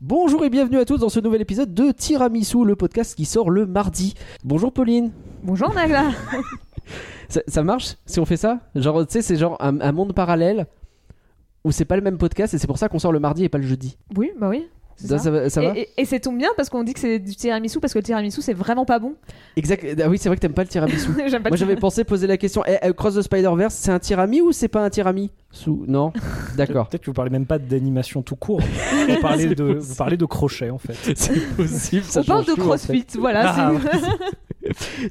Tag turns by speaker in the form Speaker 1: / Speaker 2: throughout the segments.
Speaker 1: Bonjour et bienvenue à tous dans ce nouvel épisode de Tiramisu, le podcast qui sort le mardi. Bonjour Pauline.
Speaker 2: Bonjour Nagla.
Speaker 1: ça, ça marche si on fait ça Genre, tu sais, c'est genre un, un monde parallèle où c'est pas le même podcast et c'est pour ça qu'on sort le mardi et pas le jeudi.
Speaker 2: Oui, bah oui. c'est
Speaker 1: Ça, ça va, ça va
Speaker 2: et, et- et c'est tombe bien parce qu'on dit que c'est du tiramisu parce que le tiramisu c'est vraiment pas bon.
Speaker 1: Exact. Ah oui, c'est vrai que t'aimes pas le tiramisu.
Speaker 2: J'aime
Speaker 1: Moi
Speaker 2: pas le
Speaker 1: j'avais pensé poser la question eh, eh, Cross the Spider-Verse, c'est un tirami ou c'est pas un tirami Sous... Non D'accord.
Speaker 3: Peut-être que vous parlez même pas d'animation tout court. vous, parlez de, vous parlez de crochet en fait.
Speaker 1: c'est possible. ça
Speaker 2: On parle
Speaker 1: change
Speaker 2: de
Speaker 1: tout, en fait.
Speaker 2: crossfit, voilà.
Speaker 3: Ah,
Speaker 2: c'est-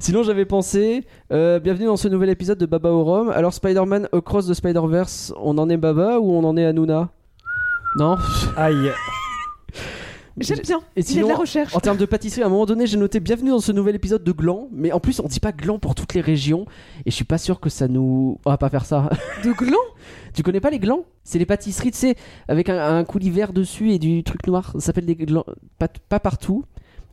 Speaker 1: Sinon, j'avais pensé, euh, bienvenue dans ce nouvel épisode de Baba au Rhum. Alors, Spider-Man Across the Spider-Verse, on en est Baba ou on en est Hanouna Non
Speaker 3: Aïe.
Speaker 2: J'aime bien.
Speaker 1: Et
Speaker 2: Il y a de la
Speaker 1: sinon,
Speaker 2: recherche.
Speaker 1: en termes de pâtisserie, à un moment donné, j'ai noté bienvenue dans ce nouvel épisode de Gland, mais en plus, on dit pas Gland pour toutes les régions, et je suis pas sûr que ça nous. On va pas faire ça.
Speaker 2: De gland
Speaker 1: tu connais pas les glands C'est les pâtisseries, tu sais, avec un, un coulis vert dessus et du truc noir. Ça s'appelle des glands. Pas, pas partout.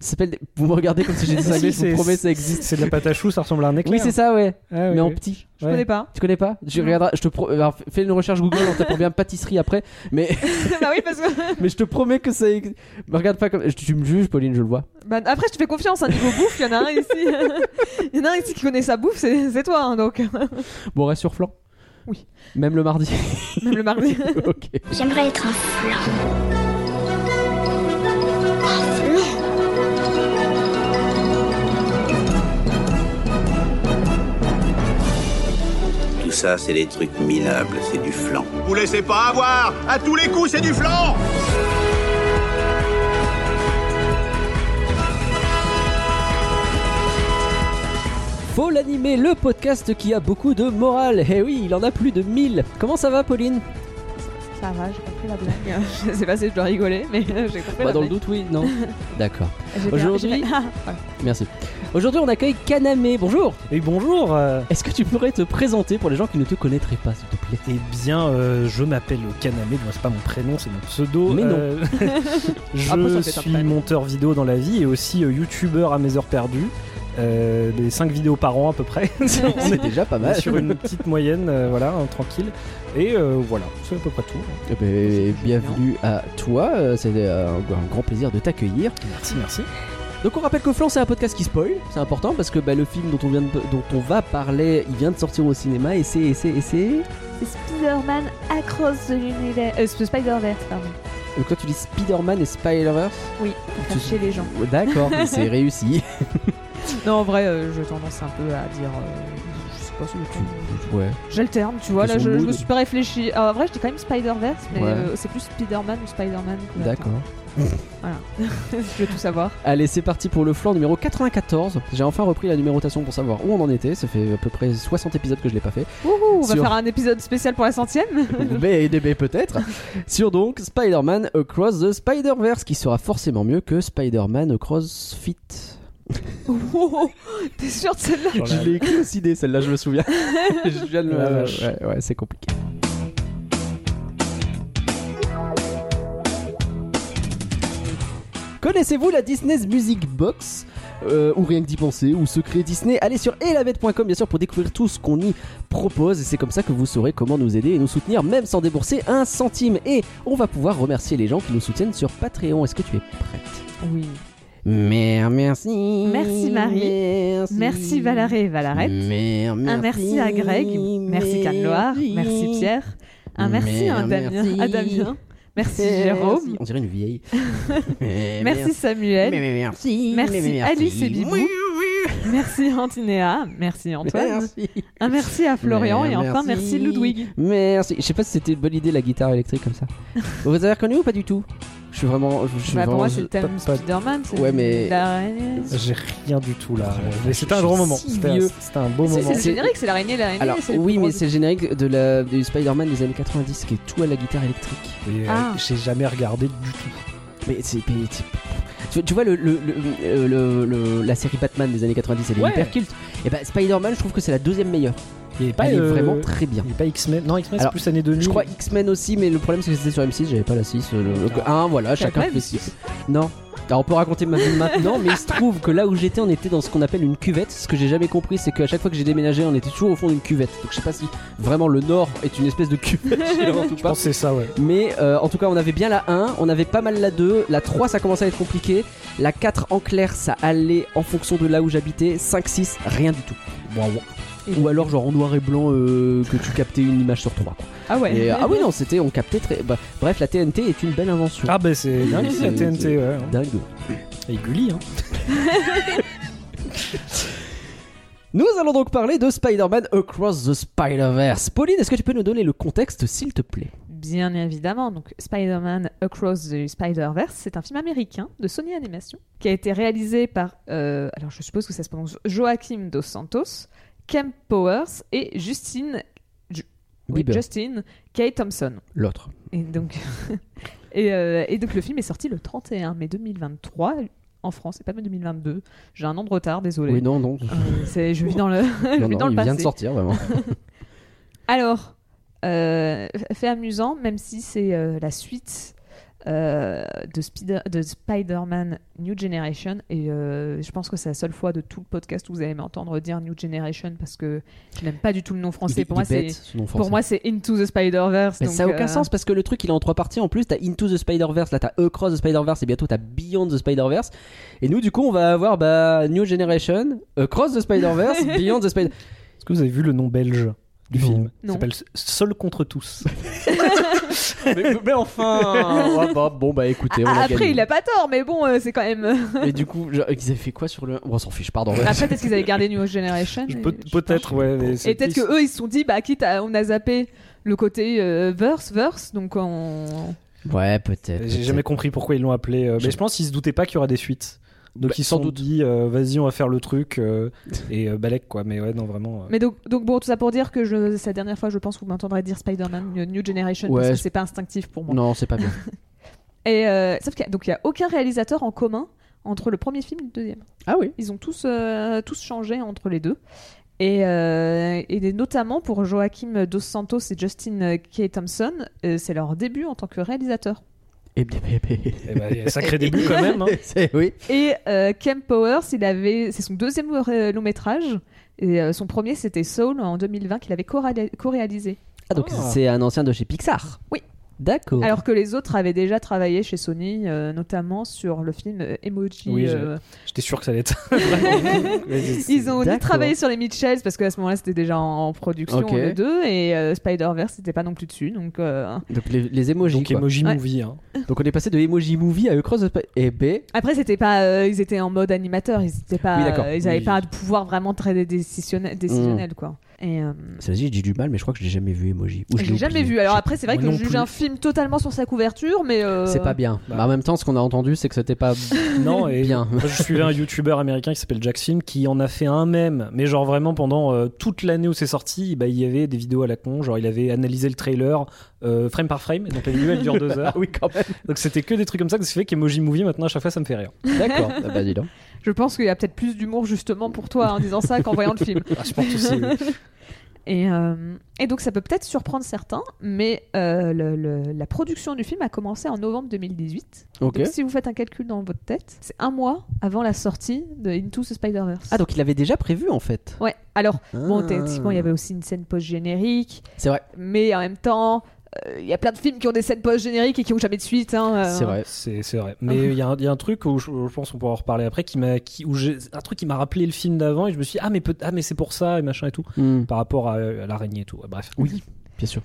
Speaker 1: Ça s'appelle. des- Vous me regardez comme si j'étais
Speaker 3: Si,
Speaker 1: cinglé, je vous
Speaker 3: c'est-
Speaker 1: promets, ça existe.
Speaker 3: C'est de la pâte à choux, ça ressemble à un éclair.
Speaker 1: Oui, c'est ça, ouais,
Speaker 3: Ah, oui,
Speaker 1: mais en
Speaker 3: oui.
Speaker 1: petit.
Speaker 2: Je
Speaker 3: Ouais.
Speaker 2: connais pas.
Speaker 1: Tu connais pas Je
Speaker 2: Non.
Speaker 1: regarderai, je te pro- alors, f- fais une recherche Google on tapant bien pâtisserie après, mais,
Speaker 2: bah oui, parce que.
Speaker 1: mais je te promets que ça ex- me regarde pas comme je- tu me juges Pauline, je le vois.
Speaker 2: Bah, après, je te fais confiance. Hein, niveau bouffe, il y en a un ici. Il y en a un ici qui connaît sa bouffe, c'est c'est toi. hein, donc,
Speaker 1: Bon, reste sur flanc.
Speaker 2: Oui.
Speaker 1: Même le mardi.
Speaker 2: même le mardi.
Speaker 1: OK.
Speaker 4: J'aimerais être un flan.
Speaker 5: Tout ça, c'est des trucs minables, c'est du flan.
Speaker 6: Vous laissez pas avoir À tous les coups, c'est du flanc
Speaker 1: Faut l'animer le podcast qui a beaucoup de morale. Eh oui, il en a plus de 1000. Comment ça va Pauline
Speaker 2: Ça va, j'ai compris la blague. je sais pas si je dois rigoler, mais j'ai compris
Speaker 1: Bah
Speaker 2: la
Speaker 1: dans le
Speaker 2: blague.
Speaker 1: doute oui, non. D'accord.
Speaker 2: J'ai fait-
Speaker 1: Aujourd'hui-
Speaker 2: j'ai fait- Ah, voilà.
Speaker 1: Merci. Aujourd'hui, on accueille Kaname. Bonjour.
Speaker 3: Et bonjour. euh,
Speaker 1: Est-ce que tu pourrais te présenter pour les gens qui ne te connaîtraient pas s'il te plaît
Speaker 3: Eh bien, euh, je m'appelle Kaname, Bon, c'est pas mon prénom, c'est mon pseudo.
Speaker 1: Mais non.
Speaker 3: Euh, je
Speaker 1: Après, ça fait un
Speaker 3: suis
Speaker 1: prénom.
Speaker 3: monteur vidéo dans la vie et aussi euh, youtubeur à mes heures perdues. Euh, des 5 vidéos par an à peu près. on est
Speaker 1: déjà pas
Speaker 3: on est sur une petite moyenne, euh, voilà, hein, tranquille. Et euh, voilà, c'est à peu près tout.
Speaker 1: Eh ben, bienvenue à toi, euh, c'est euh, un grand plaisir de t'accueillir.
Speaker 3: Merci, merci.
Speaker 1: Donc on rappelle que Flan c'est un podcast qui spoil, c'est important parce que bah, le film dont on, vient de- dont on va parler, il vient de sortir au cinéma et c'est... Et c'est, et c'est... euh,
Speaker 2: C'est Spider-Man Across the Universe. Euh, Sp- Spider-Verse, pardon.
Speaker 1: Donc toi tu dis Spider-Man et Spider-Verse
Speaker 2: Oui,
Speaker 1: Tu-
Speaker 2: pour chez les gens.
Speaker 1: Ouais, D'accord, mais c'est réussi.
Speaker 2: Non, en vrai, euh, j'ai tendance un peu à dire. euh, je sais pas ce que tu-
Speaker 1: Ouais.
Speaker 2: J'alterne, tu vois,
Speaker 1: Ils
Speaker 2: là
Speaker 1: sont
Speaker 2: je, je
Speaker 1: mood.
Speaker 2: me suis pas réfléchi. Alors, en vrai, je dis quand même Spider-Verse, mais
Speaker 1: Ouais.
Speaker 2: euh, c'est plus Spider-Man ou Spider-Man. que-
Speaker 1: D'accord.
Speaker 2: Attends, je veux tout savoir.
Speaker 1: Allez, c'est parti pour le flanc numéro 94. J'ai enfin repris la numérotation pour savoir où on en était. Ça fait à peu près 60 épisodes que je l'ai pas fait.
Speaker 2: Wouhou, on va
Speaker 1: Sur-
Speaker 2: faire un épisode spécial pour la centième.
Speaker 1: B et DB peut-être. Sur donc Spider-Man Across the Spider-Verse qui sera forcément mieux que Spider-Man Across Fit.
Speaker 2: Wouhou, Oh, T'es sûr de celle-là
Speaker 3: Sur la-
Speaker 1: Je l'ai écrit au CD, celle-là, je me souviens. je viens de le.
Speaker 3: La vache.
Speaker 1: Ah, ouais, ouais, c'est compliqué. Connaissez-vous la Disney's Music Box Euh, Ou rien que d'y penser, ou secret Disney Allez sur elavette.com bien sûr pour découvrir tout ce qu'on y propose. Et c'est comme ça que vous saurez comment nous aider et nous soutenir, même sans débourser un centime. Et on va pouvoir remercier les gens qui nous soutiennent sur Patreon. Est-ce que tu es prête
Speaker 2: Oui.
Speaker 1: Mère, merci.
Speaker 2: Merci, Marie.
Speaker 1: Merci,
Speaker 2: Merci Valaré et Valarette.
Speaker 1: Mère,
Speaker 2: Un Ah, merci à Greg. Merci Canloire. Merci Pierre. Un merci à
Speaker 1: Mère,
Speaker 2: Damien.
Speaker 1: merci.
Speaker 2: à Damien. Merci Jérôme.
Speaker 1: On dirait une vieille.
Speaker 2: Merci Samuel.
Speaker 1: Mais merci.
Speaker 2: Merci
Speaker 1: Mais
Speaker 2: Alice et Bibou. Merci Antinéa. Merci Antoine.
Speaker 1: Merci.
Speaker 2: Un merci à Florian.
Speaker 1: Mère,
Speaker 2: Et enfin,
Speaker 1: merci.
Speaker 2: merci Ludwig.
Speaker 1: Merci. Je sais pas si c'était une bonne idée la guitare électrique comme ça. Vous avez reconnu ou pas du tout Je suis vraiment. Je suis
Speaker 2: Bah, pour
Speaker 1: vraiment-
Speaker 2: moi, c'est le
Speaker 1: pas-
Speaker 2: thème
Speaker 3: pas-
Speaker 2: Spider-Man. c'est
Speaker 1: Ouais, mais-
Speaker 2: l'araignée.
Speaker 3: J'ai rien du tout là.
Speaker 1: Oh,
Speaker 3: Mais
Speaker 1: je
Speaker 3: c'était un
Speaker 1: suis
Speaker 3: grand moment.
Speaker 1: si
Speaker 3: C'était un-
Speaker 1: vieux.
Speaker 3: c'était un beau
Speaker 1: C'est-
Speaker 2: C'est
Speaker 3: moment.
Speaker 2: c'est le générique, c'est l'araignée, l'araignée.
Speaker 1: Alors
Speaker 2: c'est le
Speaker 1: oui,
Speaker 2: plus
Speaker 1: mais
Speaker 2: gros.
Speaker 1: c'est le générique de la du Spider-Man des années 90 qui est tout à la guitare électrique.
Speaker 3: Et, euh,
Speaker 2: Ah.
Speaker 3: J'ai jamais regardé du tout.
Speaker 1: Mais c'est. mais c'est- Tu, tu vois, le, le- le- euh, le- le- la série Batman des années 90, elle est
Speaker 3: Ouais.
Speaker 1: hyper culte. Et bah, Spider-Man, je trouve que c'est la deuxième meilleure.
Speaker 3: Il n'y pas
Speaker 1: elle
Speaker 3: euh,
Speaker 1: est vraiment très bien.
Speaker 3: Il n'y a pas X-Men. Non, X-Men, c'est
Speaker 1: Alors,
Speaker 3: plus années 2000.
Speaker 1: Je crois euh, X-Men aussi, mais le problème c'est que c'était sur M6, j'avais pas la 6. Le, 1, voilà,
Speaker 2: T'as
Speaker 1: chacun
Speaker 2: pas
Speaker 1: fait
Speaker 2: vu
Speaker 1: 6. Non, Alors on peut raconter ma vie maintenant, mais il se trouve que là où j'étais, on était dans ce qu'on appelle une cuvette. Ce que j'ai jamais compris, c'est qu'à chaque fois que j'ai déménagé, on était toujours au fond d'une cuvette. Donc je sais pas si vraiment le Nord est une espèce de cuvette géante ou
Speaker 3: Je
Speaker 1: pas.
Speaker 3: pense que c'est ça, ouais.
Speaker 1: Mais euh, en tout cas, on avait bien la 1, on avait pas mal la 2, la 3 ça commençait à être compliqué, la 4 en clair ça allait en fonction de là où j'habitais, 5, 6 rien du tout. Ou alors genre en noir et blanc euh, que tu captais une image sur 3. Quoi.
Speaker 2: Ah ouais.
Speaker 1: Et, euh, ah oui non, c'était on captait très... bah, bref, la TNT est une belle invention.
Speaker 3: Ah, ben c'est dingue
Speaker 1: C'est-
Speaker 3: la TNT, ouais. hein.
Speaker 1: Dingue.
Speaker 3: Et Gulli, hein.
Speaker 1: Nous allons donc parler de Spider-Man Across the Spider-Verse. Pauline, est-ce que tu peux nous donner le contexte s'il te plaît
Speaker 2: Bien évidemment, donc Spider-Man Across the Spider-Verse, c'est un film américain de Sony Animation qui a été réalisé par, euh, alors je suppose que ça se prononce Joaquim Dos Santos, Kemp Powers et Justine, Ju- oui,
Speaker 1: Bieber.
Speaker 2: Justin K. Thompson.
Speaker 1: L'autre.
Speaker 2: Et donc, et, euh, et donc le film est sorti le 31 mai 2023 en France, et pas le 2022. J'ai un an de retard, désolé. Euh,
Speaker 1: Oui non non.
Speaker 2: je vis dans le, je
Speaker 1: Non,
Speaker 2: vis
Speaker 1: non,
Speaker 2: dans le
Speaker 1: il vient de
Speaker 2: passé.
Speaker 1: sortir vraiment.
Speaker 2: Alors, euh, fait amusant, même si c'est euh, la suite euh, de, Spider- de Spider-Man New Generation. Et euh, je pense que c'est la seule fois de tout le podcast où vous allez m'entendre dire New Generation parce que je n'aime pas du tout le
Speaker 1: Il
Speaker 2: nom
Speaker 1: est-
Speaker 2: français. Pour
Speaker 1: il
Speaker 2: moi,
Speaker 1: est
Speaker 2: c'est.
Speaker 1: bête, son nom
Speaker 2: Pour
Speaker 1: français.
Speaker 2: moi, c'est Into the Spider-Verse.
Speaker 1: Mais
Speaker 2: donc,
Speaker 1: ça a aucun
Speaker 2: euh,
Speaker 1: sens parce que le truc il est en trois parties en plus. T'as Into the Spider-Verse, là t'as Across the Spider-Verse et bientôt t'as Beyond the Spider-Verse. Et nous du coup on va avoir bah, New Generation, Across the Spider-Verse, Beyond the Spider-Verse.
Speaker 3: Est-ce que vous avez vu le nom belge du
Speaker 1: Non.
Speaker 3: film Il
Speaker 2: Non.
Speaker 3: s'appelle Seul contre tous.
Speaker 1: mais, mais enfin ouais, bah, Bon bah écoutez, on
Speaker 2: Ah,
Speaker 1: a
Speaker 2: après,
Speaker 1: gagné.
Speaker 2: il a pas tort, mais bon, euh, c'est quand même.
Speaker 1: Mais du coup, je- ils avaient fait quoi sur le. Bon, on s'en fiche, pardon.
Speaker 2: Après, peut-être qu'ils avaient gardé New Generation.
Speaker 3: Je
Speaker 2: et-
Speaker 3: peux-
Speaker 2: je sais pas.
Speaker 3: Peut-être, ouais. mais
Speaker 2: Et
Speaker 3: c'est-
Speaker 2: peut-être que eux, ils se sont dit, bah, quitte, à- on a zappé le côté euh, verse, verse, donc on.
Speaker 1: Ouais, peut-être.
Speaker 3: J'ai
Speaker 1: peut-être.
Speaker 3: jamais compris pourquoi ils l'ont appelé. euh, mais je pense qu'ils se doutaient pas qu'il y aurait des suites. Donc
Speaker 1: Bah,
Speaker 3: ils se
Speaker 1: sans
Speaker 3: sont
Speaker 1: doute.
Speaker 3: dit, euh, vas-y, on va faire le truc. euh, et euh, Balek, quoi. Mais ouais, non, vraiment. euh,
Speaker 2: Mais donc, donc bon, tout ça pour dire que je, c'est la dernière fois, je pense, que vous m'entendrez dire Spider-Man euh, New- New Generation
Speaker 1: Ouais,
Speaker 2: parce que
Speaker 1: je-
Speaker 2: c'est pas instinctif pour moi.
Speaker 1: Non, c'est pas bien.
Speaker 2: Et euh, sauf qu'il y a, donc il y a aucun réalisateur en commun entre le premier film et le deuxième.
Speaker 1: ah oui
Speaker 2: Ils ont tous euh, tous changé entre les deux. Et, euh, et notamment pour Joaquim Dos Santos et Justin K. Thompson, euh, c'est leur début en tant que réalisateur.
Speaker 1: Et bien, bien, bien.
Speaker 3: eh ben, il y a un sacré début quand même. hein.
Speaker 1: C'est- oui.
Speaker 2: Et euh, Kem Powers, il avait, c'est son deuxième euh, long métrage. Et euh, son premier, c'était Soul en 2020 qu'il avait co-réali- co-réalisé.
Speaker 1: Ah, donc
Speaker 3: Ah.
Speaker 1: c'est un ancien de chez Pixar
Speaker 2: Oui.
Speaker 1: D'accord.
Speaker 2: Alors que les autres avaient déjà travaillé chez Sony, euh, notamment sur le film euh, Emoji.
Speaker 3: Oui,
Speaker 2: euh,
Speaker 3: J'étais sûr que ça allait être. vraiment- Vas-y, c'est-
Speaker 2: Ils ont ni
Speaker 1: D'accord.
Speaker 2: travaillé sur les Mitchells parce qu'à ce moment-là, c'était déjà en production
Speaker 1: Ok.
Speaker 2: les deux. Et euh, Spider-Verse, c'était pas non plus dessus. Donc, euh,
Speaker 1: donc les, les emojis.
Speaker 3: Donc
Speaker 1: quoi.
Speaker 3: Emoji
Speaker 2: Ouais.
Speaker 3: Movie. hein.
Speaker 1: Donc on est passé de Emoji Movie à Across the Spider. Eh ben,
Speaker 2: Après, c'était pas, euh, ils étaient en mode animateur, ils n'avaient pas, euh,
Speaker 1: Oui, Mm. d'accord.
Speaker 2: ils avaient
Speaker 3: Oui.
Speaker 2: pas de pouvoir vraiment très décisionnel, décisionnel quoi. Et euh,
Speaker 1: ça j'ai dit du mal, mais je crois que je l'ai jamais vu Emoji. Ou je
Speaker 2: j'ai
Speaker 1: l'ai
Speaker 2: jamais
Speaker 1: oublié.
Speaker 2: vu. Alors après, c'est vrai
Speaker 3: Moi
Speaker 2: que
Speaker 3: non
Speaker 2: je juge
Speaker 3: plus.
Speaker 2: un film totalement sur sa couverture, mais euh,
Speaker 1: C'est pas bien.
Speaker 3: Bah.
Speaker 1: Mais en même temps, ce qu'on a entendu, c'est que c'était pas.
Speaker 3: Non, et
Speaker 1: Bien.
Speaker 3: moi je suivais un youtubeur américain qui s'appelle Jackson qui en a fait un même, mais genre vraiment pendant euh, toute l'année où c'est sorti, bah, il y avait des vidéos à la con, genre il avait analysé le trailer euh, frame par frame, donc la vidéo elle dure deux heures.
Speaker 1: oui, quand même.
Speaker 3: Donc c'était que des trucs comme ça que ça fait qu'Emoji Movie maintenant à chaque fois ça me fait rire.
Speaker 1: D'accord. Ah bah dis donc.
Speaker 2: je pense qu'il y a peut-être plus d'humour justement pour toi en disant ça qu'en voyant le film.
Speaker 3: Ah, je pense aussi, oui.
Speaker 2: Et, euh, et donc ça peut peut-être surprendre certains, mais euh, le- le- la production du film a commencé en novembre 2018.
Speaker 1: Ok.
Speaker 2: Donc si vous faites un calcul dans votre tête, c'est un mois avant la sortie de Into the Spider-Verse.
Speaker 1: Ah donc il avait déjà prévu en fait.
Speaker 2: Ouais, alors bon,
Speaker 1: Ah.
Speaker 2: techniquement, il y avait aussi une scène post-générique,
Speaker 1: C'est vrai.
Speaker 2: mais en même temps, euh, il y a plein de films qui ont des scènes post-génériques et qui ont jamais de suite. hein, euh.
Speaker 1: C'est vrai.
Speaker 3: C'est c'est vrai. Mais il y, a un- il y a un truc où je, je pense qu'on pourra en reparler après, qui m'a, qui, où j'ai- un truc qui m'a rappelé le film d'avant et je me suis dit, ah mais, peut- ah, mais c'est pour ça et machin et tout,
Speaker 1: Hmm.
Speaker 3: par rapport à, euh, à l'araignée et tout. Ouais, bref.
Speaker 1: Oui, bien sûr.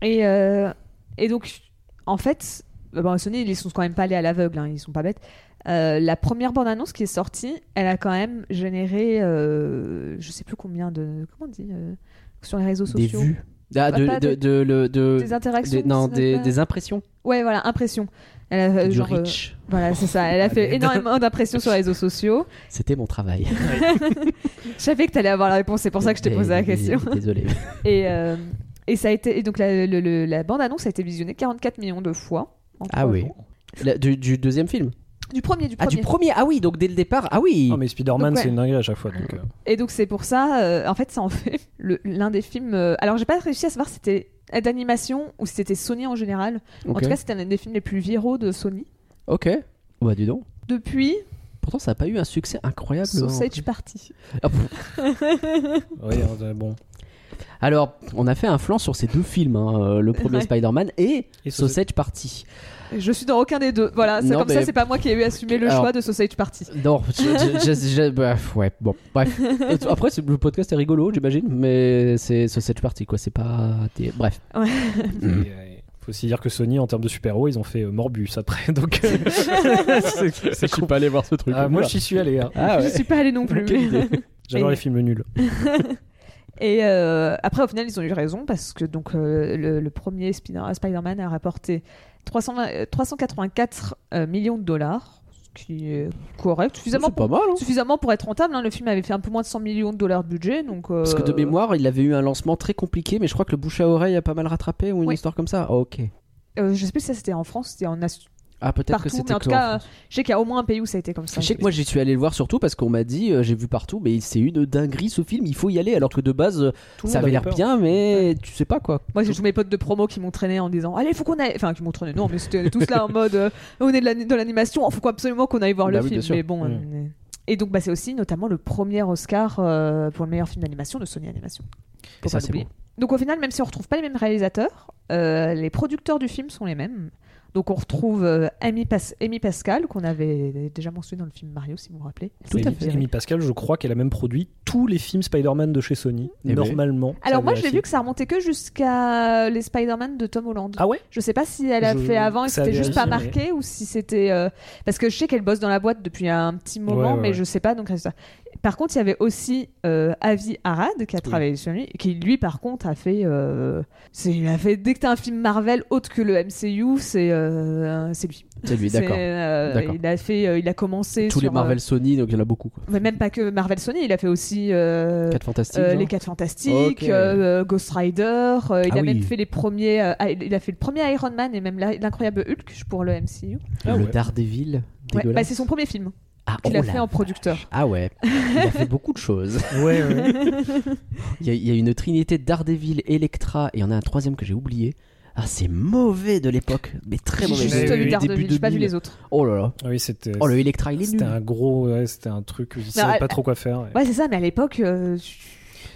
Speaker 2: Et, euh, et donc, en fait, euh, bon, Sony, ils sont quand même pas allés à l'aveugle, hein, ils sont pas bêtes. Euh, la première bande-annonce qui est sortie, elle a quand même généré, euh, je sais plus combien de. Comment on dit euh, Sur les réseaux
Speaker 1: Des
Speaker 2: sociaux.
Speaker 1: vues. Ah,
Speaker 2: Pas-
Speaker 1: de,
Speaker 2: pas
Speaker 1: de,
Speaker 2: des-
Speaker 1: de- le- de-
Speaker 2: Des interactions
Speaker 1: des- non,
Speaker 2: ça
Speaker 1: des,
Speaker 2: s'appelle
Speaker 1: des impressions
Speaker 2: Ouais, voilà, impression. Elle a, euh,
Speaker 1: du
Speaker 2: genre, euh,
Speaker 1: reach. Ah,
Speaker 2: voilà, c'est ça. Elle a
Speaker 3: Oh,
Speaker 2: fait
Speaker 3: allez.
Speaker 2: énormément d'impressions sur les réseaux sociaux.
Speaker 1: C'était mon travail.
Speaker 2: Je savais que t'allais avoir la réponse, c'est pour ça que je t'ai posé
Speaker 1: Eh,
Speaker 2: la question.
Speaker 1: Désolé.
Speaker 2: Et, euh, et ça a été et donc la, le- le- la bande-annonce a été visionnée 44 millions de fois. en
Speaker 1: Ah
Speaker 2: trois
Speaker 1: oui.
Speaker 2: jours.
Speaker 1: La- du, du deuxième film.
Speaker 2: Du premier, du
Speaker 1: Ah
Speaker 2: premier.
Speaker 1: du premier. Ah oui, donc dès le départ. Ah oui.
Speaker 3: Non mais Spider-Man
Speaker 2: Donc, ouais.
Speaker 3: c'est une dinguerie à chaque fois. Donc, euh,
Speaker 2: Et donc c'est pour ça, euh, en fait, ça en fait le- l'un des films. euh, alors j'ai pas réussi à savoir si c'était d'animation ou si c'était Sony en général. En
Speaker 1: Ok.
Speaker 2: tout cas, c'était un des films les plus viraux de Sony.
Speaker 1: Ok. Bah dis donc.
Speaker 2: Depuis
Speaker 1: Pourtant, ça n'a pas eu un succès incroyable. hein.
Speaker 2: Sausage Party.
Speaker 1: Ah, pff.
Speaker 3: Oui, euh, bon.
Speaker 1: Alors, on a fait un flanc sur ces deux films, hein, euh, le premier
Speaker 2: Ouais.
Speaker 1: Spider-Man et,
Speaker 3: Et Sausage-
Speaker 1: Sausage Party.
Speaker 2: Je suis dans aucun des deux. Voilà, c'est
Speaker 1: Non,
Speaker 2: comme
Speaker 1: mais-
Speaker 2: ça, c'est pas moi qui ai eu assumé le
Speaker 1: Alors-
Speaker 2: choix de Sausage Party.
Speaker 1: Non, je- je- je- je- bah, ouais, bon, bref. Et t- après, c'est- le podcast est rigolo, j'imagine, mais c'est Sausage Party, quoi. C'est pas. des- Bref.
Speaker 3: Et, euh, faut aussi dire que Sony, en termes de super-héros, ils ont fait euh, Morbus après. Donc, euh, c'est- c'est con.
Speaker 1: pas aller voir ce truc.
Speaker 3: Ah, moi, j'y suis allé. hein.
Speaker 1: Ah ouais.
Speaker 2: Je suis pas allée non plus.
Speaker 3: Quelle idée. J'adore
Speaker 2: Et-
Speaker 3: les films nuls.
Speaker 2: Et euh, après, au final, ils ont eu raison parce que donc euh, le, le premier Spider- Spider-Man a rapporté 320 euh, 384 euh, millions de dollars, ce qui est correct, suffisamment
Speaker 1: C'est
Speaker 2: pour,
Speaker 1: pas mal, hein.
Speaker 2: suffisamment pour être rentable. hein. Le film avait fait un peu moins de 100 millions de dollars de budget, donc. euh,
Speaker 1: Parce que de mémoire, il avait eu un lancement très compliqué, mais je crois que le bouche à oreille a pas mal rattrapé ou une
Speaker 2: Oui.
Speaker 1: histoire comme ça. Ah, ok.
Speaker 2: euh, je sais plus si ça c'était en France, c'était en As-
Speaker 1: Ah, peut-être que
Speaker 2: partout,
Speaker 1: c'était
Speaker 2: mais en
Speaker 1: que
Speaker 2: tout
Speaker 1: en
Speaker 2: cas,
Speaker 1: France.
Speaker 2: euh, je sais qu'il y a au moins un pays où ça a été comme ça.
Speaker 1: Je sais que moi j'y suis allé le voir surtout parce qu'on m'a dit, euh, j'ai vu partout, mais c'est une dinguerie ce film, il faut y aller. Alors que de base, euh,
Speaker 3: Tout le
Speaker 1: ça
Speaker 3: monde
Speaker 1: avait l'air
Speaker 3: peur.
Speaker 1: bien, mais tu sais pas quoi.
Speaker 2: Moi, j'ai tous mes potes de promo qui m'entraînaient en disant Allez, faut qu'on aille. Enfin, qui m'entraînaient, non, mais c'était tous là en mode euh, On est de l'ani- dans l'animation, faut quoi absolument qu'on aille voir
Speaker 1: Bah
Speaker 2: le
Speaker 1: oui, bien
Speaker 2: film.
Speaker 1: sûr.
Speaker 2: Mais bon.
Speaker 3: Mm.
Speaker 2: on est- Et donc, bah, c'est aussi notamment le premier Oscar euh, pour le meilleur film d'animation de Sony Animation. Faut
Speaker 1: Et ça,
Speaker 2: pas
Speaker 1: c'est
Speaker 2: l'oublier. Donc, au final, même si on retrouve pas les mêmes réalisateurs, euh, les producteurs du film sont les mêmes. Donc, on retrouve euh, Amy, Pas- Amy Pascal, qu'on avait déjà mentionné dans le film Mario, si vous vous rappelez.
Speaker 1: Tout à
Speaker 3: Amy-
Speaker 1: fait.
Speaker 3: Amy Pascal, je crois qu'elle a même produit tous les films Spider-Man de chez Sony,
Speaker 1: Eh oui.
Speaker 3: normalement. Ça
Speaker 2: Alors, moi, j'ai
Speaker 3: vérifie.
Speaker 2: vu que ça remontait que jusqu'à les Spider-Man de Tom Holland.
Speaker 3: Ah ouais
Speaker 2: Je sais pas si elle a
Speaker 3: Je-
Speaker 2: fait avant et que
Speaker 3: ça a
Speaker 2: c'était juste pas
Speaker 3: vérifié,
Speaker 2: marqué ou si c'était. euh, Parce que je sais qu'elle bosse dans la boîte depuis un petit moment,
Speaker 3: Ouais, ouais,
Speaker 2: mais
Speaker 3: ouais.
Speaker 2: je sais pas donc reste ça. Par contre, il y avait aussi euh, Avi Arad qui a travaillé sur lui, qui lui par contre a fait. euh, c'est- il a fait dès que t'as un film Marvel autre que le MCU, c'est euh, c'est lui.
Speaker 1: C'est lui,
Speaker 2: C'est,
Speaker 1: d'accord.
Speaker 2: euh,
Speaker 1: D'accord.
Speaker 2: il a fait, euh, il a commencé
Speaker 1: Tous
Speaker 2: sur,
Speaker 1: les Marvel Sony, donc il y en a beaucoup. Quoi.
Speaker 2: euh, mais même pas que Marvel Sony, il a fait aussi. euh,
Speaker 1: 4 fantastiques.
Speaker 2: euh,
Speaker 1: genre. Ah
Speaker 2: les 4 Fantastiques,
Speaker 1: hein. Ok.
Speaker 2: euh, euh, Ghost Rider, euh, il
Speaker 1: Ah
Speaker 2: a
Speaker 1: oui.
Speaker 2: même fait les premiers, euh, ah, il il a fait le premier Iron Man et même la- l'incroyable Hulk pour le MCU.
Speaker 3: Ah
Speaker 1: le
Speaker 3: ouais.
Speaker 1: Daredevil.
Speaker 2: Ouais, bah,
Speaker 1: dégueulasse.
Speaker 2: c'est son premier film
Speaker 1: ah,
Speaker 2: qu'il
Speaker 1: oh
Speaker 2: a
Speaker 1: la
Speaker 2: fait en
Speaker 1: vache.
Speaker 2: producteur.
Speaker 1: Ah ouais, il a fait beaucoup de choses.
Speaker 3: Ouais, ouais.
Speaker 1: Il y, a, il y a une trinité Daredevil, Electra, et il y en a un troisième que j'ai oublié. Ah, c'est mauvais de l'époque, mais très
Speaker 2: J'ai
Speaker 1: mauvais.
Speaker 2: juste
Speaker 3: Oui,
Speaker 2: vu
Speaker 3: oui,
Speaker 2: Daredevil, j'ai pas vu
Speaker 1: 2000.
Speaker 2: les autres.
Speaker 1: Oh là là.
Speaker 3: Ah oui, c'était.
Speaker 1: Oh, le Electra, il est nul.
Speaker 3: C'était un gros, ouais, c'était un truc, je
Speaker 2: elle-
Speaker 3: savais pas trop quoi faire. ouais.
Speaker 2: Bah, Ouais, c'est ça, mais à l'époque, euh,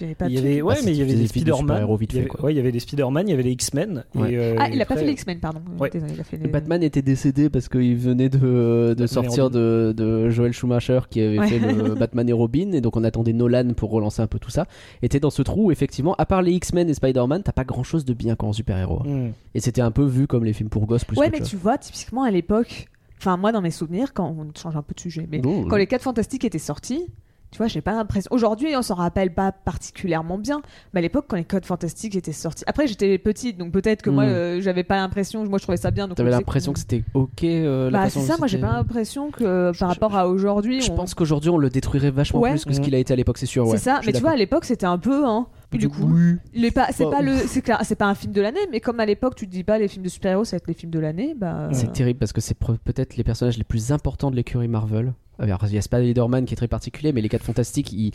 Speaker 2: il y avait pas de-
Speaker 3: Il y avait, ouais,
Speaker 1: Ah,
Speaker 3: mais il y
Speaker 1: c'était
Speaker 3: avait
Speaker 1: des
Speaker 3: des
Speaker 1: films de
Speaker 3: Spider-Man.
Speaker 1: super-héros vite
Speaker 3: il y
Speaker 1: fait,
Speaker 3: avait-
Speaker 1: quoi.
Speaker 3: ouais, il y avait des Spider-Man, il y avait les X-Men.
Speaker 1: Ouais.
Speaker 3: et, euh,
Speaker 2: Ah, il a
Speaker 3: après-
Speaker 2: pas fait les X-Men, pardon. Euh,
Speaker 3: Ouais.
Speaker 2: Désolé, il a fait les-
Speaker 1: Et Batman était décédé parce qu'il venait de, de
Speaker 3: et
Speaker 1: sortir
Speaker 3: Robin.
Speaker 1: de, de Joel Schumacher qui avait
Speaker 2: Ouais.
Speaker 1: fait le Batman et Robin et donc on attendait Nolan pour relancer un peu tout ça. Et t'es dans ce trou où effectivement, à part les X-Men et Spider-Man, t'as pas grand chose de bien qu'en super-héros.
Speaker 3: Hmm.
Speaker 1: Et c'était un peu vu comme les films pour gosses plus
Speaker 2: Ouais,
Speaker 1: qu'autre
Speaker 2: mais
Speaker 1: chose.
Speaker 2: tu vois, typiquement à l'époque, enfin, moi dans mes souvenirs, quand on change un peu de sujet, mais
Speaker 1: Bon,
Speaker 2: quand les 4 Fantastiques étaient sortis, tu vois, j'ai pas l'impression. Aujourd'hui, on s'en rappelle pas particulièrement bien, mais à l'époque, quand les Codes Fantastiques étaient sortis. Après, j'étais petite, donc peut-être que moi,
Speaker 1: Mm.
Speaker 2: euh, j'avais pas l'impression. Moi, je trouvais ça bien. donc
Speaker 1: T'avais
Speaker 2: on disait
Speaker 1: l'impression que c'était ok euh, la
Speaker 2: Bah,
Speaker 1: façon
Speaker 2: c'est
Speaker 1: dont
Speaker 2: ça, moi, j'ai
Speaker 1: c'était-
Speaker 2: pas l'impression que
Speaker 1: Je-
Speaker 2: par rapport à aujourd'hui.
Speaker 1: Je
Speaker 2: on-
Speaker 1: pense qu'aujourd'hui on le détruirait vachement
Speaker 2: Ouais.
Speaker 1: plus que ce
Speaker 3: Mhm.
Speaker 1: qu'il a été à l'époque, c'est sûr. ouais.
Speaker 2: C'est ça,
Speaker 1: Je suis
Speaker 2: mais tu vois,
Speaker 1: d'accord.
Speaker 2: à l'époque, c'était un peu. Hein, du coup, il est pas, c'est
Speaker 1: Bah,
Speaker 2: pas le, c'est clair, c'est pas un film de l'année, mais comme à l'époque, tu te dis pas les films de super-héros, ça va être les films de l'année, bah.
Speaker 1: Ah,
Speaker 3: Euh.
Speaker 1: C'est terrible parce que c'est pre- peut-être les personnages les plus importants de l'écurie Marvel. Alors, il y a Spider-Man qui est très particulier, mais les 4 fantastiques, ils,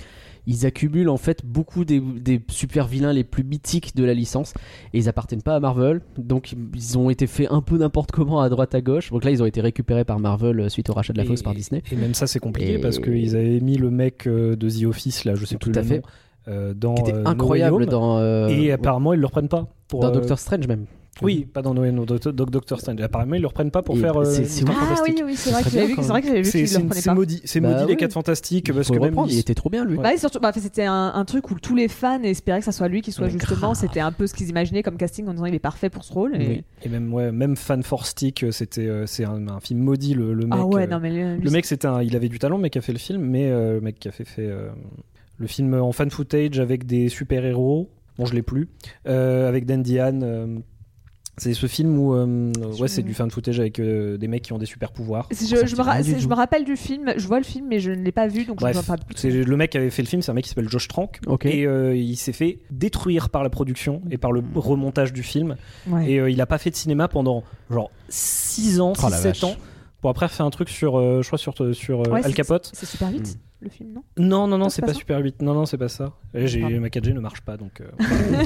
Speaker 1: ils accumulent en fait beaucoup des, des super vilains les plus mythiques de la licence et ils appartiennent pas à Marvel. Donc ils ont été faits un peu n'importe comment à droite à gauche. Donc là, ils ont été récupérés par Marvel euh, suite au rachat de la Fox
Speaker 3: Et-
Speaker 1: par Disney.
Speaker 3: Et même ça, c'est compliqué
Speaker 1: Et-
Speaker 3: parce qu'ils avaient mis le mec euh, de The Office, là, je sais
Speaker 1: Tout
Speaker 3: plus
Speaker 1: à
Speaker 3: le
Speaker 1: fait.
Speaker 3: nom, euh, dans.
Speaker 1: Qui était
Speaker 3: euh, No Way
Speaker 1: incroyable
Speaker 3: Home.
Speaker 1: dans, euh,
Speaker 3: Et apparemment, ils le reprennent pas. Pour,
Speaker 1: dans
Speaker 3: euh,
Speaker 1: Doctor Strange même.
Speaker 3: Oui, pas dans No Way Home, dans Doc- Doctor Strange. Apparemment, ils le reprennent pas pour
Speaker 1: Et
Speaker 3: faire. euh,
Speaker 1: c'est- c'est
Speaker 3: Mister
Speaker 2: Ah
Speaker 3: Fantastic.
Speaker 2: oui, oui, c'est vrai
Speaker 1: serait
Speaker 2: que j'avais
Speaker 1: bien,
Speaker 2: vu,
Speaker 1: quand
Speaker 2: c'est vrai que j'avais vu
Speaker 3: C'est
Speaker 2: qu'ils le
Speaker 3: c'est-
Speaker 2: reprenaient
Speaker 3: c'est
Speaker 2: pas.
Speaker 3: maudit, c'est
Speaker 1: Bah
Speaker 3: maudit les
Speaker 1: oui.
Speaker 3: 4 fantastiques
Speaker 1: Il
Speaker 3: parce
Speaker 1: faut
Speaker 3: que
Speaker 1: le
Speaker 3: même
Speaker 1: reprendre,
Speaker 3: ils-
Speaker 1: il était trop bien lui.
Speaker 2: Bah, et surtout, bah, c'était un, un truc où tous les fans espéraient que ça soit lui qui soit
Speaker 1: Mais
Speaker 2: justement.
Speaker 1: grave.
Speaker 2: C'était un peu ce qu'ils imaginaient comme casting en disant il est parfait pour ce rôle. Et...
Speaker 1: Oui.
Speaker 3: Et même, ouais, même Fan for Stick, euh, c'était, euh, c'est un, un film maudit, le, le mec.
Speaker 2: Ah ouais,
Speaker 3: euh,
Speaker 2: non mais lui-
Speaker 3: le mec, c'était un, il avait du talent, le mec qui a fait le film, mais euh, le mec qui a fait, fait, euh, le film en fan footage avec des super-héros, bon, je l'ai plus, euh, avec Dan Diane. euh, c'est ce film où, euh, ouais, c'est du fan footage avec euh, des mecs qui ont des super-pouvoirs.
Speaker 2: je,
Speaker 1: oh, ça me
Speaker 2: je
Speaker 1: dit
Speaker 2: me ra-
Speaker 1: rien du
Speaker 2: c'est- je
Speaker 1: tout.
Speaker 2: me rappelle du film, je vois le film, mais je ne l'ai pas vu donc je
Speaker 3: Bref,
Speaker 2: ne vois pas.
Speaker 3: c'est le mec qui avait fait le film, c'est un mec qui s'appelle Josh Trank.
Speaker 1: Ok.
Speaker 3: Et euh, il s'est fait détruire par la production et par le
Speaker 1: Hmm.
Speaker 3: remontage du film.
Speaker 2: Ouais.
Speaker 3: Et euh, il a pas fait de cinéma pendant genre 6 ans,
Speaker 1: Oh la
Speaker 3: 7
Speaker 1: vache.
Speaker 3: ans. Pour après faire un truc sur, euh, je crois, sur, sur euh,
Speaker 2: Ouais,
Speaker 3: Al Capote.
Speaker 2: C'est super vite
Speaker 1: Hmm.
Speaker 2: le film, non
Speaker 3: Non, non, non,
Speaker 2: Non,
Speaker 3: c'est
Speaker 2: c'est
Speaker 3: pas,
Speaker 2: pas ça
Speaker 3: Super 8. Non, non, c'est pas ça. Et j'ai,
Speaker 2: Pardon.
Speaker 3: ma 4G ne marche pas, donc, euh, voilà.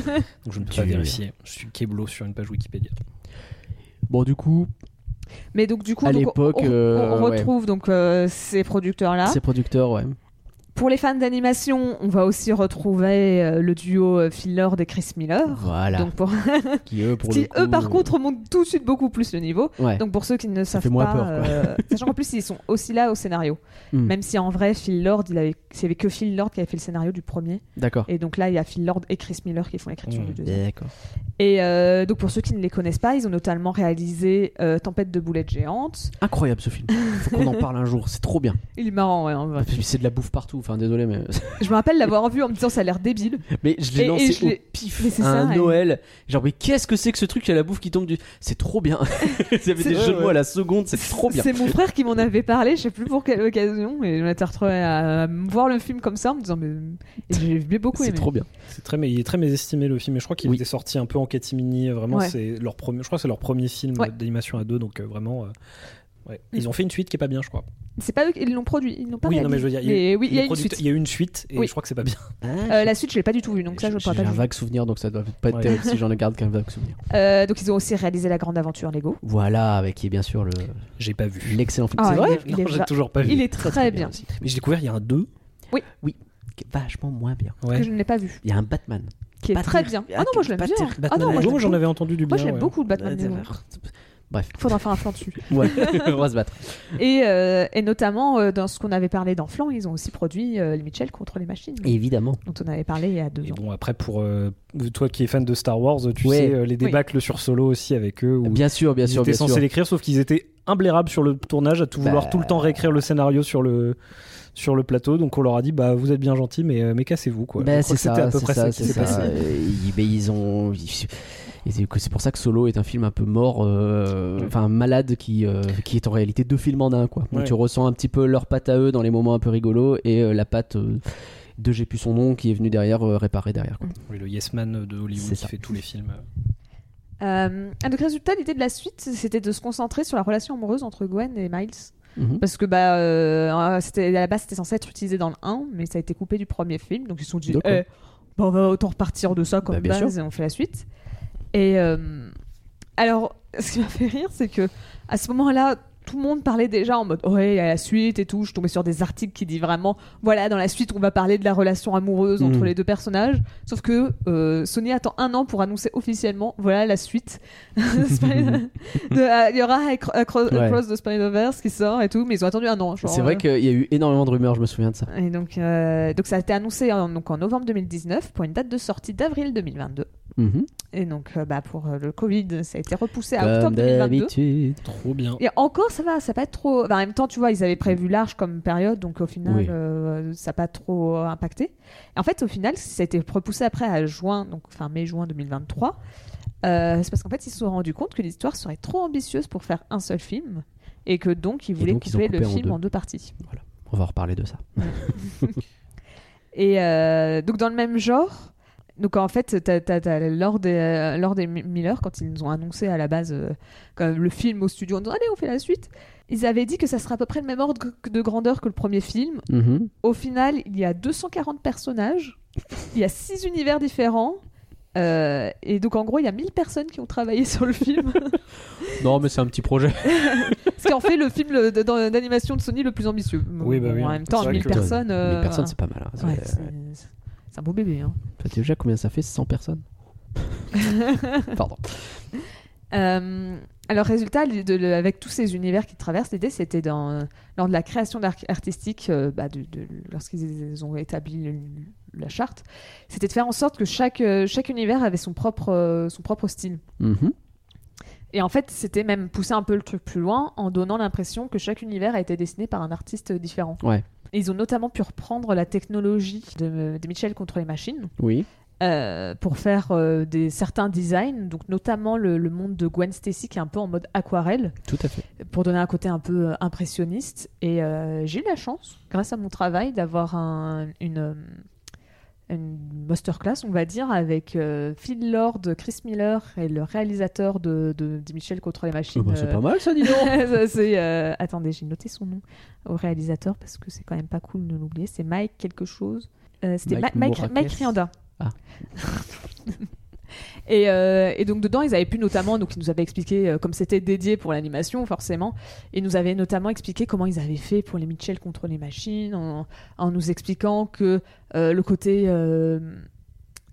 Speaker 3: donc je ne peux pas
Speaker 1: Tu-
Speaker 3: vérifier. Je suis Keblo sur une page Wikipédia.
Speaker 1: Bon, du coup,
Speaker 2: Mais donc du coup,
Speaker 1: À
Speaker 2: donc, on-
Speaker 1: l'époque,
Speaker 2: on, on
Speaker 1: euh, ouais.
Speaker 2: retrouve donc euh, ces producteurs-là.
Speaker 1: Ces producteurs, ouais.
Speaker 2: Pour les fans d'animation, on va aussi retrouver euh, le duo euh, Phil Lord et Chris Miller.
Speaker 1: Voilà.
Speaker 2: Donc pour...
Speaker 1: qui eux, pour
Speaker 2: qui,
Speaker 1: le coup,
Speaker 2: eux, par
Speaker 1: euh,
Speaker 2: contre, remontent tout de suite beaucoup plus le niveau.
Speaker 1: ouais.
Speaker 2: Donc pour ceux qui ne savent
Speaker 1: fait moins
Speaker 2: pas,
Speaker 1: peur, quoi.
Speaker 2: euh, sachant qu'en plus ils sont aussi là au scénario.
Speaker 1: Hmm.
Speaker 2: Même si en vrai Phil Lord, il avait, c'était que Phil Lord qui avait fait le scénario du premier.
Speaker 1: D'accord.
Speaker 2: Et donc là il y a Phil Lord et Chris Miller qui font l'écriture
Speaker 3: Hmm.
Speaker 2: du deuxième.
Speaker 1: D'accord.
Speaker 2: Et euh, donc pour ceux qui ne les connaissent pas, ils ont notamment réalisé euh, Tempête de boulettes géantes.
Speaker 1: Incroyable ce film. Faut qu'on en parle un jour, c'est trop bien.
Speaker 2: Il est marrant ouais, en vrai.
Speaker 1: Puis C'est de la bouffe partout, enfin désolé mais
Speaker 2: Je me rappelle l'avoir vu en me disant ça a l'air débile.
Speaker 1: mais je
Speaker 2: Et-
Speaker 1: l'ai
Speaker 2: et
Speaker 1: lancé
Speaker 2: je
Speaker 1: au
Speaker 2: l'ai-
Speaker 1: pif
Speaker 2: Mais c'est
Speaker 1: à
Speaker 2: ça,
Speaker 1: un
Speaker 2: ouais.
Speaker 1: Noël. Genre mais qu'est-ce que c'est que ce truc, il y a la bouffe qui tombe du C'est trop bien. Il y avait
Speaker 2: C'est-
Speaker 1: des
Speaker 2: ouais,
Speaker 1: jeux de mots
Speaker 2: ouais.
Speaker 1: à la seconde, c'est trop bien.
Speaker 2: C'est mon frère qui m'en avait parlé, je sais plus pour quelle occasion, mais je m'étais retrouvé à, à voir le film comme ça en me disant mais et j'ai beaucoup
Speaker 1: C'est
Speaker 2: aimé.
Speaker 1: trop bien.
Speaker 3: C'est très, mais il est très mésestimé le film. Et je crois qu'il
Speaker 1: Oui.
Speaker 3: était sorti un peu en catimini. Vraiment,
Speaker 2: Ouais.
Speaker 3: c'est leur premier. Je crois que c'est leur premier film
Speaker 2: Ouais.
Speaker 3: d'animation à deux. Donc euh, vraiment, euh, ouais. ils ont fait une suite qui est pas bien, je crois.
Speaker 2: C'est pas eux qui ils l'ont produit, ils l'ont pas
Speaker 3: oui, non,
Speaker 2: réalisé.
Speaker 3: mais je veux dire, il
Speaker 2: Ah, bah, Mais
Speaker 3: y a,
Speaker 2: oui, il y a
Speaker 3: les
Speaker 2: une
Speaker 3: producteurs-
Speaker 2: suite.
Speaker 3: il y a eu une suite et
Speaker 2: Oui.
Speaker 3: je crois que c'est pas bien.
Speaker 2: Euh, la suite, je l'ai pas du tout vue, donc ça, je ne
Speaker 1: Ah, J'ai
Speaker 2: pourrais pas
Speaker 1: un
Speaker 2: juger.
Speaker 1: vague souvenir donc ça doit pas être
Speaker 3: Ouais.
Speaker 1: terrible si j'en garde qu'un vague souvenir.
Speaker 2: Euh, donc, ils ont aussi réalisé La Grande Aventure Lego.
Speaker 1: Voilà, avec qui est bien sûr le
Speaker 3: J'ai pas vu.
Speaker 1: l'excellent film.
Speaker 2: Ah,
Speaker 1: C'est
Speaker 2: il
Speaker 1: vrai
Speaker 2: est- il
Speaker 3: Non,
Speaker 2: est
Speaker 3: j'ai
Speaker 2: va-
Speaker 3: toujours pas vu.
Speaker 2: Il est très, bien,
Speaker 1: aussi.
Speaker 3: Mais j'ai découvert il y a un 2.
Speaker 1: Qui est Vachement moins bien.
Speaker 2: que je ne l'ai pas vu,
Speaker 1: Il y a un Batman.
Speaker 2: qui est
Speaker 1: Pas
Speaker 2: très
Speaker 1: terrible.
Speaker 2: bien.
Speaker 1: Ah,
Speaker 2: Ah non, moi je l'aime
Speaker 1: pas
Speaker 2: bien.
Speaker 1: terrible.
Speaker 2: Ah
Speaker 1: Batman
Speaker 2: non,
Speaker 1: Lego,
Speaker 2: moi je l'aime
Speaker 3: j'en
Speaker 2: beaucoup.
Speaker 3: avais entendu du bien.
Speaker 2: Moi, j'aime
Speaker 3: ouais.
Speaker 2: beaucoup le Batman Lego.
Speaker 1: Ah, Bref,
Speaker 2: Faudra faire un flanc dessus.
Speaker 1: ouais, on va se battre.
Speaker 2: Et, euh, et notamment, euh, dans ce qu'on avait parlé dans Flan, ils ont aussi produit euh, les Mitchell contre les machines,
Speaker 1: Évidemment.
Speaker 2: dont on avait parlé il y a deux
Speaker 3: Et
Speaker 2: ans.
Speaker 3: bon, après, pour euh, toi qui es fan de Star Wars, tu
Speaker 1: Ouais. Eh
Speaker 3: sais, euh, les débâcles sur Solo aussi avec eux, où
Speaker 1: Bien sûr, bien
Speaker 3: ils
Speaker 1: sûr,
Speaker 3: étaient
Speaker 1: bien
Speaker 3: censés
Speaker 1: sûr.
Speaker 3: l'écrire, sauf qu'ils étaient imblérables sur le tournage à tout vouloir
Speaker 1: Bah.
Speaker 3: tout le temps réécrire le scénario sur le, sur le plateau. Donc on leur a dit, bah vous êtes bien gentils, mais, euh, mais cassez-vous quoi.
Speaker 1: Bah,
Speaker 3: Je
Speaker 1: c'est
Speaker 3: crois que c'était
Speaker 1: ça,
Speaker 3: à peu
Speaker 1: c'est
Speaker 3: près
Speaker 1: ça,
Speaker 3: qui
Speaker 1: c'est ça.
Speaker 3: s'est passé.
Speaker 1: Euh, Ils, mais ils ont. ils- et c'est que- c'est pour ça que Solo est un film un peu mort, euh,
Speaker 3: Ouais.
Speaker 1: enfin malade, qui, euh, qui est en réalité deux films en un. Quoi. Donc
Speaker 3: Ouais.
Speaker 1: tu ressens un petit peu leur patte à eux dans les moments un peu rigolos et euh, la patte euh, de J'ai plus son nom qui est venu derrière, euh, réparer derrière. Quoi.
Speaker 3: Oui, le Yes Man de Hollywood
Speaker 1: C'est
Speaker 3: qui
Speaker 1: ça.
Speaker 3: fait tous les films.
Speaker 2: Euh, ah, donc, résultat, l'idée de la suite, c'était de se concentrer sur la relation amoureuse entre Gwen et Miles.
Speaker 1: Mhm.
Speaker 2: Parce que bah, euh, c'était- à la base, c'était censé être utilisé dans le 1, mais ça a été coupé du premier film. Donc ils se sont dit,
Speaker 1: D'accord.
Speaker 2: eh, bah, on va autant repartir de ça comme
Speaker 1: Bah, bien
Speaker 2: base et on fait la suite. Et euh, alors, ce qui m'a fait rire, c'est que à ce moment-là, tout le monde parlait déjà en mode, ouais, il y a la suite et tout. Je tombais sur des articles qui disent vraiment, voilà, dans la suite, on va parler de la relation amoureuse entre
Speaker 1: Mhm.
Speaker 2: les deux personnages. Sauf que euh, Sony attend un an pour annoncer officiellement, voilà, la suite. Spider- de- euh, Il y aura Acro- Acro-
Speaker 1: Ouais.
Speaker 2: Across the Spider-Verse qui sort et tout, mais ils ont attendu un an. genre,
Speaker 1: C'est vrai
Speaker 2: euh.
Speaker 1: qu'il y a eu énormément de rumeurs, je me souviens de ça.
Speaker 2: Et donc, euh, donc ça a été annoncé en, donc en novembre 2019 pour une date de sortie d'avril 2022.
Speaker 1: Mhm.
Speaker 2: Et donc euh, bah, pour euh, le Covid, ça a été repoussé à
Speaker 1: Comme
Speaker 2: octobre 2022.
Speaker 1: d'habitude.
Speaker 3: Trop bien.
Speaker 2: Et encore, ça va, ça va pas être trop. enfin, en même temps, tu vois, ils avaient prévu large comme période, donc au final,
Speaker 1: Oui.
Speaker 2: euh, ça n'a pas trop euh, impacté. Et en fait, au final, ça a été repoussé après à juin, donc fin mai-juin 2023. Euh, c'est parce qu'en fait, ils se sont rendus compte que l'histoire serait trop ambitieuse pour faire un seul film, et que donc ils voulaient
Speaker 1: donc, ils ont
Speaker 2: couper
Speaker 1: coupé
Speaker 2: le
Speaker 1: en
Speaker 2: film
Speaker 1: deux.
Speaker 2: en deux parties.
Speaker 1: On va reparler de ça.
Speaker 2: Et euh, donc dans le même genre, donc en fait, t'as, t'as, t'as Lord, et, euh, Lord et Mi- Miller, quand ils nous ont annoncé à la base euh, quand même le film au studio, en disant allez on fait la suite, ils avaient dit que ça serait à peu près le même ordre que- de grandeur que le premier film.
Speaker 1: Mhm.
Speaker 2: Au final, il y a 240 personnages, il y a 6 univers différents. euh, et donc en gros, il y a 1000 personnes qui ont travaillé sur le film,
Speaker 1: Non, mais c'est un petit projet.
Speaker 2: ce qui en fait le film le- de- dans- d'animation de Sony le plus ambitieux.
Speaker 3: Oui, bah
Speaker 2: Bon,
Speaker 3: oui.
Speaker 2: En même temps,
Speaker 3: C'est vrai
Speaker 2: 1000
Speaker 3: que-
Speaker 2: personnes, euh,
Speaker 1: Mais personne, c'est pas mal. hein. C'est-
Speaker 2: ouais, c'est- c'est un beau bébé. Hein.
Speaker 1: Toi, déjà combien ça fait 100 personnes Pardon.
Speaker 2: Euh, alors, résultat, li- de- le- avec tous ces univers qu'ils traversent, l'idée c'était dans- lors de la création d'ar- artistique, euh, bah, de- de- lorsqu'ils ont établi le- la charte, c'était de faire en sorte que chaque, euh, chaque univers avait son propre, euh, son propre style.
Speaker 1: Mhm.
Speaker 2: Et en fait, c'était même pousser un peu le truc plus loin en donnant l'impression que chaque univers a été dessiné par un artiste différent.
Speaker 1: Ouais.
Speaker 2: Et ils ont notamment pu reprendre la technologie de, de Mitchell contre les machines
Speaker 1: Oui.
Speaker 2: euh, pour faire euh, des, certains designs, donc notamment le, le monde de Gwen Stacy qui est un peu en mode aquarelle,
Speaker 1: Tout à fait.
Speaker 2: pour donner un côté un peu euh, impressionniste. Et euh, j'ai eu la chance, grâce à mon travail, d'avoir un- une, euh, une masterclass, on va dire, avec euh, Phil Lord, Chris Miller et le réalisateur de, de, de Michel contre les machines.
Speaker 1: Ah bah, c'est
Speaker 2: euh,
Speaker 1: pas mal ça, dis donc.
Speaker 2: Ça, c'est, euh, Attendez, j'ai noté son nom au réalisateur parce que c'est quand même pas cool de l'oublier. C'est Mike quelque chose. Euh, C'était
Speaker 1: Mike
Speaker 2: Ma- Mike,
Speaker 1: Mourakes.
Speaker 2: Mike Rianda.
Speaker 1: Ah.
Speaker 2: Et, euh, et donc dedans, ils avaient pu notamment, donc ils nous avaient expliqué, euh, comme c'était dédié pour l'animation forcément, ils nous avaient notamment expliqué comment ils avaient fait pour les Mitchell contre les machines, en, en nous expliquant que euh, le côté... euh,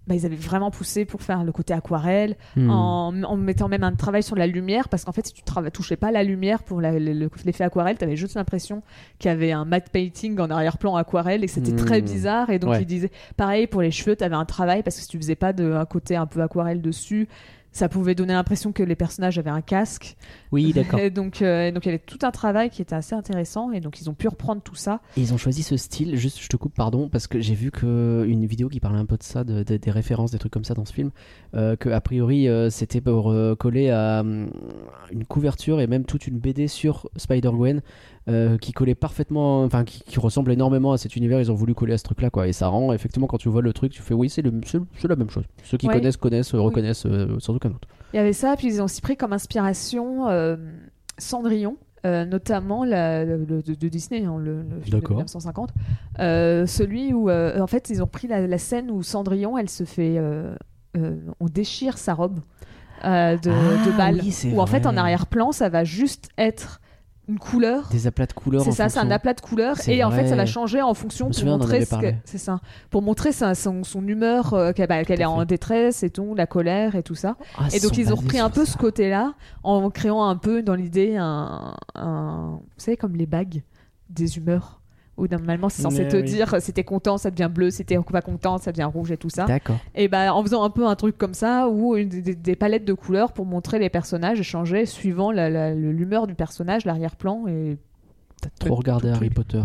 Speaker 2: bah, ils avaient vraiment poussé pour faire le côté aquarelle,
Speaker 1: Hmm.
Speaker 2: en, en mettant même un travail sur la lumière, parce qu'en fait, si tu trava- touchais pas la lumière pour la- le- le- l'effet aquarelle, tu avais juste l'impression qu'il y avait un matte painting en arrière-plan aquarelle, et que c'était très
Speaker 1: Hmm.
Speaker 2: bizarre. Et donc,
Speaker 1: Ouais.
Speaker 2: ils disaient, pareil, pour les cheveux, tu avais un travail, parce que si tu faisais pas de, un côté un peu aquarelle dessus, ça pouvait donner l'impression que les personnages avaient un casque.
Speaker 1: Oui, d'accord.
Speaker 2: Et donc, euh, donc, il y avait tout un travail qui était assez intéressant, et donc, ils ont pu reprendre tout ça.
Speaker 1: Et ils ont choisi ce style, juste je te coupe, pardon, parce que j'ai vu que une vidéo qui parlait un peu de ça, de- de- des références, des trucs comme ça dans ce film, euh, que a priori euh, c'était pour euh, coller à hum, une couverture et même toute une BD sur Spider-Gwen euh, qui collait parfaitement, enfin qui, qui ressemble énormément à cet univers, ils ont voulu coller à ce truc-là, quoi. Et ça rend, effectivement, quand tu vois le truc, tu fais oui, c'est le- c'est c'est la même chose. Ceux qui
Speaker 2: Ouais.
Speaker 1: connaissent, connaissent, euh, reconnaissent euh, sans aucun doute.
Speaker 2: Il y avait ça, puis ils ont aussi pris comme inspiration euh, Cendrillon, euh, notamment la- le, le- de, de Disney, hein, le, le film de
Speaker 1: D'accord.
Speaker 2: 1950. Euh, celui où, euh, en fait, ils ont pris la, la scène où Cendrillon, elle se fait. euh, euh, on déchire sa robe euh, de,
Speaker 1: Ah,
Speaker 2: de balle.
Speaker 1: oui, c'est
Speaker 2: où, en fait,
Speaker 1: vrai.
Speaker 2: en arrière-plan, ça va juste être une couleur.
Speaker 1: Des aplats de couleurs.
Speaker 2: C'est
Speaker 1: en
Speaker 2: ça, c'est un
Speaker 1: fonction.
Speaker 2: aplat de couleurs
Speaker 1: C'est
Speaker 2: et en fait ça
Speaker 1: vrai.
Speaker 2: va changer en fonction
Speaker 1: Je me
Speaker 2: pour
Speaker 1: souviens, on en
Speaker 2: montrer,
Speaker 1: avait
Speaker 2: ce que-
Speaker 1: parlé.
Speaker 2: c'est ça, pour montrer sa- son, son humeur, euh, qu'elle bah, qu'elle
Speaker 1: Tout à
Speaker 2: est en
Speaker 1: fait.
Speaker 2: détresse et tout, la colère et tout ça.
Speaker 1: Ah,
Speaker 2: Et donc
Speaker 1: sont
Speaker 2: ils ont
Speaker 1: basés
Speaker 2: repris un
Speaker 1: sur
Speaker 2: peu
Speaker 1: ça.
Speaker 2: ce côté-là en créant un peu dans l'idée un, un- vous savez comme les bagues des humeurs où normalement c'est censé
Speaker 3: Mais
Speaker 2: te
Speaker 3: oui.
Speaker 2: dire euh, c'était content ça devient bleu, c'était pas content ça devient rouge et tout ça.
Speaker 1: D'accord.
Speaker 2: Et bah en faisant un peu un truc comme ça où une- des, des- des palettes de couleurs pour montrer les personnages et changer suivant la- la- le- l'humeur du personnage, l'arrière-plan et
Speaker 1: T'as trop regardé Harry Potter.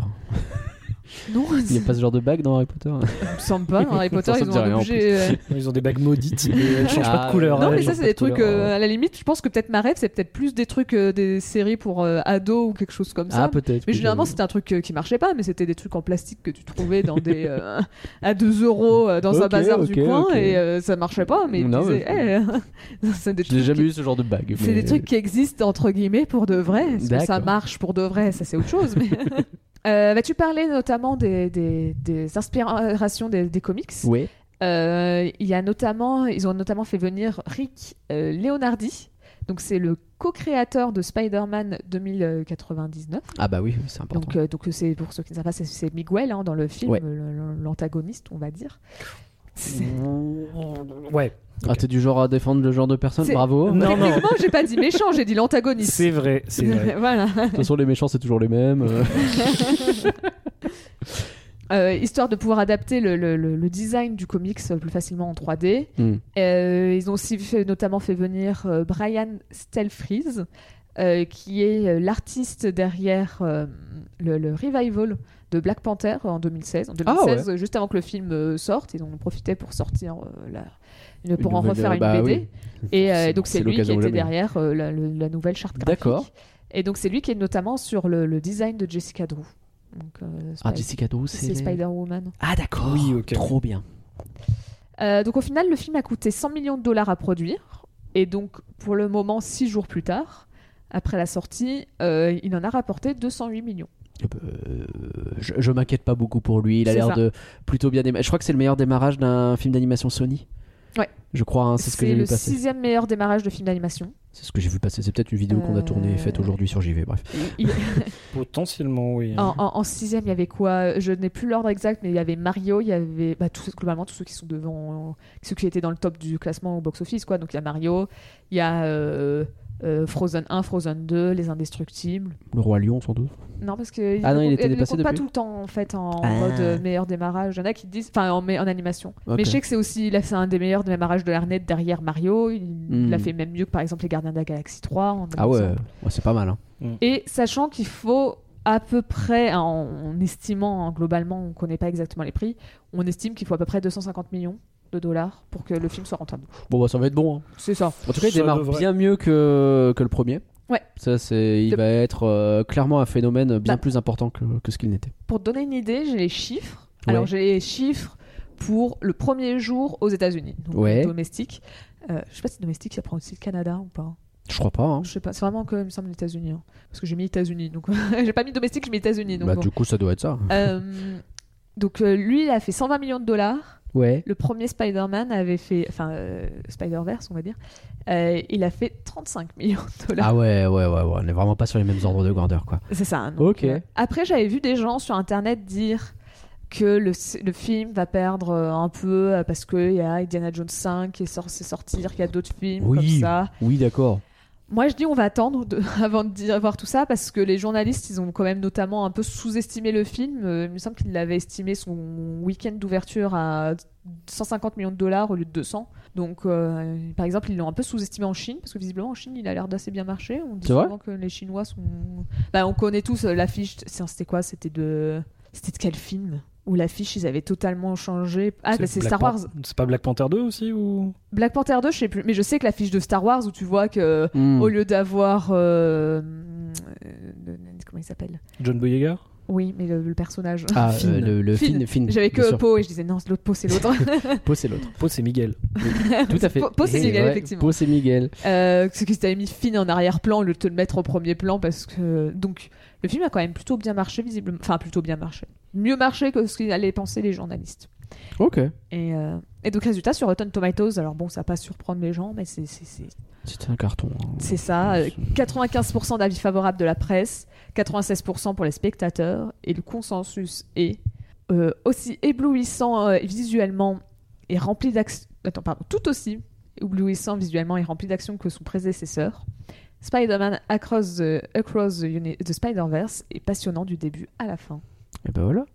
Speaker 2: non,
Speaker 1: Il n'y
Speaker 2: ça
Speaker 1: a pas ce genre de bague dans Harry Potter hein.
Speaker 2: me semble pas dans Harry Potter
Speaker 1: Ça me
Speaker 2: ils
Speaker 1: dit
Speaker 2: ont un
Speaker 1: rien, en
Speaker 2: objet euh,
Speaker 3: Ils ont des bagues maudites, mais elles changent pas
Speaker 1: Ah,
Speaker 3: de couleur.
Speaker 1: ouais.
Speaker 2: Non,
Speaker 3: hein,
Speaker 2: mais
Speaker 3: elles
Speaker 2: ça,
Speaker 3: changent
Speaker 2: c'est
Speaker 3: pas
Speaker 2: des
Speaker 3: de couleur.
Speaker 2: trucs. euh, à la limite, je pense que peut-être ma rêve, c'est peut-être plus des trucs, euh, des séries pour euh, ados ou quelque chose comme ça.
Speaker 1: Ah, peut-être.
Speaker 2: mais
Speaker 1: oui,
Speaker 2: généralement,
Speaker 1: j'avoue.
Speaker 2: c'était un truc euh, qui marchait pas, mais c'était des trucs en plastique que tu trouvais dans des, euh, à 2 euros euh, dans un
Speaker 1: Ok,
Speaker 2: bazar
Speaker 1: ok,
Speaker 2: du coin
Speaker 1: ok.
Speaker 2: et euh, ça marchait pas. Mais, ils
Speaker 1: Non,
Speaker 2: disaient,
Speaker 1: mais-
Speaker 2: Eh, c'est des
Speaker 1: Je n'ai
Speaker 2: trucs
Speaker 1: jamais
Speaker 2: qui-
Speaker 1: eu ce genre de bague.
Speaker 2: c'est
Speaker 1: mais-
Speaker 2: des trucs qui existent entre guillemets pour de vrai. Est-ce que ça
Speaker 1: D'accord.
Speaker 2: marche pour de vrai Ça, c'est autre chose. Mais... Euh, Vas-tu parler notamment des, des- des inspirations des, des comics
Speaker 1: Ouais.
Speaker 2: euh, il y a notamment, ils ont notamment fait venir Rick euh, Leonardi. Donc c'est le co-créateur de Spider-Man 2099.
Speaker 1: Ah, bah oui, oui, c'est important.
Speaker 2: Donc euh, donc c'est pour ceux qui ne savent pas, c'est- c'est Miguel hein, dans le film,
Speaker 1: Ouais.
Speaker 2: le- le- l'antagoniste, on va dire. C'est-
Speaker 3: Ouais,
Speaker 1: Ah, t'es du genre à défendre le genre de personne
Speaker 2: euh, C'est-
Speaker 1: Bravo.
Speaker 3: Non, non.
Speaker 2: Techniquement, j'ai pas dit méchant, j'ai dit l'antagoniste.
Speaker 3: c'est vrai, c'est vrai.
Speaker 2: voilà.
Speaker 1: De toute façon, les méchants, c'est toujours les mêmes. euh.
Speaker 2: Euh, histoire de pouvoir adapter le, le- le- le design du comics euh, plus facilement en 3D.
Speaker 1: Hmm.
Speaker 2: Euh, ils ont aussi fait- notamment fait venir euh, Brian Stelfreeze, euh, qui est euh, l'artiste derrière euh, le, le revival de Black Panther en
Speaker 1: Ah
Speaker 2: 2016. En 2016, euh, juste avant que le film euh, sorte, ils en ont profité pour sortir euh, la- le- pour
Speaker 1: Une
Speaker 2: en
Speaker 1: nouvelle-
Speaker 2: refaire une
Speaker 1: bah
Speaker 2: BD.
Speaker 1: oui.
Speaker 2: Et euh,
Speaker 1: Forcément,
Speaker 2: donc c'est lui qui
Speaker 1: l'occasion
Speaker 2: était
Speaker 1: jamais.
Speaker 2: derrière euh, la, le- la nouvelle charte graphique.
Speaker 1: D'accord.
Speaker 2: Et donc c'est lui qui est notamment sur le, le design de Jessica Drew. Donc, euh,
Speaker 1: Ah,
Speaker 2: Spider-
Speaker 1: Jessica Drew, c'est.
Speaker 2: c'est
Speaker 1: les-
Speaker 2: Spider-Woman.
Speaker 1: Ah, d'accord.
Speaker 3: Oui, ok.
Speaker 1: Trop bien.
Speaker 2: Euh, donc au final, le film a coûté 100 millions de dollars à produire. Et donc, pour le moment, six jours plus tard, après la sortie, euh, il en a rapporté 208 millions.
Speaker 1: Eh ben, euh, je je m'inquiète pas beaucoup pour lui. Il a
Speaker 2: C'est
Speaker 1: l'air
Speaker 2: ça.
Speaker 1: de plutôt bien démarrer. Je crois que c'est le meilleur démarrage d'un film d'animation Sony.
Speaker 2: Ouais.
Speaker 1: Je crois, hein, c'est ce que j'ai
Speaker 2: le
Speaker 1: vu passer.
Speaker 2: sixième meilleur démarrage de film d'animation.
Speaker 1: C'est ce que j'ai vu passer. C'est peut-être une vidéo qu'on a tournée et faite
Speaker 2: Euh,
Speaker 1: aujourd'hui sur JV. Bref.
Speaker 2: Il-
Speaker 3: Potentiellement, oui.
Speaker 2: en, en- en sixième, il y avait quoi Je n'ai plus l'ordre exact, mais il y avait Mario, il y avait bah, tous- globalement tous ceux qui sont devant, ceux qui étaient dans le top du classement au box-office. quoi. Donc il y a Mario, il y a euh, euh, Frozen 1, Frozen 2, Les Indestructibles.
Speaker 1: Le Roi Lion, sans doute.
Speaker 2: Non, parce que
Speaker 1: Ah non,
Speaker 2: ne
Speaker 1: il
Speaker 2: compte-
Speaker 1: était
Speaker 2: ne
Speaker 1: dépassé
Speaker 2: compte pas
Speaker 1: depuis
Speaker 2: tout le temps en fait en
Speaker 1: Ah.
Speaker 2: mode euh, meilleur démarrage. Il y en a qui disent, enfin en, mais- en animation.
Speaker 1: Ok.
Speaker 2: Mais je sais que c'est aussi, là c'est un des meilleurs démarrages de l'Arnette derrière Mario. Il
Speaker 1: Hmm.
Speaker 2: l'a fait même mieux que par exemple les Gardiens de la Galaxie 3. en
Speaker 1: Ah ouais,
Speaker 2: animation.
Speaker 1: ouais, c'est pas mal. hein.
Speaker 2: Et sachant qu'il faut à peu près, hein, en, en estimant hein, globalement, on ne connaît pas exactement les prix, on estime qu'il faut à peu près 250 millions de dollars pour que le film soit rentable.
Speaker 1: Bon, bah, ça va être bon. hein.
Speaker 2: C'est ça.
Speaker 1: En tout cas, il
Speaker 3: Ça
Speaker 1: démarre
Speaker 3: devrait.
Speaker 1: bien mieux que, que le premier.
Speaker 2: Ouais.
Speaker 1: Ça, c'est, il
Speaker 2: Le-
Speaker 1: va être euh, clairement un phénomène bien
Speaker 2: Bah.
Speaker 1: plus important que, que ce qu'il n'était.
Speaker 2: Pour te donner une idée, j'ai les chiffres.
Speaker 1: Ouais.
Speaker 2: Alors, j'ai les chiffres pour le premier jour aux États-Unis, donc
Speaker 1: Ouais.
Speaker 2: domestique. Euh, je sais pas si domestique, ça prend aussi le Canada ou pas.
Speaker 1: Je crois pas. hein.
Speaker 2: Je sais pas, c'est vraiment que, il me semble, les États-Unis. hein. Parce que j'ai mis États-Unis, donc j'ai pas mis domestique, j'ai mis États-Unis. Donc,
Speaker 1: Bah,
Speaker 2: bon.
Speaker 1: Du coup, ça doit être ça.
Speaker 2: Euh, donc euh, lui, il a fait 120 millions de dollars.
Speaker 1: Ouais.
Speaker 2: Le premier Spider-Man avait fait, enfin euh, Spider-Verse, on va dire, euh, il a fait 35 millions de dollars.
Speaker 1: Ah ouais, ouais, ouais, ouais, on n'est vraiment pas sur les mêmes ordres de grandeur, quoi.
Speaker 2: C'est ça. hein, donc,
Speaker 1: Ok.
Speaker 2: euh, Après, j'avais vu des gens sur internet dire que le, c- le film va perdre euh, un peu euh, parce qu'il y a Indiana Jones 5 qui est sor- c'est sorti, qu'il y a d'autres films
Speaker 1: Oui.
Speaker 2: comme ça.
Speaker 1: Oui, d'accord.
Speaker 2: Moi, je dis on va attendre de- avant de dire, voir tout ça parce que les journalistes, ils ont quand même notamment un peu sous-estimé le film. Euh, il me semble qu'ils l'avaient estimé son week-end d'ouverture à 150 millions de dollars au lieu de 200. Donc, euh, par exemple, ils l'ont un peu sous-estimé en Chine parce que visiblement en Chine, il a l'air d'assez bien marché. On dit
Speaker 1: C'est vrai
Speaker 2: souvent que les Chinois sont. Bah, on connaît tous euh, l'affiche. Tiens, C'était quoi C'était de. C'était de quel film Où l'affiche, ils avaient totalement changé. Ah, bah, c'est
Speaker 3: Black
Speaker 2: Star
Speaker 3: Pan-
Speaker 2: Wars.
Speaker 3: C'est pas Black Panther 2 aussi ou
Speaker 2: Black Panther 2, je sais plus. Mais je sais que l'affiche de Star Wars où tu vois que
Speaker 1: Mm. Hmm.
Speaker 2: au lieu d'avoir. euh, euh, euh, comment il s'appelle
Speaker 3: John Boyega
Speaker 2: Oui, mais le, le personnage.
Speaker 1: Ah,
Speaker 3: Finn.
Speaker 1: euh, le, le Finn. Finn,
Speaker 2: J'avais
Speaker 1: bien
Speaker 2: que
Speaker 1: sûr.
Speaker 2: Poe et je disais non, c'est l'autre Poe, c'est l'autre.
Speaker 1: Poe, c'est l'autre.
Speaker 3: Paul, c'est Miguel.
Speaker 1: Tout à fait.
Speaker 2: Po- Poe, c'est
Speaker 1: Et
Speaker 2: Miguel,
Speaker 1: ouais,
Speaker 2: effectivement.
Speaker 1: Poe, c'est Miguel.
Speaker 2: euh, c'est que t'avais mis Finn en arrière-plan au lieu de te le mettre au premier plan parce que. Donc, le film a quand même plutôt bien marché, visiblement. Enfin, plutôt bien marché. Mieux marché que ce qu'ils allaient penser les journalistes.
Speaker 1: Ok.
Speaker 2: Et, euh, et donc, résultat, sur Rotten Tomatoes, alors bon, ça va pas surprendre les gens, mais c'est- c'est- c'est
Speaker 1: C'était un carton. hein.
Speaker 2: C'est ça, euh, 95% d'avis favorables de la presse, 96% pour les spectateurs, et le consensus est euh, aussi éblouissant euh, visuellement et rempli d'action. Attends, pardon, tout aussi éblouissant visuellement et rempli d'action que son prédécesseur. Spider-Man Across the, Across the, Uni- the Spider-Verse est passionnant du début à la fin.
Speaker 1: Et ben voilà.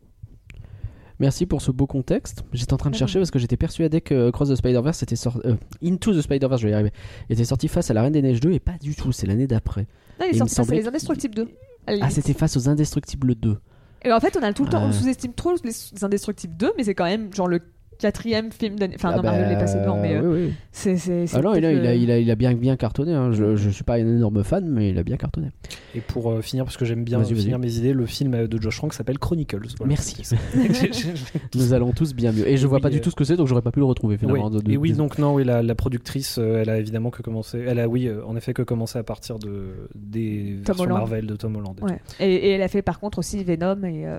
Speaker 1: Merci pour ce beau contexte. J'étais en train de
Speaker 2: Ah
Speaker 1: chercher parce que j'étais persuadé que Cross the Spider-Verse était sorti. euh, Into the Spider-Verse, je vais y arriver. était sorti face à la Reine des Neiges 2 et pas du tout, c'est l'année d'après.
Speaker 2: Non, il est
Speaker 1: Il me
Speaker 2: sorti, ça, c'est
Speaker 1: semblait
Speaker 2: Les Indestructibles 2. à la
Speaker 1: Ah,
Speaker 2: limite.
Speaker 1: c'était face aux Indestructibles 2.
Speaker 2: Et en fait, on a tout le temps,
Speaker 1: Ouais.
Speaker 2: on sous-estime trop les Indestructibles 2, mais c'est quand même genre le quatrième film d'année. Enfin,
Speaker 1: Ah
Speaker 2: non, Mario
Speaker 1: bah,
Speaker 2: l'est passé devant, mais. euh,
Speaker 1: oui, oui.
Speaker 2: C'est, c'est, c'est
Speaker 1: Ah non, il a,
Speaker 2: peut-être
Speaker 1: il, a,
Speaker 2: le-
Speaker 1: il, a, il a bien, bien cartonné. hein. Je, je suis pas un énorme fan, mais il a bien cartonné.
Speaker 3: Et pour euh, finir, parce que j'aime bien
Speaker 1: Vas-y,
Speaker 3: euh,
Speaker 1: vas-y.
Speaker 3: finir mes idées, le film euh, de Josh Trank s'appelle Chronicles. Voilà.
Speaker 1: Merci.
Speaker 3: C'est ça. J'ai- j'ai-
Speaker 1: Nous allons tous bien mieux. Et je
Speaker 3: Et
Speaker 1: vois
Speaker 3: oui,
Speaker 1: pas du
Speaker 3: euh,
Speaker 1: tout ce que c'est, donc j'aurais pas pu le retrouver finalement. hein,
Speaker 3: Oui.
Speaker 1: de- de-
Speaker 3: et oui,
Speaker 1: de-
Speaker 3: donc non, oui, la, la productrice, euh, elle a évidemment que commencé, elle a oui, euh, en effet que commencé à partir de des versions
Speaker 2: Holland.
Speaker 3: Marvel de Tom Holland. et
Speaker 2: Ouais. Et, et elle a fait par contre aussi Venom et euh,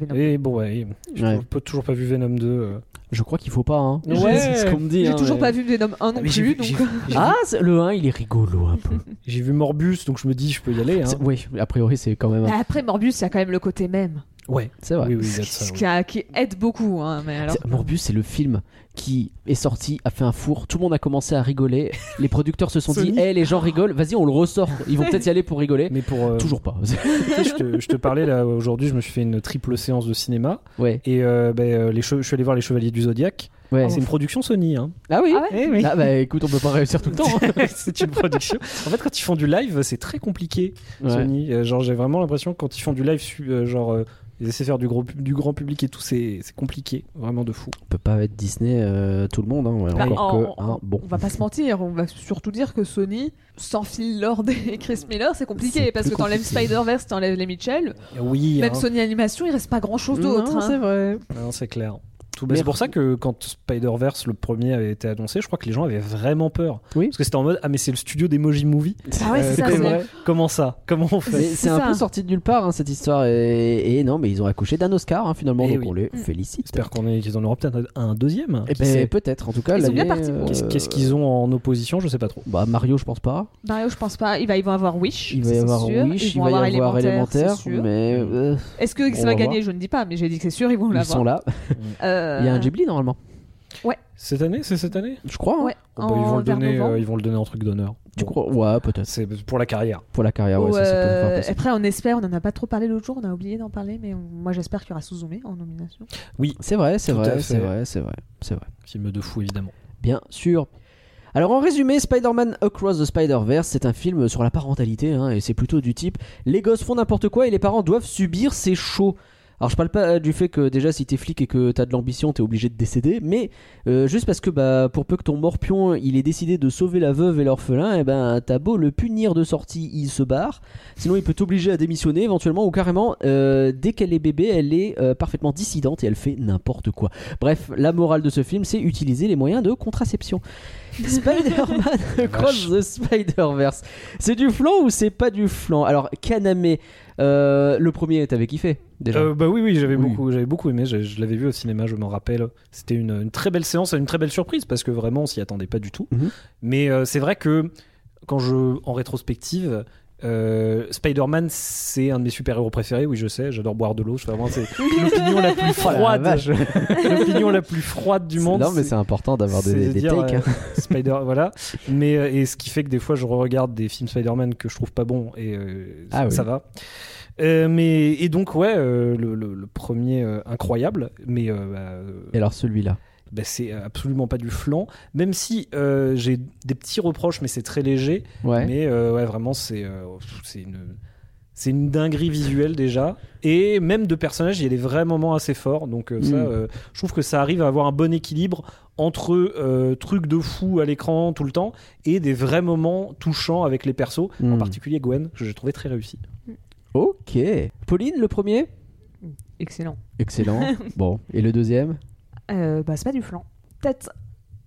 Speaker 2: Venom.
Speaker 3: tout. Et bon, ouais, j'ai
Speaker 1: Ouais.
Speaker 3: toujours- pas- toujours pas vu Venom 2. euh.
Speaker 1: Je crois qu'il faut pas. Hein.
Speaker 3: Ouais.
Speaker 1: c'est ce qu'on me dit.
Speaker 2: J'ai
Speaker 1: hein,
Speaker 2: toujours
Speaker 1: mais-
Speaker 2: pas vu Venom 1 non
Speaker 3: Mais j'ai
Speaker 2: plus,
Speaker 3: vu-
Speaker 2: donc. euh,
Speaker 3: j'ai- j'ai-
Speaker 1: Ah, c'est- le 1, il est rigolo un peu.
Speaker 3: J'ai vu Morbus, donc je me dis, je peux y aller. hein.
Speaker 1: C'est- Oui, a priori, c'est quand même. un-
Speaker 2: Mais bah, Après Morbus, il y a quand même le côté même,
Speaker 3: Ouais.
Speaker 1: C'est vrai.
Speaker 3: Oui, oui, il y
Speaker 2: ce,
Speaker 3: a de
Speaker 2: qui-
Speaker 3: ça,
Speaker 2: ce
Speaker 3: oui.
Speaker 2: qui, a- qui aide beaucoup. hein, mais alors,
Speaker 1: C'est- Morbus, c'est le film qui est sorti, a fait un four, tout le monde a commencé à rigoler. Les producteurs se sont dit,
Speaker 3: Sony.
Speaker 1: hé, les gens rigolent, vas-y, on le ressort. Ils vont peut-être y aller pour rigoler.
Speaker 3: Mais pour euh,
Speaker 1: Toujours pas.
Speaker 3: tu sais, je, te, je te parlais là aujourd'hui, je me suis fait une triple séance de cinéma
Speaker 1: ouais,
Speaker 3: et euh, ben, euh, les che- je suis allé voir les Chevaliers du Zodiac.
Speaker 1: ouais.
Speaker 3: C'est une production Sony. Hein.
Speaker 1: Ah oui.
Speaker 2: Ah ouais
Speaker 3: Eh oui.
Speaker 1: Ah bah écoute, on peut pas réussir tout le temps.
Speaker 3: c'est une production. En fait, quand ils font du live, c'est très compliqué.
Speaker 1: Ouais.
Speaker 3: Sony, Euh, genre, j'ai vraiment l'impression que quand ils font du live, su- euh, genre, euh, ils essaient de faire du, gros, pu- du grand public et tout, c'est c'est compliqué, vraiment de fou.
Speaker 1: On peut pas être Disney euh, tout le monde, hein, ouais,
Speaker 2: Bah,
Speaker 1: encore
Speaker 2: on,
Speaker 1: que. hein, bon.
Speaker 2: on va pas se mentir, on va surtout dire que Sony, sans Phil Lord et Chris Miller, c'est compliqué
Speaker 1: C'est
Speaker 2: parce
Speaker 1: plus
Speaker 2: que t'enlèves
Speaker 1: compliqué.
Speaker 2: Spider-Verse, t'enlèves les Mitchell,
Speaker 3: Ah Oui, hein.
Speaker 2: même Sony Animation, il reste pas grand chose d'autre. hein.
Speaker 1: vrai.
Speaker 3: Ah c'est clair. Tout- bah, C'est
Speaker 1: Merci.
Speaker 3: pour ça que quand Spider-Verse, le premier, avait été annoncé, je crois que les gens avaient vraiment peur.
Speaker 1: Oui.
Speaker 3: Parce que c'était en mode, ah, mais c'est le studio d'Emoji Movie.
Speaker 2: Ah ouais,
Speaker 3: Euh,
Speaker 2: c'est ça,
Speaker 3: quand
Speaker 2: c'est-
Speaker 3: même. Comment ça Comment on
Speaker 1: Mais
Speaker 3: fait
Speaker 2: C'est
Speaker 1: c'est un
Speaker 2: ça.
Speaker 1: peu sorti de nulle part hein, cette histoire et, et non mais ils ont accouché d'un Oscar hein, finalement
Speaker 3: Eh
Speaker 1: donc
Speaker 3: oui.
Speaker 1: on les
Speaker 2: Mm.
Speaker 1: félicite.
Speaker 3: J'espère qu'on est- qu'ils en auront peut-être un deuxième.
Speaker 1: Eh
Speaker 3: Qui
Speaker 1: ben, euh,
Speaker 3: sait
Speaker 1: peut-être en tout cas.
Speaker 2: Ils sont bien
Speaker 1: l'année,
Speaker 2: partis pour.
Speaker 3: Qu'est-ce qu'est-ce qu'ils ont en opposition Je sais pas trop.
Speaker 1: Bah Mario je pense pas.
Speaker 2: Mario, je pense pas. Il va, ils vont avoir Wish.
Speaker 1: Il va
Speaker 2: ça,
Speaker 1: y
Speaker 2: c'est
Speaker 1: avoir
Speaker 2: sûr.
Speaker 1: Wish,
Speaker 2: Ils
Speaker 1: il
Speaker 2: vont
Speaker 1: va y avoir
Speaker 2: Élémentaire.
Speaker 1: élémentaire,
Speaker 2: c'est sûr.
Speaker 1: mais euh,
Speaker 2: Est-ce que
Speaker 1: On
Speaker 2: ça
Speaker 1: va
Speaker 2: va gagner
Speaker 1: voir.
Speaker 2: Je ne dis pas, mais j'ai dit que c'est sûr, ils vont
Speaker 1: ils
Speaker 2: l'avoir.
Speaker 1: sont là.
Speaker 2: Euh,
Speaker 1: Il y a un Ghibli normalement,
Speaker 3: Cette année C'est cette année
Speaker 1: je crois. hein.
Speaker 2: Ouais,
Speaker 3: Bon, bah, ils, vont
Speaker 2: en
Speaker 3: le donner,
Speaker 2: novembre.
Speaker 3: euh, ils vont le donner en truc d'honneur.
Speaker 1: Tu
Speaker 3: Bon,
Speaker 1: crois Ouais peut-être
Speaker 3: C'est pour la carrière.
Speaker 1: pour la carrière. Ouais,
Speaker 2: Ou,
Speaker 1: ça, c'est pas-
Speaker 2: euh,
Speaker 1: pas impossible.
Speaker 2: après, on espère, on n'en a pas trop parlé l'autre jour, on a oublié d'en parler, mais on- moi j'espère qu'il y aura Suzume en nomination.
Speaker 1: C'est vrai, c'est
Speaker 3: Tout à
Speaker 1: vrai,
Speaker 3: fait.
Speaker 1: c'est vrai, c'est vrai, c'est vrai.
Speaker 3: Film de fou, évidemment.
Speaker 1: Bien sûr. Alors en résumé, Spider-Man Across the Spider-Verse, c'est un film sur la parentalité, hein, et c'est plutôt du type les gosses font n'importe quoi et les parents doivent subir, c'est chaud. Alors je parle pas euh, du fait que déjà si t'es flic et que t'as de l'ambition, t'es obligé de décéder, mais euh, juste parce que bah pour peu que ton morpion il ait décidé de sauver la veuve et l'orphelin, et ben t'as beau le punir de sortie, il se barre. Sinon il peut t'obliger à démissionner éventuellement ou carrément euh, dès qu'elle est bébé, elle est euh, parfaitement dissidente et elle fait n'importe quoi. Bref, la morale de ce film, c'est utiliser les moyens de contraception. Spider-Man Across the Spider-Verse. C'est du flan ou c'est pas du flan Alors, Kaname, Euh, le premier, t'avais kiffé déjà.
Speaker 3: Euh, bah oui, oui, j'avais
Speaker 1: Oui.
Speaker 3: beaucoup, j'avais beaucoup aimé. j'ai- Je, l'avais vu au cinéma, je m'en rappelle. C'était une, une très belle séance, et une très belle surprise parce que vraiment, on s'y attendait pas du tout.
Speaker 1: Mhm.
Speaker 3: Mais euh, c'est vrai que quand je, en rétrospective. euh, Spider-Man, c'est un de mes super-héros préférés. Oui, je sais, j'adore boire de l'eau. je fais vraiment- C'est l'opinion la plus
Speaker 1: Oh la
Speaker 3: froide,
Speaker 1: vache.
Speaker 3: l'opinion la plus froide du monde.
Speaker 1: Non, mais c'est important d'avoir
Speaker 3: c'est
Speaker 1: des,
Speaker 3: de
Speaker 1: des
Speaker 3: dire,
Speaker 1: takes. hein.
Speaker 3: euh, Spider, voilà. Mais euh, et ce qui fait que des fois, je regarde des films Spider-Man que je trouve pas bons et euh,
Speaker 1: Ah
Speaker 3: ça,
Speaker 1: oui.
Speaker 3: ça va. Euh, mais et donc ouais, euh, le, le- le premier euh, incroyable, mais euh, bah, euh,
Speaker 1: Et alors celui-là.
Speaker 3: bah, c'est absolument pas du flan. Même si euh, j'ai des petits reproches, mais c'est très léger.
Speaker 1: Ouais.
Speaker 3: Mais euh, ouais, vraiment, c'est euh, pff, c'est une c'est une dinguerie visuelle déjà et même de personnages il y a des vrais moments assez forts donc euh, ça
Speaker 1: Mm.
Speaker 3: euh, je trouve que ça arrive à avoir un bon équilibre entre euh, trucs de fou à l'écran tout le temps et des vrais moments touchants avec les persos en
Speaker 2: Hmm.
Speaker 1: Mm.
Speaker 3: particulier Gwen que j'ai trouvé très réussi
Speaker 1: Ok. Pauline, le premier
Speaker 2: Excellent.
Speaker 1: Excellent. bon. Et le deuxième
Speaker 2: Euh, bah, c'est pas du flan. Peut-être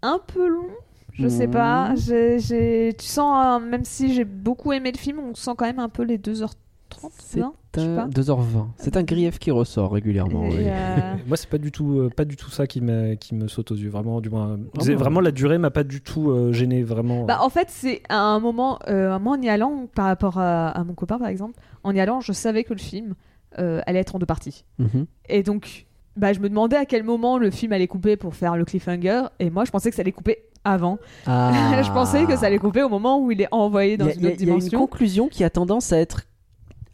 Speaker 2: un peu long, je sais
Speaker 3: Mmh.
Speaker 1: Mhm.
Speaker 2: pas. J'ai- j'ai- Tu sens, hein, même si j'ai beaucoup aimé le film, on sent quand même un peu les 2h30,
Speaker 1: C'est
Speaker 2: non Je sais
Speaker 1: Putain,
Speaker 2: pas.
Speaker 1: 2h20. C'est un grief qui ressort régulièrement.
Speaker 2: Et,
Speaker 1: oui.
Speaker 2: euh,
Speaker 3: moi c'est pas du tout euh, pas du tout ça qui me qui me saute aux yeux vraiment du moins
Speaker 1: Ah
Speaker 3: c'est-
Speaker 1: bon.
Speaker 3: vraiment la durée m'a pas du tout euh, gêné vraiment
Speaker 2: Bah, en fait, c'est à un moment, euh, moi en y allant, par rapport à, à mon copain par exemple, en y allant, je savais que le film euh, allait être en deux parties.
Speaker 1: Mhm.
Speaker 2: Et donc, bah, je me demandais à quel moment le film allait couper pour faire le cliffhanger, et moi je pensais que ça allait couper avant.
Speaker 1: Ah.
Speaker 2: je pensais que ça allait couper au moment où il est envoyé dans
Speaker 1: Il y a- il y
Speaker 2: une
Speaker 1: a-
Speaker 2: autre
Speaker 1: il y a une
Speaker 2: dimension.
Speaker 1: conclusion qui a tendance à être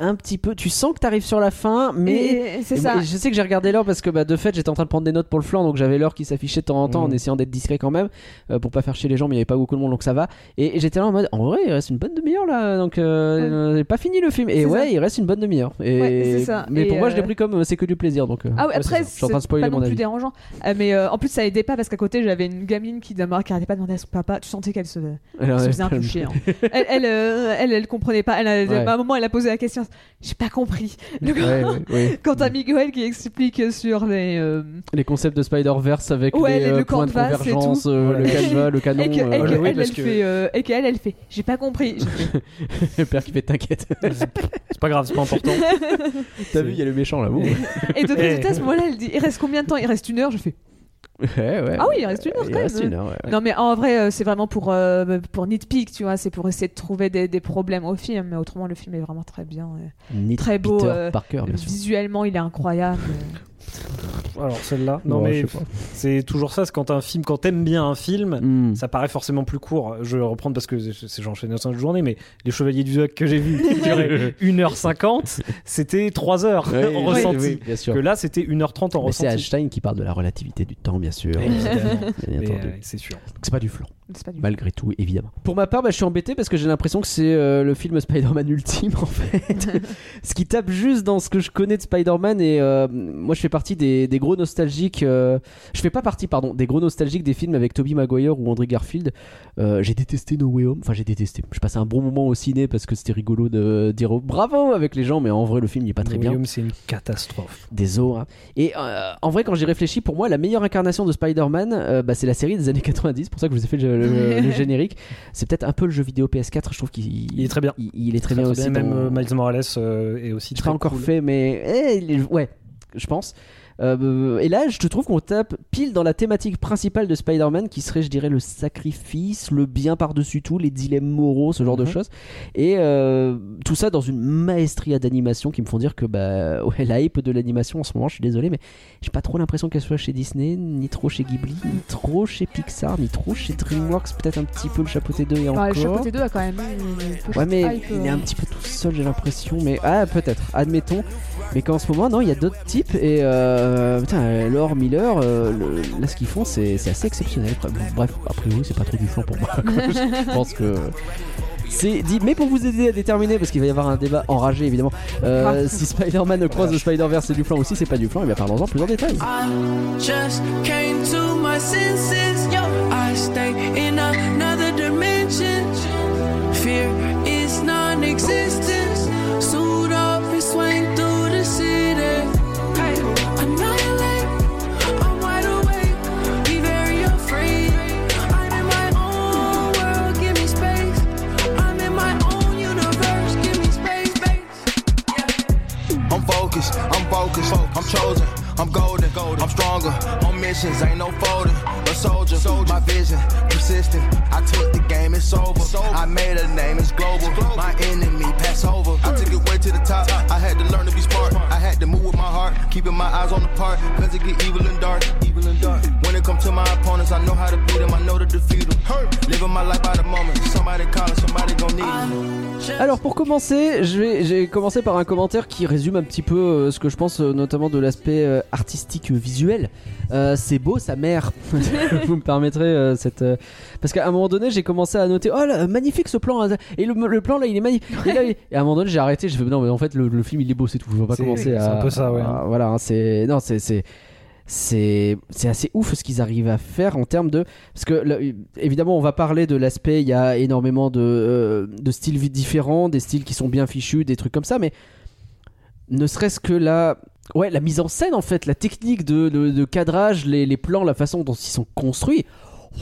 Speaker 1: un petit peu. Tu sens que t'arrives sur la fin, mais.
Speaker 2: Et c'est
Speaker 1: Et
Speaker 2: ça.
Speaker 1: moi, je sais que j'ai regardé l'heure parce que bah, de fait j'étais en train de prendre des notes pour le flanc donc j'avais l'heure qui s'affichait de temps en temps en
Speaker 3: Mhm.
Speaker 1: essayant d'être discret quand même euh, pour pas faire chier les gens mais il n'y avait pas beaucoup de monde donc ça va et j'étais là en mode en vrai il reste une bonne demi-heure là donc euh, j'ai pas fini le film et
Speaker 2: C'est
Speaker 1: ouais
Speaker 2: ça.
Speaker 1: il reste une bonne demi-heure et
Speaker 2: Ouais, c'est ça.
Speaker 1: mais
Speaker 2: Et,
Speaker 1: pour moi je l'ai
Speaker 2: euh,
Speaker 1: pris comme euh, c'est que du plaisir donc euh,
Speaker 2: Ah ouais,
Speaker 1: ouais, c'est
Speaker 2: après,
Speaker 1: ça. je suis en
Speaker 2: c'est
Speaker 1: train de spoiler
Speaker 2: pas
Speaker 1: mon
Speaker 2: non plus
Speaker 1: avis
Speaker 2: dérangeant. Euh, mais euh, en plus, ça aidait pas parce qu'à côté, j'avais une gamine qui, demeure- qui arrêtait pas de demander à son papa. Tu sentais qu'elle se,
Speaker 1: Alors,
Speaker 2: se
Speaker 1: euh,
Speaker 2: faisait un peu chier. hein. Elle, elle, euh, elle, elle comprenait pas. Elle, a-
Speaker 1: Ouais.
Speaker 2: À un moment, elle a posé la question. J'ai pas compris. Le-
Speaker 1: ouais, ouais, ouais.
Speaker 2: Quand t'as Miguel qui explique sur les. euh,
Speaker 1: les concepts de Spider-Verse avec
Speaker 2: Ouais,
Speaker 1: les
Speaker 2: les-
Speaker 1: euh,
Speaker 2: le
Speaker 1: points de
Speaker 2: canvas et tout.
Speaker 1: convergence euh,
Speaker 3: Voilà.
Speaker 1: le canevas le canon
Speaker 2: et que-
Speaker 1: euh,
Speaker 2: et que
Speaker 3: oui,
Speaker 2: elle,
Speaker 3: parce
Speaker 2: elle
Speaker 3: que-
Speaker 2: fait, euh, et qu'elle, elle fait. J'ai pas compris.
Speaker 1: le père qui fait t'inquiète
Speaker 3: c'est pas grave c'est pas important
Speaker 1: t'as vu il y a le méchant là vous ouais
Speaker 2: et de
Speaker 3: Eh.
Speaker 2: résultat, à ce moment-là, elle dit Il reste combien de temps Il reste une heure. Je fais
Speaker 1: ouais
Speaker 2: Ah oui, il reste une heure
Speaker 1: Euh, il
Speaker 2: quand
Speaker 1: reste
Speaker 2: même.
Speaker 1: une heure ouais.
Speaker 2: Non mais en vrai euh, c'est vraiment pour euh, pour nitpick tu vois c'est pour essayer de trouver des, des problèmes au film mais autrement le film est vraiment très bien euh.
Speaker 1: Ni
Speaker 2: Très beau,
Speaker 1: Peter
Speaker 2: euh,
Speaker 1: Parker, bien sûr.
Speaker 2: visuellement il est incroyable euh,
Speaker 3: alors celle-là non
Speaker 1: Ouais,
Speaker 3: mais
Speaker 1: je sais pas.
Speaker 3: c'est toujours ça c'est quand un film quand t'aimes bien un film
Speaker 1: Mm.
Speaker 3: euh, Ça paraît forcément plus court. Je vais reprendre parce que c'est- c'est- j'enchaîne dans une journée, mais les Chevaliers du Zodiac que j'ai vus qui duraient 1h50, c'était 3h
Speaker 1: Ouais,
Speaker 3: en
Speaker 1: oui,
Speaker 3: ressenti.
Speaker 1: oui, bien sûr.
Speaker 3: Que là, c'était 1h30 en
Speaker 1: Mais c'est
Speaker 3: ressenti.
Speaker 1: Einstein qui parle de la relativité du temps, bien sûr.
Speaker 3: Évidemment.
Speaker 1: Bien
Speaker 3: Mais,
Speaker 1: entendu.
Speaker 3: euh, C'est sûr.
Speaker 1: Donc C'est pas du flan,
Speaker 2: c'est pas du
Speaker 1: malgré tout, évidemment. Pour ma part, bah, je suis embêté parce que j'ai l'impression que c'est euh, le film Spider-Man ultime, en fait. ce qui tape juste dans ce que je connais de Spider-Man. Et euh, moi, je fais partie des, des gros nostalgiques. euh, Je fais pas partie, pardon, des gros nostalgiques des films avec Tobey Maguire ou André Garfield. Euh, j'ai détesté No Way Home. Enfin, j'ai détesté. Je passais un bon moment au ciné parce que c'était rigolo de dire oh, bravo avec les gens, mais en vrai, le film il est pas très bien.
Speaker 3: William, c'est une catastrophe.
Speaker 1: des os. hein. Et euh, en vrai, quand j'y réfléchis, pour moi, la meilleure incarnation de Spider-Man, euh, bah, c'est la série des années 90. C'est pour ça que je vous ai fait le, le- le générique. C'est peut-être un peu le jeu vidéo PS4. Je trouve qu'il
Speaker 3: Il est très bien.
Speaker 1: Il, il est très, bien aussi.
Speaker 3: Même
Speaker 1: dans-
Speaker 3: euh, Miles Morales euh, est aussi
Speaker 1: je
Speaker 3: très
Speaker 1: pas encore
Speaker 3: cool.
Speaker 1: fait, mais eh, il est- ouais, je pense. Euh, et là, je te trouve qu'on tape pile dans la thématique principale de Spider-Man, qui serait, je dirais, le sacrifice, le bien par-dessus tout, les dilemmes moraux, ce genre de
Speaker 3: Mhm.
Speaker 1: choses. Et euh, tout ça dans une maestria d'animation qui me font dire que bah, ouais, la hype de l'animation en ce moment, je suis désolé, mais j'ai pas trop l'impression qu'elle soit chez Disney, ni trop chez Ghibli, ni trop chez Pixar, ni trop chez DreamWorks, peut-être un petit peu le chapeauté 2 et
Speaker 2: tout.
Speaker 1: encore.
Speaker 2: le chapeauté 2 a quand même hein. eu
Speaker 1: Ouais, mais il est
Speaker 2: euh.
Speaker 1: un petit peu tout seul, j'ai l'impression. Mais ah, peut-être, admettons. Mais qu'en ce moment, non, il y a d'autres types. Et euh, putain, Laure Miller, euh, le- là, ce qu'ils font, c'est c'est assez exceptionnel. Bref, bon, Bref, a priori, c'est pas trop du flan pour moi. quoi. Je pense que. C'est dit, mais pour vous aider à déterminer, parce qu'il va y avoir un débat enragé évidemment, euh, si Spider-Man croise le Spider-Verse c'est du flan aussi, c'est pas du flan, et bien parlons-en plus en détail.
Speaker 4: I just came to my senses. Yo, I stay in another dimension. Fear is non existence. Suit up and swing through the city. Hey, annihilate. I'm wide awake. Be very afraid. I'm in my own world. Give me space. I'm in my own universe. Give me space, space. Yeah.
Speaker 7: I'm focused, I'm focused, I'm chosen, I'm golden, I'm stronger, on missions, ain't no folding. A soldier, my vision, persistent. I took the game, it's over. I made a name, it's global. My enemy pass over. I took it way to the top. I had to learn to be smart. I had to move with my heart, keeping my eyes on the part. Cause it get evil and dark, evil and dark. When it comes to my opponents, I know how to beat them, I know to defeat them. Living my life by the moment. Somebody calling, somebody gon' need it.
Speaker 1: Alors pour commencer, je vais, j'ai commencé par un commentaire qui résume un petit peu euh, ce que je pense euh, notamment de l'aspect euh, artistique euh, visuel. Euh, c'est beau sa mère. Vous me permettrez euh, cette euh, parce qu'à un moment donné j'ai commencé à noter oh là, magnifique ce plan hein. et le, le plan là il est magnifique. Et, là, il- et à un moment donné j'ai arrêté je fais non mais en fait le, le film il est beau c'est tout. Je vais pas
Speaker 3: C'est-
Speaker 1: commencer
Speaker 3: c'est
Speaker 1: à.
Speaker 3: un peu ça, ouais.
Speaker 1: à- voilà hein, c'est non c'est c'est c'est c'est assez ouf ce qu'ils arrivent à faire en termes de parce que là, évidemment on va parler de l'aspect il y a énormément de euh, de styles vi- différents des styles qui sont bien fichus des trucs comme ça mais ne serait-ce que la ouais la mise en scène en fait la technique de, de- de cadrage les, les plans la façon dont ils sont construits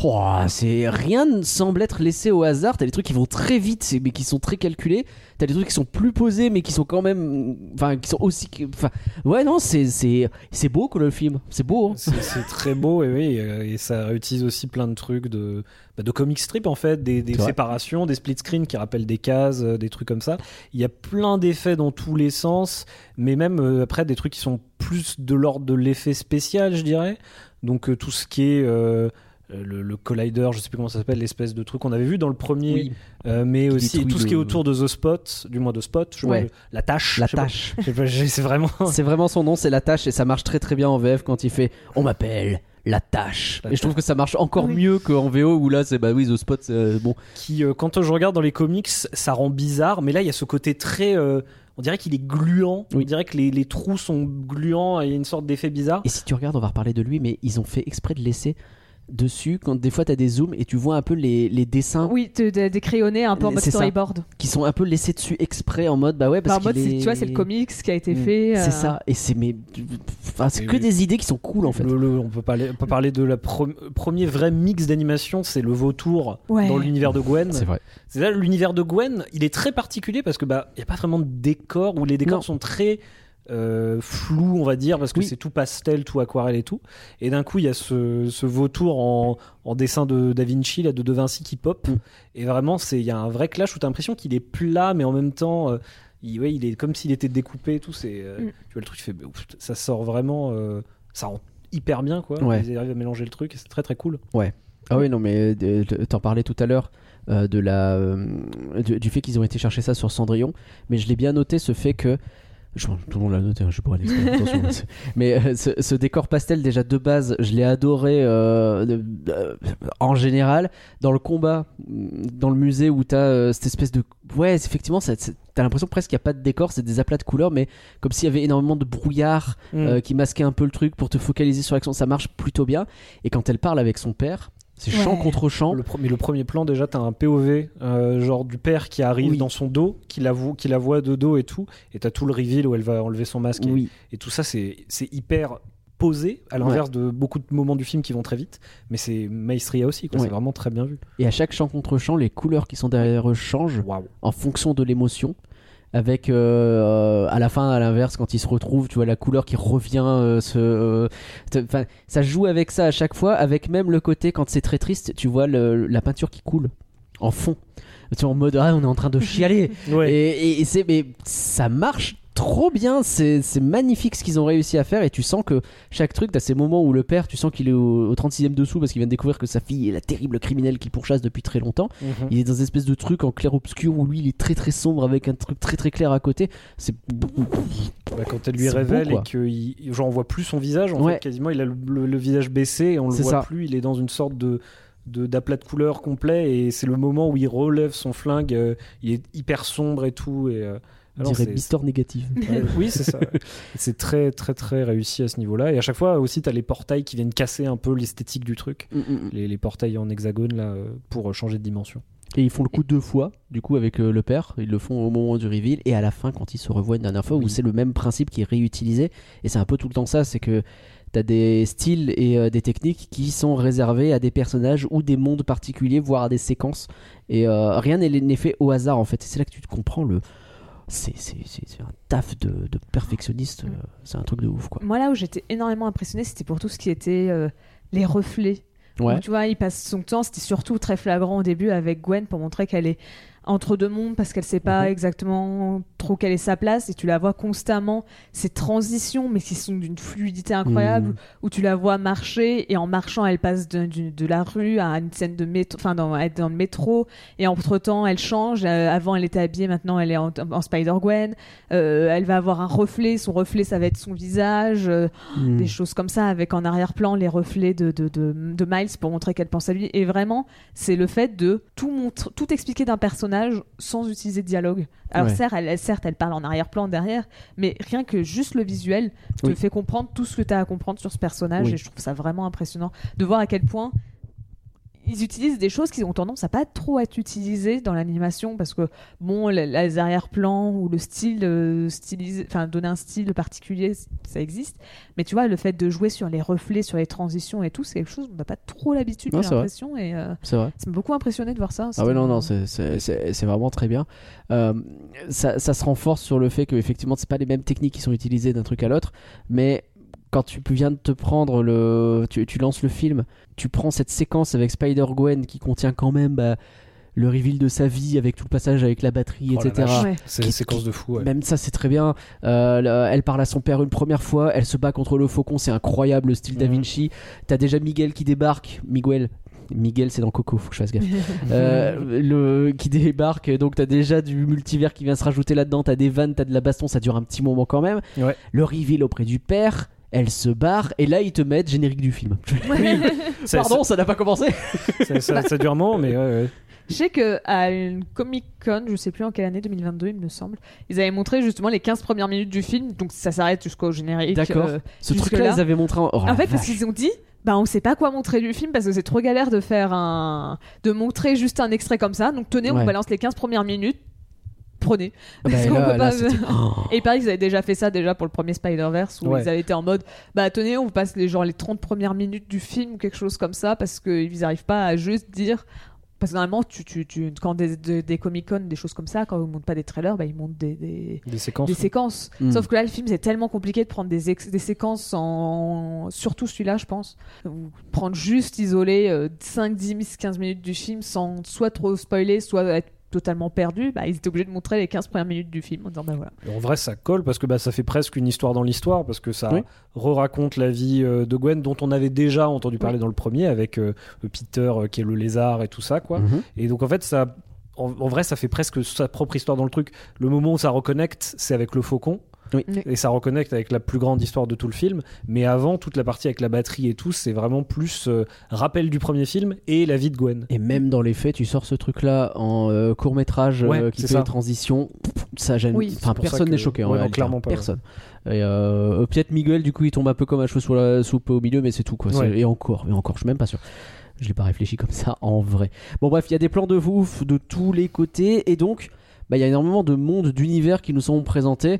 Speaker 1: Ouah, c'est rien ne semble être laissé au hasard t'as des trucs qui vont très vite c'est- mais qui sont très calculés t'as des trucs qui sont plus posés mais qui sont quand même enfin qui sont aussi enfin ouais non c'est c'est c'est beau que le film c'est beau hein.
Speaker 3: C'est c'est très beau et oui, euh, et ça réutilise aussi plein de trucs de, bah, de comic strip en fait, des, des
Speaker 1: C'est vrai.
Speaker 3: séparations, des split screens qui rappellent des cases, euh, des trucs comme ça. Il y a plein d'effets dans tous les sens, mais même euh, après des trucs qui sont plus de l'ordre de l'effet spécial, je dirais. Donc euh, tout ce qui est euh, le, le collider, je sais plus comment ça s'appelle, l'espèce de truc qu'on avait vu dans le premier, euh, mais aussi
Speaker 1: détruit
Speaker 3: tout ce qui est
Speaker 1: le-
Speaker 3: autour de The Spot, du moins de Spot, je sais
Speaker 1: Ouais.
Speaker 3: pas, la tâche,
Speaker 1: la
Speaker 3: je sais pas,
Speaker 1: tâche
Speaker 3: je sais pas, j'ai- c'est vraiment
Speaker 1: C'est vraiment son nom, c'est La Tâche, et ça marche très très bien en VF quand il fait On m'appelle La Tâche.
Speaker 3: La
Speaker 1: Et je trouve que ça marche encore
Speaker 2: Oui.
Speaker 1: mieux qu'en VO où là c'est bah oui, The Spot, c'est euh, bon.
Speaker 3: qui, euh, quand je regarde dans les comics, ça rend bizarre, mais là, il y a ce côté très. euh, on dirait qu'il est gluant.
Speaker 1: Oui.
Speaker 3: On dirait que les, les trous sont gluants et il y a une sorte d'effet bizarre.
Speaker 1: Et si tu regardes, on va reparler de lui, mais ils ont fait exprès de laisser dessus quand des fois t'as des zooms et tu vois un peu les, les dessins
Speaker 2: euh, Oui, de- de- des crayonnés un peu en mode
Speaker 1: C'est ça.
Speaker 2: storyboard.
Speaker 1: qui sont un peu laissés dessus exprès en mode bah ouais,
Speaker 2: Enfin,
Speaker 1: parce
Speaker 2: en mode,
Speaker 1: qu'il
Speaker 2: c'est-
Speaker 1: est-
Speaker 2: tu vois, c'est le comics qui a été
Speaker 3: Mm.
Speaker 2: fait. euh,
Speaker 1: C'est ça, et c'est mais. Enfin, c'est
Speaker 3: Et
Speaker 1: que
Speaker 3: oui.
Speaker 1: des idées qui sont cool en fait.
Speaker 3: Le- le- on, peut parler, on peut parler de la pro- premier vrai mix d'animation, c'est le vautour
Speaker 2: Ouais.
Speaker 3: dans l'univers de Gwen.
Speaker 1: vrai.
Speaker 3: C'est là l'univers de Gwen, il est très particulier parce que bah il y a pas vraiment de décor où les décors
Speaker 1: Non.
Speaker 3: sont très euh, flous, on va dire, parce que
Speaker 1: Oui.
Speaker 3: c'est tout pastel, tout aquarelle et tout. Et d'un coup, il y a ce, ce vautour en, en dessin de Da Vinci, là, de De Vinci qui pop.
Speaker 1: Mm.
Speaker 3: Et vraiment, c'est il y a un vrai clash où t'as l'impression qu'il est plat, mais en même temps, euh, il, ouais, il est comme s'il était découpé et tout. C'est euh,
Speaker 2: Mm.
Speaker 3: tu vois le truc, tu fais, bah, ouf, ça sort vraiment, euh, ça rend hyper bien quoi.
Speaker 1: Ouais.
Speaker 3: Ils arrivent à mélanger le truc, et c'est très très cool.
Speaker 1: Ah oui, non, mais euh, de- t'en parlais tout à l'heure euh, de la euh, du, du fait qu'ils ont été chercher ça sur Cendrillon, mais je l'ai bien noté ce fait que je, tout le monde l'a noté, hein, je suis pas un expert, attention. mais euh, ce, ce décor pastel déjà de base, je l'ai adoré euh, de- euh, en général dans le combat, mm, dans le musée où t'as euh, cette espèce de ouais, c'est- effectivement, ça- c'est- t'as l'impression presque qu'il n'y a pas de décor, c'est des aplats de couleurs, mais comme s'il y avait énormément de brouillard euh, qui masquait un peu le truc pour te focaliser sur l'action. Ça marche plutôt bien. Et quand elle parle avec son père, c'est
Speaker 2: Ouais.
Speaker 1: champ contre champ.
Speaker 3: Le, pre- mais le premier plan, déjà, t'as un POV, euh, genre du père qui arrive
Speaker 1: Oui.
Speaker 3: dans son dos, qui la, voit, qui la voit de dos et tout, et t'as tout le reveal où elle va enlever son masque. et-
Speaker 1: Oui,
Speaker 3: Et, tout ça, c'est c'est hyper posé, à l'inverse de beaucoup de moments du film qui vont très vite, mais c'est maestria aussi, quoi,
Speaker 1: Ouais.
Speaker 3: c'est vraiment très bien vu.
Speaker 1: et à chaque champ contre champ, les couleurs qui sont derrière eux changent
Speaker 3: Waouh.
Speaker 1: en fonction de l'émotion. Avec euh, à la fin, à l'inverse, quand ils se retrouvent, tu vois la couleur qui revient. euh, se, euh, te- 'fin, ça joue avec ça à chaque fois, avec même le côté quand c'est très triste, tu vois le- la peinture qui coule en fond. Tu es en mode ah, on est en train de chialer.
Speaker 3: Ouais.
Speaker 1: Et, et- et c'est mais ça marche trop bien, c'est c'est magnifique ce qu'ils ont réussi à faire et tu sens que chaque truc, t'as ces moments où le père, tu sens qu'il est au, au 36e dessous parce qu'il vient de découvrir que sa fille est la terrible criminelle qu'il pourchasse depuis très longtemps.
Speaker 3: Mhm.
Speaker 1: Il est dans une espèce de truc en clair-obscur où lui il est très très sombre avec un truc très très clair à côté. C'est
Speaker 3: Bah, quand elle lui
Speaker 1: C'est beau,
Speaker 3: révèle
Speaker 1: quoi.
Speaker 3: et que genre on voit plus son visage, en
Speaker 1: Ouais.
Speaker 3: fait, quasiment il a le, le- le visage baissé et on le
Speaker 1: C'est
Speaker 3: voit
Speaker 1: ça.
Speaker 3: plus, il est dans une sorte de de- d'aplat de couleurs complet et c'est le moment où il relève son flingue euh, il est hyper sombre et tout et euh,
Speaker 1: on
Speaker 3: alors,
Speaker 1: dirait
Speaker 3: c'est-
Speaker 1: Bistor négatif.
Speaker 3: Ouais, oui, c'est ça. ouais. C'est très, très, très réussi à ce niveau-là. Et à chaque fois aussi, t'as les portails qui viennent casser un peu l'esthétique du truc.
Speaker 1: Mm, mm, mm.
Speaker 3: Les, les portails en hexagone, là, euh, pour euh, changer de dimension.
Speaker 1: Et ils font le coup deux fois, du coup, avec euh, le père. Ils le font au moment du reveal et à la fin, quand ils se revoient une dernière fois, où
Speaker 3: Oui.
Speaker 1: c'est le même principe qui est réutilisé. Et c'est un peu tout le temps ça c'est que t'as des styles et euh, des techniques qui sont réservés à des personnages ou des mondes particuliers, voire à des séquences. Et euh, rien n'est n'est fait au hasard, en fait. Et c'est là que tu te comprends le. c'est c'est- c'est- c'est un taf de, de perfectionniste. euh, C'est un truc de ouf, quoi.
Speaker 2: Moi, là où j'étais énormément impressionnée, c'était pour tout ce qui était euh, les reflets.
Speaker 1: Ouais.
Speaker 2: Donc, tu vois, il passe son temps, c'était surtout très flagrant au début avec Gwen pour montrer qu'elle est entre deux mondes parce qu'elle sait pas
Speaker 1: Mhm.
Speaker 2: exactement trop quelle est sa place et tu la vois constamment ces transitions mais qui sont d'une fluidité incroyable
Speaker 1: Mhm.
Speaker 2: où tu la vois marcher et en marchant elle passe de, d'une- de la rue à une scène de métro enfin dans, elle est dans le métro et entre temps elle change Euh, avant elle était habillée maintenant elle est en, en Spider-Gwen Euh, elle va avoir un reflet son reflet ça va être son visage Euh, des choses comme ça, avec en arrière-plan les reflets de, de, de, de Miles pour montrer qu'elle pense à lui. Et vraiment, c'est le fait de tout, montre, tout expliquer d'un personnage sans utiliser de dialogue. Alors
Speaker 1: Ouais.
Speaker 2: certes, elle, elle- certes, elle parle en arrière-plan derrière, mais rien que juste le visuel te
Speaker 1: Oui.
Speaker 2: fait comprendre tout ce que tu as à comprendre sur ce personnage.
Speaker 1: Oui.
Speaker 2: Et je trouve ça vraiment impressionnant de voir à quel point ils utilisent des choses qui ont tendance à pas trop être utilisées dans l'animation parce que bon les- les arrière-plans ou le style euh, stylisé enfin donner un style particulier c- ça existe mais tu vois le fait de jouer sur les reflets sur les transitions et tout c'est quelque chose on n'a pas trop l'habitude
Speaker 1: Non,
Speaker 2: j'ai
Speaker 1: c'est vrai.
Speaker 2: l'impression et euh,
Speaker 1: C'est vrai.
Speaker 2: ça m'a beaucoup impressionné de voir ça hein,
Speaker 1: Ah ouais
Speaker 2: C'était-
Speaker 1: non non c'est- c'est c'est- c'est vraiment très bien. Euh, ça, ça se renforce sur le fait que effectivement c'est pas les mêmes techniques qui sont utilisées d'un truc à l'autre, mais quand tu viens de te prendre le, tu, tu lances le film, tu prends cette séquence avec Spider Gwen qui contient quand même bah, le reveal de sa vie avec tout le passage avec la batterie
Speaker 3: Oh la
Speaker 1: etc.
Speaker 3: vache.
Speaker 2: Ouais.
Speaker 3: C'est
Speaker 1: Qui-
Speaker 3: une séquence de fou. ouais.
Speaker 1: Même ça, c'est très bien. Euh, le- elle parle à son père une première fois. Elle se bat contre le faucon. C'est incroyable, le style Da
Speaker 3: Mhm.
Speaker 1: Vinci. T'as déjà Miguel qui débarque. Miguel. Miguel, c'est dans Coco, faut que je fasse gaffe. Euh, le, qui débarque, donc t'as déjà du multivers qui vient se rajouter là-dedans, t'as des vannes, t'as de la baston, ça dure un petit moment quand même.
Speaker 3: Ouais.
Speaker 1: Le reveal auprès du père, elle se barre, et là ils te mettent générique du film.
Speaker 3: Ça-
Speaker 1: Pardon, ça n'a pas commencé
Speaker 3: ça- ça, ça- ça dure un moment, mais ouais, ouais.
Speaker 2: Je sais que à une Comic Con, je sais plus en quelle année, 2022 il me semble, ils avaient montré justement les 15 premières minutes du film, donc ça s'arrête jusqu'au générique.
Speaker 1: D'accord.
Speaker 2: euh,
Speaker 1: Ce
Speaker 2: Jusque-là.
Speaker 1: truc-là, ils avaient montré un. oh la
Speaker 2: en fait,
Speaker 1: vache.
Speaker 2: parce qu'ils ont dit, bah on sait pas quoi montrer du film parce que c'est trop galère de faire un, de montrer juste un extrait comme ça. Donc tenez,
Speaker 1: Ouais.
Speaker 2: on balance les 15 premières minutes. Prenez.
Speaker 1: Ah bah,
Speaker 2: parce qu'on
Speaker 1: là, là,
Speaker 2: peut pas-
Speaker 1: c'était- Oh.
Speaker 2: Et pareil, ils avaient déjà fait ça déjà pour le premier Spider-Verse où
Speaker 3: Ouais.
Speaker 2: ils avaient été en mode bah tenez, on vous passe les genre les 30 premières minutes du film ou quelque chose comme ça parce qu'ils n'arrivent pas à juste dire parce que normalement tu, tu, tu- quand des, des, Comic-Con, des choses comme ça, quand ils montent pas des trailers, bah ils montent des, des,
Speaker 3: des séquences.
Speaker 2: des séquences.
Speaker 1: Mm.
Speaker 2: Sauf que là, le film, c'est tellement compliqué de prendre des, ex- des séquences en. Surtout celui-là, je pense. Ou Prendre juste isolé euh, 5, 10, 15 minutes du film sans soit trop spoiler, soit être totalement perdu, bah, ils étaient obligés de montrer les 15 premières minutes du film en disant bah voilà.
Speaker 3: Et En vrai, ça colle parce que bah, ça fait presque une histoire dans l'histoire parce que ça
Speaker 1: Oui.
Speaker 3: re-raconte la vie euh, de Gwen dont on avait déjà entendu parler dans le premier avec euh, Peter euh, qui est le lézard et tout ça quoi.
Speaker 1: Mhm.
Speaker 3: Et donc en fait ça, en, en vrai, ça fait presque sa propre histoire dans le truc. Le moment où ça reconnecte, c'est avec le faucon.
Speaker 1: Oui.
Speaker 2: Oui.
Speaker 3: Et ça reconnecte avec la plus grande histoire de tout le film. Mais avant, toute la partie avec la batterie et tout, c'est vraiment plus euh, rappel du premier film et la vie de Gwen.
Speaker 1: Et même dans les faits, tu sors ce truc-là en court métrage
Speaker 3: Ouais,
Speaker 1: qui
Speaker 3: c'est
Speaker 1: fait
Speaker 3: ça.
Speaker 1: une transition, pff, ça gêne.
Speaker 2: Oui.
Speaker 1: Enfin,
Speaker 3: C'est pour ça
Speaker 1: personne
Speaker 3: que-
Speaker 1: n'est choqué. en
Speaker 3: Ouais, non,
Speaker 1: réalité, hein.
Speaker 3: clairement pas, ouais.
Speaker 1: Personne. Et euh, peut-être Miguel, du coup, il tombe un peu comme un cheveu sur la soupe au milieu, mais c'est tout quoi. C'est-
Speaker 3: Ouais.
Speaker 1: Et encore, et encore, je suis même pas sûr. Je l'ai pas réfléchi comme ça en vrai. Bon bref, il y a des plans de ouf de tous les côtés, et donc. bah, Il y a énormément de mondes, d'univers qui nous sont présentés.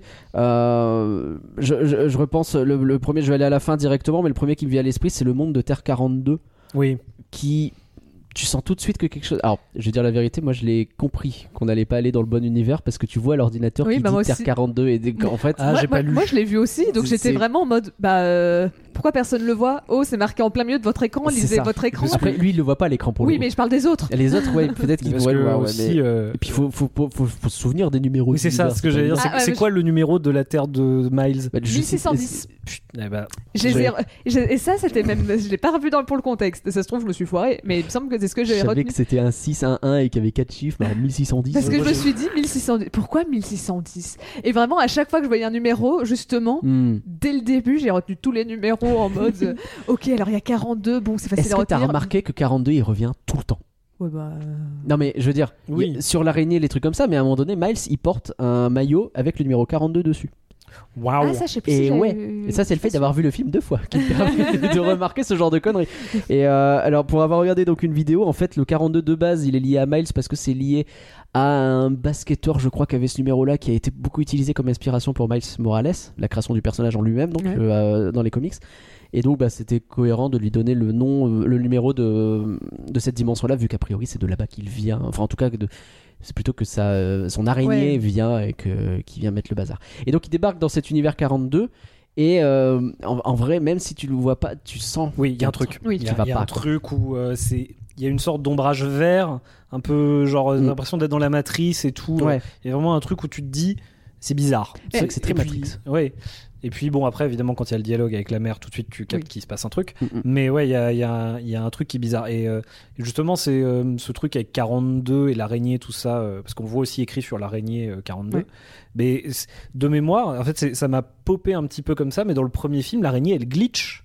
Speaker 1: Euh, je, je- je repense, le, le premier, je vais aller à la fin directement, mais le premier qui me vient à l'esprit, c'est le monde de Terre 42
Speaker 3: Oui.
Speaker 1: qui tu sens tout de suite que quelque chose. Alors, je vais dire la vérité, moi je l'ai compris qu'on n'allait pas aller dans le bon univers parce que tu vois l'ordinateur
Speaker 2: Oui,
Speaker 1: qui
Speaker 2: bah,
Speaker 1: dit
Speaker 2: moi
Speaker 1: Terre
Speaker 2: aussi.
Speaker 1: 42 et des- en fait.
Speaker 3: Ah,
Speaker 2: moi,
Speaker 3: j'ai
Speaker 2: moi-
Speaker 3: pas lu.
Speaker 2: moi, je l'ai vu aussi, donc
Speaker 1: C'est-
Speaker 2: j'étais vraiment en mode bah euh, pourquoi personne le voit Oh, c'est marqué en plein milieu de votre écran,
Speaker 1: C'est
Speaker 2: lisez
Speaker 1: ça.
Speaker 2: votre écran.
Speaker 1: Après, lui il le voit pas à l'écran pour
Speaker 2: Oui,
Speaker 1: le
Speaker 2: mais je parle des autres.
Speaker 1: coup. Les autres, ouais, peut-être qu'ils
Speaker 3: Parce
Speaker 1: pourraient
Speaker 3: que
Speaker 1: le voir. ouais,
Speaker 3: aussi,
Speaker 1: mais-
Speaker 3: euh,
Speaker 1: Et puis faut, faut, faut, faut- faut se souvenir des numéros.
Speaker 3: oui, c'est ça
Speaker 1: d'univers,
Speaker 3: ce que j'allais dire.
Speaker 1: pas
Speaker 3: C'est
Speaker 2: Ah, ouais,
Speaker 3: c'est
Speaker 2: mais
Speaker 3: quoi le numéro de la Terre de Miles
Speaker 1: Bah, je sais-
Speaker 2: 1610.
Speaker 3: Eh ben,
Speaker 2: Je les ai-
Speaker 3: J'ai-
Speaker 2: j'ai- Et ça, c'était même. Je l'ai pas revu dans, pour le contexte. Ça se trouve, je me suis foiré, mais il me semble que c'est ce que
Speaker 1: Je
Speaker 2: j'avais
Speaker 1: savais
Speaker 2: retenu.
Speaker 1: que c'était un 6, un 1 et qu'il y avait 4 chiffres, bah, mais alors 1610.
Speaker 2: Parce que
Speaker 1: ouais.
Speaker 2: je me suis dit 1610. Pourquoi 1610 Et vraiment, à chaque fois que je voyais un numéro, justement,
Speaker 1: Hmm.
Speaker 2: dès le début, j'ai retenu tous les numéros en mode euh, Ok, alors il y a 42, bon, c'est facile
Speaker 1: Est-ce
Speaker 2: à
Speaker 1: que t'as
Speaker 2: retenir.
Speaker 1: remarqué que 42 il revient tout le temps
Speaker 2: Ouais, bah, euh,
Speaker 1: Non mais je veux dire,
Speaker 3: Oui.
Speaker 1: il y a- sur l'araignée, les trucs comme ça, mais à un moment donné, Miles il porte un maillot avec le numéro 42 dessus.
Speaker 3: Waouh.
Speaker 2: Ah, ça, je sais plus
Speaker 1: Et
Speaker 2: si j'avais
Speaker 1: ouais.
Speaker 2: eu-
Speaker 1: Et ça, c'est le fait
Speaker 2: pas sûr.
Speaker 1: d'avoir vu le film deux fois qui te permet de remarquer ce genre de conneries. Et euh, alors, pour avoir regardé donc une vidéo, en fait, le 42 de base, il est lié à Miles parce que c'est lié à un basketteur, je crois, qui avait ce numéro-là, qui a été beaucoup utilisé comme inspiration pour Miles Morales, la création du personnage en lui-même, donc
Speaker 2: Ouais.
Speaker 1: euh, dans les comics. Et donc, bah, c'était cohérent de lui donner le nom, euh, le numéro de, de cette dimension-là, vu qu'a priori, c'est de là-bas qu'il vient. Enfin, en tout cas, de, c'est plutôt que ça, euh, son araignée
Speaker 2: Ouais.
Speaker 1: vient et que, qui vient mettre le bazar. Et donc il débarque dans cet univers 42 et euh, en, en vrai, même si tu le vois pas, tu sens.
Speaker 3: Oui, il y a un truc.
Speaker 2: Oui.
Speaker 3: il y
Speaker 1: Tu
Speaker 3: a,
Speaker 1: vas
Speaker 3: il y a
Speaker 1: pas,
Speaker 3: un
Speaker 1: quoi.
Speaker 3: truc où euh, c'est. Il y a une sorte d'ombrage vert, un peu genre euh,
Speaker 1: Mm.
Speaker 3: l'impression d'être dans la matrice et tout.
Speaker 1: Ouais.
Speaker 3: Il y a vraiment un truc où tu te dis, c'est bizarre.
Speaker 1: C'est vrai que c'est très
Speaker 3: Et puis-
Speaker 1: Matrix.
Speaker 3: Ouais. Et puis bon, après, évidemment, quand il y a le dialogue avec la mère, tout de suite, tu captes qu'il se passe un truc.
Speaker 1: Mm, mm.
Speaker 3: Mais ouais, il y a, il y a un- il y a un truc qui est bizarre. Et euh, justement, c'est euh, ce truc avec 42 et l'araignée, tout ça, euh, parce qu'on voit aussi écrit sur l'araignée euh, 42.
Speaker 2: Ouais.
Speaker 3: Mais c'est- de mémoire, en fait, c'est- ça m'a popé un petit peu comme ça, mais dans le premier film, l'araignée, elle glitch.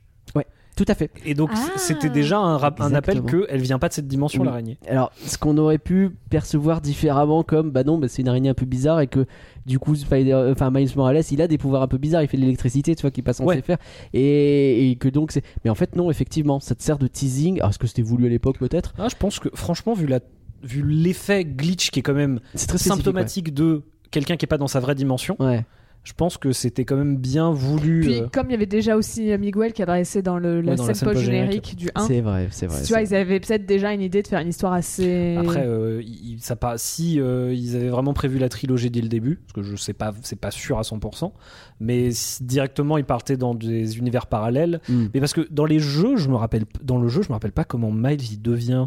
Speaker 1: Tout à fait.
Speaker 3: Et donc,
Speaker 2: Ah.
Speaker 3: c'était déjà un, rap- un appel
Speaker 1: Exactement.
Speaker 3: qu'elle vient pas de cette dimension,
Speaker 1: Oui.
Speaker 3: l'araignée.
Speaker 1: Alors, ce qu'on aurait pu percevoir différemment comme bah non, bah c'est une araignée un peu bizarre et que du coup, Spider, euh, enfin Miles Morales, il a des pouvoirs un peu bizarres, il fait de l'électricité, tu vois, qu'il passe censé
Speaker 3: Ouais.
Speaker 1: faire, et, et que donc c'est. Mais en fait, non, effectivement, ça te sert de teasing. Alors, est-ce que c'était voulu à l'époque peut-être
Speaker 3: Ah, je pense que, franchement, vu la- vu l'effet glitch qui est quand même
Speaker 1: C'est très spécifique,
Speaker 3: symptomatique de quelqu'un qui est pas dans sa vraie dimension,
Speaker 1: Ouais. Ouais.
Speaker 3: je pense que c'était quand même bien voulu.
Speaker 2: Puis,
Speaker 3: euh,
Speaker 2: comme il y avait déjà aussi euh, Miguel qui apparaissait dans le, la
Speaker 3: Ouais, dans la
Speaker 2: scène
Speaker 3: scène post-générique.
Speaker 2: post-générique du 1,
Speaker 1: C'est vrai, c'est vrai.
Speaker 2: tu
Speaker 1: c'est
Speaker 2: vois,
Speaker 1: vrai.
Speaker 2: ils avaient peut-être déjà une idée de faire une histoire assez.
Speaker 3: Après, euh, il- il- ça pas, si euh, ils avaient vraiment prévu la trilogie dès le début, parce que je sais pas, c'est pas sûr à 100%, mais si directement ils partaient dans des univers parallèles.
Speaker 1: Mm.
Speaker 3: Mais parce que dans les jeux, je me rappelle, dans le jeu, je me rappelle pas comment Miles il devient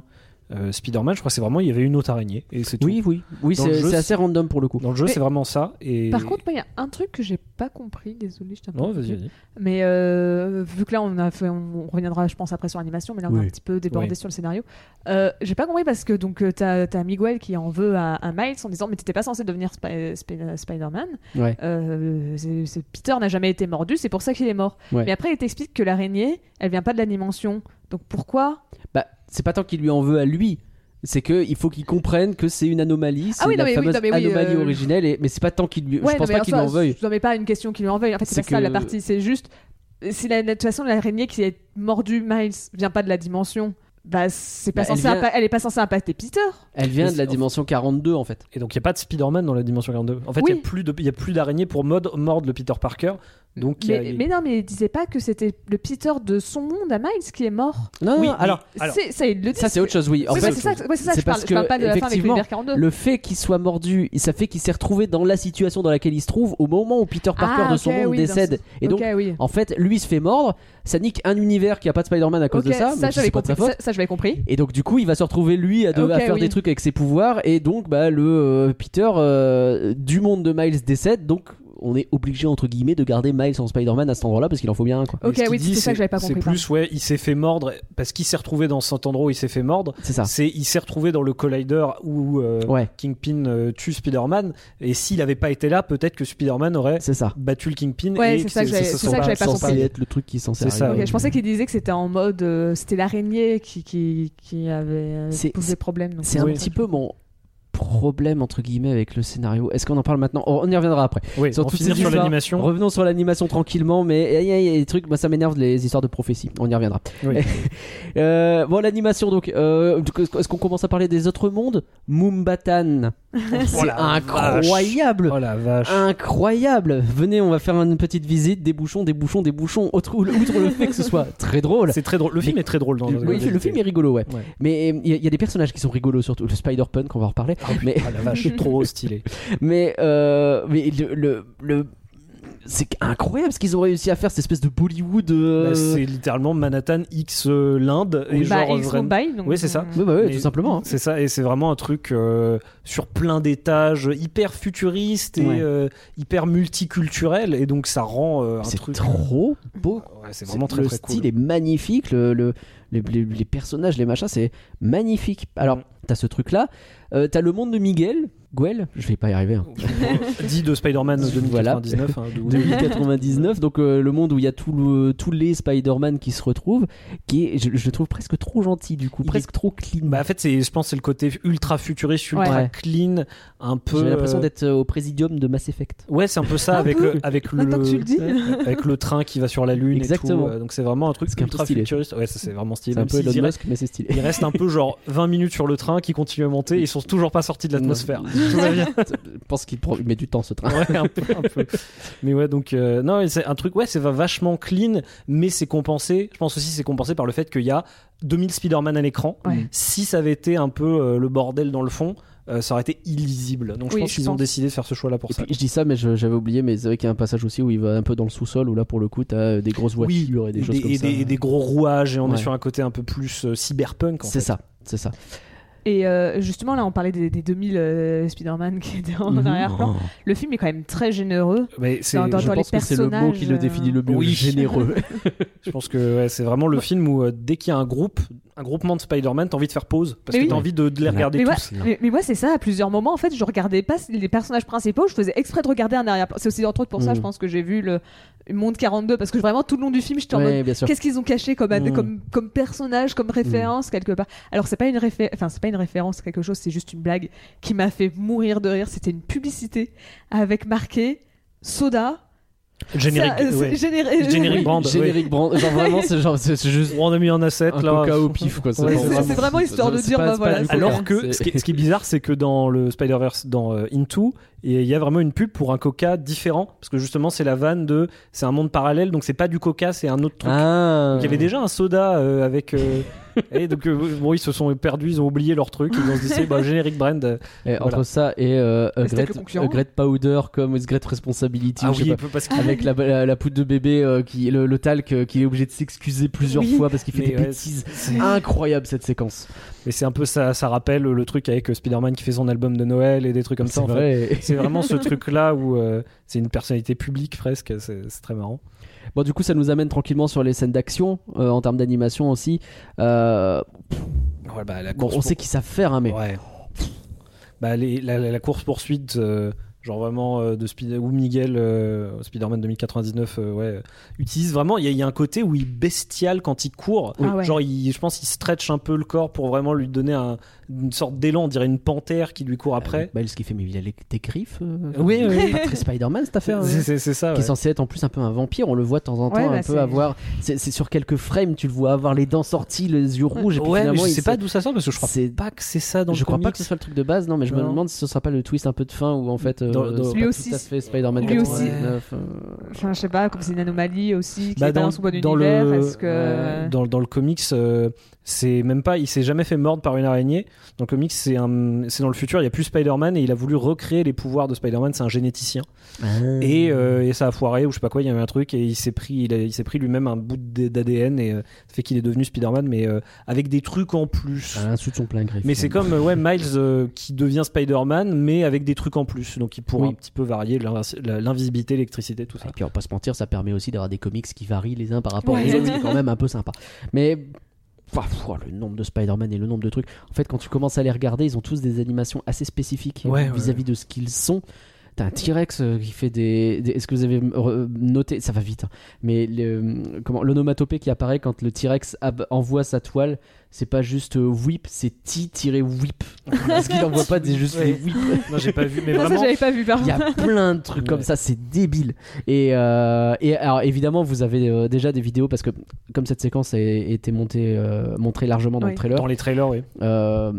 Speaker 3: euh, Spider-Man. Je crois que c'est vraiment il y avait une autre araignée et c'est tout.
Speaker 1: Oui, oui, oui,
Speaker 3: Dans le
Speaker 1: c'est
Speaker 3: jeu,
Speaker 1: c'est assez
Speaker 3: c'est-
Speaker 1: random pour le coup.
Speaker 3: Dans le jeu,
Speaker 2: Mais-
Speaker 3: c'est vraiment ça. Et
Speaker 2: Par contre, moi, il y a un truc que j'ai pas compris, désolé, je t'ai un peu
Speaker 3: non,
Speaker 2: coupé.
Speaker 3: vas-y, vas-y.
Speaker 2: Mais euh, vu que là, on, a fait, on reviendra, je pense, après sur l'animation, mais là, on a
Speaker 1: Oui.
Speaker 2: un petit peu débordé
Speaker 3: Oui.
Speaker 2: sur le scénario. Euh, J'ai pas compris parce que donc euh, t'as as Miguel qui en veut à, à Miles en disant Mais t'étais pas censé devenir Spi- Spi- Spider-Man.
Speaker 1: Ouais.
Speaker 2: Euh, c'est- c'est- Peter n'a jamais été mordu, c'est pour ça qu'il est mort.
Speaker 1: Ouais.
Speaker 2: Mais après, il t'explique que l'araignée, elle vient pas de la dimension. Donc pourquoi
Speaker 1: Bah, c'est pas tant qu'il lui en veut à lui. C'est que il faut qu'il comprenne que c'est une anomalie, c'est
Speaker 2: Ah oui, non,
Speaker 1: la
Speaker 2: mais oui,
Speaker 1: fameuse
Speaker 2: non, mais oui,
Speaker 1: anomalie
Speaker 2: euh,
Speaker 1: originelle. Et... Mais c'est pas tant qu'il lui, je
Speaker 2: Ouais,
Speaker 1: pense
Speaker 2: non, mais
Speaker 1: pas qu'il
Speaker 2: soi,
Speaker 1: en veuille.
Speaker 2: Je n'en mets pas une question qu'il lui en veuille. En fait, c'est
Speaker 1: C'est
Speaker 2: pas ça la
Speaker 1: que-
Speaker 2: partie. C'est juste. Si la, de toute façon, l'araignée qui est mordue, Miles, vient pas de la dimension, bah, c'est pas
Speaker 1: Bah, elle
Speaker 2: censé
Speaker 1: vient-
Speaker 2: impa- elle est pas censée impacter Peter.
Speaker 1: Elle vient
Speaker 3: Mais
Speaker 1: de la
Speaker 3: c'est-
Speaker 1: dimension 42 en fait.
Speaker 3: Et donc il y a pas de Spider-Man dans la dimension 42. En fait, il
Speaker 2: Oui.
Speaker 3: y a plus de, il y a plus d'araignée pour mode mordre le Peter Parker. Donc il y a-
Speaker 2: Mais, mais non, mais il disait pas que c'était le Peter de son monde à Miles qui est mort.
Speaker 1: Non,
Speaker 3: Oui,
Speaker 1: non,
Speaker 3: mais-
Speaker 1: alors
Speaker 3: alors-
Speaker 2: C'est- ça, il le dit.
Speaker 1: ça c'est autre chose, oui. En
Speaker 2: Oui,
Speaker 1: fait,
Speaker 2: bah, c'est ça, ouais, c'est ça que
Speaker 1: c'est
Speaker 2: je parle.
Speaker 1: parce
Speaker 2: Je parle pas de la fin avec
Speaker 1: effectivement,
Speaker 2: l'univers 42.
Speaker 1: le fait qu'il soit mordu, ça fait qu'il s'est retrouvé dans la situation dans laquelle il se trouve au moment où Peter Parker
Speaker 2: Ah,
Speaker 1: de son
Speaker 2: ok,
Speaker 1: monde
Speaker 2: oui,
Speaker 1: décède.
Speaker 2: dans ce-
Speaker 1: Et donc,
Speaker 2: Ok, oui.
Speaker 1: en fait, lui se fait mordre. Ça nique un univers qui a pas de Spider-Man à cause
Speaker 2: Ok,
Speaker 1: de ça. même si
Speaker 2: j'avais
Speaker 1: c'est pas de sa
Speaker 2: compris.
Speaker 1: faute.
Speaker 2: Ça, ça, j'avais compris.
Speaker 1: Et donc du coup, il va se retrouver lui à, de-
Speaker 2: Ok,
Speaker 1: à faire
Speaker 2: oui.
Speaker 1: des trucs avec ses pouvoirs et donc bah, le euh, Peter euh, du monde de Miles décède donc on est obligé entre guillemets de garder Miles en Spider-Man à cet endroit-là parce qu'il en faut bien un quoi.
Speaker 2: Ok,
Speaker 3: ce qu'il
Speaker 2: oui,
Speaker 3: dit,
Speaker 2: c'était ça que j'avais pas
Speaker 3: c'est
Speaker 2: compris,
Speaker 3: plus, ouais, il s'est fait mordre parce qu'il s'est retrouvé dans cet endroit où il s'est fait mordre.
Speaker 1: C'est ça.
Speaker 3: C'est, il s'est retrouvé dans le collider où euh,
Speaker 1: Ah. Ouais,
Speaker 3: Kingpin euh, tue Spider-Man. Et s'il n'avait pas été là, peut-être que Spider-Man aurait
Speaker 1: c'est ça.
Speaker 3: battu le Kingpin.
Speaker 2: Ouais,
Speaker 3: et
Speaker 2: c'est ça que j'avais-
Speaker 3: se
Speaker 2: c'est
Speaker 3: sont
Speaker 2: ça que j'avais pas
Speaker 1: censé
Speaker 2: compris.
Speaker 1: être le truc qui est censé
Speaker 3: C'est ça,
Speaker 1: arriver.
Speaker 2: Ok,
Speaker 3: ouais.
Speaker 2: je pensais qu'il disait que c'était en mode. euh, c'était l'araignée qui, qui, qui avait euh,
Speaker 1: C'est-
Speaker 2: posé
Speaker 1: c'est-
Speaker 2: problème. donc
Speaker 1: C'est un
Speaker 2: pour ça
Speaker 1: petit
Speaker 2: que-
Speaker 1: peu mon problème entre guillemets avec le scénario. Est-ce qu'on en parle maintenant On on y reviendra après.
Speaker 3: Oui,
Speaker 1: Sur
Speaker 3: on
Speaker 1: toutes
Speaker 3: finit
Speaker 1: ces
Speaker 3: sur
Speaker 1: histoires.
Speaker 3: l'animation.
Speaker 1: Revenons sur l'animation tranquillement, mais aïe, aïe, aïe, les trucs, moi ça m'énerve les histoires de prophétie. On y reviendra.
Speaker 3: Oui.
Speaker 1: Euh, bon, l'animation donc, euh, est-ce qu'on commence à parler des autres mondes Mumbatan,
Speaker 3: Oh
Speaker 1: c'est
Speaker 3: la
Speaker 1: incroyable.
Speaker 3: Oh la vache.
Speaker 1: Incroyable Venez, on va faire une petite visite, des bouchons, des bouchons, des bouchons, outre, outre le fait que ce soit très drôle.
Speaker 3: C'est très drôle. Le film
Speaker 1: Mais-
Speaker 3: est très drôle dans
Speaker 1: Oui, le, film est rigolo, ouais.
Speaker 3: Ouais.
Speaker 1: Mais euh, il y, a- il y a des personnages qui sont rigolos, surtout le Spider-Punk, on va en reparler. mais
Speaker 3: Oh la vache, trop stylé.
Speaker 1: mais, euh, mais le, le, le- c'est incroyable ce qu'ils ont réussi à faire, cette espèce de Bollywood. euh,
Speaker 3: Bah, c'est littéralement Manhattan X euh, l'Inde et
Speaker 2: Bah,
Speaker 3: genre
Speaker 2: Ace
Speaker 3: vraiment-
Speaker 2: Mumbai, donc,
Speaker 3: Oui, c'est ça.
Speaker 2: euh,
Speaker 1: Ouais, bah ouais,
Speaker 3: Mais
Speaker 1: tout simplement. hein.
Speaker 3: C'est ça, et c'est vraiment un truc euh, sur plein d'étages, hyper futuriste et
Speaker 1: Ouais.
Speaker 3: euh, hyper multiculturel, et donc ça rend euh, un
Speaker 1: C'est
Speaker 3: truc. euh,
Speaker 1: trop beau.
Speaker 3: Ouais, c'est vraiment
Speaker 1: C'est-
Speaker 3: très
Speaker 1: le
Speaker 3: très
Speaker 1: style
Speaker 3: cool.
Speaker 1: est magnifique, le, le- les, les- les personnages, les machins, c'est magnifique. Alors,
Speaker 3: Mm.
Speaker 1: t'as ce truc-là, euh, t'as le monde de Miguel, Guel, je vais pas y arriver. hein.
Speaker 3: dit de Spider-Man de
Speaker 1: Voilà.
Speaker 3: 2099. hein, de-
Speaker 1: 2099, donc euh, le monde où il y a tout le- tous les Spider-Man qui se retrouvent, qui est, je, je le trouve presque trop gentil du coup,
Speaker 3: Il
Speaker 1: presque trop clean.
Speaker 3: Bah, en fait, c'est, je pense que c'est le côté ultra futuriste, ultra
Speaker 1: Ouais.
Speaker 3: clean, un peu.
Speaker 1: J'ai l'impression
Speaker 3: euh,
Speaker 1: d'être euh, au présidium de Mass Effect.
Speaker 3: Ouais, c'est un peu ça
Speaker 2: Un
Speaker 3: avec
Speaker 2: peu.
Speaker 3: le avec le,
Speaker 2: Maintenant que tu le dis.
Speaker 3: avec le train qui va sur la lune
Speaker 1: Exactement.
Speaker 3: et tout. euh, Donc c'est vraiment un truc
Speaker 1: Ce qui est un peu
Speaker 3: ultra
Speaker 1: stylé.
Speaker 3: futuriste. Ouais, ça c'est vraiment stylé.
Speaker 1: C'est un
Speaker 3: même
Speaker 1: peu
Speaker 3: s'ils y
Speaker 1: Elon
Speaker 3: restent-
Speaker 1: Musk, mais c'est stylé.
Speaker 3: Il reste un peu genre 20 minutes sur le train qui continue à monter, ils sont toujours pas sortis de l'atmosphère. Tout va bien.
Speaker 1: Je pense qu'il prend- il met du temps ce train.
Speaker 3: Ouais, un peu, un peu. Mais ouais, donc euh, non, mais c'est un truc ouais, c'est va- vachement clean, mais c'est compensé. Je pense aussi c'est compensé par le fait qu'il y a 2000 Spider-Man à l'écran.
Speaker 2: Ouais.
Speaker 3: Si ça avait été un peu euh, le bordel dans le fond, euh, ça aurait été illisible. Donc je
Speaker 2: Oui,
Speaker 3: pense
Speaker 2: je
Speaker 3: qu'ils ont
Speaker 2: pense.
Speaker 3: décidé de faire ce choix-là pour
Speaker 1: Et
Speaker 3: ça.
Speaker 1: puis, je dis ça, mais je- j'avais oublié, mais c'est vrai qu'il y a un passage aussi où il va un peu dans le sous-sol, où là, pour le coup, t'as euh, des grosses
Speaker 3: Oui,
Speaker 1: voitures et des choses comme
Speaker 3: et
Speaker 1: ça.
Speaker 3: des- et des gros rouages, et on
Speaker 1: Ouais.
Speaker 3: est sur un côté un peu plus euh, cyberpunk. en
Speaker 1: C'est
Speaker 3: fait.
Speaker 1: ça, c'est ça.
Speaker 2: Et euh, justement, là, on parlait des, des 2000 euh, Spider-Man qui étaient en
Speaker 1: Mhm.
Speaker 2: arrière-plan. Le film est quand même très généreux.
Speaker 3: Mais c'est-
Speaker 2: Dans- dans-
Speaker 1: je
Speaker 2: les
Speaker 1: pense que c'est le mot qui le
Speaker 2: personnages,
Speaker 1: définit le mieux,
Speaker 3: euh, Oui.
Speaker 1: généreux.
Speaker 3: Je pense que ouais, c'est vraiment le film où euh, dès qu'il y a un groupe, un groupement de Spider-Man, t'as envie de faire pause parce
Speaker 2: Mais
Speaker 3: que
Speaker 2: oui.
Speaker 3: t'as envie de, de les
Speaker 1: Ouais.
Speaker 3: regarder
Speaker 2: Mais moi,
Speaker 3: tous.
Speaker 2: mais, mais moi, c'est ça. À plusieurs moments, en fait, je regardais pas les personnages principaux. Je faisais exprès de regarder un arrière-plan. C'est aussi entre autres pour ça,
Speaker 1: Mm.
Speaker 2: je pense que j'ai vu le Monde 42 parce que vraiment tout le long du film, j'étais en mode
Speaker 1: ouais, bien sûr.
Speaker 2: Qu'est-ce qu'ils ont caché comme,
Speaker 3: Mm.
Speaker 2: comme, comme personnage, comme référence quelque part Alors c'est pas une réfé- enfin c'est pas une référence quelque chose, c'est juste une blague qui m'a fait mourir de rire. C'était une publicité avec marqué soda. Ça, euh,
Speaker 3: Générique.
Speaker 2: c'est
Speaker 3: ouais.
Speaker 2: généré-
Speaker 3: Générique brand.
Speaker 1: Générique brand. Genre vraiment, c'est genre, c'est c'est juste
Speaker 3: Où on a mis en asset
Speaker 1: un
Speaker 3: là.
Speaker 1: coca au pif, quoi.
Speaker 3: Ouais,
Speaker 2: C'est-
Speaker 3: c'est
Speaker 2: c'est
Speaker 3: vraiment-
Speaker 2: c'est vraiment histoire de
Speaker 1: c'est
Speaker 2: dire
Speaker 1: pas-
Speaker 2: bah
Speaker 1: c'est pas
Speaker 2: voilà.
Speaker 1: du
Speaker 2: c'est-
Speaker 3: Alors que
Speaker 1: C'est-
Speaker 3: ce qui, est, ce qui est bizarre, c'est que dans le Spider-Verse, dans euh, Into, il y a vraiment une pub pour un coca différent parce que justement c'est la vanne de c'est un monde parallèle donc c'est pas du coca, c'est un autre truc.
Speaker 1: Ah.
Speaker 3: Il y avait déjà un soda euh, avec. euh, et donc, euh, bon, ils se sont perdus, ils ont oublié leur truc, ils ont dit, bah, générique brand. euh,
Speaker 1: Et Entre
Speaker 3: Voilà.
Speaker 1: ça et euh,
Speaker 2: Mais c'était
Speaker 1: Great,
Speaker 2: avec le concurrent. hein.
Speaker 1: euh, Great Powder comme It's Great Responsibility, ou je sais pas,
Speaker 3: Ah parce
Speaker 1: avec la, la, la poudre de bébé, euh, qui, le, le talc euh, qui est obligé de s'excuser plusieurs
Speaker 2: Oui.
Speaker 1: fois parce qu'il fait
Speaker 3: Mais
Speaker 1: des
Speaker 3: ouais,
Speaker 1: bêtises. Ah, Incroyable cette séquence.
Speaker 3: Mais c'est un peu ça, ça rappelle le truc avec euh, Spider-Man qui fait son album de Noël et des trucs comme ça.
Speaker 1: C'est
Speaker 3: en fait.
Speaker 1: vrai.
Speaker 3: C'est vraiment ce truc-là où euh, c'est une personnalité publique presque, c'est c'est très marrant.
Speaker 1: Bon, du coup, ça nous amène tranquillement sur les scènes d'action, euh, en termes d'animation aussi. Euh,
Speaker 3: Ouais, bah, la
Speaker 1: bon,
Speaker 3: course
Speaker 1: on sait qu'ils savent faire, hein, mais.
Speaker 3: Ouais. Bah, les- la, course poursuite, genre vraiment euh, de Speed ou Miguel euh, Spider-Man 2099, euh, ouais, euh, utilise vraiment. Il y, a- il y a un côté où il bestial quand il court.
Speaker 2: Ah ouais.
Speaker 3: Genre, il- je pense, il stretch un peu le corps pour vraiment lui donner un- une sorte d'élan. On dirait une panthère qui lui court après.
Speaker 1: Bah, ce qu'il fait, mais il a les- des griffes. euh,
Speaker 3: Oui, oui, oui.
Speaker 1: pas très Spider-Man cette affaire. hein.
Speaker 3: C'est- c'est c'est ça.
Speaker 1: qui est
Speaker 3: ouais.
Speaker 1: censé être en plus un peu un vampire. On le voit de temps en temps
Speaker 2: Ouais,
Speaker 1: un
Speaker 2: bah,
Speaker 1: peu
Speaker 2: c'est-
Speaker 1: avoir. C'est c'est sur quelques frames, tu le vois avoir les dents sorties, les yeux rouges. Et puis
Speaker 3: Ouais, mais
Speaker 1: finalement,
Speaker 3: je
Speaker 1: il
Speaker 3: sais
Speaker 1: se-
Speaker 3: pas d'où ça sort parce que je crois
Speaker 1: c'est-
Speaker 3: pas que c'est ça dans
Speaker 1: je
Speaker 3: le
Speaker 1: crois pas
Speaker 3: comics.
Speaker 1: que ce soit le truc de base, non, mais je me
Speaker 3: Non.
Speaker 1: demande si ce sera pas le twist un peu de fin où en fait. euh,
Speaker 3: Dans- dans-
Speaker 1: c'est
Speaker 2: Lui
Speaker 1: pas
Speaker 2: aussi,
Speaker 1: Tout à fait Spider-Man
Speaker 2: lui aussi.
Speaker 1: 99, euh,
Speaker 2: Enfin, je sais pas, comme c'est une anomalie aussi qui
Speaker 3: Bah,
Speaker 2: est dans, son bon univers. Est-ce que
Speaker 3: euh, dans, dans le comics, euh, c'est même pas, il s'est jamais fait mordre par une araignée. Dans le comics, c'est un- c'est dans le futur, il y a plus Spider-Man et il a voulu recréer les pouvoirs de Spider-Man. C'est un généticien et, euh, et ça a foiré ou je sais pas quoi. Il y a eu un truc et il s'est pris, il, a- il s'est pris lui-même un bout d- d'ADN et euh, ça fait qu'il est devenu Spider-Man, mais euh, avec des trucs en plus.
Speaker 1: Un sou de son plein griffe.
Speaker 3: Mais c'est comme euh, ouais, Miles euh, qui devient Spider-Man, mais avec des trucs en plus. Donc il pourra
Speaker 1: Oui.
Speaker 3: un petit peu varier l'invers- la- l'invisibilité, l'électricité, tout ça.
Speaker 1: Et puis on va pas se mentir, ça permet aussi d'avoir des comics qui varient les uns par rapport
Speaker 2: Ouais.
Speaker 1: aux autres, c'est quand même un peu sympa. Mais pff, pff, le nombre de Spider-Man et le nombre de trucs. En fait, quand tu commences à les regarder, ils ont tous des animations assez spécifiques
Speaker 3: Ouais, ouais,
Speaker 1: vis-à-vis de ce qu'ils sont. T'as un T-Rex euh, qui fait des. des- Est-ce que vous avez euh, noté Ça va vite. hein. Mais le- euh, comment l'onomatopée qui apparaît quand le T-Rex ab- envoie sa toile, c'est pas juste euh, whip, c'est T-whip. Parce qu'il envoie pas des, juste les
Speaker 3: Ouais.
Speaker 1: whip.
Speaker 3: Non, j'ai pas vu, mais
Speaker 2: Ça, ça,
Speaker 3: vraiment.
Speaker 2: j'avais pas vu par
Speaker 1: Il y a plein de trucs comme
Speaker 3: Ouais.
Speaker 1: ça, c'est débile. Et, euh, et alors évidemment, vous avez euh, déjà des vidéos parce que comme cette séquence a été montée, euh, montrée largement dans
Speaker 2: Oui.
Speaker 1: le trailer,
Speaker 3: Dans les trailers, oui.
Speaker 1: euh,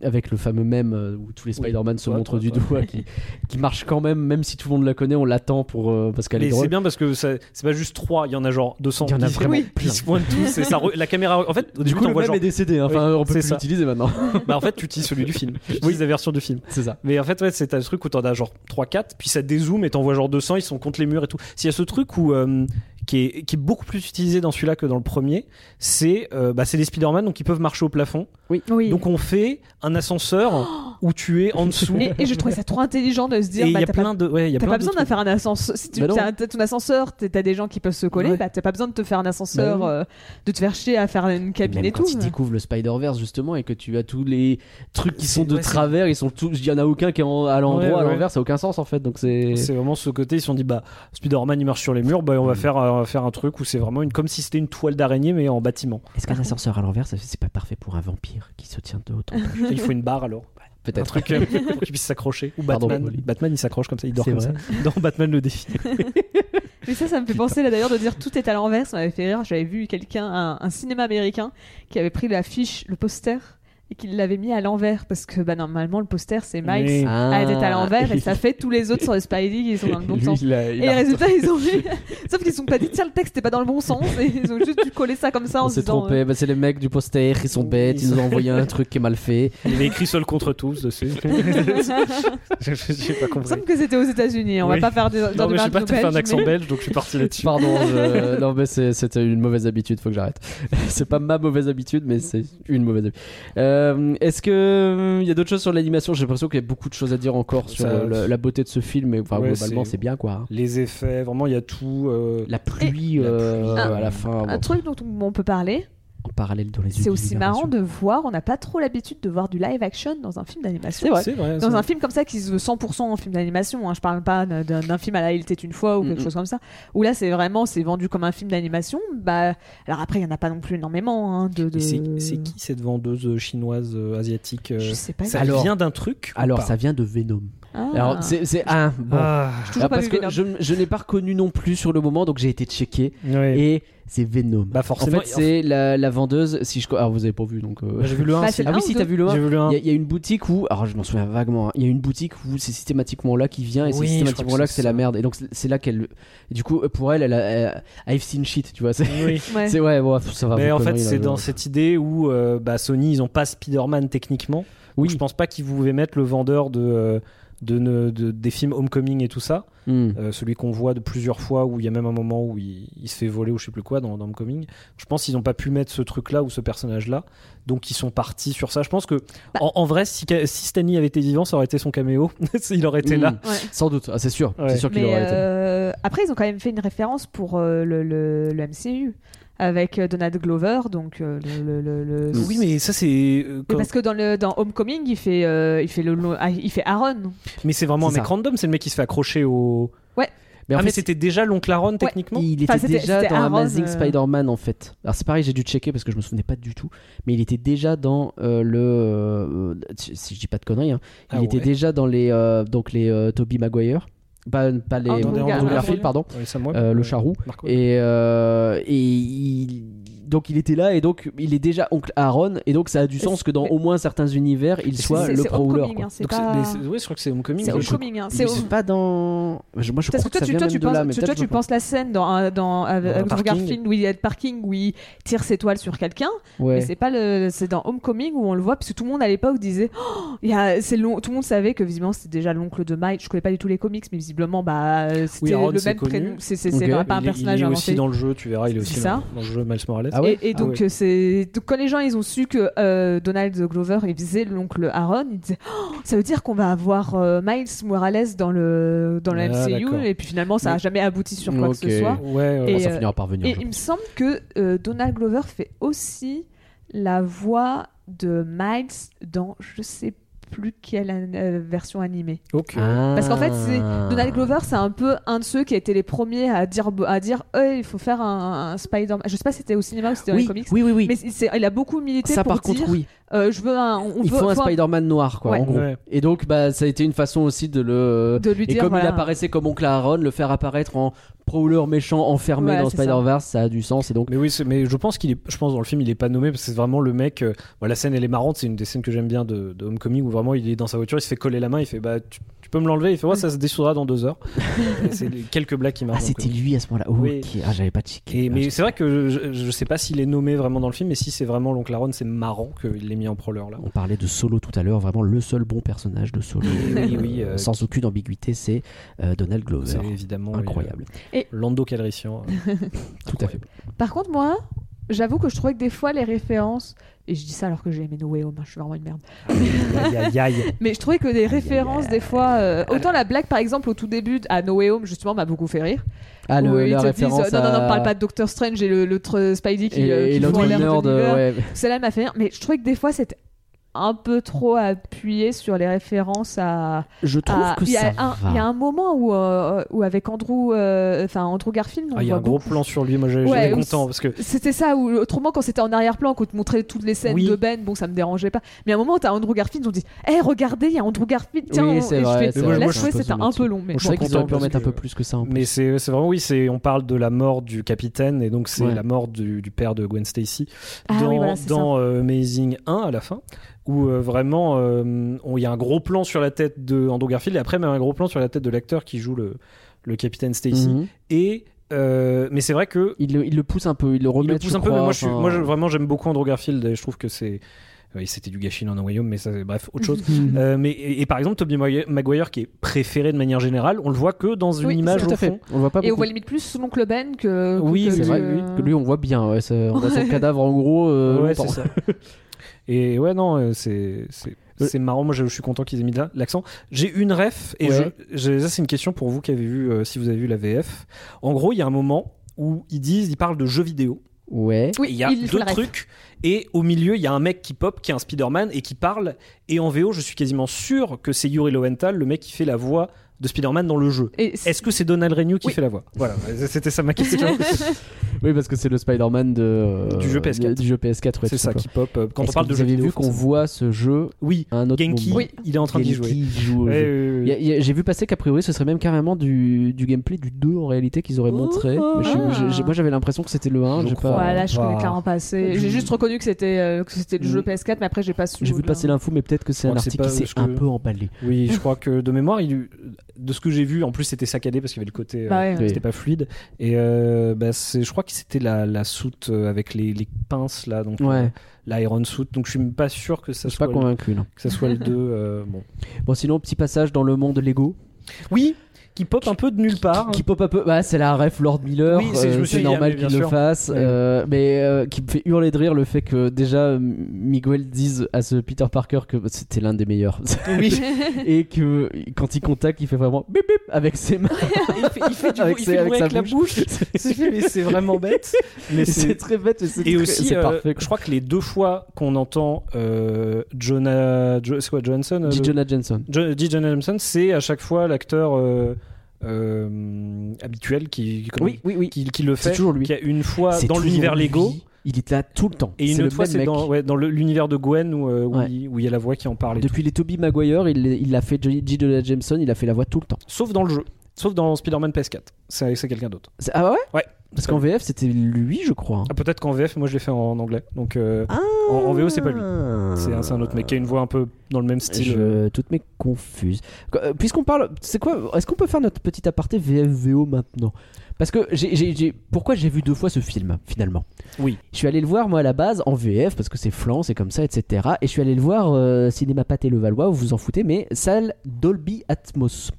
Speaker 1: avec le fameux mème euh, où tous les
Speaker 3: Oui.
Speaker 1: Spider-Man se
Speaker 3: Ouais,
Speaker 1: montrent
Speaker 3: ouais,
Speaker 1: du
Speaker 3: ouais.
Speaker 1: doigt, qui, qui marche quand même, même si tout le monde la connaît, on l'attend pour euh, parce qu'elle est
Speaker 3: Mais c'est
Speaker 1: drôle.
Speaker 3: bien parce que ça- c'est pas juste 3, il y en a genre 200.
Speaker 1: Il y en a
Speaker 3: ils-
Speaker 1: vraiment
Speaker 3: ils
Speaker 1: plein.
Speaker 3: se pointent tous et ça re- la caméra. En fait, au
Speaker 1: Du
Speaker 3: début,
Speaker 1: coup,
Speaker 3: t'en
Speaker 1: le
Speaker 3: vois
Speaker 1: mème
Speaker 3: genre.
Speaker 1: est décédé. hein. Enfin, on peut
Speaker 3: c'est
Speaker 1: plus
Speaker 3: ça.
Speaker 1: l'utiliser maintenant.
Speaker 3: Bah, en fait, tu utilises celui du film. Tu utilises la version du film.
Speaker 1: c'est ça.
Speaker 3: Mais en fait, ouais, c'est t'as ce truc où t'en as genre 3-4, puis ça dézoome et t'en vois genre 200, ils sont contre les murs et tout. S'il y a ce truc où. euh, qui est, qui est beaucoup plus utilisé dans celui-là que dans le premier, c'est euh, bah, c'est des Spider-Man, donc ils peuvent marcher au plafond.
Speaker 2: Oui.
Speaker 3: Donc on fait un ascenseur où tu es en dessous.
Speaker 2: et, et je trouvais ça trop intelligent de se
Speaker 3: Et
Speaker 2: dire
Speaker 3: il
Speaker 2: bah,
Speaker 3: y a
Speaker 2: t'as pas
Speaker 3: plein de. Ouais, il y a
Speaker 2: T'as
Speaker 3: plein
Speaker 2: pas
Speaker 3: de
Speaker 2: besoin de
Speaker 3: trucs.
Speaker 2: faire un ascenseur. Si tu
Speaker 1: Bah non.
Speaker 2: t'as, t'as ton ascenseur, t'es- t'as des gens qui peuvent se coller,
Speaker 3: Ouais.
Speaker 2: bah t'as pas besoin de te faire un ascenseur,
Speaker 1: Bah oui.
Speaker 2: euh, de te faire chier à faire une cabine
Speaker 1: Même
Speaker 2: et
Speaker 1: quand
Speaker 2: tout.
Speaker 1: ils découvrent le Spider-Verse justement et que tu as tous les trucs qui sont
Speaker 3: C'est-
Speaker 1: de
Speaker 3: ouais, c'est-
Speaker 1: travers, ils sont tous, il y en a aucun qui est en- à l'endroit,
Speaker 3: Ouais,
Speaker 1: à
Speaker 3: ouais.
Speaker 1: l'envers, ça a aucun sens en fait. Donc c'est
Speaker 3: C'est vraiment ce côté, ils se sont dit, bah, Spider-Man, il marche sur les murs, bah,
Speaker 1: Mm.
Speaker 3: on va, faire, euh, on va faire un truc où c'est vraiment une, comme si c'était une toile d'araignée, mais en bâtiment.
Speaker 1: Est-ce qu'un ascenseur à l'envers, ça- c'est pas parfait pour un vampire qui se tient de haut en bas
Speaker 3: Il faut une barre alors. Un
Speaker 1: Peut-être.
Speaker 3: truc euh, pour qu'il puisse s'accrocher. Ou
Speaker 1: Pardon,
Speaker 3: Batman.
Speaker 1: Oli.
Speaker 3: Batman, il s'accroche comme ça, il dort
Speaker 1: C'est
Speaker 3: comme
Speaker 1: vrai.
Speaker 3: ça. Dans Batman le défi.
Speaker 2: Mais ça, ça me fait penser là d'ailleurs de dire tout est à l'envers. Ça m'avait fait rire. J'avais vu quelqu'un, un, un cinéma américain, qui avait pris l'affiche, le poster et qu'il l'avait mis à l'envers parce que bah, normalement le poster c'est Miles
Speaker 3: Oui.
Speaker 1: Ah.
Speaker 2: à la tête Ah, à l'envers et
Speaker 1: il-
Speaker 2: ça fait tous les autres sur le Spidey qui sont dans le bon
Speaker 1: Ah. lui,
Speaker 2: sens.
Speaker 1: il a- il
Speaker 2: Et
Speaker 1: a-
Speaker 2: résultat, ils ont mis. Sauf qu'ils se sont pas dit, tiens, le texte n'est pas dans le bon sens. Et ils ont juste dû coller ça comme ça en
Speaker 1: On
Speaker 2: se
Speaker 1: s'est
Speaker 2: disant. euh,
Speaker 1: trompé, Bah, c'est les mecs du poster, ils sont bêtes, ils nous ont envoyé un truc qui est mal fait.
Speaker 3: Il est écrit seul contre tous dessus. Je- je- J'ai pas
Speaker 2: Il me
Speaker 3: compris.
Speaker 2: semble que c'était aux États-Unis. hein. On
Speaker 3: Oui.
Speaker 2: va pas faire de. dans
Speaker 3: Non,
Speaker 2: du
Speaker 3: mais je sais
Speaker 2: marque
Speaker 3: pas, t'as fait
Speaker 2: belge,
Speaker 3: un accent
Speaker 2: mais-
Speaker 3: belge, donc je suis parti là-dessus.
Speaker 1: Pardon, je- non mais c'est- c'était une mauvaise habitude, faut que j'arrête. c'est pas ma mauvaise habitude, mais c'est une mauvaise habitude. Euh, Est-ce que euh, il y a d'autres choses sur l'animation J'ai l'impression qu'il y a beaucoup de choses à dire encore sur
Speaker 3: Ça-
Speaker 1: le- la beauté de ce film, mais enfin,
Speaker 3: Ouais,
Speaker 1: globalement
Speaker 3: c'est-
Speaker 1: c'est bien quoi. hein.
Speaker 3: Les effets, vraiment, il y a tout. euh,
Speaker 1: La pluie,
Speaker 3: Et-
Speaker 1: euh,
Speaker 3: La
Speaker 2: Ah.
Speaker 3: pluie.
Speaker 1: à la fin,
Speaker 2: Un
Speaker 1: bon,
Speaker 2: truc dont on peut parler,
Speaker 1: en parallèle dans les
Speaker 2: c'est aussi
Speaker 1: univers,
Speaker 2: marrant
Speaker 1: bien sûr.
Speaker 2: de voir, on n'a pas trop l'habitude de voir du live action dans un film d'animation.
Speaker 3: C'est vrai.
Speaker 2: Dans
Speaker 3: ça.
Speaker 2: un film comme ça qui se veut 100% en film d'animation, hein, je parle pas d'un- d'un film à la Il était une fois ou quelque
Speaker 1: Mm, mm.
Speaker 2: chose comme ça, où là c'est vraiment c'est vendu comme un film d'animation. Bah, alors après il y en a pas non plus énormément hein, de. de-
Speaker 3: Et c'est c'est qui cette vendeuse euh, chinoise euh, asiatique euh,
Speaker 2: Je sais pas.
Speaker 3: Ça
Speaker 1: Alors-
Speaker 3: vient d'un truc ou
Speaker 1: Alors
Speaker 3: pas
Speaker 1: ça vient de Venom.
Speaker 2: Ah.
Speaker 1: Alors c'est c'est- ah, bon.
Speaker 3: Ah,
Speaker 2: J'ai toujours
Speaker 1: Ah,
Speaker 2: pas
Speaker 1: parce
Speaker 2: vu
Speaker 1: que
Speaker 2: Venom.
Speaker 1: je, je n'ai pas reconnu non plus sur le moment, donc j'ai été checké
Speaker 3: ouais.
Speaker 1: et c'est Venom.
Speaker 3: Bah, forcément,
Speaker 1: En fait, c'est la, la vendeuse. Si je, co- ah, vous avez pas vu donc. euh,
Speaker 3: Bah, J'ai vu le 1.
Speaker 2: Bah,
Speaker 3: c'est-
Speaker 2: c'est
Speaker 1: Ah
Speaker 2: un
Speaker 1: oui,
Speaker 2: ou
Speaker 1: si
Speaker 2: deux
Speaker 1: t'as vu le
Speaker 3: J'ai
Speaker 1: 1
Speaker 3: vu
Speaker 1: Il
Speaker 3: le 1.
Speaker 1: y, a- il y a une boutique où, alors je m'en souviens vaguement, hein, il y a une boutique où c'est systématiquement là qui vient et c'est
Speaker 3: Oui, je crois
Speaker 1: systématiquement
Speaker 3: que
Speaker 1: là
Speaker 3: c'est
Speaker 1: que c'est la
Speaker 3: ça.
Speaker 1: merde. Et donc c'est- c'est là qu'elle. et Du coup, pour elle, elle a, elle a- I've seen shit, tu vois. C'est
Speaker 3: Oui.
Speaker 2: Ouais.
Speaker 1: c'est- ouais, bon, ça va. hein.
Speaker 3: Mais
Speaker 1: vos
Speaker 3: en fait,
Speaker 1: conneries, là,
Speaker 3: c'est
Speaker 1: je-
Speaker 3: dans cette idée où euh, bah, Sony, ils n'ont pas Spider-Man techniquement.
Speaker 1: Oui.
Speaker 3: Donc, je pense pas qu'ils voulaient mettre le vendeur de, euh, de, ne- de- des films Homecoming et tout ça.
Speaker 1: Hmm.
Speaker 3: Euh, celui qu'on voit de plusieurs fois où il y a même un moment où il, il se fait voler ou je sais plus quoi dans, dans Homecoming. Je pense qu'ils n'ont pas pu mettre ce truc-là ou ce personnage-là. Donc ils sont partis sur ça. Je pense que
Speaker 2: Bah.
Speaker 3: en, en vrai, si, Ca- si Stan Lee avait été vivant, ça aurait été son caméo. il aurait été là.
Speaker 1: Hmm.
Speaker 2: Ouais.
Speaker 1: Sans doute, Ah, c'est sûr.
Speaker 3: Ouais.
Speaker 1: C'est sûr qu'il
Speaker 2: Mais
Speaker 1: aurait été.
Speaker 2: euh, après, ils ont quand même fait une référence pour euh, le, le- le MCU avec euh, Donald Glover, donc euh, le. le- le- le-
Speaker 3: Oui, mais ça c'est. euh,
Speaker 2: Mais
Speaker 3: comme-
Speaker 2: parce que dans le dans Homecoming, il fait euh, il fait le long- ah, il fait Aaron.
Speaker 3: Mais c'est vraiment un
Speaker 1: C'est
Speaker 3: mec
Speaker 1: ça.
Speaker 3: random. C'est le mec qui se fait accrocher au.
Speaker 1: en
Speaker 3: ah, mais
Speaker 1: fait,
Speaker 3: c'était déjà l'oncle Aaron techniquement.
Speaker 1: Il était
Speaker 2: Enfin, c'était-
Speaker 1: déjà
Speaker 2: c'était
Speaker 1: dans
Speaker 2: Aaron,
Speaker 1: Amazing
Speaker 2: euh.
Speaker 1: Spider-Man en fait. Alors c'est pareil, j'ai dû checker parce que je me souvenais pas du tout. Mais il était déjà dans euh, le. euh, si si je dis pas de conneries, hein. il
Speaker 3: Ah
Speaker 1: était
Speaker 3: ouais.
Speaker 1: déjà dans les euh, donc les euh, Tobey Maguire, pas, pas les
Speaker 2: Andrew
Speaker 1: Andrew
Speaker 2: Garfield.
Speaker 1: Garfield pardon,
Speaker 3: Ouais, Sam Webb,
Speaker 1: euh, le
Speaker 3: ouais.
Speaker 1: charroux.
Speaker 3: Mark Webb.
Speaker 1: Et, euh, et il- donc il était là et donc il est déjà oncle Aaron et donc ça a du
Speaker 2: Et
Speaker 1: sens
Speaker 2: c'est-
Speaker 1: que dans au moins certains univers il
Speaker 3: c'est-
Speaker 1: soit
Speaker 2: c'est-
Speaker 1: le
Speaker 2: c'est
Speaker 1: pro-hooler.
Speaker 2: Homecoming,
Speaker 1: quoi.
Speaker 2: hein, c'est
Speaker 3: Donc
Speaker 2: pas-
Speaker 3: mais c'est- ouais, je crois que c'est Homecoming. Euh,
Speaker 2: C'est
Speaker 3: mais je-
Speaker 2: Homecoming, hein,
Speaker 1: Mais
Speaker 2: c'est
Speaker 1: je suis
Speaker 2: Home-
Speaker 1: pas dans. je- Moi je crois
Speaker 2: Parce
Speaker 1: que,
Speaker 2: que toi,
Speaker 1: ça
Speaker 2: tu,
Speaker 1: vient
Speaker 2: toi,
Speaker 1: même
Speaker 2: tu
Speaker 1: de là, mais
Speaker 2: penses, tu, toi,
Speaker 1: peut-être
Speaker 2: tu
Speaker 1: je me trompe.
Speaker 2: penses la scène dans, un- dans, avec
Speaker 3: Dans un
Speaker 2: Andrew
Speaker 3: parking.
Speaker 2: Garfield où il y a le parking, où il tire ses toiles sur quelqu'un,
Speaker 1: Ouais.
Speaker 2: mais c'est pas le, c'est dans Homecoming où on le voit, parce que tout le monde à l'époque disait, Oh, il y a, c'est long, tout le monde savait que visiblement c'était déjà l'oncle de Mike. Je connais pas du tout les comics, mais visiblement, bah, c'était
Speaker 3: Aaron,
Speaker 2: le
Speaker 3: c'est
Speaker 2: même
Speaker 3: connu.
Speaker 2: prénom. C'est, c'est,
Speaker 1: Ok.
Speaker 2: c'est pas, pas un
Speaker 3: il est-
Speaker 2: personnage
Speaker 3: il est
Speaker 2: inventé.
Speaker 3: aussi dans le jeu, tu verras, il est
Speaker 2: C'est
Speaker 3: aussi
Speaker 2: ça
Speaker 3: dans, dans le jeu Miles Morales.
Speaker 1: Ah ouais
Speaker 2: et, et
Speaker 3: Ah
Speaker 2: donc
Speaker 3: ouais.
Speaker 2: euh, c'est donc, quand les gens ils ont su que euh, Donald Glover il faisait l'oncle Aaron, ils disaient Oh, ça veut dire qu'on va avoir euh, Miles Morales dans le dans le
Speaker 3: Ah, d'accord.
Speaker 2: MCU et puis finalement ça a
Speaker 3: Mais-
Speaker 2: jamais abouti sur quoi que
Speaker 1: Ok.
Speaker 2: ce soit.
Speaker 3: Ouais, ouais.
Speaker 1: Bon, bah,
Speaker 2: et,
Speaker 1: ça
Speaker 2: euh,
Speaker 1: finira par venir.
Speaker 2: Et
Speaker 1: je
Speaker 2: il me
Speaker 1: pense.
Speaker 2: semble que euh, Donald Glover fait aussi la voix de Miles dans je sais plus quelle an- euh, version animée.
Speaker 3: Ok.
Speaker 2: Parce qu'en fait, c'est-
Speaker 1: Ah.
Speaker 2: Donald Glover, c'est un peu un de ceux qui a été les premiers à dire, à dire Hey, il faut faire un, un Spider-Man. Je sais pas si c'était au cinéma ou si c'était dans les
Speaker 1: Oui,
Speaker 2: comics.
Speaker 1: oui, oui, oui.
Speaker 2: Mais il, s'est- il a beaucoup milité
Speaker 1: ça
Speaker 2: pour
Speaker 1: par contre,
Speaker 2: dire,
Speaker 1: oui.
Speaker 2: euh, je veux un, on
Speaker 1: Il
Speaker 2: veut,
Speaker 1: faut un
Speaker 2: faut un-
Speaker 1: Spider-Man noir, quoi,
Speaker 2: Ouais.
Speaker 1: en gros.
Speaker 3: Ouais.
Speaker 1: Et donc, bah, ça a été une façon aussi de le.
Speaker 2: de lui
Speaker 1: Et
Speaker 2: dire
Speaker 1: comme il
Speaker 2: voilà,
Speaker 1: apparaissait comme oncle Aaron, le faire apparaître en prowler méchant enfermé
Speaker 2: Ouais,
Speaker 1: dans
Speaker 2: c'est ça.
Speaker 1: Spider-Verse, ça. a du sens. Et donc,
Speaker 3: Mais oui, c'est- mais je pense qu'il est, je pense dans le film, il est pas nommé parce que c'est vraiment le mec. euh, bon, la scène, elle est marrante. C'est une des scènes que j'aime bien de, de Homecoming où vraiment il est dans sa voiture, il se fait coller la main, il fait bah tu, tu peux me l'enlever, il fait ouais ça se dessoudra dans deux heures. Et c'est les- quelques blagues qui marquent.
Speaker 1: ah, c'était lui à ce moment-là.
Speaker 3: Oui.
Speaker 1: Ok. Ah, j'avais pas checké.
Speaker 3: Et,
Speaker 1: Ah,
Speaker 3: mais
Speaker 1: je-
Speaker 3: c'est vrai que je, je sais pas s'il est nommé vraiment dans le film, mais si c'est vraiment l'oncle Aaron, c'est marrant qu'il l'ait mis en proleur là.
Speaker 1: On parlait de Solo tout à l'heure, vraiment le seul bon personnage de Solo,
Speaker 3: oui, oui,
Speaker 1: Euh,
Speaker 3: euh,
Speaker 1: sans aucune ambiguïté, c'est euh, Donald Glover.
Speaker 3: C'est évidemment oui,
Speaker 1: Incroyable,
Speaker 3: euh, Lando Calrissian. euh,
Speaker 1: tout à fait.
Speaker 2: Par contre, moi, j'avoue que je trouvais que des fois les références, et je dis ça alors que j'ai aimé No Way Home, hein, je suis vraiment une merde.
Speaker 3: Aïe, aïe, aïe.
Speaker 2: Mais je trouvais que les références, des fois, euh, autant la blague par exemple au tout début à No Way Home, justement, m'a beaucoup fait rire.
Speaker 1: Ah, le-
Speaker 2: Où ils
Speaker 1: la
Speaker 2: te disent,
Speaker 1: référence
Speaker 2: euh, non, non, non,
Speaker 1: à-
Speaker 2: parle pas de Doctor Strange et le- l'autre Spidey qui,
Speaker 1: Et,
Speaker 2: euh,
Speaker 1: et
Speaker 2: qui
Speaker 1: l'autre
Speaker 2: fout en l'air de
Speaker 1: nerd,
Speaker 2: l'univers.
Speaker 1: ouais.
Speaker 2: Celle-là m'a fait rire, mais je trouvais que des fois c'était un peu trop appuyé sur les références à.
Speaker 1: Je trouve
Speaker 2: à-
Speaker 1: que
Speaker 2: Ah, il y a
Speaker 1: ça
Speaker 2: un-
Speaker 1: va.
Speaker 2: Il y a un moment où, euh, où avec Andrew, euh, enfin Andrew Garfield, on
Speaker 3: Ah, il y a
Speaker 2: voit
Speaker 3: un gros
Speaker 2: beaucoup.
Speaker 3: plan sur lui, moi j'ai-
Speaker 2: Ouais,
Speaker 3: j'étais
Speaker 2: ou-
Speaker 3: content parce que
Speaker 2: C'était ça, ou autrement, quand c'était en arrière-plan, qu'on te montrait toutes les scènes
Speaker 3: Oui.
Speaker 2: de Ben, bon, ça me dérangeait pas. Mais à un moment, t'as Andrew Garfield, on dit Hé, regardez, il y a Andrew Garfield, tiens,
Speaker 1: Oui,
Speaker 2: on-
Speaker 1: c'est
Speaker 2: et je
Speaker 1: vrai,
Speaker 2: fais- bah,
Speaker 1: c'est
Speaker 3: Mais moi,
Speaker 2: là,
Speaker 3: moi,
Speaker 2: je
Speaker 3: je
Speaker 2: trouvais
Speaker 1: peux
Speaker 2: que c'était
Speaker 1: zoomer
Speaker 2: un
Speaker 1: dessus.
Speaker 2: peu long. Mais
Speaker 1: Je sais
Speaker 3: bon,
Speaker 1: qu'ils auraient pu en
Speaker 3: parce
Speaker 1: mettre un
Speaker 3: que-
Speaker 1: peu plus que ça. hein. en plus.
Speaker 3: Mais c'est c'est vraiment, oui, c'est on parle de la mort du capitaine, et donc c'est
Speaker 1: Ouais.
Speaker 3: la mort du, du père de Gwen Stacy
Speaker 2: Ah
Speaker 3: dans,
Speaker 2: oui, voilà, c'est
Speaker 3: dans, euh, Amazing 1 à la fin, où euh, vraiment euh, on- il y a un gros plan sur la tête de Andrew Garfield, et après même un gros plan sur la tête de l'acteur qui joue le, le capitaine Stacy.
Speaker 1: Mhm.
Speaker 3: Et, euh, mais c'est vrai que
Speaker 1: il, le, il le pousse un peu, il le remet.
Speaker 3: il le pousse
Speaker 1: je
Speaker 3: un peu, mais
Speaker 1: crois,
Speaker 3: moi, je suis,
Speaker 1: enfin, euh,
Speaker 3: moi je- vraiment j'aime beaucoup Andrew Garfield, et je trouve que c'est. oui, C'était du gâchis dans No Way Home, mais ça, bref, autre chose.
Speaker 1: Mhm.
Speaker 3: Euh, mais, et, et par exemple, Tobey Maguire- Maguire, qui est préféré de manière générale, on le voit que dans une
Speaker 2: Oui,
Speaker 3: image
Speaker 2: c'est
Speaker 3: au
Speaker 1: Tout à fait.
Speaker 3: fond.
Speaker 1: On le voit pas
Speaker 2: Et on
Speaker 1: beaucoup.
Speaker 2: voit limite plus l'oncle Ben que. que-
Speaker 3: Oui,
Speaker 2: que euh,
Speaker 3: c'est
Speaker 2: le-
Speaker 3: vrai,
Speaker 1: Que lui, on voit bien. ouais, c'est- on voit son cadavre en gros. euh,
Speaker 3: ouais,
Speaker 1: longtemps.
Speaker 3: c'est ça. et ouais, non, euh, c'est c'est-
Speaker 1: Euh,
Speaker 3: c'est marrant. Moi, je, je suis content qu'ils aient mis là l'accent. J'ai une ref et
Speaker 1: Ouais.
Speaker 3: je, j'ai- ça, c'est une question pour vous qui avez vu, euh, si vous avez vu la VF. En gros, il y a un moment où ils disent, ils parlent de jeux vidéo.
Speaker 1: Ouais.
Speaker 2: Oui,
Speaker 3: Et il y a
Speaker 2: il fait
Speaker 3: deux
Speaker 2: le ref.
Speaker 3: trucs et au milieu, il y a un mec qui pop, qui est un Spider-Man et qui parle. Et en VO, je suis quasiment sûr que c'est Yuri Lowenthal, le mec qui fait la voix de Spider-Man dans le jeu.
Speaker 2: Et c'est-
Speaker 3: Est-ce que c'est Donald Renew qui
Speaker 2: Oui.
Speaker 3: fait la voix Voilà, c'était ça ma question.
Speaker 1: Oui, parce que c'est le Spider-Man de, euh,
Speaker 3: Du jeu PS4.
Speaker 1: Du jeu PS4, ouais, tout
Speaker 3: c'est ça
Speaker 1: simplement.
Speaker 3: qui pop. euh, Quand on
Speaker 1: Est-ce
Speaker 3: parle
Speaker 1: que
Speaker 3: de
Speaker 1: vous
Speaker 3: jeux
Speaker 1: avez
Speaker 3: vidéo,
Speaker 1: vu qu'on
Speaker 3: forcément.
Speaker 1: voit ce jeu
Speaker 3: Oui,
Speaker 1: à un autre
Speaker 3: Genki,
Speaker 1: moment.
Speaker 3: il est en train d'y
Speaker 1: Genki
Speaker 3: jouer.
Speaker 1: joue au
Speaker 3: Ouais,
Speaker 1: jeu.
Speaker 3: ouais, ouais,
Speaker 1: Il y a- il y a- J'ai vu passer qu'a priori ce serait même carrément du, du gameplay du 2 en réalité qu'ils auraient montré.
Speaker 2: Oh.
Speaker 1: Mais je sais-
Speaker 2: Ah.
Speaker 1: j'ai- j'ai- moi j'avais l'impression que c'était le 1.
Speaker 3: Je
Speaker 1: J'ai
Speaker 3: crois.
Speaker 1: pas-
Speaker 2: Voilà, je
Speaker 3: Bah.
Speaker 2: connais clairement pas assez. J'ai juste reconnu que c'était euh, que c'était le jeu
Speaker 1: Mm.
Speaker 2: PS4, mais après, j'ai pas su.
Speaker 1: J'ai vu
Speaker 2: au-delà.
Speaker 1: passer l'info, mais peut-être que c'est
Speaker 3: Je
Speaker 1: un
Speaker 3: crois que c'est
Speaker 1: article
Speaker 3: pas-
Speaker 1: qui s'est
Speaker 3: parce que-
Speaker 1: un peu emballé.
Speaker 3: Oui, je crois que de mémoire, il- de ce que j'ai vu, en plus c'était saccadé parce qu'il y avait le côté. euh,
Speaker 2: Bah ouais.
Speaker 1: Oui.
Speaker 3: C'était pas fluide. Et euh, bah, c'est- je crois que c'était la, la soute euh, avec les, les pinces là, donc euh,
Speaker 1: Ouais,
Speaker 3: l'iron suit. Donc je suis pas sûr que
Speaker 1: je
Speaker 3: ça,
Speaker 1: suis pas
Speaker 3: soit, le,
Speaker 1: convaincu. non.
Speaker 3: que ça soit le 2. euh, bon.
Speaker 1: Bon, sinon, petit passage dans le monde Lego.
Speaker 3: Oui, qui pop un peu de nulle part.
Speaker 1: Qui pop un peu. Bah, c'est la ref Lord Miller.
Speaker 3: Oh. Oui, c'est- je me
Speaker 1: euh,
Speaker 3: suis
Speaker 1: c'est
Speaker 3: dit, ah,
Speaker 1: normal
Speaker 3: mais bien
Speaker 1: qu'il le
Speaker 3: sûr.
Speaker 1: fasse.
Speaker 3: Ouais.
Speaker 1: euh, mais euh, qui me fait hurler de rire le fait que déjà euh, Miguel dise à ce Peter Parker que c'était l'un des meilleurs.
Speaker 3: Oui,
Speaker 1: Et que quand il contacte, il fait vraiment bip bip avec ses mains.
Speaker 3: il fait, il fait du
Speaker 1: Avec
Speaker 3: bruit- Ah,
Speaker 1: ses-
Speaker 3: il fait du
Speaker 1: avec
Speaker 3: bruit avec
Speaker 1: sa
Speaker 3: la bouche. C'est- mais c'est vraiment bête. Mais
Speaker 1: C'est
Speaker 3: c'est
Speaker 1: très bête, mais c'est
Speaker 3: Et
Speaker 1: très-
Speaker 3: aussi,
Speaker 1: c'est
Speaker 3: euh,
Speaker 1: parfait.
Speaker 3: je crois que les deux fois qu'on entend euh, Jonah, Jo- c'est quoi, Johnson euh,
Speaker 1: Dit
Speaker 3: le-
Speaker 1: Jonah Jensen.
Speaker 3: Jo- D. Jonah Jameson, c'est à chaque fois l'acteur euh, euh, habituel qui, qui-
Speaker 1: Oui, oui, oui.
Speaker 3: qui, qui le
Speaker 1: C'est
Speaker 3: fait,
Speaker 1: toujours lui.
Speaker 3: qui a une fois
Speaker 1: C'est
Speaker 3: dans
Speaker 1: toujours
Speaker 3: l'univers
Speaker 1: lui.
Speaker 3: Lego.
Speaker 1: Il est là tout le temps.
Speaker 3: Et
Speaker 1: C'est
Speaker 3: une
Speaker 1: le
Speaker 3: autre fois,
Speaker 1: même
Speaker 3: c'est
Speaker 1: mec.
Speaker 3: dans, ouais, dans le- l'univers de Gwen où euh, où
Speaker 1: Ouais.
Speaker 3: il où il y a la voix qui en parle. et
Speaker 1: Depuis les Toby Maguire, il il l'a fait J. J. Jonah Jameson, il a fait la voix tout le temps.
Speaker 3: tout. Sauf dans le jeu. Sauf dans Spider-Man PS4. C'est c'est quelqu'un d'autre.
Speaker 1: C'est- Ah ouais
Speaker 3: Ouais.
Speaker 1: Parce qu'en VF, c'était lui, je crois.
Speaker 3: Ah, Peut-être qu'en VF, moi je l'ai fait en, anglais. Donc euh, en, en VO, c'est pas lui.
Speaker 1: Ah.
Speaker 3: C'est un, c'est un autre mec qui a une voix un peu dans le même style. euh.
Speaker 1: Je... Toutes mes confuses. Qu- euh, Puisqu'on parle, c'est quoi Est-ce qu'on peut faire notre petit aparté VFVO maintenant Parce que j'ai, j'ai- j'ai- pourquoi j'ai vu deux fois ce film finalement
Speaker 3: Oui.
Speaker 1: Je suis allé le voir moi à la base en VF parce que c'est flan, c'est comme ça, etc. Et je suis allé le voir euh, cinéma Pâté le Valois, vous vous en foutez, mais salle Dolby Atmos.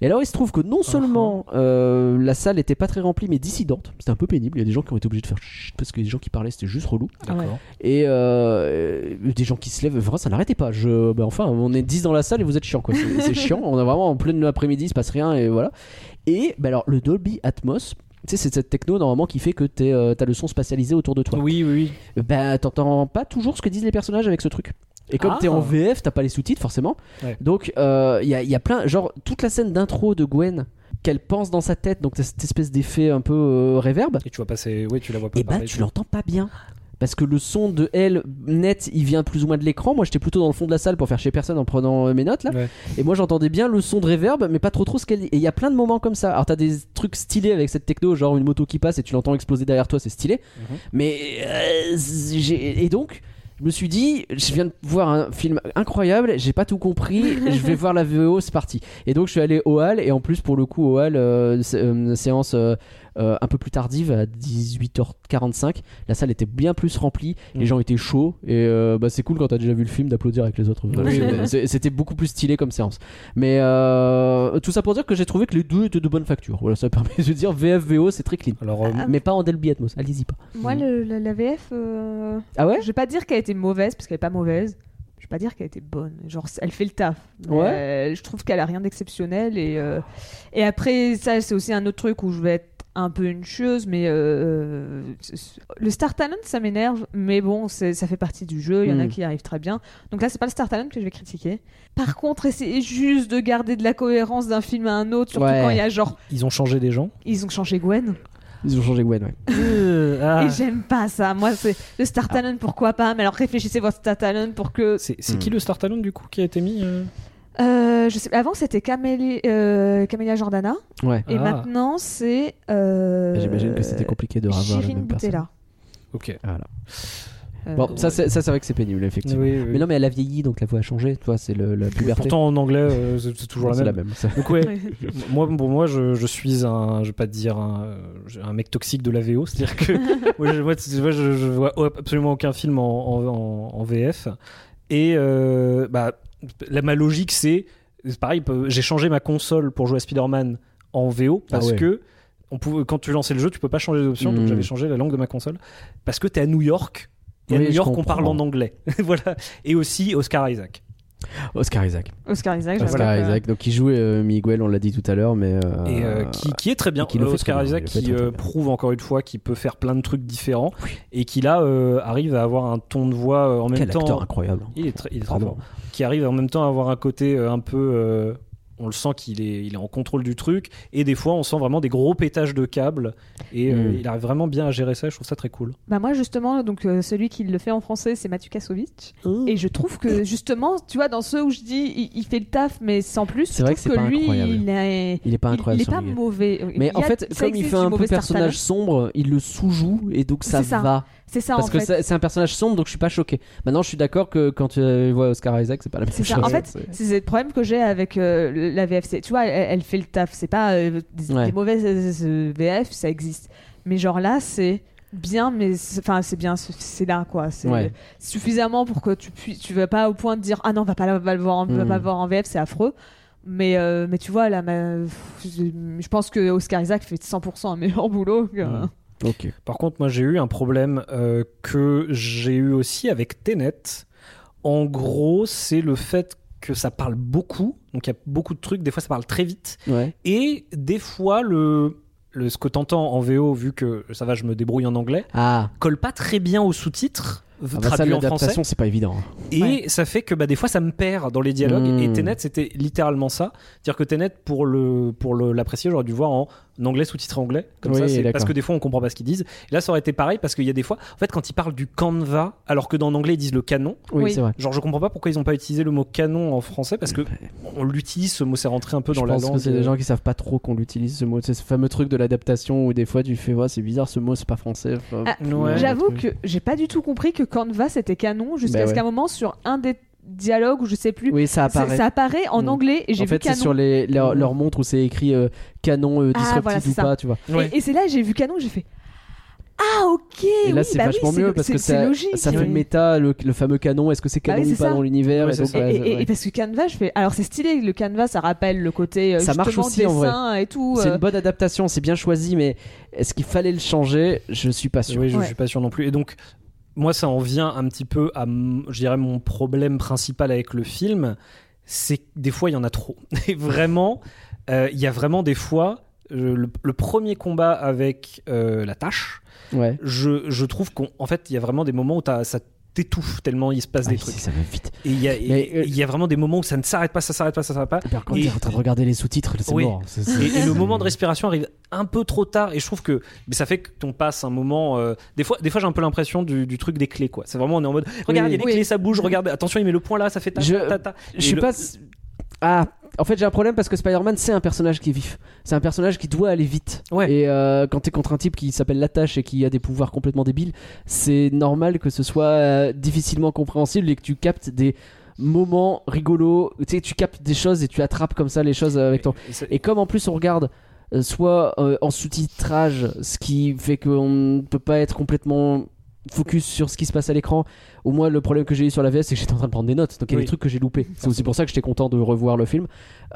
Speaker 1: Et alors il se trouve que non seulement
Speaker 3: Uh-huh.
Speaker 1: euh, la salle n'était pas très remplie, mais dissidente. C'était un peu pénible. Il y a des gens qui ont été obligés de faire chut parce que les gens qui parlaient c'était juste relou
Speaker 2: Ah ouais.
Speaker 1: et euh, des gens qui se lèvent vraiment ça n'arrêtait pas je bah enfin on est 10 dans la salle et vous êtes chiant quoi c'est c'est chiant on a vraiment en pleine après-midi il se passe rien et voilà et bah alors le Dolby Atmos tu sais, c'est cette techno normalement qui fait que t'es, euh, t'as le son spatialisé autour de toi.
Speaker 3: Oui, oui, oui.
Speaker 1: Bah, t'entends pas toujours ce que disent les personnages avec ce truc. Et comme
Speaker 3: Ah.
Speaker 1: t'es en VF, t'as pas les sous-titres forcément.
Speaker 3: Ouais.
Speaker 1: Donc, il y, a, y a plein. Genre, toute la scène d'intro de Gwen qu'elle pense dans sa tête, donc t'as cette espèce d'effet un peu euh, réverb.
Speaker 3: Et tu vois passer. Oui, tu la vois pas.
Speaker 1: Et bah
Speaker 3: pareil.
Speaker 1: tu l'entends pas bien. Parce que le son de elle net, il vient plus ou moins de l'écran. Moi, j'étais plutôt dans le fond de la salle pour faire chez personne en prenant euh, mes notes là.
Speaker 3: Ouais.
Speaker 1: Et moi, j'entendais bien le son de reverb, mais pas trop trop ce qu'elle dit. Et il y a plein de moments comme ça. Alors, t'as des trucs stylés avec cette techno, genre une moto qui passe et tu l'entends exploser derrière toi, c'est stylé.
Speaker 3: Mhm.
Speaker 1: Mais euh, j'ai et donc. Je me suis dit, je viens de voir un film incroyable, j'ai pas tout compris, je vais voir la VO, c'est parti. Et donc je suis allé au hall, et en plus pour le coup au hall, euh, sé- euh, séance euh, euh, un peu plus tardive à 18h45, la salle était bien plus remplie,
Speaker 3: Mm.
Speaker 1: les gens étaient chauds, et euh, bah, c'est cool quand t'as déjà vu le film d'applaudir avec les autres. Voilà,
Speaker 3: Oui,
Speaker 1: c'est-
Speaker 3: oui.
Speaker 1: c'est- C'était beaucoup plus stylé comme séance. Mais euh, tout ça pour dire que j'ai trouvé que les deux étaient de bonne facture. Voilà, ça permet de dire VFVO, c'est très clean.
Speaker 3: Alors,
Speaker 2: Ah
Speaker 3: euh,
Speaker 1: Mais pas en Dolby Atmos, allez-y pas.
Speaker 2: Moi, le- la, la VF, euh,
Speaker 1: Hmm. Ah ouais
Speaker 2: je vais pas dire qu'elle a été mauvaise, parce qu'elle est pas mauvaise. Je vais pas dire qu'elle a été bonne. Genre, elle fait le taf. Mais,
Speaker 1: Ouais.
Speaker 2: euh, je trouve qu'elle a rien d'exceptionnel. Et, euh, et après, ça, c'est aussi un autre truc où je vais être un peu une chose, mais euh, le Star Talent, ça m'énerve, mais bon, c'est- ça fait partie du jeu, il y en a
Speaker 1: Mm.
Speaker 2: qui y arrivent très bien. Donc là, c'est pas le Star Talent que je vais critiquer. Par contre, essayez juste de garder de la cohérence d'un film à un autre, surtout
Speaker 1: Ouais.
Speaker 2: quand il y a genre,
Speaker 3: Ils ont changé des gens.
Speaker 2: ils ont changé Gwen,
Speaker 1: Ils ont changé Gwen, ouais.
Speaker 3: Ah.
Speaker 1: Euh,
Speaker 2: et j'aime pas ça. Moi, c'est le Star
Speaker 1: Ah.
Speaker 2: Talent, pourquoi pas, mais alors réfléchissez votre Star Talent pour que.
Speaker 3: C'est c'est
Speaker 1: Hmm.
Speaker 3: qui le Star Talent du coup qui a été mis euh
Speaker 2: Euh, je sais, avant, c'était Camélie- euh, Camélia Jordana,
Speaker 1: Ouais.
Speaker 2: et
Speaker 3: Ah.
Speaker 2: maintenant, c'est. euh,
Speaker 1: Ah, J'imagine que c'était compliqué de ravoir la
Speaker 2: Shirin
Speaker 1: même personne.
Speaker 2: Boutella.
Speaker 3: Ok.
Speaker 2: Euh,
Speaker 1: Bon, ça, c'est ça, c'est vrai que c'est pénible, effectivement.
Speaker 3: Oui, oui.
Speaker 1: Mais non, mais elle a vieilli, donc la voix a changé. Toi, c'est le- la
Speaker 3: Mais
Speaker 1: puberté.
Speaker 3: Pourtant en anglais euh, c'est c'est toujours la
Speaker 1: c'est
Speaker 3: même.
Speaker 1: la même. ça.
Speaker 3: Donc ouais,
Speaker 2: Ouais.
Speaker 3: moi, bon, moi je, je suis un, je vais pas dire un, euh, un mec toxique de la VO, c'est-à-dire que moi, je, moi, tu vois, je- je vois absolument aucun film en, en- en- en VF. Et euh, bah, la, ma logique c'est, c'est pareil, peu- j'ai changé ma console pour jouer à Spider-Man en VO parce
Speaker 1: Ah ouais.
Speaker 3: que on pouvait, quand tu lançais le jeu, tu peux pas changer d'option, donc
Speaker 1: Mm.
Speaker 3: j'avais changé la langue de ma console parce que t'es à New York. Et à
Speaker 1: Oui,
Speaker 3: New
Speaker 1: je
Speaker 3: York, on parle en
Speaker 1: comprends.
Speaker 3: anglais. voilà. Et aussi Oscar Isaac.
Speaker 1: Oscar Isaac.
Speaker 2: Oscar Isaac, j'avoue
Speaker 1: Oscar Ah,
Speaker 2: que-
Speaker 1: Isaac, donc il jouait euh, Miguel, on l'a dit tout à l'heure, mais euh,
Speaker 3: et euh, qui, qui est très bien.
Speaker 1: et qui le fait
Speaker 3: Oscar
Speaker 1: très bien,
Speaker 3: Isaac
Speaker 1: il le fait
Speaker 3: qui
Speaker 1: très, très
Speaker 3: euh,
Speaker 1: bien.
Speaker 3: prouve encore une fois qu'il peut faire plein de trucs différents et qui là euh, arrive à avoir un ton de voix euh, en même
Speaker 1: quel
Speaker 3: temps.
Speaker 1: acteur hein. incroyable.
Speaker 3: Il est, très- il est très
Speaker 1: Pardon.
Speaker 3: fort. Qui arrive en même temps à avoir un côté euh, un peu. euh, on le sent qu'il est, il est en contrôle du truc et des fois on sent vraiment des gros pétages de câbles et euh,
Speaker 1: Mm.
Speaker 3: il arrive vraiment bien à gérer ça. Je trouve ça très cool.
Speaker 2: Bah moi justement, donc euh, celui qui le fait en français, c'est Mathieu Kassovitch.
Speaker 3: Oh.
Speaker 2: Et je trouve que justement, tu vois, dans ceux où je dis, il, il fait le taf, mais sans plus.
Speaker 1: C'est
Speaker 2: je
Speaker 1: vrai
Speaker 2: trouve
Speaker 1: que c'est pas
Speaker 2: lui,
Speaker 1: incroyable.
Speaker 2: il est,
Speaker 1: Il est pas
Speaker 2: il- il
Speaker 1: incroyable.
Speaker 2: est
Speaker 1: sur
Speaker 2: pas
Speaker 1: Miguel.
Speaker 2: mauvais.
Speaker 1: Mais
Speaker 2: Il
Speaker 1: en
Speaker 2: y a-
Speaker 1: fait,
Speaker 2: ça
Speaker 1: comme il
Speaker 2: existe
Speaker 1: fait
Speaker 2: du
Speaker 1: un peu
Speaker 2: mauvais Star
Speaker 1: personnage sombre, il le sous-joue et donc ça,
Speaker 2: C'est ça.
Speaker 1: va.
Speaker 2: Talent. c'est ça
Speaker 1: Parce
Speaker 2: en
Speaker 1: que
Speaker 2: fait.
Speaker 1: c'est c'est un personnage sombre, donc je suis pas choqué. Maintenant, je suis d'accord que quand tu euh, vois Oscar Isaac, c'est pas la même
Speaker 2: C'est
Speaker 1: chose.
Speaker 2: ça. En fait,
Speaker 1: c'est-
Speaker 2: C'est c'est le problème que j'ai avec euh, la VFC. Tu vois, elle, elle fait le taf. C'est pas euh, des,
Speaker 1: Ouais.
Speaker 2: des mauvaises euh, euh, VF, ça existe. Mais genre là, c'est bien, mais c'est- enfin c'est bien, c'est- c'est là quoi. C'est
Speaker 1: Ouais.
Speaker 2: suffisamment pour que tu puisses. Tu vas pas au point de dire ah non, on va pas, la- va le voir, en- va
Speaker 1: Mm.
Speaker 2: pas le voir en VF, c'est affreux. Mais euh, mais tu vois là, ma- pff, je je pense que Oscar Isaac fait 100% un meilleur boulot. que-
Speaker 3: Mm.
Speaker 1: Ok.
Speaker 3: Par contre, moi, j'ai eu un problème euh, que j'ai eu aussi avec Tenet. En gros, c'est le fait que ça parle beaucoup. Donc, il y a beaucoup de trucs. Des fois, ça parle très vite.
Speaker 1: Ouais.
Speaker 3: Et des fois, le, le- ce que t'entends en VO, vu que ça va, je me débrouille en anglais,
Speaker 1: Ah,
Speaker 3: colle pas très bien aux sous-titres
Speaker 1: ah bah ça,
Speaker 3: traduits en français.
Speaker 1: l'adaptation, c'est pas évident. hein.
Speaker 3: Et
Speaker 2: Ouais.
Speaker 3: ça fait que bah, des fois ça me perd dans les dialogues.
Speaker 1: Mm.
Speaker 3: Et Tenet, c'était littéralement ça. C'est-à-dire que Tenet, pour le pour le- l'apprécier, j'aurais dû voir en anglais sous-titré anglais. Comme
Speaker 1: Oui,
Speaker 3: ça, c'est
Speaker 1: d'accord.
Speaker 3: parce que des fois on comprend pas ce qu'ils disent. Et là, ça aurait été pareil parce qu'il y a des fois, en fait, quand ils parlent du canevas, alors que dans anglais ils disent le canon.
Speaker 1: Oui,
Speaker 2: Oui.
Speaker 1: c'est vrai.
Speaker 3: Genre, je comprends pas pourquoi ils ont pas utilisé le mot canon en français parce que on l'utilise. Ce mot s'est rentré un peu dans
Speaker 1: Eh ben. je
Speaker 3: la
Speaker 1: pense
Speaker 3: langue. euh.
Speaker 1: que c'est des gens qui savent pas trop qu'on l'utilise ce mot. C'est ce fameux truc de l'adaptation où des fois tu fais, ouais, c'est bizarre ce mot, c'est pas français. Enfin,
Speaker 2: Ah,
Speaker 3: Ouais,
Speaker 2: J'avoue
Speaker 1: le
Speaker 2: que j'ai pas du tout compris que Canva c'était canon jusqu'à
Speaker 1: Bah
Speaker 2: ce
Speaker 1: ouais.
Speaker 2: qu'à un moment sur un des dialogues ou je sais plus.
Speaker 1: Oui, ça
Speaker 2: Ça
Speaker 1: apparaît.
Speaker 2: apparaît. en
Speaker 1: Mm.
Speaker 2: anglais et
Speaker 1: en
Speaker 2: j'ai vu
Speaker 1: fait, c'est
Speaker 2: canon.
Speaker 1: sur les, leur, leur montre où c'est écrit euh, canon euh,
Speaker 2: Ah,
Speaker 1: disruptif
Speaker 2: voilà, c'est
Speaker 1: ou
Speaker 2: ça.
Speaker 1: pas, tu vois.
Speaker 3: euh, Ouais.
Speaker 2: Et, et c'est là j'ai vu canon, j'ai fait ah ok.
Speaker 1: Et là,
Speaker 2: oui,
Speaker 1: c'est
Speaker 2: bah oui,
Speaker 1: vachement
Speaker 2: c'est-
Speaker 1: mieux parce
Speaker 2: c'est-
Speaker 1: que
Speaker 2: c'est
Speaker 1: ça,
Speaker 2: logique.
Speaker 1: ça fait
Speaker 2: Et-
Speaker 1: méta, le, le fameux canon. Est-ce que c'est
Speaker 2: Bah
Speaker 1: canon
Speaker 2: oui,
Speaker 1: ou
Speaker 2: c'est
Speaker 1: pas
Speaker 2: ça.
Speaker 1: dans l'univers
Speaker 3: Ouais,
Speaker 1: Et
Speaker 3: c'est
Speaker 1: donc,
Speaker 3: ça.
Speaker 2: Et,
Speaker 1: ouais,
Speaker 2: et-
Speaker 1: ouais.
Speaker 2: et parce que Canva, je fais alors c'est stylé le Canva, ça rappelle le côté euh,
Speaker 1: Ça marche
Speaker 2: justement
Speaker 1: aussi, en vrai.
Speaker 2: dessin et tout.
Speaker 1: C'est
Speaker 2: euh,
Speaker 1: une bonne adaptation, c'est bien choisi, mais est-ce qu'il fallait le changer Je suis pas sûr.
Speaker 3: Oui, je
Speaker 2: Ouais.
Speaker 3: suis pas sûr non plus. Et donc, moi, ça en vient un petit peu à, m- je dirais, mon problème principal avec le film, c'est que des fois, il y en a trop. Et vraiment, euh, il y a vraiment des fois, euh, le, le premier combat avec euh, la tâche,
Speaker 1: Ouais.
Speaker 3: je, je trouve qu'en en fait, il y a vraiment des moments où t'as- ça t'étouffe tellement il se passe
Speaker 1: Ah,
Speaker 3: des
Speaker 1: si,
Speaker 3: trucs.
Speaker 1: ça va vite.
Speaker 3: Et il y, a-
Speaker 1: Mais,
Speaker 3: et-
Speaker 1: euh,
Speaker 3: et il y a vraiment des moments où ça ne s'arrête pas, ça s'arrête pas, ça s'arrête pas.
Speaker 1: Par contre,
Speaker 3: Et-
Speaker 1: t'es en train de regarder les sous-titres, c'est
Speaker 3: Oui.
Speaker 1: mort. C'est- c'est-
Speaker 3: Et, et le
Speaker 1: c'est-
Speaker 3: moment de respiration arrive un peu trop tard et je trouve que mais ça fait que qu'on passe un moment euh, des fois des fois j'ai un peu l'impression du, du truc des clés quoi c'est vraiment on est en mode regarde il y a des
Speaker 2: Oui.
Speaker 3: clés ça bouge regarde attention il met le point là ça fait ta
Speaker 1: Je-
Speaker 3: ta ta, ta. Et
Speaker 1: Je suis
Speaker 3: le-
Speaker 1: pas. s- Ah, en fait, j'ai un problème parce que Spider-Man, c'est un personnage qui est vif. C'est un personnage qui doit aller vite.
Speaker 3: Ouais.
Speaker 1: Et euh, quand t'es contre un type qui s'appelle Lattache et qui a des pouvoirs complètement débiles, c'est normal que ce soit euh, difficilement compréhensible et que tu captes des moments rigolos. Tu sais, tu captes des choses et tu attrapes comme ça les choses euh, avec ton.
Speaker 3: Et c'est-
Speaker 1: Et comme en plus on regarde euh, soit euh, en sous-titrage, ce qui fait qu'on ne peut pas être complètement focus sur ce qui se passe à l'écran. Au moins, le problème que j'ai eu sur la VS, c'est que j'étais en train de prendre des notes. Donc il y a
Speaker 3: Oui.
Speaker 1: des trucs que j'ai loupés. C'est aussi pour ça que j'étais content de revoir le film.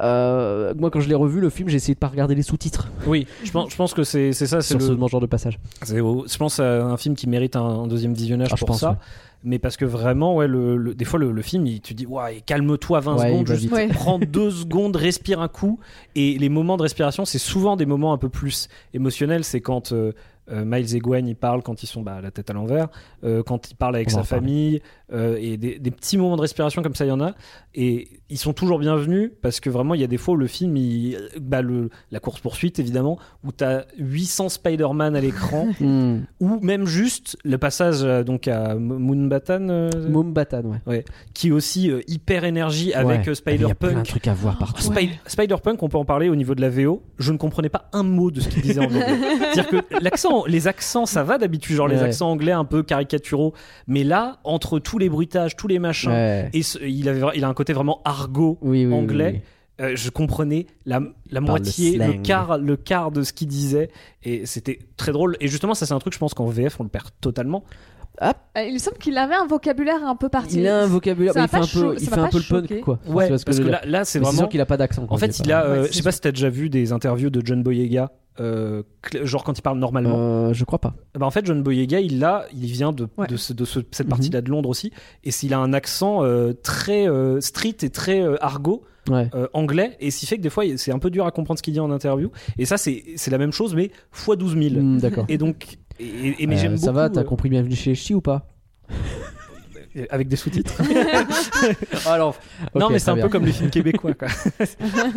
Speaker 1: Euh, moi, quand je l'ai revu, le film, j'ai essayé de pas regarder les sous-titres
Speaker 3: Oui, je pense, je pense que c'est c'est ça. C'est
Speaker 1: sur
Speaker 3: le,
Speaker 1: ce genre de passage.
Speaker 3: C'est- Je pense à un film qui mérite un, un deuxième visionnage
Speaker 1: Ah, je
Speaker 3: pour
Speaker 1: pense,
Speaker 3: ça.
Speaker 1: ouais.
Speaker 3: Mais parce que vraiment, ouais, le, le- des fois, le, le film, il- tu dis, ouais, calme-toi 20
Speaker 1: Ouais, il
Speaker 3: secondes,
Speaker 1: va
Speaker 3: juste
Speaker 1: vite.
Speaker 2: Ouais.
Speaker 3: prends deux secondes, respire un coup. Et les moments de respiration, c'est souvent des moments un peu plus émotionnels. C'est quand euh, euh, Miles et Gwen, ils parlent quand ils sont bah, la tête à l'envers, euh, quand ils parlent avec
Speaker 1: On va
Speaker 3: sa
Speaker 1: en parler.
Speaker 3: famille, euh, et des, des petits moments de respiration comme ça, il y en a. Et ils sont toujours bienvenus parce que vraiment, il y a des fois où le film, il, bah, le, la course-poursuite, évidemment, où tu as 800 Spider-Man à l'écran ou même juste le passage euh, donc à M- Moonbatan euh,
Speaker 1: Moumbatan, ouais.
Speaker 3: qui est aussi euh, hyper énergie
Speaker 1: Ouais.
Speaker 3: avec euh,
Speaker 1: Ah, Il y a plein de
Speaker 3: Spider-Punk
Speaker 1: trucs à voir partout.
Speaker 3: Spi- Spider-Punk, on peut en parler au niveau de la VO. Je ne comprenais pas un mot de ce qu'il disait en anglais. C'est-à-dire que l'accent, les accents, ça va d'habitude, genre les
Speaker 1: Ouais.
Speaker 3: accents anglais un peu caricaturaux. Mais là, entre tous les bruitages, tous les machins,
Speaker 1: Ouais.
Speaker 3: et ce- il, avait, vra- il a un côté vraiment argot
Speaker 1: Oui, oui, oui,
Speaker 3: anglais.
Speaker 1: oui.
Speaker 3: Euh, je comprenais la, la
Speaker 1: parle
Speaker 3: moitié,
Speaker 1: le
Speaker 3: le,
Speaker 1: slang.
Speaker 3: quart, le quart de ce qu'il disait, et c'était très drôle. Et justement, ça c'est un truc, je pense qu'en VF on le perd totalement.
Speaker 2: Euh, Il me semble qu'il avait un vocabulaire un peu particulier.
Speaker 1: Il a un vocabulaire,
Speaker 2: Ça
Speaker 1: mais
Speaker 2: m'a
Speaker 1: il fait un
Speaker 2: pas
Speaker 1: peu,
Speaker 2: cho-
Speaker 1: il
Speaker 2: ça
Speaker 1: fait
Speaker 2: m'a
Speaker 1: un
Speaker 2: pas
Speaker 1: peu le punk,
Speaker 2: choqué.
Speaker 1: quoi. Tu vois
Speaker 3: parce
Speaker 1: ce
Speaker 3: que,
Speaker 1: je veux dire.
Speaker 3: là, là, c'est
Speaker 1: Mais
Speaker 3: vraiment.
Speaker 1: sûr qu'il a pas d'accent.
Speaker 3: en
Speaker 1: quand
Speaker 3: fait,
Speaker 1: il
Speaker 3: il a, euh,
Speaker 2: Ouais,
Speaker 3: je
Speaker 2: c'est
Speaker 3: sais pas si t'as déjà vu des interviews de John Boyega. euh, cl- genre quand il parle
Speaker 1: parle.
Speaker 3: normalement.
Speaker 1: Euh, je crois pas.
Speaker 3: Bah, en fait, John Boyega, il l'a, il vient de,
Speaker 2: Ouais.
Speaker 3: de, ce- de ce-
Speaker 1: Mhm.
Speaker 3: cette partie-là de Londres aussi, et s'il a un accent euh, très euh, street et très euh, argot,
Speaker 1: Ouais.
Speaker 3: euh, anglais et ce qui fait que des fois il- c'est un peu dur à comprendre ce qu'il dit en interview et ça c'est c'est la même chose mais fois 12 000
Speaker 1: Hmm, D'accord.
Speaker 3: et donc et, et- et mais
Speaker 1: Euh,
Speaker 3: j'aime
Speaker 1: ça
Speaker 3: beaucoup
Speaker 1: va, t'as
Speaker 3: euh,
Speaker 1: compris Bienvenue chez Chi ou pas
Speaker 3: euh, avec des sous-titres
Speaker 1: Ah, Alors,
Speaker 3: non mais c'est un peu comme les films québécois quoi.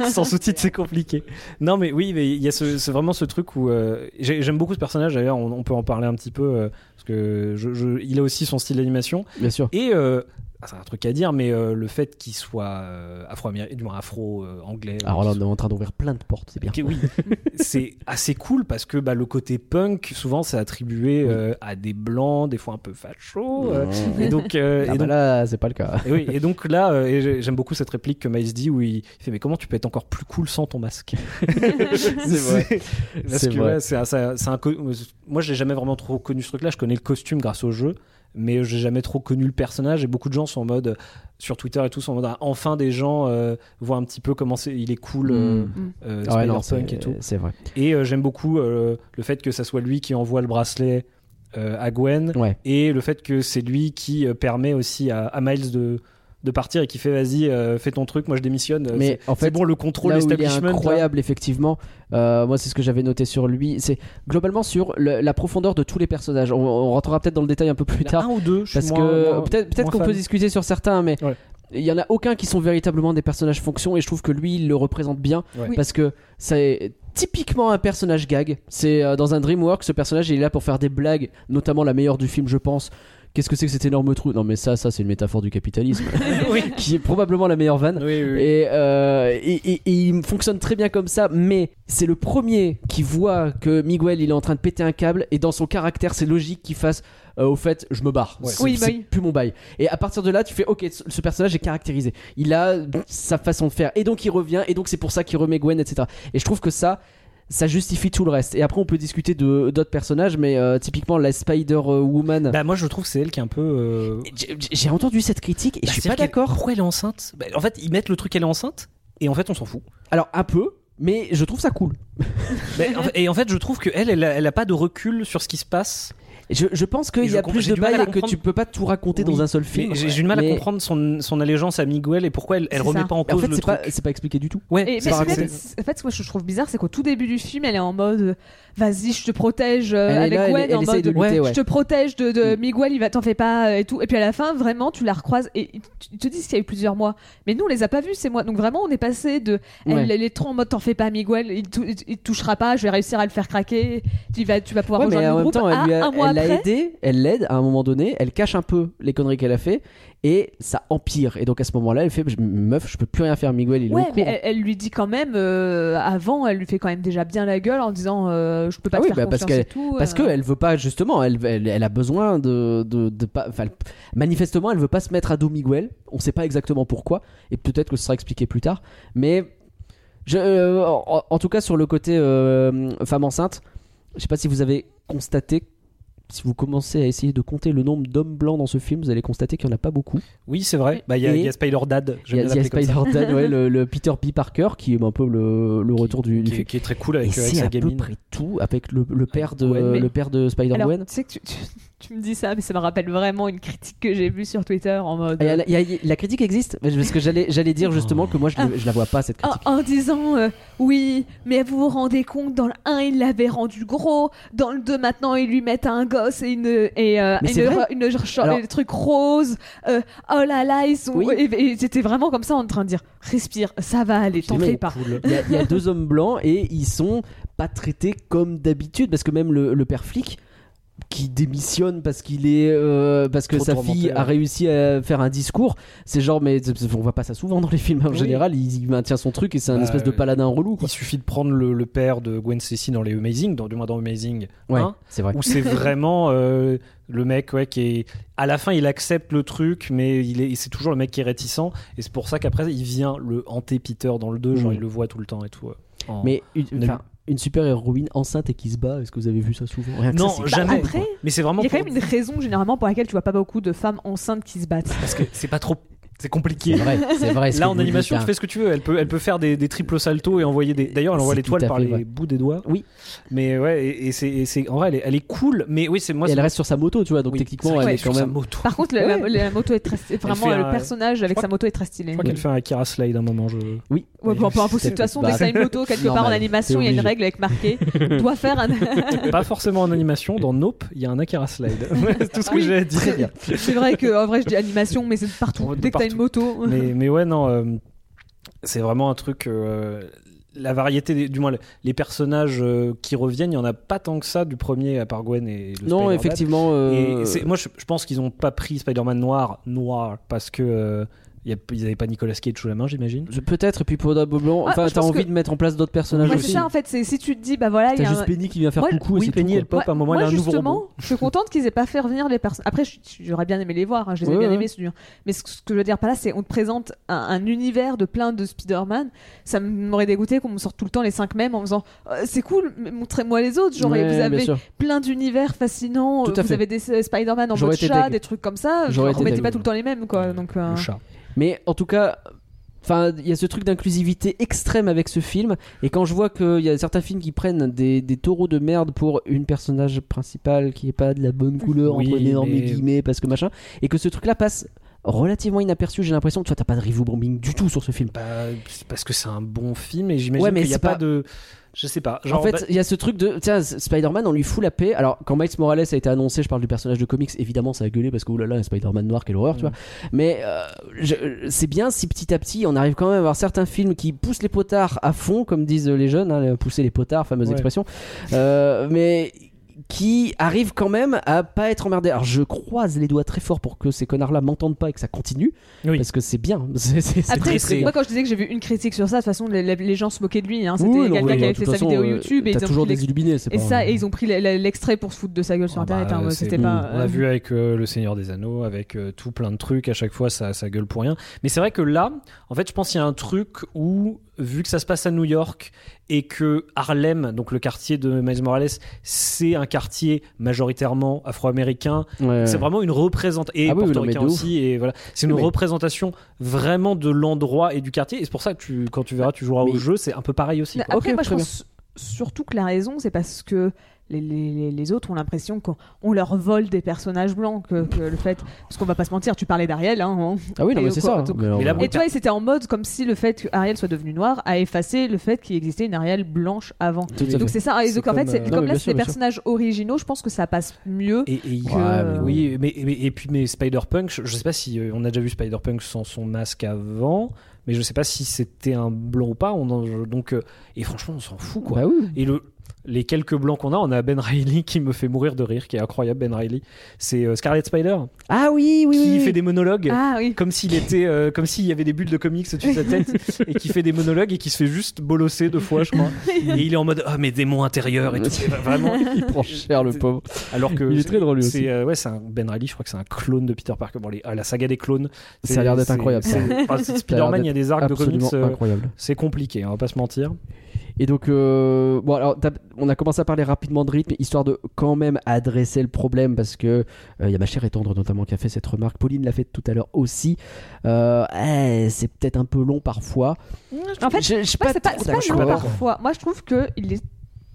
Speaker 3: sans sous-titres c'est compliqué non mais oui mais il y a ce, ce- vraiment ce truc où euh, j'ai- j'aime beaucoup ce personnage d'ailleurs on, on peut en parler un petit peu euh, parce que je- je- il a aussi son style d'animation
Speaker 1: Bien sûr.
Speaker 3: Et euh, ah, c'est un truc à dire, mais euh, le fait qu'il soit euh, afro-américain, du moins afro-anglais.
Speaker 1: Ah, Alors là, on est en train d'ouvrir plein de portes, c'est bien.
Speaker 3: oui, c'est assez cool parce que bah, le côté punk, souvent, c'est attribué euh, à des blancs, des fois un peu fachos. euh,
Speaker 1: Ah
Speaker 3: et donc, euh,
Speaker 1: bah
Speaker 3: et donc-
Speaker 1: là, c'est pas le cas.
Speaker 3: et oui, et donc là, euh, et j'ai- j'aime beaucoup cette réplique que Miles dit où il fait Mais comment tu peux être encore plus cool sans ton masque
Speaker 1: vrai.
Speaker 3: Parce
Speaker 1: C'est
Speaker 3: que
Speaker 1: vrai.
Speaker 3: ouais, c'est un- c'est un- c'est un co- moi, j'ai jamais vraiment trop connu ce truc-là. Je connais le costume grâce au jeu, mais j'ai jamais trop connu le personnage. Et beaucoup de gens sont en mode, euh, sur Twitter et tout, sont en mode Ah, Enfin, des gens euh, voient un petit peu comment c'est- il est cool, euh,
Speaker 1: Hmm.
Speaker 3: euh,
Speaker 1: Ah ouais, non,
Speaker 3: Spider-Punk et tout.
Speaker 1: c'est- C'est vrai.
Speaker 3: Et euh, j'aime beaucoup euh, le fait que ça soit lui qui envoie le bracelet euh, à Gwen
Speaker 1: Ouais.
Speaker 3: et le fait que c'est lui qui euh, permet aussi à, à Miles de, de partir et qui fait vas-y euh, fais ton truc moi je démissionne Euh,
Speaker 1: Mais en
Speaker 3: c'est c'est
Speaker 1: fait,
Speaker 3: bon le contrôle
Speaker 1: là où il est
Speaker 3: establishment là.
Speaker 1: incroyable, effectivement. euh, moi, c'est ce que j'avais noté sur lui. C'est globalement sur le- la profondeur de tous les personnages. On, on rentrera peut-être dans le détail un peu plus
Speaker 3: Il y en a
Speaker 1: tard.
Speaker 3: un ou deux je suis
Speaker 1: Parce
Speaker 3: moins-
Speaker 1: que
Speaker 3: moins-
Speaker 1: peut-être peut-être
Speaker 3: moins
Speaker 1: qu'on
Speaker 3: fan.
Speaker 1: peut discuter sur certains, mais
Speaker 3: Ouais.
Speaker 1: il y en a aucun qui sont véritablement des personnages fonction. Et je trouve que lui, il le représente bien
Speaker 3: Ouais.
Speaker 2: Oui.
Speaker 1: parce que c'est typiquement un personnage gag. C'est euh, dans un DreamWorks, ce personnage il est là pour faire des blagues, notamment la meilleure du film, je pense. Qu'est-ce que c'est que cet énorme trou Non, mais ça, ça, c'est une métaphore du capitalisme,
Speaker 3: oui.
Speaker 1: qui est probablement la meilleure vanne.
Speaker 3: Oui, oui, oui.
Speaker 1: Et, euh, et- et- et il fonctionne très bien comme ça, mais c'est le premier qui voit que Miguel il est en train de péter un câble et dans son caractère c'est logique qu'il fasse euh, au fait je me barre.
Speaker 3: Ouais.
Speaker 1: C'est-
Speaker 2: Oui, bah
Speaker 1: c'est
Speaker 2: oui.
Speaker 1: plus mon bail. Et à partir de là tu fais ok ce ce personnage est caractérisé, il a sa façon de faire et donc il revient et donc c'est pour ça qu'il remet Gwen etc. Et je trouve que ça ça justifie tout le reste. Et après on peut discuter de d'autres personnages, mais euh, typiquement la Spider Woman.
Speaker 3: Bah, moi je trouve que c'est elle qui est un peu euh,
Speaker 1: J'ai- J'ai entendu cette critique et
Speaker 3: bah,
Speaker 1: je suis
Speaker 3: c'est-à-dire
Speaker 1: pas
Speaker 3: qu'elle-
Speaker 1: d'accord.
Speaker 3: pourquoi elle est enceinte Bah, en fait ils mettent le truc elle est enceinte et en fait on s'en fout
Speaker 1: Alors un peu, mais je trouve ça cool.
Speaker 3: Mais Bah, en fait- et en fait je trouve que elle elle a, elle a pas de recul sur ce qui se passe
Speaker 1: Je, je pense
Speaker 3: Et
Speaker 1: qu'il
Speaker 3: je
Speaker 1: y a
Speaker 3: comprends-
Speaker 1: plus
Speaker 3: j'ai
Speaker 1: de
Speaker 3: du mal à
Speaker 1: bail et que
Speaker 3: comprendre-
Speaker 1: tu peux pas tout raconter
Speaker 3: Oui,
Speaker 1: dans un seul
Speaker 3: Mais
Speaker 1: film.
Speaker 3: j'ai j'ai du mal à
Speaker 1: Mais-
Speaker 3: comprendre son, son allégeance à Miguel et pourquoi elle, elle
Speaker 2: C'est
Speaker 3: remet
Speaker 2: ça.
Speaker 3: pas en
Speaker 1: Mais En
Speaker 3: cause
Speaker 1: fait,
Speaker 3: le
Speaker 1: c'est
Speaker 3: truc
Speaker 1: pas, c'est pas expliqué du tout.
Speaker 3: ouais
Speaker 2: Et,
Speaker 1: C'est
Speaker 2: mais
Speaker 1: pas
Speaker 2: en fait,
Speaker 1: raconté.
Speaker 2: c'est- en fait, ce que je trouve bizarre, c'est qu'au tout début du film, elle est en mode euh, Vas-y, je te protège euh,
Speaker 1: Elle est
Speaker 2: avec
Speaker 1: là, elle-
Speaker 2: Gwen,
Speaker 1: elle
Speaker 2: en
Speaker 1: essaye
Speaker 2: mode
Speaker 1: de lutter, ouais.
Speaker 2: Je te protège de, de
Speaker 1: Mm.
Speaker 2: Miguel, il va t'en fais pas euh, et tout. Et puis à la fin, vraiment, tu la recroises et ils te- ils te disent qu'il y a eu plusieurs mois. Mais nous, on les a pas vus ces mois. Donc vraiment, on est passé de elle,
Speaker 1: Ouais.
Speaker 2: elle est trop en mode T'en fais pas, Miguel, il, tou- il- il te touchera pas, je vais réussir à le faire craquer, tu vas, tu vas pouvoir
Speaker 1: Ouais, mais
Speaker 2: rejoindre
Speaker 1: en même
Speaker 2: le groupe.
Speaker 1: temps, elle
Speaker 2: Ah,
Speaker 1: lui a-
Speaker 2: un mois
Speaker 1: elle l'a
Speaker 2: après,
Speaker 1: aidé, elle l'aide à un moment donné, elle cache un peu les conneries qu'elle a fait et ça empire. Et donc à ce moment-là, elle fait Meuf, je peux plus rien faire, Miguel, il est
Speaker 2: Ouais,
Speaker 1: au
Speaker 2: mais
Speaker 1: courant.
Speaker 2: elle, elle lui dit quand même euh, avant, elle lui fait quand même déjà bien la gueule en disant euh, je peux pas
Speaker 1: Ah
Speaker 2: te
Speaker 1: oui,
Speaker 2: faire
Speaker 1: bah, parce
Speaker 2: confiance
Speaker 1: qu'elle-
Speaker 2: et tout.
Speaker 1: Parce
Speaker 2: euh.
Speaker 1: que elle veut pas justement, elle, elle, elle a besoin de, de, de pas. Enfin, manifestement, elle veut pas se mettre à dos Miguel. On sait pas exactement pourquoi, et peut-être que ce sera expliqué plus tard. Mais je, euh, en, en tout cas, sur le côté euh, femme enceinte, je sais pas si vous avez constaté si vous commencez à essayer de compter le nombre d'hommes blancs dans ce film, vous allez constater qu'il n'y en a pas beaucoup.
Speaker 3: Oui, c'est vrai. Bah, Il y a-
Speaker 1: Et-
Speaker 3: il y a Spider-Dad.
Speaker 1: Il y a, il y a Spider-Man, ouais, le, le Peter B. Parker, qui est un peu le, le retour du, du
Speaker 3: qui, est- qui est très cool
Speaker 1: Et
Speaker 3: avec, euh, avec
Speaker 1: c'est
Speaker 3: sa
Speaker 1: à peu
Speaker 3: gamine.
Speaker 1: près tout avec le, le père de
Speaker 3: Gwen,
Speaker 2: mais-
Speaker 1: le père de
Speaker 2: Alors,
Speaker 1: Spider-Man.
Speaker 2: tu sais que tu, tu, tu me dis ça, mais ça me rappelle vraiment une critique que j'ai vue sur Twitter en mode.
Speaker 1: Ah, y a la- y a- y a- la critique existe mais je- parce que j'allais j'allais dire justement que moi je, le- je la vois pas cette
Speaker 3: Oh,
Speaker 2: en,
Speaker 1: critique.
Speaker 2: en disant euh, oui, mais vous vous rendez compte, dans le 1, il l'avait rendu gros, dans le 2, maintenant, ils lui mettent un gosse et une, et, euh,
Speaker 1: Mais
Speaker 2: une,
Speaker 1: c'est vrai.
Speaker 2: une, genre- genre-
Speaker 1: Alors-
Speaker 2: des trucs roses. euh, oh là là, ils sont.
Speaker 1: Oui.
Speaker 2: Et, et j'étais vraiment comme ça en train de dire respire, ça va aller, t'en
Speaker 1: Mais-
Speaker 2: fais pas.
Speaker 3: Cool.
Speaker 1: Il y, a- il y a deux hommes blancs et ils sont pas traités comme d'habitude parce que même le, le père flic qui démissionne parce qu'il est euh, parce que
Speaker 3: Trop
Speaker 1: sa
Speaker 3: tourmenté,
Speaker 1: fille a
Speaker 3: ouais.
Speaker 1: réussi à faire un discours. C'est genre mais on voit pas ça souvent dans les films en
Speaker 3: Oui.
Speaker 1: général. Il, il maintient son truc et c'est un
Speaker 3: Bah,
Speaker 1: espèce de
Speaker 3: euh,
Speaker 1: paladin relou. Quoi.
Speaker 3: Il suffit de prendre le, le père de Gwen Stacy dans les Amazing, dans, du moins dans Amazing
Speaker 1: Ouais,
Speaker 3: 1,
Speaker 1: c'est vrai.
Speaker 3: où c'est vraiment euh, le mec ouais, qui est. À la fin, il accepte le truc, mais il est, c'est toujours le mec qui est réticent. Et c'est pour ça qu'après, il vient le hanter Peter dans le 2, genre
Speaker 1: Mhm.
Speaker 3: il le voit tout le temps et tout. euh, en-
Speaker 1: Mais une,
Speaker 3: Ne-
Speaker 1: enfin, une super héroïne enceinte et qui se bat. Est-ce que vous avez vu ça souvent Rien que
Speaker 3: Non,
Speaker 1: ça, c'est-
Speaker 3: jamais.
Speaker 2: Bah, Après,
Speaker 3: mais c'est vraiment
Speaker 2: il y a quand
Speaker 3: pour-
Speaker 2: même une raison généralement pour laquelle tu vois pas beaucoup de femmes enceintes qui se battent.
Speaker 3: parce que c'est pas trop. C'est compliqué.
Speaker 1: C'est vrai, c'est vrai. ce
Speaker 3: Là,
Speaker 1: que
Speaker 3: en
Speaker 1: vous dites,
Speaker 3: animation,
Speaker 1: hein.
Speaker 3: tu fais ce que tu veux. Elle peut, elle peut faire des, des triples saltos et envoyer des. D'ailleurs, elle envoie
Speaker 1: C'est
Speaker 3: les
Speaker 1: tout
Speaker 3: toiles
Speaker 1: à
Speaker 3: par
Speaker 1: fait
Speaker 3: les
Speaker 1: vrai.
Speaker 3: bouts des doigts.
Speaker 1: Oui.
Speaker 3: Mais ouais, et, et c'est, et c'est- en vrai, elle est, elle est cool. Mais oui, c'est moi.
Speaker 1: Et
Speaker 3: c'est-
Speaker 1: elle reste sur sa moto, tu vois, donc
Speaker 3: oui, c'est
Speaker 1: techniquement,
Speaker 3: vrai
Speaker 1: elle
Speaker 3: qu'elle
Speaker 1: est
Speaker 3: sur
Speaker 1: quand
Speaker 3: sa
Speaker 1: même.
Speaker 3: moto.
Speaker 2: Par contre, la,
Speaker 1: Ouais.
Speaker 2: la- la moto est très. c'est Vraiment,
Speaker 3: fait
Speaker 2: le
Speaker 3: un-
Speaker 2: personnage avec
Speaker 3: crois
Speaker 2: sa moto est très stylé.
Speaker 3: Je crois qu'elle fait un caraslide à un moment. Je...
Speaker 1: Oui.
Speaker 2: Ouais, bon, pas impossible. De toute façon,
Speaker 3: bah,
Speaker 2: dès que t'as une moto quelque part en
Speaker 1: Normal,
Speaker 2: animation, il y a une
Speaker 1: c'est obligé.
Speaker 2: règle avec marqué doit faire un.
Speaker 3: Pas forcément en animation. Dans Nope, il y a un Akaraslide. c'est tout ce que
Speaker 2: Oui,
Speaker 3: j'ai à dire.
Speaker 1: Très bien.
Speaker 2: c'est vrai que en vrai, je dis animation, mais c'est partout.
Speaker 3: Ouais,
Speaker 2: Dès que t'as
Speaker 3: partout.
Speaker 2: une moto.
Speaker 3: mais, mais ouais, non, euh, c'est vraiment un truc. euh, la variété, des- du moins les- les personnages euh, qui reviennent, il y en a pas tant que ça du premier à part Gwen et le
Speaker 1: Non,
Speaker 3: Spider-Man.
Speaker 1: effectivement. euh,
Speaker 3: Et c'est- moi, je, je pense qu'ils ont pas pris Spider-Man noir, noir, parce que euh, y a- ils avaient pas Nicolas Cage sous la main, j'imagine.
Speaker 1: je- Peut-être, et puis pour Blanc,
Speaker 2: Ah,
Speaker 1: enfin,
Speaker 2: je
Speaker 1: t'as
Speaker 2: pense
Speaker 1: envie
Speaker 2: que-
Speaker 1: de mettre en place d'autres personnages
Speaker 2: Ouais, c'est
Speaker 1: aussi.
Speaker 2: ça en fait. C'est si tu te dis, bah voilà, il y
Speaker 1: T'as
Speaker 2: a
Speaker 1: juste
Speaker 2: un-
Speaker 1: Penny qui vient faire
Speaker 2: Moi,
Speaker 1: coucou et
Speaker 3: oui,
Speaker 1: c'est
Speaker 3: Penny,
Speaker 1: tout,
Speaker 3: elle pop, à un moment,
Speaker 2: moi,
Speaker 3: elle a un nouveau
Speaker 2: justement,
Speaker 3: robot.
Speaker 2: je suis contente qu'ils aient pas fait revenir les personnes. Après, je- j'aurais bien aimé les voir, hein, je les ai
Speaker 1: Ouais,
Speaker 2: bien
Speaker 1: ouais.
Speaker 2: aimés celui-là. Mais ce, ce que je veux dire par là, c'est on te présente un, un univers de plein de Spider-Man. Ça m'aurait dégoûté qu'on me sorte tout le temps les cinq mêmes en me disant Euh, c'est cool, mais montrez-moi les autres. Genre,
Speaker 1: Ouais,
Speaker 2: vous
Speaker 1: bien
Speaker 2: avez
Speaker 1: sûr.
Speaker 2: plein d'univers fascinants.
Speaker 1: Tout à
Speaker 2: vous
Speaker 1: fait.
Speaker 2: avez des euh, Spider-Man en
Speaker 1: J'aurais
Speaker 2: mode
Speaker 1: été
Speaker 2: chat,
Speaker 1: deg.
Speaker 2: des trucs comme ça.
Speaker 1: J'aurais
Speaker 2: Genre,
Speaker 1: été
Speaker 2: remettez
Speaker 1: deg.
Speaker 2: pas tout le temps les mêmes, quoi. Donc,
Speaker 1: Ah.
Speaker 2: euh,
Speaker 3: Le chat.
Speaker 1: Mais en tout cas. Enfin, il y a ce truc d'inclusivité extrême avec ce film, et quand je vois qu'il y a certains films qui prennent des, des taureaux de merde pour une personnage principale qui est pas de la bonne couleur
Speaker 3: Oui,
Speaker 1: entre énormes
Speaker 3: mais-
Speaker 1: guillemets parce que machin, et que ce truc-là passe relativement inaperçu, j'ai l'impression que toi t'as pas de review bombing du tout sur ce film.
Speaker 3: Bah, c'est parce que c'est un bon film et j'imagine
Speaker 1: Ouais, mais
Speaker 3: qu'il n'y a
Speaker 1: c'est
Speaker 3: pas...
Speaker 1: pas-
Speaker 3: de. Je sais pas. Genre,
Speaker 1: en fait,
Speaker 3: bah,
Speaker 1: il y a ce truc de tiens, S- Spider-Man, on lui fout la paix. Alors, quand Miles Morales a été annoncé, je parle du personnage de comics, évidemment, ça a gueulé parce que oulala, un Spider-Man noir, quelle horreur, tu vois.
Speaker 3: Mm.
Speaker 1: Mais euh, je- c'est bien si petit à petit, on arrive quand même à avoir certains films qui poussent les potards à fond, comme disent les jeunes, hein, pousser les potards, fameuse
Speaker 3: Ouais.
Speaker 1: expression. Euh, mais qui arrivent quand même à pas être emmerdés. Alors, je croise les doigts très fort pour que ces connards-là m'entendent pas et que ça continue,
Speaker 3: Oui.
Speaker 1: parce que c'est bien. C'est- c'est- c'est
Speaker 2: Après,
Speaker 1: très, très bien.
Speaker 2: moi quand je disais que j'ai vu une critique sur ça, de toute façon les, les- les gens se moquaient de lui. Hein. C'était
Speaker 1: Oui, non,
Speaker 2: quelqu'un
Speaker 1: oui,
Speaker 2: qui
Speaker 1: bah,
Speaker 2: avait
Speaker 1: de
Speaker 2: fait
Speaker 1: toute
Speaker 2: sa
Speaker 1: façon,
Speaker 2: vidéo
Speaker 1: euh,
Speaker 2: YouTube et
Speaker 1: t'as
Speaker 2: ils ont
Speaker 1: toujours
Speaker 2: pris
Speaker 1: des illuminés, c'est
Speaker 2: l'ex-
Speaker 1: pas-
Speaker 2: et ça et ils ont pris la- la- l'extrait pour se foutre de sa gueule sur
Speaker 3: Ah bah,
Speaker 2: internet. hein,
Speaker 3: c'est-
Speaker 2: C'était
Speaker 1: mm,
Speaker 2: pas.
Speaker 3: On
Speaker 2: euh,
Speaker 3: l'a vu avec euh, Le Seigneur des Anneaux, avec euh, tout plein de trucs. À chaque fois, ça, ça gueule pour rien. Mais c'est vrai que là, en fait, je pense qu'il y a un truc où, vu que ça se passe à New York et que Harlem, donc le quartier de Miles Morales, c'est un quartier majoritairement afro-américain,
Speaker 1: Ouais.
Speaker 3: c'est vraiment une représentation et
Speaker 1: Ah oui, oui, non, mais
Speaker 3: portoricain
Speaker 1: de ouf.
Speaker 3: aussi et voilà c'est une
Speaker 1: Oui, mais-
Speaker 3: représentation vraiment de l'endroit et du quartier et c'est pour ça que tu, quand tu verras tu joueras au
Speaker 1: Mais- Bah,
Speaker 3: jeu c'est un peu pareil aussi
Speaker 2: Mais
Speaker 3: quoi.
Speaker 1: quoi.
Speaker 2: Après,
Speaker 1: Ok,
Speaker 2: moi je
Speaker 1: très
Speaker 2: pense surtout que la raison c'est parce que. Les, les- les- les autres ont l'impression qu'on on leur vole des personnages blancs que, que le fait parce qu'on va pas se mentir tu parlais d'Ariel hein, hein.
Speaker 1: Ah oui, non,
Speaker 2: Et
Speaker 1: mais c'est
Speaker 2: quoi,
Speaker 1: ça.
Speaker 2: donc-
Speaker 1: Mais alors,
Speaker 3: Mais là,
Speaker 1: euh,
Speaker 2: et tu vois et c'était en mode comme si le fait que Ariel soit devenue noire a effacé le fait qu'il existait une Ariel blanche avant
Speaker 1: tout à fait.
Speaker 2: donc c'est ça et
Speaker 3: C'est
Speaker 2: donc en fait
Speaker 3: comme,
Speaker 2: c'est-
Speaker 3: euh,
Speaker 1: Non, mais
Speaker 2: comme là
Speaker 1: bien
Speaker 2: c'est
Speaker 1: sûr,
Speaker 2: des
Speaker 1: bien sûr.
Speaker 2: personnages originaux je pense que ça passe mieux
Speaker 3: et, et-
Speaker 2: que-
Speaker 1: Ouais, mais
Speaker 3: oui mais, mais- et puis mais Spider-Punk je, je sais pas si euh, on a déjà vu Spider-Punk sans son masque avant mais je sais pas si c'était un blanc ou pas on en- je- donc euh, et franchement on s'en fout quoi
Speaker 1: Bah oui.
Speaker 3: et le les quelques blancs qu'on a, on a Ben Reilly qui me fait mourir de rire, qui est incroyable Ben Reilly. C'est euh, Scarlett Spider
Speaker 1: Ah oui, oui,
Speaker 3: qui
Speaker 1: oui.
Speaker 3: fait des monologues.
Speaker 2: Ah oui.
Speaker 3: comme s'il était euh, comme s'il y avait des bulles de comics au-dessus de sa tête et qui fait des monologues et qui se fait juste bolosser deux fois je crois et il est en mode ah mes démons intérieurs et tout C'est vraiment
Speaker 1: Il prend cher le pauvre.
Speaker 3: alors que
Speaker 1: Il est très drôle, lui
Speaker 3: c'est
Speaker 1: aussi.
Speaker 3: euh, ouais c'est un Ben Reilly je crois que c'est un clone de Peter Parker bon les- ah, la saga des clones
Speaker 1: Ça a
Speaker 3: c'est-
Speaker 1: l'air d'être
Speaker 3: c'est-
Speaker 1: incroyable, ça.
Speaker 3: c'est- enfin, c'est Spider-Man il y a des arcs de comics
Speaker 1: Absolument
Speaker 3: euh,
Speaker 1: incroyable.
Speaker 3: c'est compliqué on va pas se mentir
Speaker 1: Et donc, euh, bon, alors, t'as- on a commencé à parler rapidement de rythme, histoire de quand même adresser le problème, parce que euh, il y a ma chère et tendre notamment qui a fait cette remarque. Pauline l'a fait tout à l'heure aussi. Euh, eh, c'est peut-être un peu long parfois.
Speaker 2: En fait,
Speaker 1: je, je suis
Speaker 2: Ouais, c'est pas,
Speaker 1: trop
Speaker 2: c'est pas long
Speaker 1: d'accord.
Speaker 2: parfois. Moi, je trouve que il est.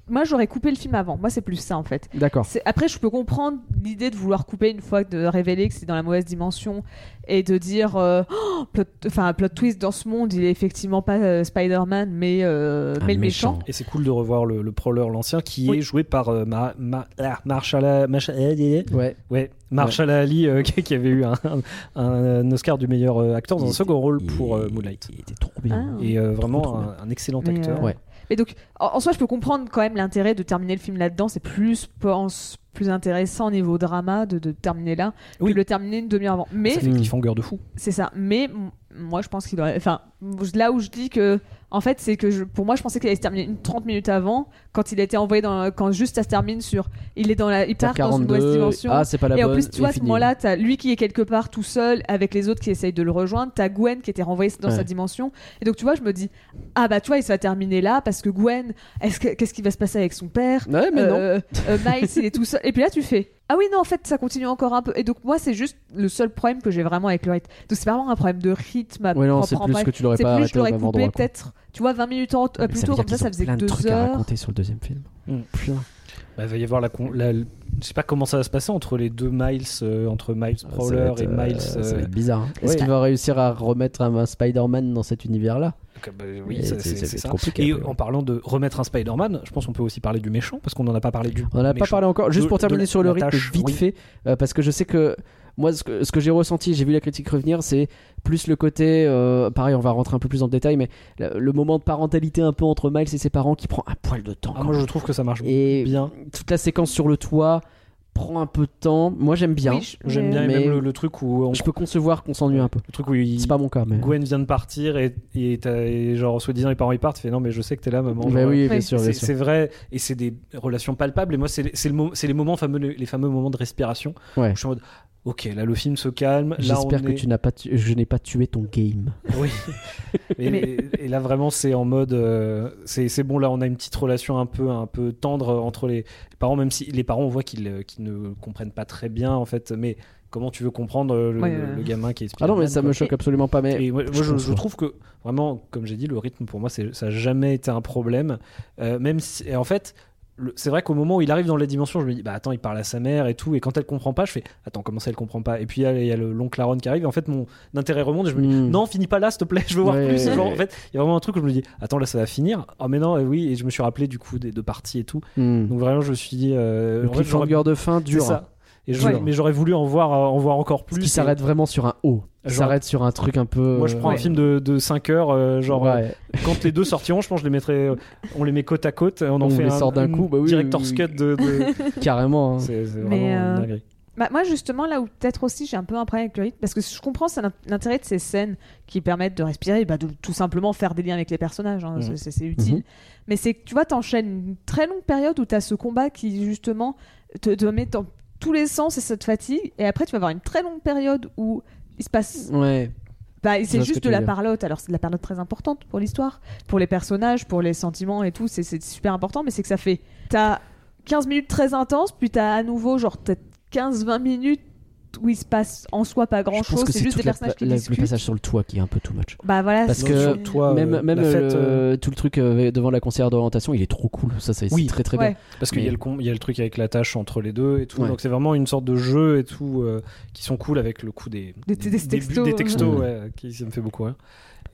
Speaker 2: Moi, j'aurais coupé le film avant. Moi, c'est plus ça en fait.
Speaker 1: D'accord.
Speaker 2: C'est- Après, je peux comprendre l'idée de vouloir couper une fois de révéler que c'est dans la mauvaise dimension et de dire, euh, Oh, plot... enfin, plot twist dans ce monde, il est effectivement pas euh, Spider-Man, mais, euh,
Speaker 1: Un
Speaker 2: mais le méchant.
Speaker 3: Et c'est cool de revoir le, le Prowler, l'ancien, qui
Speaker 2: Oui.
Speaker 3: est joué par euh, Ma- Ma- ah, Marshala, Mash- eh, eh, eh.
Speaker 1: Ouais.
Speaker 3: ouais, Marshala Ali, euh, qui, qui avait eu un, un- un Oscar du meilleur euh, acteur dans
Speaker 1: Il
Speaker 3: un
Speaker 1: était-
Speaker 3: second rôle
Speaker 1: il-
Speaker 3: pour euh, Moonlight.
Speaker 1: Il était trop bien.
Speaker 2: Ah.
Speaker 3: Et euh, vraiment
Speaker 1: Trop, trop
Speaker 3: un, un excellent
Speaker 2: Mais,
Speaker 3: acteur.
Speaker 2: euh,
Speaker 1: Ouais.
Speaker 2: Mais donc, en, en soi, je peux comprendre quand même l'intérêt de terminer le film là-dedans. C'est plus, je pense, plus intéressant au niveau drama de, de terminer là
Speaker 3: Oui.
Speaker 2: que de le terminer une demi-heure avant. Mais
Speaker 3: Ça fait
Speaker 1: Mm.
Speaker 3: cliffhanger de fou.
Speaker 2: C'est ça. Mais m- moi, je pense qu'il aurait. Enfin, je- là où je dis que. En fait, c'est que je- pour moi, je pensais qu'il allait se terminer une 30 minutes avant, quand il a été envoyé dans. Quand juste ça se termine sur. Il est dans la. Il part dans une mauvaise
Speaker 1: 42.
Speaker 2: dimension.
Speaker 1: Ah, c'est pas la
Speaker 2: et
Speaker 1: bonne.
Speaker 2: en plus, tu vois, à ce
Speaker 1: fini.
Speaker 2: moment-là, t'as lui qui est quelque part tout seul avec les autres qui essayent de le rejoindre. T'as Gwen qui était renvoyée dans
Speaker 1: Ouais.
Speaker 2: sa dimension. Et donc, tu vois, je me dis, ah bah, tu vois, il se va terminer là parce que Gwen, est-ce que- qu'est-ce qui va se passer avec son père
Speaker 1: Ouais, mais non.
Speaker 2: euh, euh, Miles, il est tout seul. Et puis là, tu fais Ah oui, non, en fait, ça continue encore un peu. Et donc, moi, c'est juste le seul problème que j'ai vraiment avec le rythme. Donc, c'est vraiment un problème de rythme. à
Speaker 1: Ouais, non,
Speaker 2: propre
Speaker 1: c'est
Speaker 2: en
Speaker 1: plus
Speaker 2: Ah, bref.
Speaker 1: que tu l'aurais
Speaker 2: C'est
Speaker 1: pas
Speaker 2: plus,
Speaker 1: arrêté au
Speaker 2: je l'aurais
Speaker 1: même
Speaker 2: coupé
Speaker 1: endroit. quoi.
Speaker 2: peut-être, tu vois, 20 minutes en- euh,
Speaker 1: Mais
Speaker 2: plus
Speaker 1: veut
Speaker 2: tôt,
Speaker 1: dire
Speaker 2: comme ça,
Speaker 1: qu'ils ont
Speaker 2: ça faisait
Speaker 1: plein de
Speaker 2: 2
Speaker 1: trucs à
Speaker 2: heures.
Speaker 1: raconter sur le deuxième film.
Speaker 3: Mm.
Speaker 1: Putain.
Speaker 3: Bah, il va y avoir la, con- la- Je sais pas comment ça va se passer entre les deux Miles, euh, entre Miles
Speaker 1: Ça va
Speaker 3: Prowler
Speaker 1: être,
Speaker 3: et
Speaker 1: euh,
Speaker 3: Miles.
Speaker 1: ça va
Speaker 3: euh,
Speaker 1: être bizarre. hein. Est-ce
Speaker 2: Ouais.
Speaker 1: qu'il va réussir à remettre un, un Spider-Man dans cet univers-là
Speaker 3: donc, euh, bah, oui,
Speaker 1: Et
Speaker 3: ça-
Speaker 1: c'est-
Speaker 3: c'est
Speaker 1: ça
Speaker 3: c'est
Speaker 1: va être
Speaker 3: ça.
Speaker 1: compliqué.
Speaker 3: Et
Speaker 1: après, ouais.
Speaker 3: en parlant de remettre un Spider-Man, je pense qu'on peut aussi parler du méchant, parce qu'on en a pas parlé du
Speaker 1: On n'en a pas
Speaker 3: méchant.
Speaker 1: parlé encore. Juste
Speaker 3: De-
Speaker 1: pour
Speaker 3: de
Speaker 1: terminer
Speaker 3: la-
Speaker 1: sur le
Speaker 3: la
Speaker 1: rythme,
Speaker 3: tâche,
Speaker 1: vite
Speaker 3: oui.
Speaker 1: fait, euh, parce que je sais que moi, ce que, ce que j'ai ressenti, j'ai vu la critique revenir, c'est plus le côté. euh, pareil, on va rentrer un peu plus dans le détail, mais le, le moment de parentalité un peu entre Miles et ses parents qui prend un poil de temps.
Speaker 3: Ah,
Speaker 1: quand
Speaker 3: moi,
Speaker 1: même.
Speaker 3: je trouve que ça marche
Speaker 1: et
Speaker 3: bien.
Speaker 1: toute la séquence sur le toit prend un peu de temps. Moi, j'aime bien.
Speaker 2: Oui, je-
Speaker 3: J'aime bien, et
Speaker 1: Mais-
Speaker 3: même le, le truc où on-
Speaker 1: Je peux concevoir qu'on s'ennuie un peu.
Speaker 3: le truc où il-
Speaker 1: C'est pas mon cas, mais.
Speaker 3: Gwen vient de partir et, et t'as- et genre soi-disant les parents ils partent, fait non mais je sais que t'es là maman.
Speaker 1: Bah
Speaker 3: genre,
Speaker 1: oui, bien
Speaker 2: Oui.
Speaker 1: sûr, bien
Speaker 3: C'est
Speaker 1: sûr.
Speaker 3: c'est vrai et c'est des relations palpables. Et moi, c'est c'est le mo- c'est les moments fameux, les fameux moments de respiration.
Speaker 1: Ouais.
Speaker 3: Où je suis en mode, ok, là le film se calme. là, on
Speaker 1: J'espère que
Speaker 3: est-
Speaker 1: tu n'as pas, tu- je n'ai pas tué ton game.
Speaker 3: Oui. et,
Speaker 2: Mais-
Speaker 3: et là vraiment, c'est en mode, euh, c'est c'est bon. Là, on a une petite relation un peu un peu tendre euh, entre les, les parents, même si les parents on voit qu'ils euh, qu'ils ne comprennent pas très bien en fait. Mais comment tu veux comprendre euh, le,
Speaker 2: Ouais, ouais.
Speaker 3: le gamin qui est
Speaker 1: Ah non, mais
Speaker 3: Spider-Man,
Speaker 1: ça
Speaker 3: quoi.
Speaker 1: me choque absolument pas. Mais
Speaker 3: Et moi,
Speaker 1: je
Speaker 3: moi, je,
Speaker 1: pense,
Speaker 3: je
Speaker 1: ouais.
Speaker 3: trouve que vraiment, comme j'ai dit, le rythme pour moi, c'est- ça n'a jamais été un problème. Euh, même si, et en fait, le- c'est vrai qu'au moment où il arrive dans la dimension, je me dis, bah attends, il parle à sa mère et tout. Et quand elle comprend pas, je fais, attends, comment ça, elle comprend pas Et puis il y a- il y a le long Claron qui arrive. Et en fait, mon intérêt remonte. Et je me dis,
Speaker 1: Hmm.
Speaker 3: non, finis pas là, s'il te plaît, je veux voir
Speaker 1: Ouais,
Speaker 3: plus.
Speaker 1: ouais,
Speaker 3: Genre,
Speaker 1: ouais.
Speaker 3: en fait, il y a vraiment un truc où je me dis, attends, là, ça va finir. Ah, mais non, et oui. Et je me suis rappelé du coup des deux parties et tout.
Speaker 1: Hmm.
Speaker 3: Donc vraiment, je me suis dit, euh,
Speaker 1: le
Speaker 3: en fait, j'aurais-
Speaker 1: cliffhanger de fin
Speaker 3: c'est
Speaker 1: dure.
Speaker 3: ça. Et je-
Speaker 1: Dur.
Speaker 3: Mais j'aurais voulu en voir, euh, en voir encore plus.
Speaker 1: Qui
Speaker 3: Et
Speaker 1: s'arrête vraiment sur un haut.
Speaker 3: Genre-
Speaker 1: S'arrête sur un truc un peu.
Speaker 3: Moi, je prends un film de, de 5 heures, euh, genre. euh,
Speaker 1: Ouais.
Speaker 3: quand les deux sortiront, je pense que je les mettrai, euh, on les met côte à côte, et on en
Speaker 1: On
Speaker 3: fait
Speaker 1: les
Speaker 3: un,
Speaker 1: sort d'un
Speaker 3: une
Speaker 1: coup, bah oui,
Speaker 3: director's
Speaker 1: oui,
Speaker 3: cut de. de-
Speaker 1: carrément. hein.
Speaker 3: euh, c'est c'est
Speaker 2: Mais,
Speaker 3: vraiment
Speaker 2: euh,
Speaker 3: dinguerie.
Speaker 2: Bah, moi, justement, là où peut-être aussi j'ai un peu un problème avec le rythme, parce que je comprends ça, l'int- l'intérêt de ces scènes qui permettent de respirer, bah, de tout simplement faire des liens avec les personnages, hein,
Speaker 3: Mhm.
Speaker 2: c'est- c'est c'est utile.
Speaker 1: Mhm.
Speaker 2: Mais c'est que tu vois, t'enchaînes une très longue période où t'as ce combat qui, justement, te, te met dans tous les sens et ça te fatigue, et après, tu vas avoir une très longue période où il se passe.
Speaker 1: Ouais.
Speaker 2: Bah,
Speaker 1: vois
Speaker 2: c'est
Speaker 1: ce que
Speaker 2: juste
Speaker 1: tu
Speaker 2: de
Speaker 1: veux
Speaker 2: la
Speaker 1: dire.
Speaker 2: parlotte, alors c'est de la parlotte très importante pour l'histoire, pour les personnages, pour les sentiments et tout, c'est- c'est super important, mais c'est que ça fait. T'as 15 minutes très intenses, puis t'as à nouveau genre peut-être 15-20 minutes où il se passe en soi pas grand
Speaker 1: je pense
Speaker 2: chose,
Speaker 1: que
Speaker 2: c'est juste
Speaker 1: toute
Speaker 2: des
Speaker 1: la-
Speaker 2: personnages qui
Speaker 1: la- le
Speaker 2: discutent.
Speaker 1: passage sur le toit qui est un peu too much.
Speaker 2: Bah voilà,
Speaker 1: Parce
Speaker 2: c'est-
Speaker 1: que
Speaker 2: c'est-
Speaker 3: toi, euh,
Speaker 1: même
Speaker 3: la
Speaker 1: même le-
Speaker 3: fête, euh,
Speaker 1: tout le truc euh, devant la conseillère d'orientation, il est trop cool. Ça, ça c'est
Speaker 3: Oui.
Speaker 1: très très
Speaker 2: Ouais.
Speaker 1: bien.
Speaker 3: Parce qu'il y, a
Speaker 1: mais-
Speaker 3: le com- il y a le truc avec la tâche entre les deux et tout.
Speaker 1: Ouais.
Speaker 3: Donc c'est vraiment une sorte de jeu et tout euh, qui sont cool avec le coup des,
Speaker 2: Des- des
Speaker 3: bu-
Speaker 2: textos.
Speaker 3: des textos,
Speaker 1: Mmh.
Speaker 3: ouais, qui ça me fait beaucoup rire.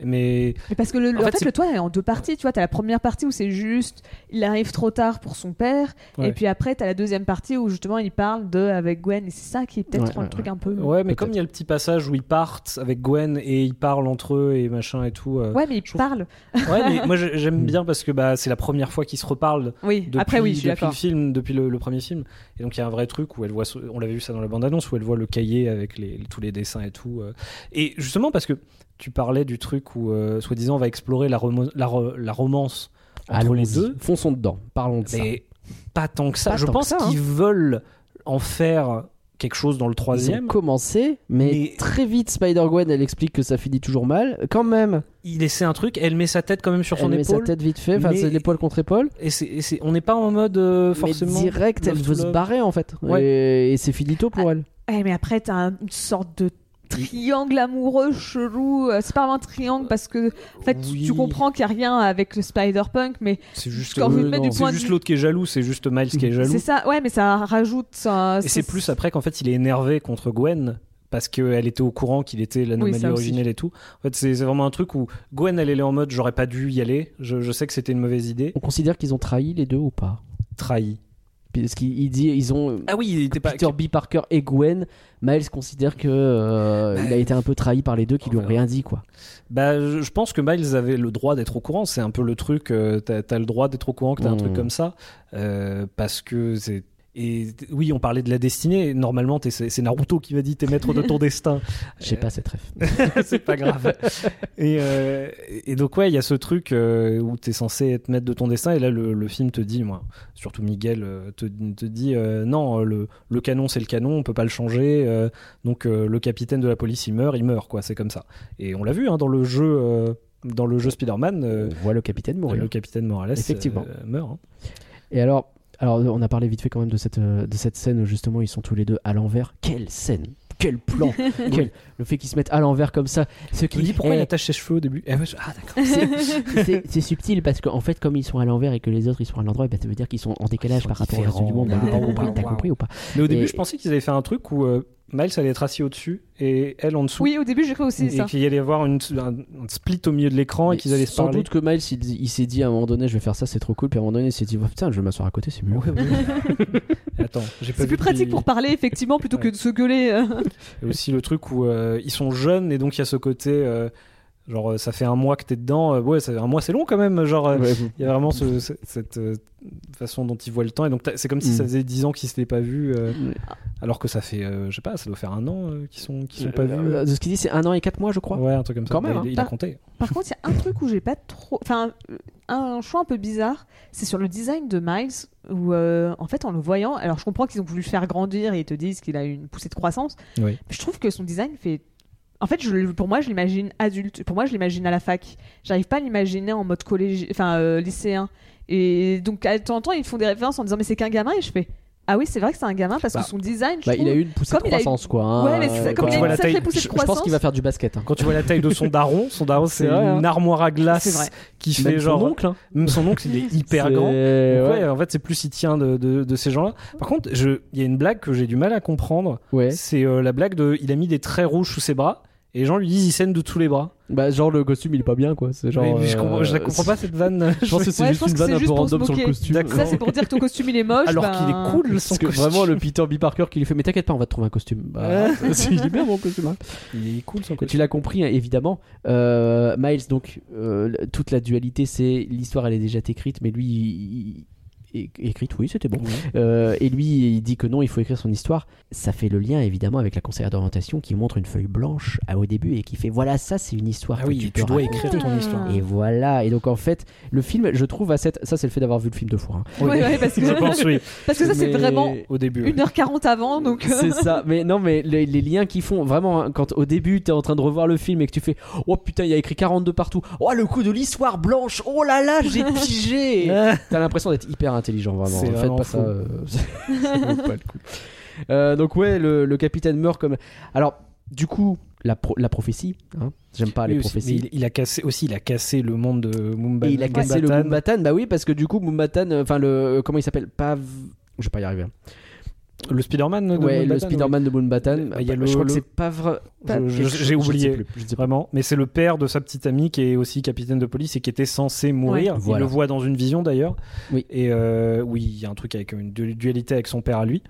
Speaker 3: Mais
Speaker 2: Mais parce que le,
Speaker 3: En
Speaker 2: en
Speaker 3: fait,
Speaker 2: fait,
Speaker 3: c'est-
Speaker 2: le toit est en deux parties. Tu vois, t'as la première partie où c'est juste, il arrive trop tard pour son père,
Speaker 3: Ouais.
Speaker 2: et puis après t'as la deuxième partie où justement il parle de avec Gwen, et c'est ça qui est peut-être
Speaker 1: Ouais,
Speaker 2: un
Speaker 1: ouais,
Speaker 2: truc un peu.
Speaker 3: ouais, mais
Speaker 1: Peut-être.
Speaker 3: comme il y a le petit passage où ils partent avec Gwen et ils parlent entre eux et machin et tout. euh,
Speaker 2: Ouais, mais il
Speaker 3: trouve-
Speaker 2: parle.
Speaker 3: ouais, mais moi j'ai- j'aime bien parce que bah, c'est la première fois qu'ils se reparlent
Speaker 2: Oui.
Speaker 3: depuis,
Speaker 2: après oui, je suis
Speaker 3: depuis le
Speaker 2: d'accord.
Speaker 3: film, depuis le, le premier film. Et donc il y a un vrai truc où elle voit, ce- on l'avait vu ça dans la bande-annonce, où elle voit le cahier avec les, les- tous les dessins et tout. euh. Et justement parce que tu parlais du truc où euh, soi-disant on va explorer la, romo- la, ro- la romance entre
Speaker 1: Allons-y.
Speaker 3: les deux,
Speaker 1: Fonçons dedans. Parlons de ça.
Speaker 3: mais pas tant que ça.
Speaker 1: Pas
Speaker 3: Je
Speaker 1: tant que
Speaker 3: pense
Speaker 1: ça, hein.
Speaker 3: qu'ils veulent en faire quelque chose dans le
Speaker 1: Ils ont
Speaker 3: troisième.
Speaker 1: commencé, mais,
Speaker 3: Mais-
Speaker 1: très vite, Spider-Gwen, elle explique que ça finit toujours mal. Quand même,
Speaker 3: Il essaie un truc, elle met sa tête quand même sur
Speaker 1: elle
Speaker 3: son
Speaker 1: met sa
Speaker 3: épaule.
Speaker 1: tête vite fait, enfin,
Speaker 3: mais-
Speaker 1: c'est l'épaule contre épaule.
Speaker 3: Et, c'est, et c'est- on n'est pas en mode euh, forcément.
Speaker 1: mais direct, elle
Speaker 3: love
Speaker 1: veut
Speaker 3: to
Speaker 1: se
Speaker 3: love.
Speaker 1: barrer en fait.
Speaker 3: Ouais. Ah.
Speaker 1: Et, et c'est finito pour elle.
Speaker 2: Eh, mais après, t'as un- une sorte de triangle amoureux chelou. Euh, C'est pas vraiment un triangle parce que, en fait, tu-
Speaker 3: Oui.
Speaker 2: tu comprends qu'il n'y a rien avec le Spider-Punk, mais
Speaker 3: C'est juste,
Speaker 2: Quand
Speaker 1: vous
Speaker 3: euh,
Speaker 1: le mettez du
Speaker 3: c'est
Speaker 2: point de
Speaker 3: juste
Speaker 2: vue-
Speaker 3: l'autre qui est jaloux, c'est juste Miles qui est jaloux.
Speaker 2: c'est ça. Ouais, mais ça rajoute. un-
Speaker 3: Et c'est plus après qu'en fait il est énervé contre Gwen parce qu'elle était au courant qu'il était l'anomalie
Speaker 2: Oui, ça aussi.
Speaker 3: originelle et tout. En fait, c'est c'est vraiment un truc où Gwen elle, elle est en mode j'aurais pas dû y aller, je, je sais que c'était une mauvaise idée.
Speaker 1: On considère qu'ils ont trahi les deux ou pas
Speaker 3: Trahi.
Speaker 1: Parce qu'il il dit, ils ont.
Speaker 3: Ah oui, il était pas.
Speaker 1: Peter B. Parker et Gwen, Miles considère que euh,
Speaker 3: Bah,
Speaker 1: il a été un peu trahi par les deux qui lui ont
Speaker 3: ouais.
Speaker 1: rien dit quoi.
Speaker 3: Bah, je je pense que Miles avait le droit d'être au courant. C'est un peu le truc, euh, t'as t'as le droit d'être au courant que t'as un
Speaker 1: Mm.
Speaker 3: truc comme ça. euh, parce que c'est. Et t- oui, on parlait de la destinée. Normalement, t'es- c'est c'est Naruto qui va dire t'es maître de ton destin.
Speaker 1: Je
Speaker 3: Euh,
Speaker 1: sais pas cette ref.
Speaker 3: c'est pas grave. Et, euh, et donc, ouais, il y a ce truc euh, où t'es censé être maître de ton destin. Et là, le, le film te dit, moi, surtout Miguel, euh, te, te dit euh, non, euh, le, le canon, c'est le canon, on peut pas le changer. euh, donc, euh, le capitaine de la police, il meurt, il meurt, quoi. C'est comme ça. Et on l'a vu hein, dans le jeu. euh, dans le jeu Spider-Man, euh,
Speaker 1: On voit le capitaine mourir.
Speaker 3: le capitaine Morales
Speaker 1: Effectivement.
Speaker 3: euh, meurt. hein.
Speaker 1: Et alors, alors, on a parlé vite fait quand même de cette, euh, de cette scène où justement ils sont tous les deux à l'envers. Quelle scène Quel plan Quel- Le fait qu'ils se mettent à l'envers comme ça. Ce
Speaker 3: Tu
Speaker 1: qui
Speaker 3: me dis pourquoi
Speaker 1: est-
Speaker 3: il attache ses cheveux au début Eh ouais, je- Ah, d'accord.
Speaker 1: c'est- c'est c'est subtil parce qu'en fait, comme ils sont à l'envers et que les autres ils sont à l'endroit, eh ben, ça veut dire qu'ils sont en décalage
Speaker 3: sont
Speaker 1: par rapport au reste du monde.
Speaker 3: différents.
Speaker 1: T'as
Speaker 3: Waouh,
Speaker 1: compris, t'as
Speaker 3: waouh,
Speaker 1: compris ou pas
Speaker 3: Mais au début,
Speaker 1: Et-
Speaker 3: je pensais qu'ils avaient fait un truc où euh, Miles allait être assis au-dessus et elle en dessous.
Speaker 2: Oui, au début, j'ai cru aussi
Speaker 3: et
Speaker 2: ça.
Speaker 3: qu'il y allait avoir une, un, un split au milieu de l'écran et
Speaker 1: Mais
Speaker 3: qu'ils allaient se
Speaker 1: Sans
Speaker 3: parler.
Speaker 1: doute que Miles il, il s'est dit à un moment donné je vais faire ça, c'est trop cool. Puis à un moment donné il s'est dit oh, putain, je vais m'asseoir à côté, c'est mieux.
Speaker 3: Ouais, ouais. Attends, j'ai pas
Speaker 2: C'est
Speaker 3: vu
Speaker 2: plus pratique
Speaker 3: depuis-
Speaker 2: pour parler, effectivement, plutôt que de se gueuler. euh.
Speaker 3: Et aussi le truc où euh, ils sont jeunes et donc il y a ce côté. euh, genre, euh, ça fait un mois que t'es dedans. euh, ouais, ça, un mois c'est long quand même. Genre, euh, il
Speaker 1: Ouais.
Speaker 3: y a vraiment ce- ce- cette euh, façon dont ils voient le temps. Et donc, t'as- c'est comme si
Speaker 1: Mm.
Speaker 3: ça faisait 10 ans qu'ils s'étaient pas vus. euh,
Speaker 2: Mm.
Speaker 1: Ouais.
Speaker 3: Alors que ça fait, euh, je sais pas, ça doit faire un an euh, qu'ils sont, qu'ils sont pas vus.
Speaker 1: Euh, de ce qu'il dit, c'est un an et quatre mois, je crois.
Speaker 3: Ouais, un truc comme ça.
Speaker 1: Quand même,
Speaker 3: Bah, il,
Speaker 1: hein.
Speaker 3: il a
Speaker 2: Pas-
Speaker 3: compté.
Speaker 2: Par contre, il y a un truc où j'ai pas trop. Enfin, un choix un peu bizarre, c'est sur le design de Miles, où euh, en fait, en le voyant, alors je comprends qu'ils ont voulu le faire grandir et ils te disent qu'il a eu une poussée de croissance,
Speaker 3: Oui.
Speaker 2: mais je trouve que son design fait. En fait, je, le- pour moi, je l'imagine adulte. Pour moi, je l'imagine à la fac. J'arrive pas à l'imaginer en mode collège, enfin euh, lycéen. Et donc, à de temps en temps, ils font des références en disant mais c'est qu'un gamin. Et je fais ah oui, c'est vrai que c'est un gamin parce
Speaker 1: Bah,
Speaker 2: que son design. Je
Speaker 1: Bah, il a
Speaker 2: trouve-
Speaker 1: eu une poussée de
Speaker 2: Comme il a eu-
Speaker 1: croissance quoi. hein.
Speaker 2: Ouais, mais c'est ça,
Speaker 1: Euh,
Speaker 2: comme
Speaker 3: quand
Speaker 2: il
Speaker 3: tu
Speaker 2: a
Speaker 3: vois
Speaker 2: eu
Speaker 3: la
Speaker 2: une sacrée
Speaker 3: taille,
Speaker 1: je,
Speaker 2: poussée de
Speaker 1: je
Speaker 2: croissance.
Speaker 1: pense qu'il va faire du basket. hein.
Speaker 3: Quand tu vois la taille de son daron, son daron c'est
Speaker 1: C'est vrai, hein.
Speaker 3: une armoire à
Speaker 2: C'est vrai.
Speaker 3: glace qui
Speaker 1: Même
Speaker 3: fait
Speaker 1: son
Speaker 3: genre.
Speaker 1: oncle, hein.
Speaker 3: Même son oncle, il est hyper
Speaker 1: C'est-
Speaker 3: grand. Donc
Speaker 1: Ouais,
Speaker 3: ouais, euh, en fait, c'est plus il tient de, de- de ces gens-là. Par contre, je- il y a une blague que j'ai du mal à comprendre.
Speaker 1: ouais.
Speaker 3: C'est euh, la blague de. Il a mis des traits rouges sous ses bras. Et les gens lui disent il saigne de tous les bras.
Speaker 1: Bah, genre le costume il est pas bien quoi. C'est genre.
Speaker 3: Mais- mais je,
Speaker 1: euh,
Speaker 3: comprends, je la comprends pas cette vanne.
Speaker 1: Je pense que c'est
Speaker 2: Ouais, je
Speaker 1: juste
Speaker 2: pense
Speaker 1: une
Speaker 2: que
Speaker 1: vanne
Speaker 2: c'est
Speaker 1: un peu
Speaker 2: juste pour se
Speaker 1: random sur le
Speaker 2: moquer.
Speaker 1: costume.
Speaker 3: D'accord.
Speaker 2: Ça, c'est pour dire que ton costume il est moche.
Speaker 3: Alors
Speaker 2: ben-
Speaker 3: qu'il est cool son
Speaker 1: Parce que
Speaker 3: costume.
Speaker 1: vraiment le Peter B. Parker qui lui fait mais t'inquiète pas on va te trouver un costume. Bah, c'est- il est bien mon costume. hein.
Speaker 3: Il est cool son
Speaker 1: Et
Speaker 3: costume.
Speaker 1: tu l'as compris hein, évidemment. Euh, Miles donc euh, toute la dualité c'est l'histoire elle est déjà écrite mais lui il- il- é- écrite oui c'était bon. Euh, et lui, il dit que non, il faut écrire son histoire. Ça fait le lien évidemment avec la conseillère d'orientation qui montre une feuille blanche à- au début et qui fait voilà, ça c'est une histoire
Speaker 3: Ah
Speaker 1: que
Speaker 3: oui,
Speaker 1: tu,
Speaker 3: tu,
Speaker 1: peux
Speaker 3: dois
Speaker 1: raconter.
Speaker 3: écrire ton histoire.
Speaker 1: Et voilà. Et donc en fait, le film, je trouve à cette, ça c'est le fait d'avoir vu le film deux fois. hein.
Speaker 2: Ouais, ouais, parce que-
Speaker 3: je pense oui.
Speaker 2: Parce que ça, c'est
Speaker 1: Mais-
Speaker 2: vraiment
Speaker 3: Au début. oui.
Speaker 2: 1h40 avant, donc. euh,
Speaker 1: C'est ça, mais non, mais les, les liens qu'ils font, vraiment, hein, quand au début t'es en train de revoir le film et que tu fais Oh putain, il y a écrit 42 partout, oh le coup de l'histoire blanche, oh là là, j'ai pigé
Speaker 3: Ah,
Speaker 1: T'as l'impression d'être hyper intelligent, vraiment.
Speaker 3: C'est
Speaker 1: Faites
Speaker 3: vraiment
Speaker 1: pas ça.
Speaker 3: fou.
Speaker 1: euh, ça vaut pas le coup. Euh, donc, ouais, le, le capitaine meurt comme. Alors, du coup, la, pro- la prophétie, hein, j'aime pas
Speaker 3: Oui,
Speaker 1: les
Speaker 3: aussi.
Speaker 1: prophéties.
Speaker 3: Mais il, il a cassé aussi, il a cassé le monde de Mumbai.
Speaker 1: Et il a cassé le Mumbatan, bah oui, parce que du coup, Mumbatan, euh, enfin, le. Comment il s'appelle Pav. Je vais pas y arriver.
Speaker 3: Le Spider-Man de
Speaker 1: ouais,
Speaker 3: Mumbai,
Speaker 1: le
Speaker 3: oui.
Speaker 1: Spider-Man de Mumbatan.
Speaker 3: Bah, il y a
Speaker 1: bah,
Speaker 3: le-
Speaker 1: je crois que
Speaker 3: le-
Speaker 1: c'est pas vrai.
Speaker 3: Je- je- J'ai
Speaker 1: Je sais
Speaker 3: oublié.
Speaker 1: plus, je sais pas.
Speaker 3: Vraiment, mais c'est le père de sa petite amie qui est aussi capitaine de police et qui était censé mourir.
Speaker 1: Ouais. Voilà.
Speaker 3: Il le voit dans une vision d'ailleurs.
Speaker 1: Oui.
Speaker 3: Et euh, oui, il y a un truc avec une du- dualité avec son père à lui.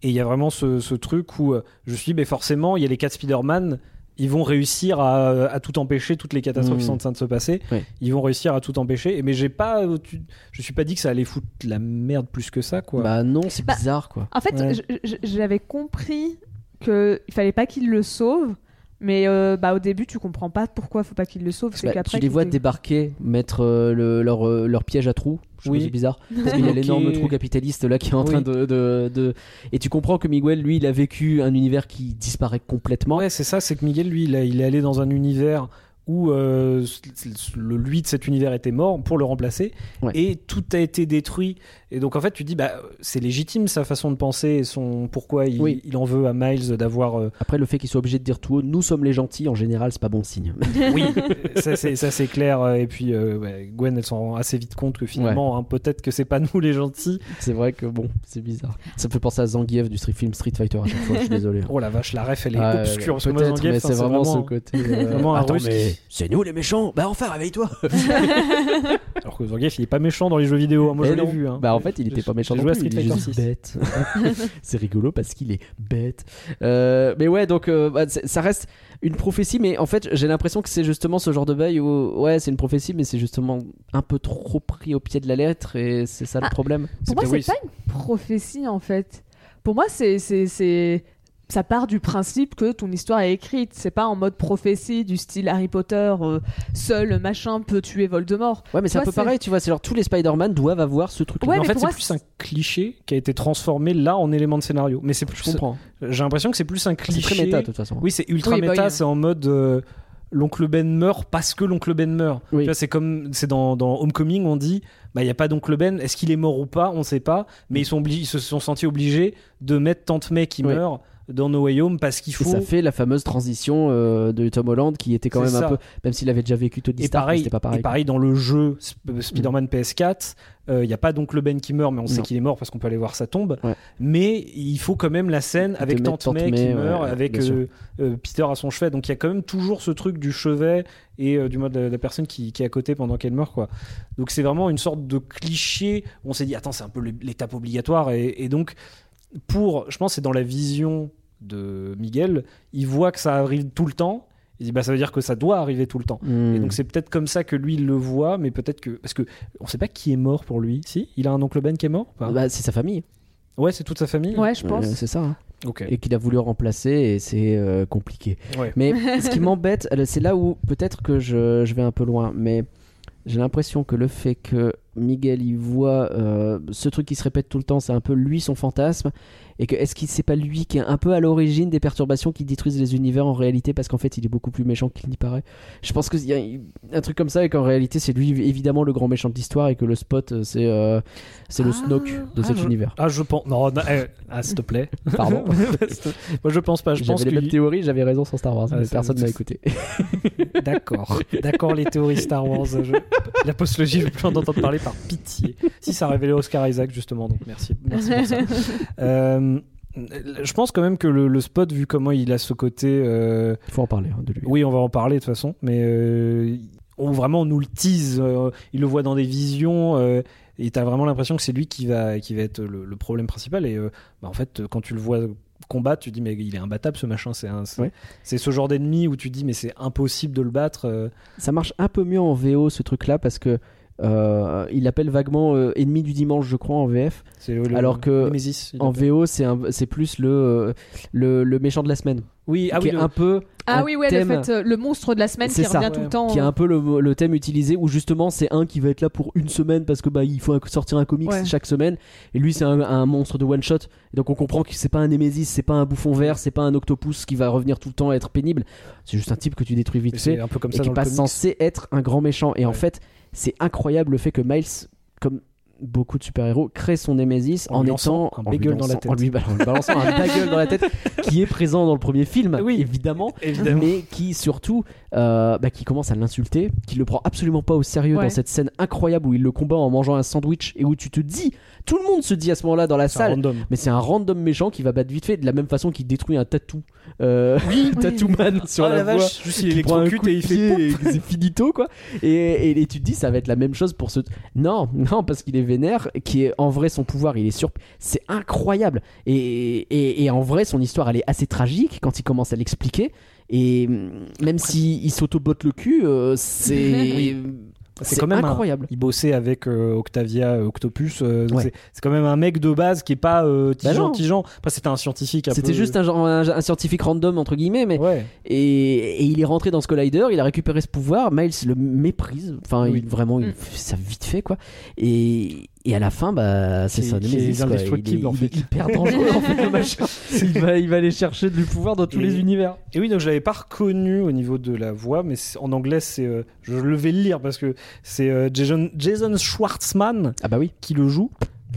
Speaker 3: Et il y a vraiment ce, ce truc où euh, je suis, mais forcément, il y a les quatre Spider-Man. Ils vont réussir à, euh, à tout empêcher, toutes les catastrophes
Speaker 1: Mhm.
Speaker 3: qui sont en train de se passer.
Speaker 1: Ouais.
Speaker 3: Ils vont réussir à tout empêcher. Et- Mais j'ai pas, euh, tu- je suis pas dit que ça allait foutre la merde plus que ça, quoi.
Speaker 1: Bah non, c'est
Speaker 2: Bah,
Speaker 1: bizarre quoi.
Speaker 2: En fait,
Speaker 3: Ouais.
Speaker 2: je- je- j'avais compris qu'il fallait pas qu'il le sauve. Mais euh, bah, au début, tu comprends pas pourquoi faut pas qu'il le sauve. C'est
Speaker 1: Bah,
Speaker 2: qu'après.
Speaker 1: tu les
Speaker 2: qu'il
Speaker 1: vois
Speaker 2: te-
Speaker 1: débarquer, mettre euh, le- leur, euh, leur piège à trous. Je
Speaker 3: Oui.
Speaker 1: oui. c'est bizarre. Parce qu'il y a
Speaker 3: Bloqué.
Speaker 1: l'énorme trou capitaliste là qui est en train
Speaker 3: Oui.
Speaker 1: de, de- de- Et tu comprends que Miguel, lui, il a vécu un univers qui disparaît complètement.
Speaker 3: Ouais, c'est ça, c'est que Miguel, lui, il, a- il est allé dans un univers où euh, le lui de cet univers était mort pour le remplacer
Speaker 1: Ouais.
Speaker 3: et tout a été détruit et donc en fait tu dis bah c'est légitime sa façon de penser et son pourquoi il,
Speaker 1: Oui.
Speaker 3: il en veut à Miles d'avoir euh,
Speaker 1: Après, le fait qu'il soit obligé de dire tout haut, nous sommes les gentils, en général, c'est pas bon signe.
Speaker 3: oui ça c'est ça, c'est clair et puis euh, bah, Gwen elle s'en rend assez vite compte que finalement hein, peut-être que c'est pas nous les gentils
Speaker 1: c'est vrai que bon, c'est bizarre. Ça me fait penser à Zangief du street film Street Fighter à chaque fois, je suis désolé.
Speaker 3: oh la vache la ref elle est
Speaker 1: Ah,
Speaker 3: obscure parce que moi,
Speaker 1: peut-être,
Speaker 3: Zangief,
Speaker 1: mais
Speaker 3: enfin,
Speaker 1: c'est vraiment ce
Speaker 3: vraiment-
Speaker 1: côté. euh,
Speaker 3: vraiment un
Speaker 1: Attends,
Speaker 3: russe
Speaker 1: mais
Speaker 3: qui-
Speaker 1: c'est nous les méchants. Bah enfin, réveille-toi.
Speaker 3: alors que Zangief il est pas méchant dans les jeux vidéo hein, moi
Speaker 1: Eh
Speaker 3: je l'ai
Speaker 1: non.
Speaker 3: vu hein.
Speaker 1: Bah en fait, il était
Speaker 3: J'ai-
Speaker 1: pas méchant
Speaker 3: j'ai
Speaker 1: non
Speaker 3: joué à
Speaker 1: plus,
Speaker 3: Street
Speaker 1: il est
Speaker 3: Fighter
Speaker 1: juste bête. c'est rigolo parce qu'il est bête. Euh, mais ouais, donc euh, bah, c'est- ça reste une prophétie, mais en fait, j'ai l'impression que c'est justement ce genre de bail où ouais, c'est une prophétie, mais c'est justement un peu trop pris au pied de la lettre et c'est ça le
Speaker 2: Ah.
Speaker 1: problème.
Speaker 2: Pour moi,
Speaker 3: C'est- oui,
Speaker 2: c'est pas une prophétie en fait. Pour moi, c'est c'est c'est ça part du principe que ton histoire est écrite. C'est pas en mode prophétie du style Harry Potter. euh, seul machin peut tuer Voldemort.
Speaker 1: Ouais, mais
Speaker 2: Tu
Speaker 1: c'est un
Speaker 2: vois,
Speaker 1: peu
Speaker 2: c'est-
Speaker 1: pareil, tu vois, c'est genre tous les Spider-Man doivent avoir ce truc.
Speaker 2: Ouais,
Speaker 3: Mais en
Speaker 2: mais
Speaker 3: fait,
Speaker 2: pour
Speaker 3: c'est
Speaker 2: moi,
Speaker 3: plus
Speaker 2: c'est-
Speaker 3: un cliché qui a été transformé là en élément de scénario. Mais c'est plus. euh,
Speaker 1: Je comprends.
Speaker 3: J'ai l'impression que c'est plus un
Speaker 1: C'est
Speaker 3: cliché.
Speaker 1: très méta de toute façon.
Speaker 3: Oui, c'est ultra
Speaker 2: Oui, bah
Speaker 3: méta.
Speaker 2: oui.
Speaker 3: C'est en mode. euh, L'oncle Ben meurt parce que l'oncle Ben meurt.
Speaker 1: Oui.
Speaker 3: Tu vois, c'est comme c'est dans, dans Homecoming, on dit bah il y a pas d'oncle Ben, est-ce qu'il est mort ou pas, on sait pas, mais ils sont obligés, ils se sont sentis obligés de mettre tante May qui
Speaker 1: Oui.
Speaker 3: meurt dans No Way Home parce qu'il
Speaker 1: Et
Speaker 3: faut
Speaker 1: ça fait la fameuse transition euh, de Tom Holland qui était quand
Speaker 3: C'est
Speaker 1: même un
Speaker 3: ça.
Speaker 1: peu, même s'il avait déjà vécu Tony
Speaker 3: Et
Speaker 1: Stark, mais
Speaker 3: pareil,
Speaker 1: c'était pas pareil. Mm.
Speaker 3: et pareil dans le jeu Sp- euh, Spider-Man PS4, il n'y a pas d'oncle Ben qui meurt, mais on sait
Speaker 1: Non.
Speaker 3: qu'il est mort parce qu'on peut aller voir sa tombe.
Speaker 1: Ouais.
Speaker 3: Mais il faut quand même la scène
Speaker 1: Ils te
Speaker 3: avec
Speaker 1: mettent
Speaker 3: Tante May,
Speaker 1: Tante
Speaker 3: qui
Speaker 1: May,
Speaker 3: meurt,
Speaker 1: ouais,
Speaker 3: avec
Speaker 1: bien sûr.
Speaker 3: euh, euh, Peter à son chevet. Donc il y a quand même toujours ce truc du chevet et euh, du moins de la, de la personne qui, qui est à côté pendant qu'elle meurt. Quoi. Donc c'est vraiment une sorte de cliché. On s'est dit, attends, c'est un peu le- l'étape obligatoire. Et, et donc, pour, je pense, que c'est dans la vision de Miguel, il voit que ça arrive tout le temps. Il dit, bah, ça veut dire que ça doit arriver tout le temps.
Speaker 1: Hmm.
Speaker 3: Et donc c'est peut-être comme ça que lui il le voit, mais peut-être que parce que on sait pas qui est mort pour lui. Si, il a un oncle Ben qui est mort. ou pas
Speaker 1: Bah, c'est sa famille,
Speaker 3: Ouais, c'est toute sa famille.
Speaker 2: Ouais, je
Speaker 1: Euh,
Speaker 2: pense.
Speaker 1: c'est ça. hein.
Speaker 3: Ok.
Speaker 1: et qu'il a voulu remplacer et c'est euh, compliqué.
Speaker 3: Ouais.
Speaker 1: Mais ce qui m'embête, euh, c'est là où peut-être que je, je vais un peu loin, mais j'ai l'impression que le fait que Miguel y voit euh, ce truc qui se répète tout le temps, c'est un peu lui son fantasme, et que est-ce que c'est pas lui qui est un peu à l'origine des perturbations qui détruisent les univers en réalité parce qu'en fait il est beaucoup plus méchant qu'il n'y paraît. Je pense qu'il y a un truc comme ça et qu'en réalité c'est lui évidemment le grand méchant de l'histoire et que le spot euh, c'est euh, c'est le
Speaker 2: Ah.
Speaker 1: Snoke de
Speaker 3: Ah,
Speaker 1: cet
Speaker 3: je-
Speaker 1: univers.
Speaker 3: Ah, je pense. Non, non, eh, ah, s'il te plaît.
Speaker 1: Pardon.
Speaker 3: Moi, je pense pas. Ah, Je pense
Speaker 1: J'avais
Speaker 3: que.
Speaker 1: les mêmes théories, j'avais raison sur Star Wars,
Speaker 3: Ah,
Speaker 1: mais
Speaker 3: ça-
Speaker 1: personne m'a écouté.
Speaker 3: D'accord. D'accord, les théories Star Wars. je- La postlogie, je veux plus en entendre parler par pitié. Si ça révélait Oscar Isaac, justement. Donc, merci. Merci pour ça. Euh, je pense quand même que le, le spot, vu comment il a ce côté. euh,
Speaker 1: Il faut en parler hein, de lui.
Speaker 3: Oui, on va en parler de toute façon, mais euh, on, vraiment on nous le tease. euh, il le voit dans des visions. euh, et t'as vraiment l'impression que c'est lui qui va, qui va être le, le problème principal. Et euh, bah, en fait, quand tu le vois combattre, tu dis mais il est imbattable ce machin. C'est un- c'est
Speaker 1: Ouais.
Speaker 3: c'est ce genre d'ennemi où tu dis mais c'est impossible de le battre. euh.
Speaker 1: Ça marche un peu mieux en VO ce truc-là parce que euh, il appelle vaguement euh, ennemi du dimanche, je crois, en VF.
Speaker 3: C'est le- le-
Speaker 1: Alors que euh,
Speaker 3: Nemesis, il
Speaker 1: En
Speaker 3: l'appelle.
Speaker 1: VO, c'est un- c'est plus le, euh, le le méchant de la semaine,
Speaker 3: oui, ah
Speaker 1: qui
Speaker 3: oui,
Speaker 1: est
Speaker 3: le-
Speaker 1: un peu
Speaker 2: Ah
Speaker 1: un
Speaker 2: oui, ouais,
Speaker 1: thème,
Speaker 2: le fait, euh, le monstre de la semaine
Speaker 1: C'est
Speaker 2: qui
Speaker 1: ça.
Speaker 2: revient tout
Speaker 3: Ouais.
Speaker 2: le temps. euh.
Speaker 1: qui est un peu le, le thème utilisé où justement c'est un qui va être là pour une semaine parce que bah il faut sortir un comics
Speaker 2: Ouais.
Speaker 1: chaque semaine et lui c'est un, un monstre de one shot et donc on comprend que c'est pas un Némésis, c'est pas un bouffon vert, c'est pas un octopus qui va revenir tout le temps et être pénible. C'est juste un type que tu détruis vite fait.
Speaker 3: c'est un peu comme
Speaker 1: et
Speaker 3: ça
Speaker 1: qui
Speaker 3: dans
Speaker 1: n'est pas
Speaker 3: le comics.
Speaker 1: censé être un grand méchant. Et en
Speaker 3: Ouais.
Speaker 1: fait, c'est incroyable le fait que Miles, comme beaucoup de super-héros, crée son Némésis
Speaker 3: En
Speaker 1: en,
Speaker 3: lui lançant
Speaker 1: étant
Speaker 3: un
Speaker 1: en lui
Speaker 3: bagel dans la
Speaker 1: lançant- en
Speaker 3: tête.
Speaker 1: lui bal- en lui balançant un bagel dans la tête, qui est présent dans le premier film,
Speaker 3: Oui.
Speaker 1: évidemment.
Speaker 3: Évidemment.
Speaker 1: Mais qui surtout, euh, bah, qui commence à l'insulter, qui le prend absolument pas au sérieux
Speaker 2: Ouais.
Speaker 1: dans cette scène incroyable où il le combat en mangeant un sandwich et où tu te dis, tout le monde se dit à ce moment-là dans la
Speaker 3: C'est un
Speaker 1: salle,
Speaker 3: random.
Speaker 1: mais c'est un random méchant qui va battre vite fait de la même façon qu'il détruit un tatou, euh, tattoo man sur
Speaker 3: Ah,
Speaker 1: Oh la, voie
Speaker 3: juste il
Speaker 1: qui prend un
Speaker 3: électrocute
Speaker 1: coup de
Speaker 3: et il fait
Speaker 1: pied et que c'est finito quoi et, et- et tu te dis ça va être la même chose pour ce non non parce qu'il est vénère qui est en vrai son pouvoir il est sur c'est incroyable et, et, et en vrai son histoire elle est assez tragique quand il commence à l'expliquer et hum, même si il s'autobotte le cul euh, c'est
Speaker 3: C'est
Speaker 1: C'est
Speaker 3: quand même un-
Speaker 1: incroyable.
Speaker 3: Il bossait avec euh, Octavia euh, Octopus. euh, donc
Speaker 1: Ouais.
Speaker 3: c'est- C'est quand même un mec de base qui est pas euh, tigeant,
Speaker 1: non.
Speaker 3: tigeant. Après, c'était un scientifique. un
Speaker 1: C'était
Speaker 3: peu-
Speaker 1: juste un, genre- un- un scientifique random entre guillemets, mais
Speaker 3: Ouais.
Speaker 1: et, et il est rentré dans ce collider, il a récupéré ce pouvoir, Miles le méprise, enfin
Speaker 3: Oui.
Speaker 1: il, vraiment il
Speaker 2: Mm.
Speaker 1: fait ça vite fait quoi. Et, et à la fin bah c'est
Speaker 3: Qui-
Speaker 1: ça,
Speaker 3: qui est
Speaker 1: Nemesis, quoi. Il est-
Speaker 3: indestructible, en
Speaker 1: il est
Speaker 3: fait.
Speaker 1: hyper dangereux en fait le machin. Il va, il va aller chercher du pouvoir dans tous
Speaker 3: Et-
Speaker 1: les univers.
Speaker 3: Et oui, donc je l'avais pas reconnu au niveau de la voix, mais c'est- en anglais, c'est. euh, je le vais le lire parce que c'est euh, Jason, Jason Schwartzman
Speaker 1: Ah bah oui.
Speaker 3: qui le joue.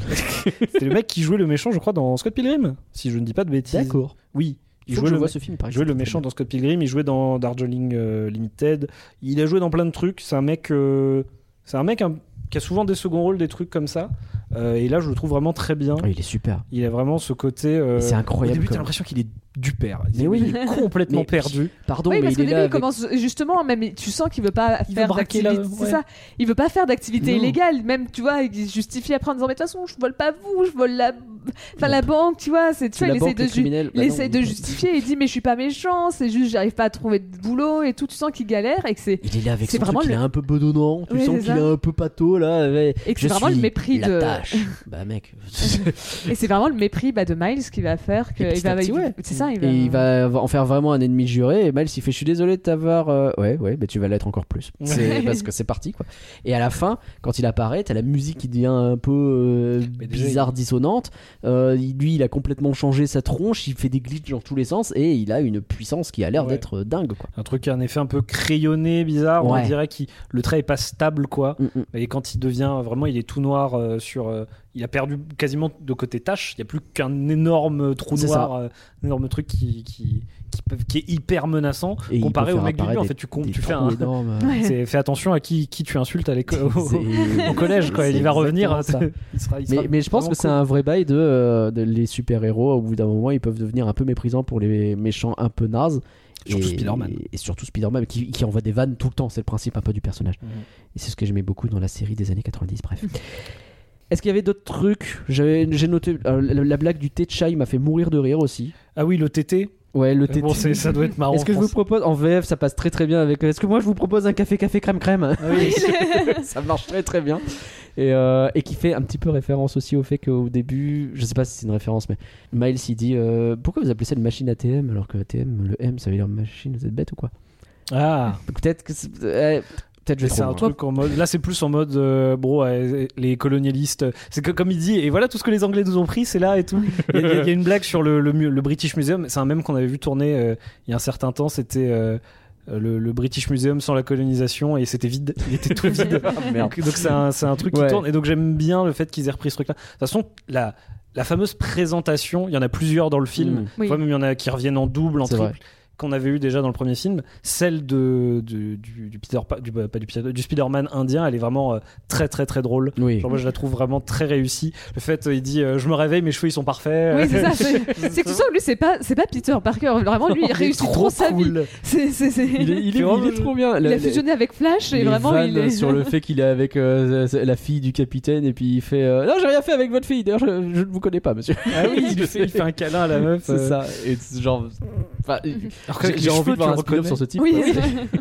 Speaker 3: c'est le mec qui jouait le méchant, je crois, dans Scott Pilgrim, si je ne dis pas de bêtises. Oui, il
Speaker 1: Il joue
Speaker 3: jouait
Speaker 1: je
Speaker 3: le,
Speaker 1: vois
Speaker 3: mec-
Speaker 1: ce film par
Speaker 3: il jouait le méchant dans Scott Pilgrim, il jouait dans Darjeeling euh, Limited, il a joué dans plein de trucs. C'est un mec, euh, c'est un mec hein, qui a souvent des seconds rôles, des trucs comme ça. Euh, et là, je le trouve vraiment très bien.
Speaker 1: Ah, il est super.
Speaker 3: Il a vraiment ce côté. euh,
Speaker 1: c'est
Speaker 3: Au
Speaker 1: incroyable.
Speaker 3: début,
Speaker 1: comme-
Speaker 3: t'as l'impression qu'il est du père.
Speaker 1: Mais oui.
Speaker 3: il est complètement
Speaker 1: Mais-
Speaker 3: perdu.
Speaker 1: Pardon,
Speaker 2: oui,
Speaker 1: mais
Speaker 2: parce
Speaker 1: il
Speaker 2: qu'au
Speaker 1: est
Speaker 2: début,
Speaker 1: là.
Speaker 2: il
Speaker 1: avec-
Speaker 2: commence justement, même tu sens qu'il veut pas
Speaker 3: Il veut
Speaker 2: faire
Speaker 3: braquer la-
Speaker 2: d'activité.
Speaker 3: ouais.
Speaker 2: C'est ça. Il veut pas faire d'activité
Speaker 1: Non.
Speaker 2: illégale. Même, tu vois, il se justifie après en disant, mais de toute façon, je vole pas vous, je vole la, enfin, la banque, tu vois. C'est, tu vois,
Speaker 1: la
Speaker 2: il essaie
Speaker 1: banque,
Speaker 2: de,
Speaker 1: le
Speaker 2: ju-
Speaker 1: criminel,
Speaker 2: il
Speaker 1: bah
Speaker 2: essaie
Speaker 1: non,
Speaker 2: de
Speaker 1: il-
Speaker 2: justifier. Il dit, mais je suis pas méchant. C'est juste, j'arrive pas à trouver de boulot et tout. Tu sens qu'il galère et que c'est,
Speaker 1: Il est là avec
Speaker 2: C'est
Speaker 1: son truc,
Speaker 2: vraiment
Speaker 1: il est
Speaker 2: le-
Speaker 1: un peu bedonnant, tu
Speaker 2: Ouais,
Speaker 1: sens
Speaker 2: c'est
Speaker 1: qu'il
Speaker 2: ça.
Speaker 1: est un peu pâteau là. ouais.
Speaker 2: et que
Speaker 1: Je
Speaker 2: c'est vraiment le euh.
Speaker 1: suis
Speaker 2: mépris
Speaker 1: la
Speaker 2: de,
Speaker 1: tâche. bah mec.
Speaker 2: et c'est vraiment le mépris, bah, de Miles qui va faire que,
Speaker 1: Et
Speaker 2: il
Speaker 1: petit à
Speaker 2: va,
Speaker 1: petit,
Speaker 2: il-
Speaker 1: ouais.
Speaker 2: c'est ça, il va,
Speaker 1: Et il va en faire vraiment un ennemi juré. Et Miles, il fait Je suis désolé de t'avoir. euh, Ouais, ouais, mais tu vas l'être encore plus. C'est parce que c'est parti, quoi. Et à la fin, quand il apparaît, t'as la musique qui devient un peu euh,
Speaker 3: Mais déjà,
Speaker 1: bizarre, dissonante. Euh, il- lui, il a complètement changé sa tronche. Il fait des glitches dans tous les sens. Et il a une puissance qui a l'air
Speaker 3: Ouais.
Speaker 1: d'être euh, dingue, quoi.
Speaker 3: Un truc, un effet un peu crayonné, bizarre.
Speaker 1: Ouais.
Speaker 3: On dirait que le trait est pas stable, quoi.
Speaker 1: Mm, mm.
Speaker 3: Bah, Et quand il devient vraiment, il est tout noir euh, sur. euh, il a perdu quasiment de côté tâche. Il n'y a plus qu'un énorme trou
Speaker 1: C'est
Speaker 3: noir, euh, un énorme truc qui, qui, qui, peut- qui est hyper menaçant.
Speaker 1: Et il peut
Speaker 3: comparé au
Speaker 1: faire
Speaker 3: mec du
Speaker 1: apparaître
Speaker 3: début, en
Speaker 1: des-
Speaker 3: fait, tu, com-
Speaker 1: des
Speaker 3: tu fais
Speaker 1: trous
Speaker 3: un.
Speaker 1: énormes.
Speaker 2: Ouais.
Speaker 3: c'est- Fais attention à qui, qui tu insultes à l'école. au
Speaker 1: C'est-
Speaker 3: au collège, quoi.
Speaker 1: c'est
Speaker 3: Il va revenir. euh,
Speaker 1: exactement ça.
Speaker 3: il sera- il sera
Speaker 1: Mais, mais je pense
Speaker 3: vraiment
Speaker 1: que c'est
Speaker 3: cool.
Speaker 1: un vrai bail de, euh, de les super-héros. Au bout d'un moment, ils peuvent devenir un peu méprisants pour les méchants un peu nazes.
Speaker 3: Surtout
Speaker 1: Et-
Speaker 3: Spider-Man.
Speaker 1: Et, surtout Spider-Man qui, qui envoie des vannes tout le temps. C'est le principe un peu du personnage.
Speaker 3: Mhm.
Speaker 1: Et c'est ce que j'aimais beaucoup dans la série des années 90. Bref. Est-ce qu'il y avait d'autres trucs J'avais- J'ai noté. euh, la, la blague du thé de chai m'a fait mourir de rire aussi.
Speaker 3: Ah oui, le TT.
Speaker 1: Ouais, le thé
Speaker 3: Bon,
Speaker 1: de-
Speaker 3: c'est- ça doit être marrant.
Speaker 1: Est-ce que je vous propose. En VF, ça passe très très bien avec. Est-ce que moi je vous propose un café café crème crème
Speaker 3: Ah Oui.
Speaker 1: ça marche très très bien. Et, euh, et qui fait un petit peu référence aussi au fait qu'au début, je sais pas si c'est une référence, mais Miles il dit euh, Pourquoi vous appelez ça une machine ATM alors que ATM, le M ça veut dire machine, vous êtes bête ou quoi
Speaker 3: Ah.
Speaker 1: Peut-être que. c'est- euh, Peut-être je vais
Speaker 3: Mais C'est
Speaker 1: trop
Speaker 3: un
Speaker 1: loin.
Speaker 3: truc en mode. Là, c'est plus en mode, euh, bro, euh, les colonialistes. C'est que comme il dit, et voilà tout ce que les Anglais nous ont pris, c'est là et tout. Il y, a- il y a- il y a une blague sur le, le mu- le British Museum. C'est un même qu'on avait vu tourner euh, il y a un certain temps. C'était euh, le, le British Museum sans la colonisation et c'était vide. Il était tout vide.
Speaker 1: Ah,
Speaker 3: donc donc c'est un, c'est un truc
Speaker 1: Ouais.
Speaker 3: qui tourne. Et donc j'aime bien le fait qu'ils aient repris ce truc-là. De toute façon, la, la fameuse présentation, il y en a plusieurs dans le film.
Speaker 1: Mm.
Speaker 2: Oui.
Speaker 3: Parfois, même il y en a qui reviennent en double, en
Speaker 1: C'est
Speaker 3: triple, qu'on avait eu déjà dans le premier film. Celle de, de- du, du Peter, Pa- du, pas du, Peter- du Spider-Man indien, elle est vraiment euh, très très très drôle.
Speaker 1: Oui.
Speaker 3: Genre, moi, je la trouve vraiment très réussie. Le fait, euh, il dit euh, Je me réveille, mes cheveux ils sont parfaits.
Speaker 2: Oui, c'est ça. C'est c'est que tu sens que lui, c'est pas, c'est pas Peter Parker. Vraiment, lui, il réussit trop, sa vie. C'est, c'est, c'est-
Speaker 1: Il est, il est- il est trop bien.
Speaker 2: Il
Speaker 1: La-
Speaker 2: a fusionné avec Flash et
Speaker 1: les
Speaker 2: vraiment
Speaker 1: vannes
Speaker 2: il est.
Speaker 1: sur le fait qu'il est avec euh, la fille du capitaine et puis il fait euh, non j'ai rien fait avec votre fille d'ailleurs je, je ne vous connais pas monsieur
Speaker 3: Ah oui, il fait, il fait un câlin à la meuf.
Speaker 1: c'est
Speaker 3: euh,
Speaker 1: ça et c'est genre enfin,
Speaker 3: alors que
Speaker 1: j'ai
Speaker 3: les
Speaker 1: j'ai envie
Speaker 3: cheveux,
Speaker 1: de voir
Speaker 3: tu
Speaker 1: un
Speaker 3: le
Speaker 1: spin
Speaker 3: reconnais.
Speaker 1: sur ce type
Speaker 2: Oui,
Speaker 1: quoi.
Speaker 2: oui.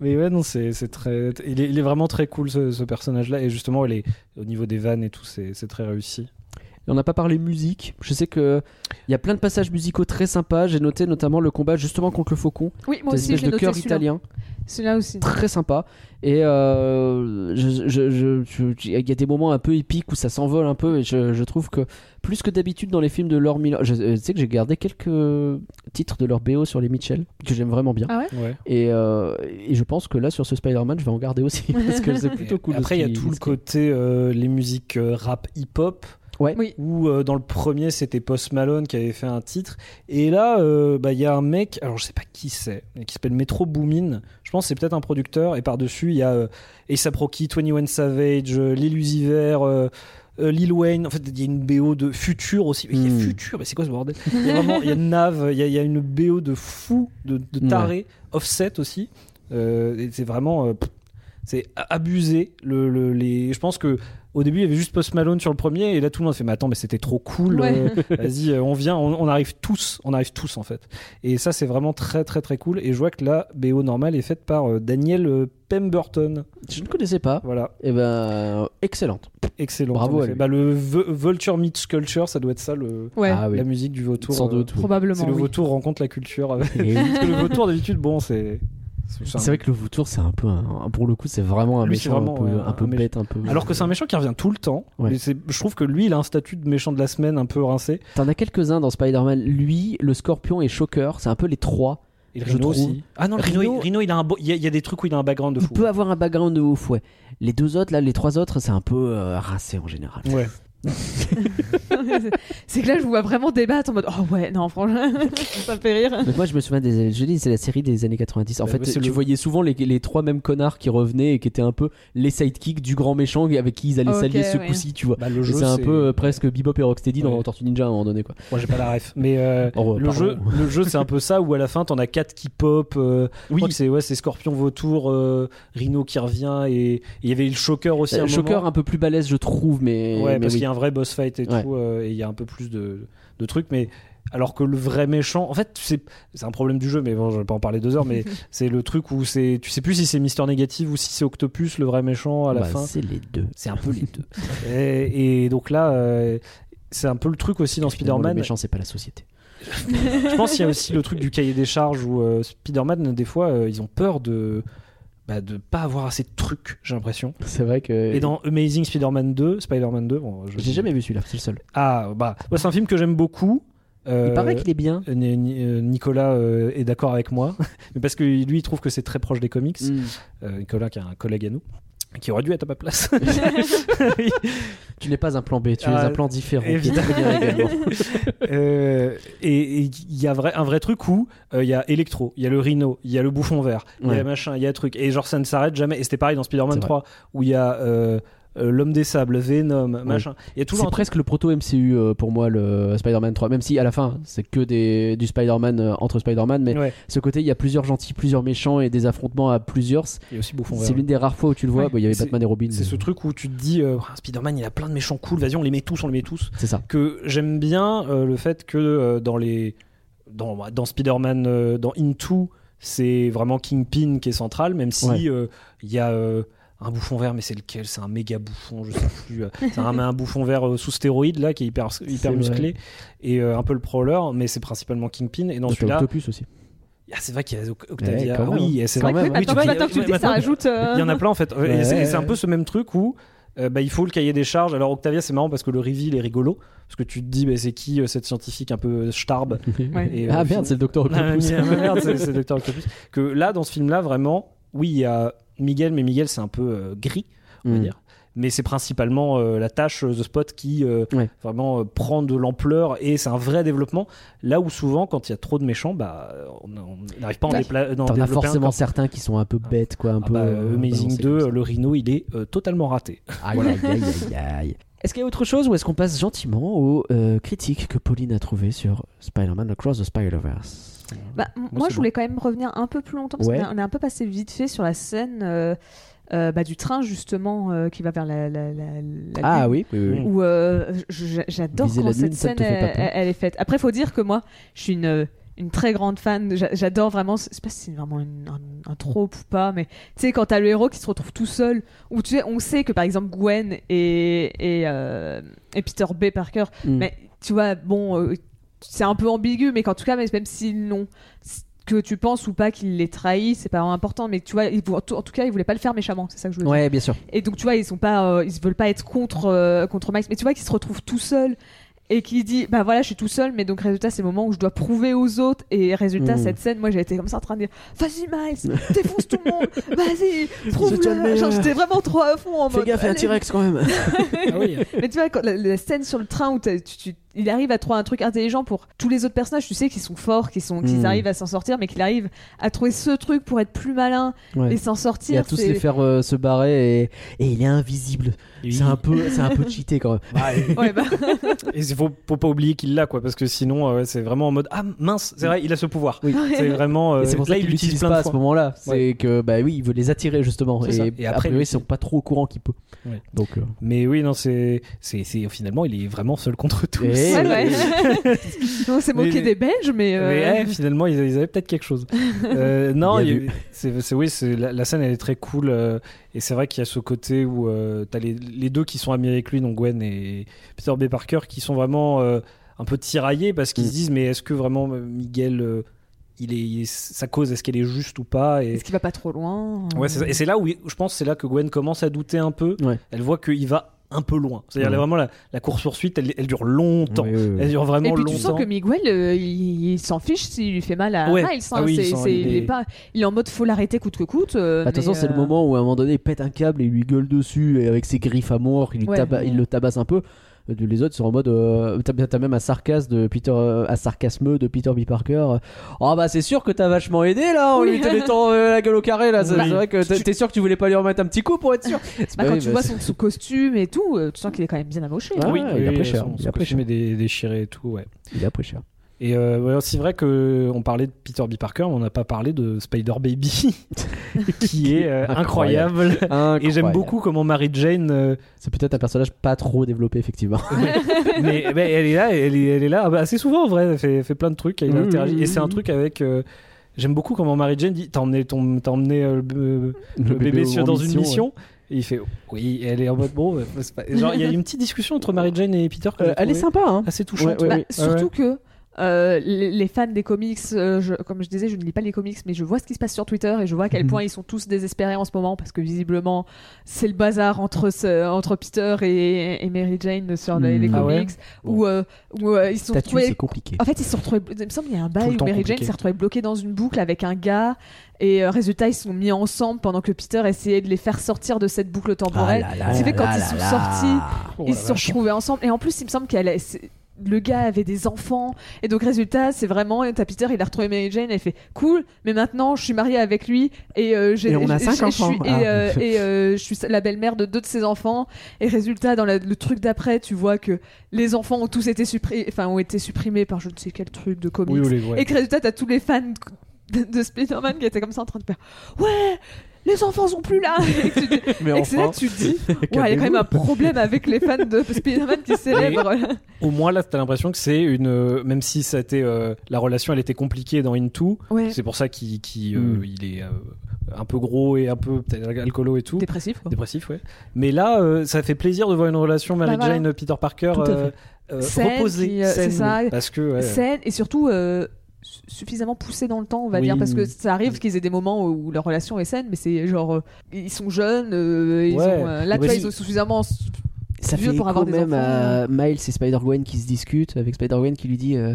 Speaker 3: Mais ouais, non, c'est c'est très. Il est, il est vraiment très cool ce, ce personnage-là. Et justement, elle est, au niveau des vannes et tout, c'est c'est très réussi.
Speaker 1: Et On n'a pas parlé musique. Je sais que il y a plein de passages musicaux très sympas. J'ai noté notamment le combat justement contre le faucon,
Speaker 2: Oui, moi
Speaker 1: des
Speaker 2: aussi,
Speaker 1: espèces
Speaker 2: je
Speaker 1: de
Speaker 2: l'ai noté
Speaker 1: cœur
Speaker 2: celui-là.
Speaker 1: italien,
Speaker 2: Celui-là aussi.
Speaker 1: très sympa. Et euh, je- je- je- je- il y a des moments un peu épiques où ça s'envole un peu. Et je, je trouve que plus que d'habitude dans les films de Laure Miller, je, je sais que j'ai gardé quelques titres de leur BO sur les Mitchell que j'aime vraiment bien.
Speaker 2: Ah ouais
Speaker 3: Ouais.
Speaker 1: Et, euh, et je pense que là sur ce Spider-Man, je vais en garder aussi parce que c'est plutôt
Speaker 3: Et
Speaker 1: cool.
Speaker 3: Après,
Speaker 1: ce
Speaker 3: il y a
Speaker 1: qui-
Speaker 3: tout le
Speaker 1: ce qui-
Speaker 3: côté euh, les musiques euh, rap hip-hop.
Speaker 1: Ouais.
Speaker 2: Oui.
Speaker 3: Où euh, dans le premier, c'était Post Malone qui avait fait un titre. Et là, euh, bah, il y a un mec, alors je sais pas qui c'est, mais qui s'appelle Metro Boomin. Je pense que c'est peut-être un producteur. Et par-dessus, il y a euh, A$AP Rocky, 21 Savage, euh, Lil Uzi Vert, euh, euh, Lil Wayne. En fait, il y a une BO de Future aussi. Mais Il y
Speaker 1: Hmm.
Speaker 3: a Future, mais c'est quoi ce bordel Il y a vraiment, il y a Nav, il y a, il y a une BO de fou, de, de taré. Offset aussi. Euh, et c'est vraiment. euh, pff, c'est a- abusé. Le, le- les... Je pense que Au début, il y avait juste Post Malone sur le premier, et là tout le monde fait, mais attends, mais c'était trop cool.
Speaker 2: Ouais.
Speaker 3: euh, Vas-y, euh, on vient, on, on arrive tous, on arrive tous en fait. Et ça, c'est vraiment très très très cool. Et je vois que la BO normale est faite par euh, Daniel euh, Pemberton.
Speaker 1: Je ne connaissais pas.
Speaker 3: Voilà,
Speaker 1: Et ben, euh, excellente.
Speaker 3: excellent.
Speaker 1: Bravo
Speaker 3: en
Speaker 1: à
Speaker 3: effet.
Speaker 1: lui.
Speaker 3: Bah, le V- Vulture Meets Culture, ça doit être ça, le,
Speaker 2: Ouais,
Speaker 1: Ah oui,
Speaker 3: la musique du vautour.
Speaker 1: sans
Speaker 3: euh,
Speaker 1: doute. oui.
Speaker 2: probablement.
Speaker 3: C'est le
Speaker 2: oui.
Speaker 3: vautour rencontre la culture. avec-
Speaker 1: Et oui.
Speaker 3: Parce que le vautour, d'habitude, bon, c'est. c'est- c'est un-
Speaker 1: C'est vrai que le vautour, c'est un peu un- un- pour le coup, c'est vraiment un
Speaker 3: Lui,
Speaker 1: méchant
Speaker 3: c'est vraiment,
Speaker 1: un peu,
Speaker 3: ouais,
Speaker 1: un peu
Speaker 3: un méchant.
Speaker 1: bête, un peu.
Speaker 3: Alors que c'est un méchant qui revient tout le temps.
Speaker 1: Mmh. Ouais.
Speaker 3: Mais c'est- je trouve que lui, il a un statut de méchant de la semaine un peu rincé.
Speaker 1: T'en as quelques-uns dans Spider-Man. Lui, le Scorpion et Shocker, c'est un peu les trois.
Speaker 3: Et
Speaker 1: Je trouve.
Speaker 3: Ah non, le Rhino, il- Rhino, il a un beau- il y, a- il y a des trucs où il a un background de
Speaker 1: Il
Speaker 3: fou.
Speaker 1: peut avoir un background de ouf, ouais. Les deux autres, là, les trois autres, c'est un peu euh, rincé en général.
Speaker 3: Ouais.
Speaker 2: c'est que là, je vous vois vraiment débattre en mode Oh ouais, non, franchement, ça me fait rire.
Speaker 1: Mais moi, je me souviens des. Je dis, c'est la série des années 90. En
Speaker 3: Bah,
Speaker 1: fait,
Speaker 3: bah,
Speaker 1: tu
Speaker 3: c'est le-
Speaker 1: voyais souvent les, les trois mêmes connards qui revenaient et qui étaient un peu les sidekicks du grand méchant avec qui ils allaient
Speaker 2: Ok,
Speaker 1: s'allier ce
Speaker 2: ouais.
Speaker 1: coup-ci, tu vois.
Speaker 3: Bah, le
Speaker 1: Et
Speaker 3: jeu,
Speaker 1: C'est un peu euh, presque Bebop et Rocksteady dans
Speaker 3: Ouais.
Speaker 1: Tortue Ninja à un moment donné, quoi.
Speaker 3: Moi, j'ai pas la ref. Mais euh,
Speaker 1: Oh,
Speaker 3: le,
Speaker 1: pardon.
Speaker 3: jeu, le jeu, c'est un peu ça où à la fin, t'en as quatre qui pop. euh, je crois que c'est ouais, c'est Scorpion, Vautour, euh, Rhino qui revient. Et et il y avait le Shocker aussi. à un
Speaker 1: Euh, Shocker
Speaker 3: moment.
Speaker 1: un peu plus balèze, je trouve, mais.
Speaker 3: Ouais,
Speaker 1: mais
Speaker 3: parce
Speaker 1: oui.
Speaker 3: qu'il y a un vrai boss fight et
Speaker 1: Ouais.
Speaker 3: tout, euh, et il y a un peu plus de, de trucs, mais alors que le vrai méchant, en fait, c'est c'est un problème du jeu, mais bon, je vais pas en parler deux heures, mais c'est le truc où c'est, tu sais plus si c'est Mister Négative ou si c'est Octopus le vrai méchant à la
Speaker 1: Bah,
Speaker 3: fin.
Speaker 1: C'est les deux.
Speaker 3: C'est un peu les deux. Et, et donc là. euh, c'est un peu le truc aussi dans
Speaker 1: Finalement, Le
Speaker 3: Spider-Man.
Speaker 1: méchant, c'est pas la société.
Speaker 3: Je pense qu'il y a aussi le truc du cahier des charges où euh, Spider-Man, des fois, euh, ils ont peur de bah, de pas avoir assez de trucs, j'ai l'impression.
Speaker 1: C'est vrai que.
Speaker 3: Et dans Amazing Spider-Man 2, Spider-Man 2, bon, je-
Speaker 1: J'ai jamais vu celui-là, c'est le seul.
Speaker 3: Ah, bah, moi, c'est un film que j'aime beaucoup. Euh,
Speaker 1: Il paraît qu'il est bien.
Speaker 3: euh, Ni- Ni- euh, Nicolas euh, est d'accord avec moi, mais parce que lui, il trouve que c'est très proche des comics.
Speaker 1: Mm. Hmm.
Speaker 3: Euh, Nicolas, qui est un collègue à nous, qui aurait dû être à ma place.
Speaker 1: Tu n'es pas un plan B, tu es
Speaker 3: Ah,
Speaker 1: un plan différent. qui est
Speaker 3: évidemment.
Speaker 1: très bien également.
Speaker 3: Euh, et et il y a vrai, un vrai truc où euh, il y a Electro, il y a le Rhino, il y a le Bouffon Vert, il y
Speaker 1: Ouais.
Speaker 3: a machin, il y a truc. Et genre, ça ne s'arrête jamais. Et c'était pareil dans
Speaker 1: C'est
Speaker 3: Spider-Man
Speaker 1: vrai.
Speaker 3: 3, où il y a euh, euh, l'Homme des Sables, Venom, machin. Il y a toujours
Speaker 1: C'est
Speaker 3: un
Speaker 1: presque le proto-MCU euh, pour moi, le Spider-Man 3. Même si à la fin, c'est que des, du Spider-Man euh, entre Spider-Man, mais
Speaker 3: Ouais.
Speaker 1: ce côté, il y a plusieurs gentils, plusieurs méchants et des affrontements à plusieurs.
Speaker 3: Il y a aussi Bouffon Vert.
Speaker 1: C'est l'une des rares fois où tu le vois.
Speaker 3: Ouais.
Speaker 1: Bah, Il y avait
Speaker 3: C'est-
Speaker 1: Batman et Robin.
Speaker 3: C'est ce truc où tu te dis, euh, Ah, Spider-Man, il a plein de méchants cool, vas-y, on les met tous, on les met tous.
Speaker 1: C'est ça.
Speaker 3: que j'aime bien euh, le fait que euh, dans les dans, dans Spider-Man euh, dans Into c'est vraiment Kingpin qui est central même si euh,
Speaker 1: Ouais.
Speaker 3: il y a euh, un bouffon vert mais c'est lequel c'est un méga bouffon je sais plus euh, c'est un, un bouffon vert euh, sous stéroïde là qui est hyper hyper
Speaker 1: vrai.
Speaker 3: musclé et euh, un peu le prowler mais c'est principalement Kingpin et dans
Speaker 1: T'as
Speaker 3: celui-là
Speaker 1: Octopus aussi.
Speaker 3: ah, c'est vrai qu'il y a Oc-
Speaker 1: Ouais,
Speaker 3: Octavia
Speaker 1: Eh, quand
Speaker 3: Ah
Speaker 1: même.
Speaker 3: oui et c'est
Speaker 1: Quand
Speaker 3: vrai
Speaker 2: Ouais,
Speaker 1: même,
Speaker 2: que-
Speaker 1: oui,
Speaker 2: attends,
Speaker 3: tu dis-
Speaker 2: maintenant que tu le dis, ça
Speaker 3: maintenant-
Speaker 2: rajoute. euh,
Speaker 3: il y en a plein en fait.
Speaker 1: Ouais.
Speaker 3: Et c'est et c'est un peu ce même truc où euh, bah, il faut le cahier des charges. Alors Octavia, c'est marrant parce que le reveal est rigolo. Parce que tu te dis, bah, c'est qui euh, cette scientifique un peu euh, starbe
Speaker 2: Ouais.
Speaker 3: Et, euh,
Speaker 1: Ah
Speaker 3: au
Speaker 1: merde,
Speaker 3: final-
Speaker 1: c'est le Docteur
Speaker 3: Ah,
Speaker 1: Octopus.
Speaker 3: mais- mais merde, c'est- c'est Dr. Octopus. Que là, dans ce film-là, vraiment, oui, il y a Miguel, mais Miguel, c'est un peu euh, gris, on va
Speaker 1: Mm.
Speaker 3: dire. Mais c'est principalement euh, la tâche euh, The Spot qui euh,
Speaker 1: Ouais.
Speaker 3: vraiment euh, prend de l'ampleur et c'est un vrai développement. Là où souvent, quand il y a trop de méchants, bah, on on n'arrive pas à en,
Speaker 1: Ouais.
Speaker 3: dépla- d'en
Speaker 1: Bah, T'en as
Speaker 3: développer un
Speaker 1: forcément
Speaker 3: comme-
Speaker 1: certains qui sont un peu bêtes, quoi. Un
Speaker 3: ah
Speaker 1: peu.
Speaker 3: bah,
Speaker 1: euh,
Speaker 3: Amazing
Speaker 1: balancés comme
Speaker 3: 2,
Speaker 1: ça.
Speaker 3: le Rhino, il est euh, totalement raté.
Speaker 1: Aïe, aïe, aïe, aïe. Est-ce qu'il y a autre chose ou est-ce qu'on passe gentiment aux euh, critiques que Pauline a trouvées sur Spider-Man Across the Spider-Verse
Speaker 2: Bah, m-
Speaker 3: Bon,
Speaker 2: moi,
Speaker 3: c'est
Speaker 2: je voulais quand même revenir un peu plus longtemps parce
Speaker 1: Ouais.
Speaker 2: qu'on a- on est un peu passé vite fait sur la scène euh, euh, bah, du train justement euh, qui va vers la, la, la- la
Speaker 1: Ah
Speaker 2: lune,
Speaker 1: oui, oui, oui.
Speaker 3: oui.
Speaker 2: Où euh, je- je- j'adore
Speaker 1: Viser
Speaker 2: comment
Speaker 1: la lune,
Speaker 2: cette
Speaker 1: ça te
Speaker 2: scène
Speaker 1: fait pas
Speaker 2: elle,
Speaker 1: peur
Speaker 2: elle- elle est faite. Après, faut dire que moi, je suis une euh, une très grande fan. J'a- J'adore vraiment. Je sais pas si c'est vraiment une- un, un trope ou pas, mais tu sais quand t'as le héros qui se retrouve tout seul, ou tu sais, on sait que par exemple Gwen et et, euh, et Peter B. Parker
Speaker 1: Mm.
Speaker 2: mais tu vois, bon, euh, c'est un peu ambigu, mais qu'en tout cas, mais même s'ils l'ont, c- que tu penses ou pas qu'il les trahit, c'est pas important. Mais tu vois, ils vou- en tout en tout cas, ils voulaient pas le faire méchamment, c'est ça que je veux dire.
Speaker 1: Ouais, bien sûr.
Speaker 2: Et donc, tu vois, ils sont pas, euh, ils veulent pas être contre euh, contre Max, mais tu vois qu'ils se retrouvent tout seuls et qu'il dit, bah voilà, je suis tout seul, mais donc résultat, c'est le moment où je dois prouver aux autres. Et résultat,
Speaker 1: Mm.
Speaker 2: cette scène, moi, j'ai été comme ça en train de dire, vas-y Miles, défonce tout le monde,
Speaker 1: tiens
Speaker 2: vas-y,
Speaker 1: le
Speaker 2: prouve-le.
Speaker 1: meilleur.
Speaker 2: Genre, j'étais vraiment trop à fond en
Speaker 1: Fais
Speaker 2: mode,
Speaker 1: gaffe, il y a un
Speaker 2: allez,
Speaker 1: T-Rex quand même.
Speaker 2: mais tu vois, quand la, la scène sur le train où t'as- tu, tu- il arrive à trouver un truc intelligent pour tous les autres personnages, tu sais, qu'ils sont forts, qu'ils sont, qu'ils
Speaker 1: Mm.
Speaker 2: arrivent à s'en sortir, mais qu'il arrive à trouver ce truc pour être plus malin
Speaker 1: Ouais.
Speaker 2: et s'en
Speaker 1: Et à
Speaker 2: sortir.
Speaker 1: tous
Speaker 2: c'est-
Speaker 1: les faire euh, se barrer et, et il est invisible. C'est un peu, c'est un peu cheaté quand même.
Speaker 2: Ouais, bah,
Speaker 3: Et il faut, faut pas oublier qu'il l'a, quoi, parce que sinon, euh, ouais, c'est vraiment en mode Ah mince, c'est vrai, il a ce pouvoir.
Speaker 1: Oui.
Speaker 3: C'est vraiment. euh,
Speaker 1: Et c'est pour
Speaker 3: là,
Speaker 1: ça
Speaker 3: il
Speaker 1: qu'il
Speaker 3: l'utilise
Speaker 1: l'utilise
Speaker 3: plein
Speaker 1: pas à
Speaker 3: de
Speaker 1: ce
Speaker 3: fois.
Speaker 1: moment-là. C'est
Speaker 3: Ouais.
Speaker 1: que bah oui, il veut les attirer justement.
Speaker 3: C'est ça.
Speaker 1: Et,
Speaker 3: Et
Speaker 1: après,
Speaker 3: après,
Speaker 1: priori,
Speaker 3: il
Speaker 1: ils sont pas trop au courant qu'il peut.
Speaker 3: Ouais.
Speaker 1: Donc, euh,
Speaker 3: Mais oui, non, c'est, c'est, c'est- finalement, il est vraiment seul contre tous.
Speaker 1: Eh
Speaker 2: Ouais, ouais. On s'est
Speaker 3: Mais
Speaker 2: moqué
Speaker 3: les-
Speaker 2: des Belges, mais. euh,
Speaker 3: Mais, eh, finalement, ils, ils avaient peut-être quelque chose. Euh, non,
Speaker 1: Bien
Speaker 3: il y a
Speaker 1: vu.
Speaker 3: eu- c'est, c'est- oui, c'est, la, la scène elle est très cool euh, et c'est vrai qu'il y a ce côté où euh, t'as les, les deux qui sont amis avec lui, donc Gwen et Peter B. Parker, qui sont vraiment euh, un peu tiraillés parce qu'ils
Speaker 1: Mm.
Speaker 3: se disent mais est-ce que vraiment euh, Miguel, euh, il est, il est- sa cause, est-ce qu'elle est juste ou pas et,
Speaker 2: Est-ce qu'il va pas trop loin euh?
Speaker 3: Ouais, c'est ça. Et c'est là où il- je pense que c'est là que Gwen commence à douter un peu.
Speaker 1: Ouais. Mm.
Speaker 3: Elle voit qu'il va un peu loin. C'est-à-dire
Speaker 1: Ouais.
Speaker 3: elle- vraiment la, la course poursuite, elle, elle dure longtemps.
Speaker 1: oui, oui, oui.
Speaker 3: Elle dure vraiment
Speaker 2: Et puis
Speaker 3: longtemps.
Speaker 2: tu sens que Miguel, euh, il, il s'en fiche s'il lui fait mal à
Speaker 3: Ouais.
Speaker 2: Miles. hein.
Speaker 3: Ah oui, il
Speaker 2: C'est-
Speaker 3: s'en-
Speaker 2: c'est-
Speaker 3: il
Speaker 2: il, est...
Speaker 3: est-
Speaker 2: pas, il est en mode faut l'arrêter coûte que coûte. euh,
Speaker 1: Bah, de toute façon,
Speaker 2: mais,
Speaker 1: c'est le
Speaker 2: euh,
Speaker 1: moment où à un moment donné, il pète un câble et il lui gueule dessus, et avec ses griffes à mort, il, lui
Speaker 2: Ouais.
Speaker 1: taba- il le tabasse un peu. Euh, Les autres sont en mode. euh, t'as t'as même un sarcasme de Peter, euh, un sarcasme de Peter B. Parker. Oh bah c'est sûr que t'as vachement aidé là en
Speaker 2: Oui.
Speaker 1: lui mettant euh, la gueule au carré là. C'est
Speaker 3: Oui.
Speaker 1: c'est vrai que t'es t'es sûr que tu voulais pas lui remettre un petit coup pour être sûr.
Speaker 2: bah,
Speaker 1: Bah
Speaker 2: quand
Speaker 1: oui,
Speaker 2: tu
Speaker 1: bah,
Speaker 2: vois
Speaker 1: c'est-
Speaker 2: son sous-costume et tout, euh, tu sens qu'il est quand même bien amoché.
Speaker 1: Ah
Speaker 2: hein.
Speaker 1: oui, il a pris cher,
Speaker 3: Son,
Speaker 1: il a
Speaker 3: son
Speaker 1: pris
Speaker 3: costume est dé- déchiré et tout, ouais.
Speaker 1: Il est après cher.
Speaker 3: Et euh, ouais, c'est vrai que on parlait de Peter B. Parker, mais on n'a pas parlé de Spider Baby, qui est euh, incroyable. Et j'aime beaucoup comment Mary Jane, euh,
Speaker 1: C'est peut-être un personnage pas trop développé effectivement.
Speaker 3: mais, mais elle est là, elle est, elle est là ah bah, assez souvent en vrai. Elle fait, elle fait plein de trucs, elle
Speaker 1: Oui,
Speaker 3: interagit.
Speaker 1: oui,
Speaker 3: et
Speaker 1: oui,
Speaker 3: c'est un
Speaker 1: oui.
Speaker 3: truc avec. euh, J'aime beaucoup comment Mary Jane dit T'as emmené, ton, t'as emmené euh, le, le bébé, sur-
Speaker 1: en
Speaker 3: dans une
Speaker 1: ouais.
Speaker 3: mission Et il fait Oui, et elle est en mode Bon, c'est pas- genre, il y a une petite discussion entre Mary Jane et Peter. que
Speaker 1: Euh,
Speaker 3: j'ai
Speaker 1: elle est
Speaker 3: trouvée
Speaker 1: sympa hein.
Speaker 3: Assez touchante.
Speaker 1: Ouais,
Speaker 2: Bah,
Speaker 1: ouais.
Speaker 2: Surtout que euh, les, les fans des comics, euh, je- comme je disais, je ne lis pas les comics, mais je vois ce qui se passe sur Twitter et je vois à quel point ils sont tous désespérés en ce moment parce que visiblement c'est le bazar entre, ce- entre Peter et, et Mary Jane sur les, les
Speaker 1: Mhm.
Speaker 3: Ah ouais
Speaker 2: comics où, euh, où, euh, ils se sont
Speaker 1: Statue,
Speaker 2: retrouvés
Speaker 1: c'est compliqué.
Speaker 2: en fait, ils se sont retrouvés. Il me semble qu'il y a un
Speaker 3: Tout
Speaker 2: bail
Speaker 3: le
Speaker 2: où
Speaker 3: temps
Speaker 2: Mary Jane
Speaker 3: compliqué.
Speaker 2: s'est retrouvée bloquée dans une boucle avec un gars. Et euh, résultat, ils se sont mis ensemble pendant que Peter essayait de les faire sortir de cette boucle temporelle. Ah,
Speaker 1: Ah
Speaker 2: C'est fait quand ils sont sortis,
Speaker 3: Oh
Speaker 2: ils
Speaker 3: la
Speaker 2: se sont
Speaker 3: vache.
Speaker 2: retrouvés ensemble. Et en plus, il me semble qu'elle a- c'est- Le gars avait des enfants, et donc résultat, c'est vraiment. et T'as Peter, il a retrouvé Mary Jane, elle fait cool, mais maintenant je suis mariée avec lui, et euh, j'ai.
Speaker 1: Et on a
Speaker 2: j'ai-
Speaker 1: cinq
Speaker 2: je- je suis-
Speaker 1: enfants.
Speaker 2: Et,
Speaker 1: Ah.
Speaker 2: euh, et, euh, je suis la belle-mère de deux de ses enfants, et résultat, dans la- le truc d'après, tu vois que les enfants ont tous été, supprimés enfin, ont été supprimés par je ne sais quel truc de comics.
Speaker 3: Oui, oui, ouais.
Speaker 2: Et que résultat, t'as tous les fans de, de Spider-Man qui étaient comme ça en train de faire Ouais, les enfants sont plus là Et que tu dis-
Speaker 1: Mais
Speaker 2: et que c'est là que tu te dis Ouais, il y a quand même un problème avec les fans de Spider-Man qui célèbrent.
Speaker 3: Au moins là, t'as l'impression que c'est une. euh, même si ça a été, euh, la relation, elle était compliquée dans Into,
Speaker 2: Ouais.
Speaker 3: c'est pour ça qu'il qu'il,
Speaker 1: Mm.
Speaker 3: euh, il est euh, un peu gros et un peu peut-être alcoolo et tout.
Speaker 2: Dépressif, quoi.
Speaker 3: Dépressif, ouais. Mais là, euh, ça fait plaisir de voir une relation Mary
Speaker 2: Bah, voilà.
Speaker 3: Jane Peter Parker
Speaker 1: Tout à fait.
Speaker 3: euh, euh,
Speaker 2: Saine,
Speaker 3: reposée,
Speaker 2: qui, euh, c'est
Speaker 3: saine,
Speaker 2: ça.
Speaker 3: parce que ouais,
Speaker 2: Saine et surtout euh, su- suffisamment poussée dans le temps, on va
Speaker 3: Oui.
Speaker 2: dire, parce que ça arrive qu'ils aient des moments où leur relation est saine, mais c'est genre. euh, ils sont jeunes, euh, ils
Speaker 3: Ouais.
Speaker 2: ont, euh, là, tu
Speaker 3: Ouais,
Speaker 2: vois,
Speaker 3: si.
Speaker 2: ils ont suffisamment.
Speaker 1: Ça
Speaker 2: vieux
Speaker 1: fait
Speaker 2: pour avoir
Speaker 1: écho
Speaker 2: des
Speaker 1: même
Speaker 2: enfants. hein.
Speaker 1: à Miles et Spider-Gwen qui se discutent, avec Spider-Gwen qui lui dit euh,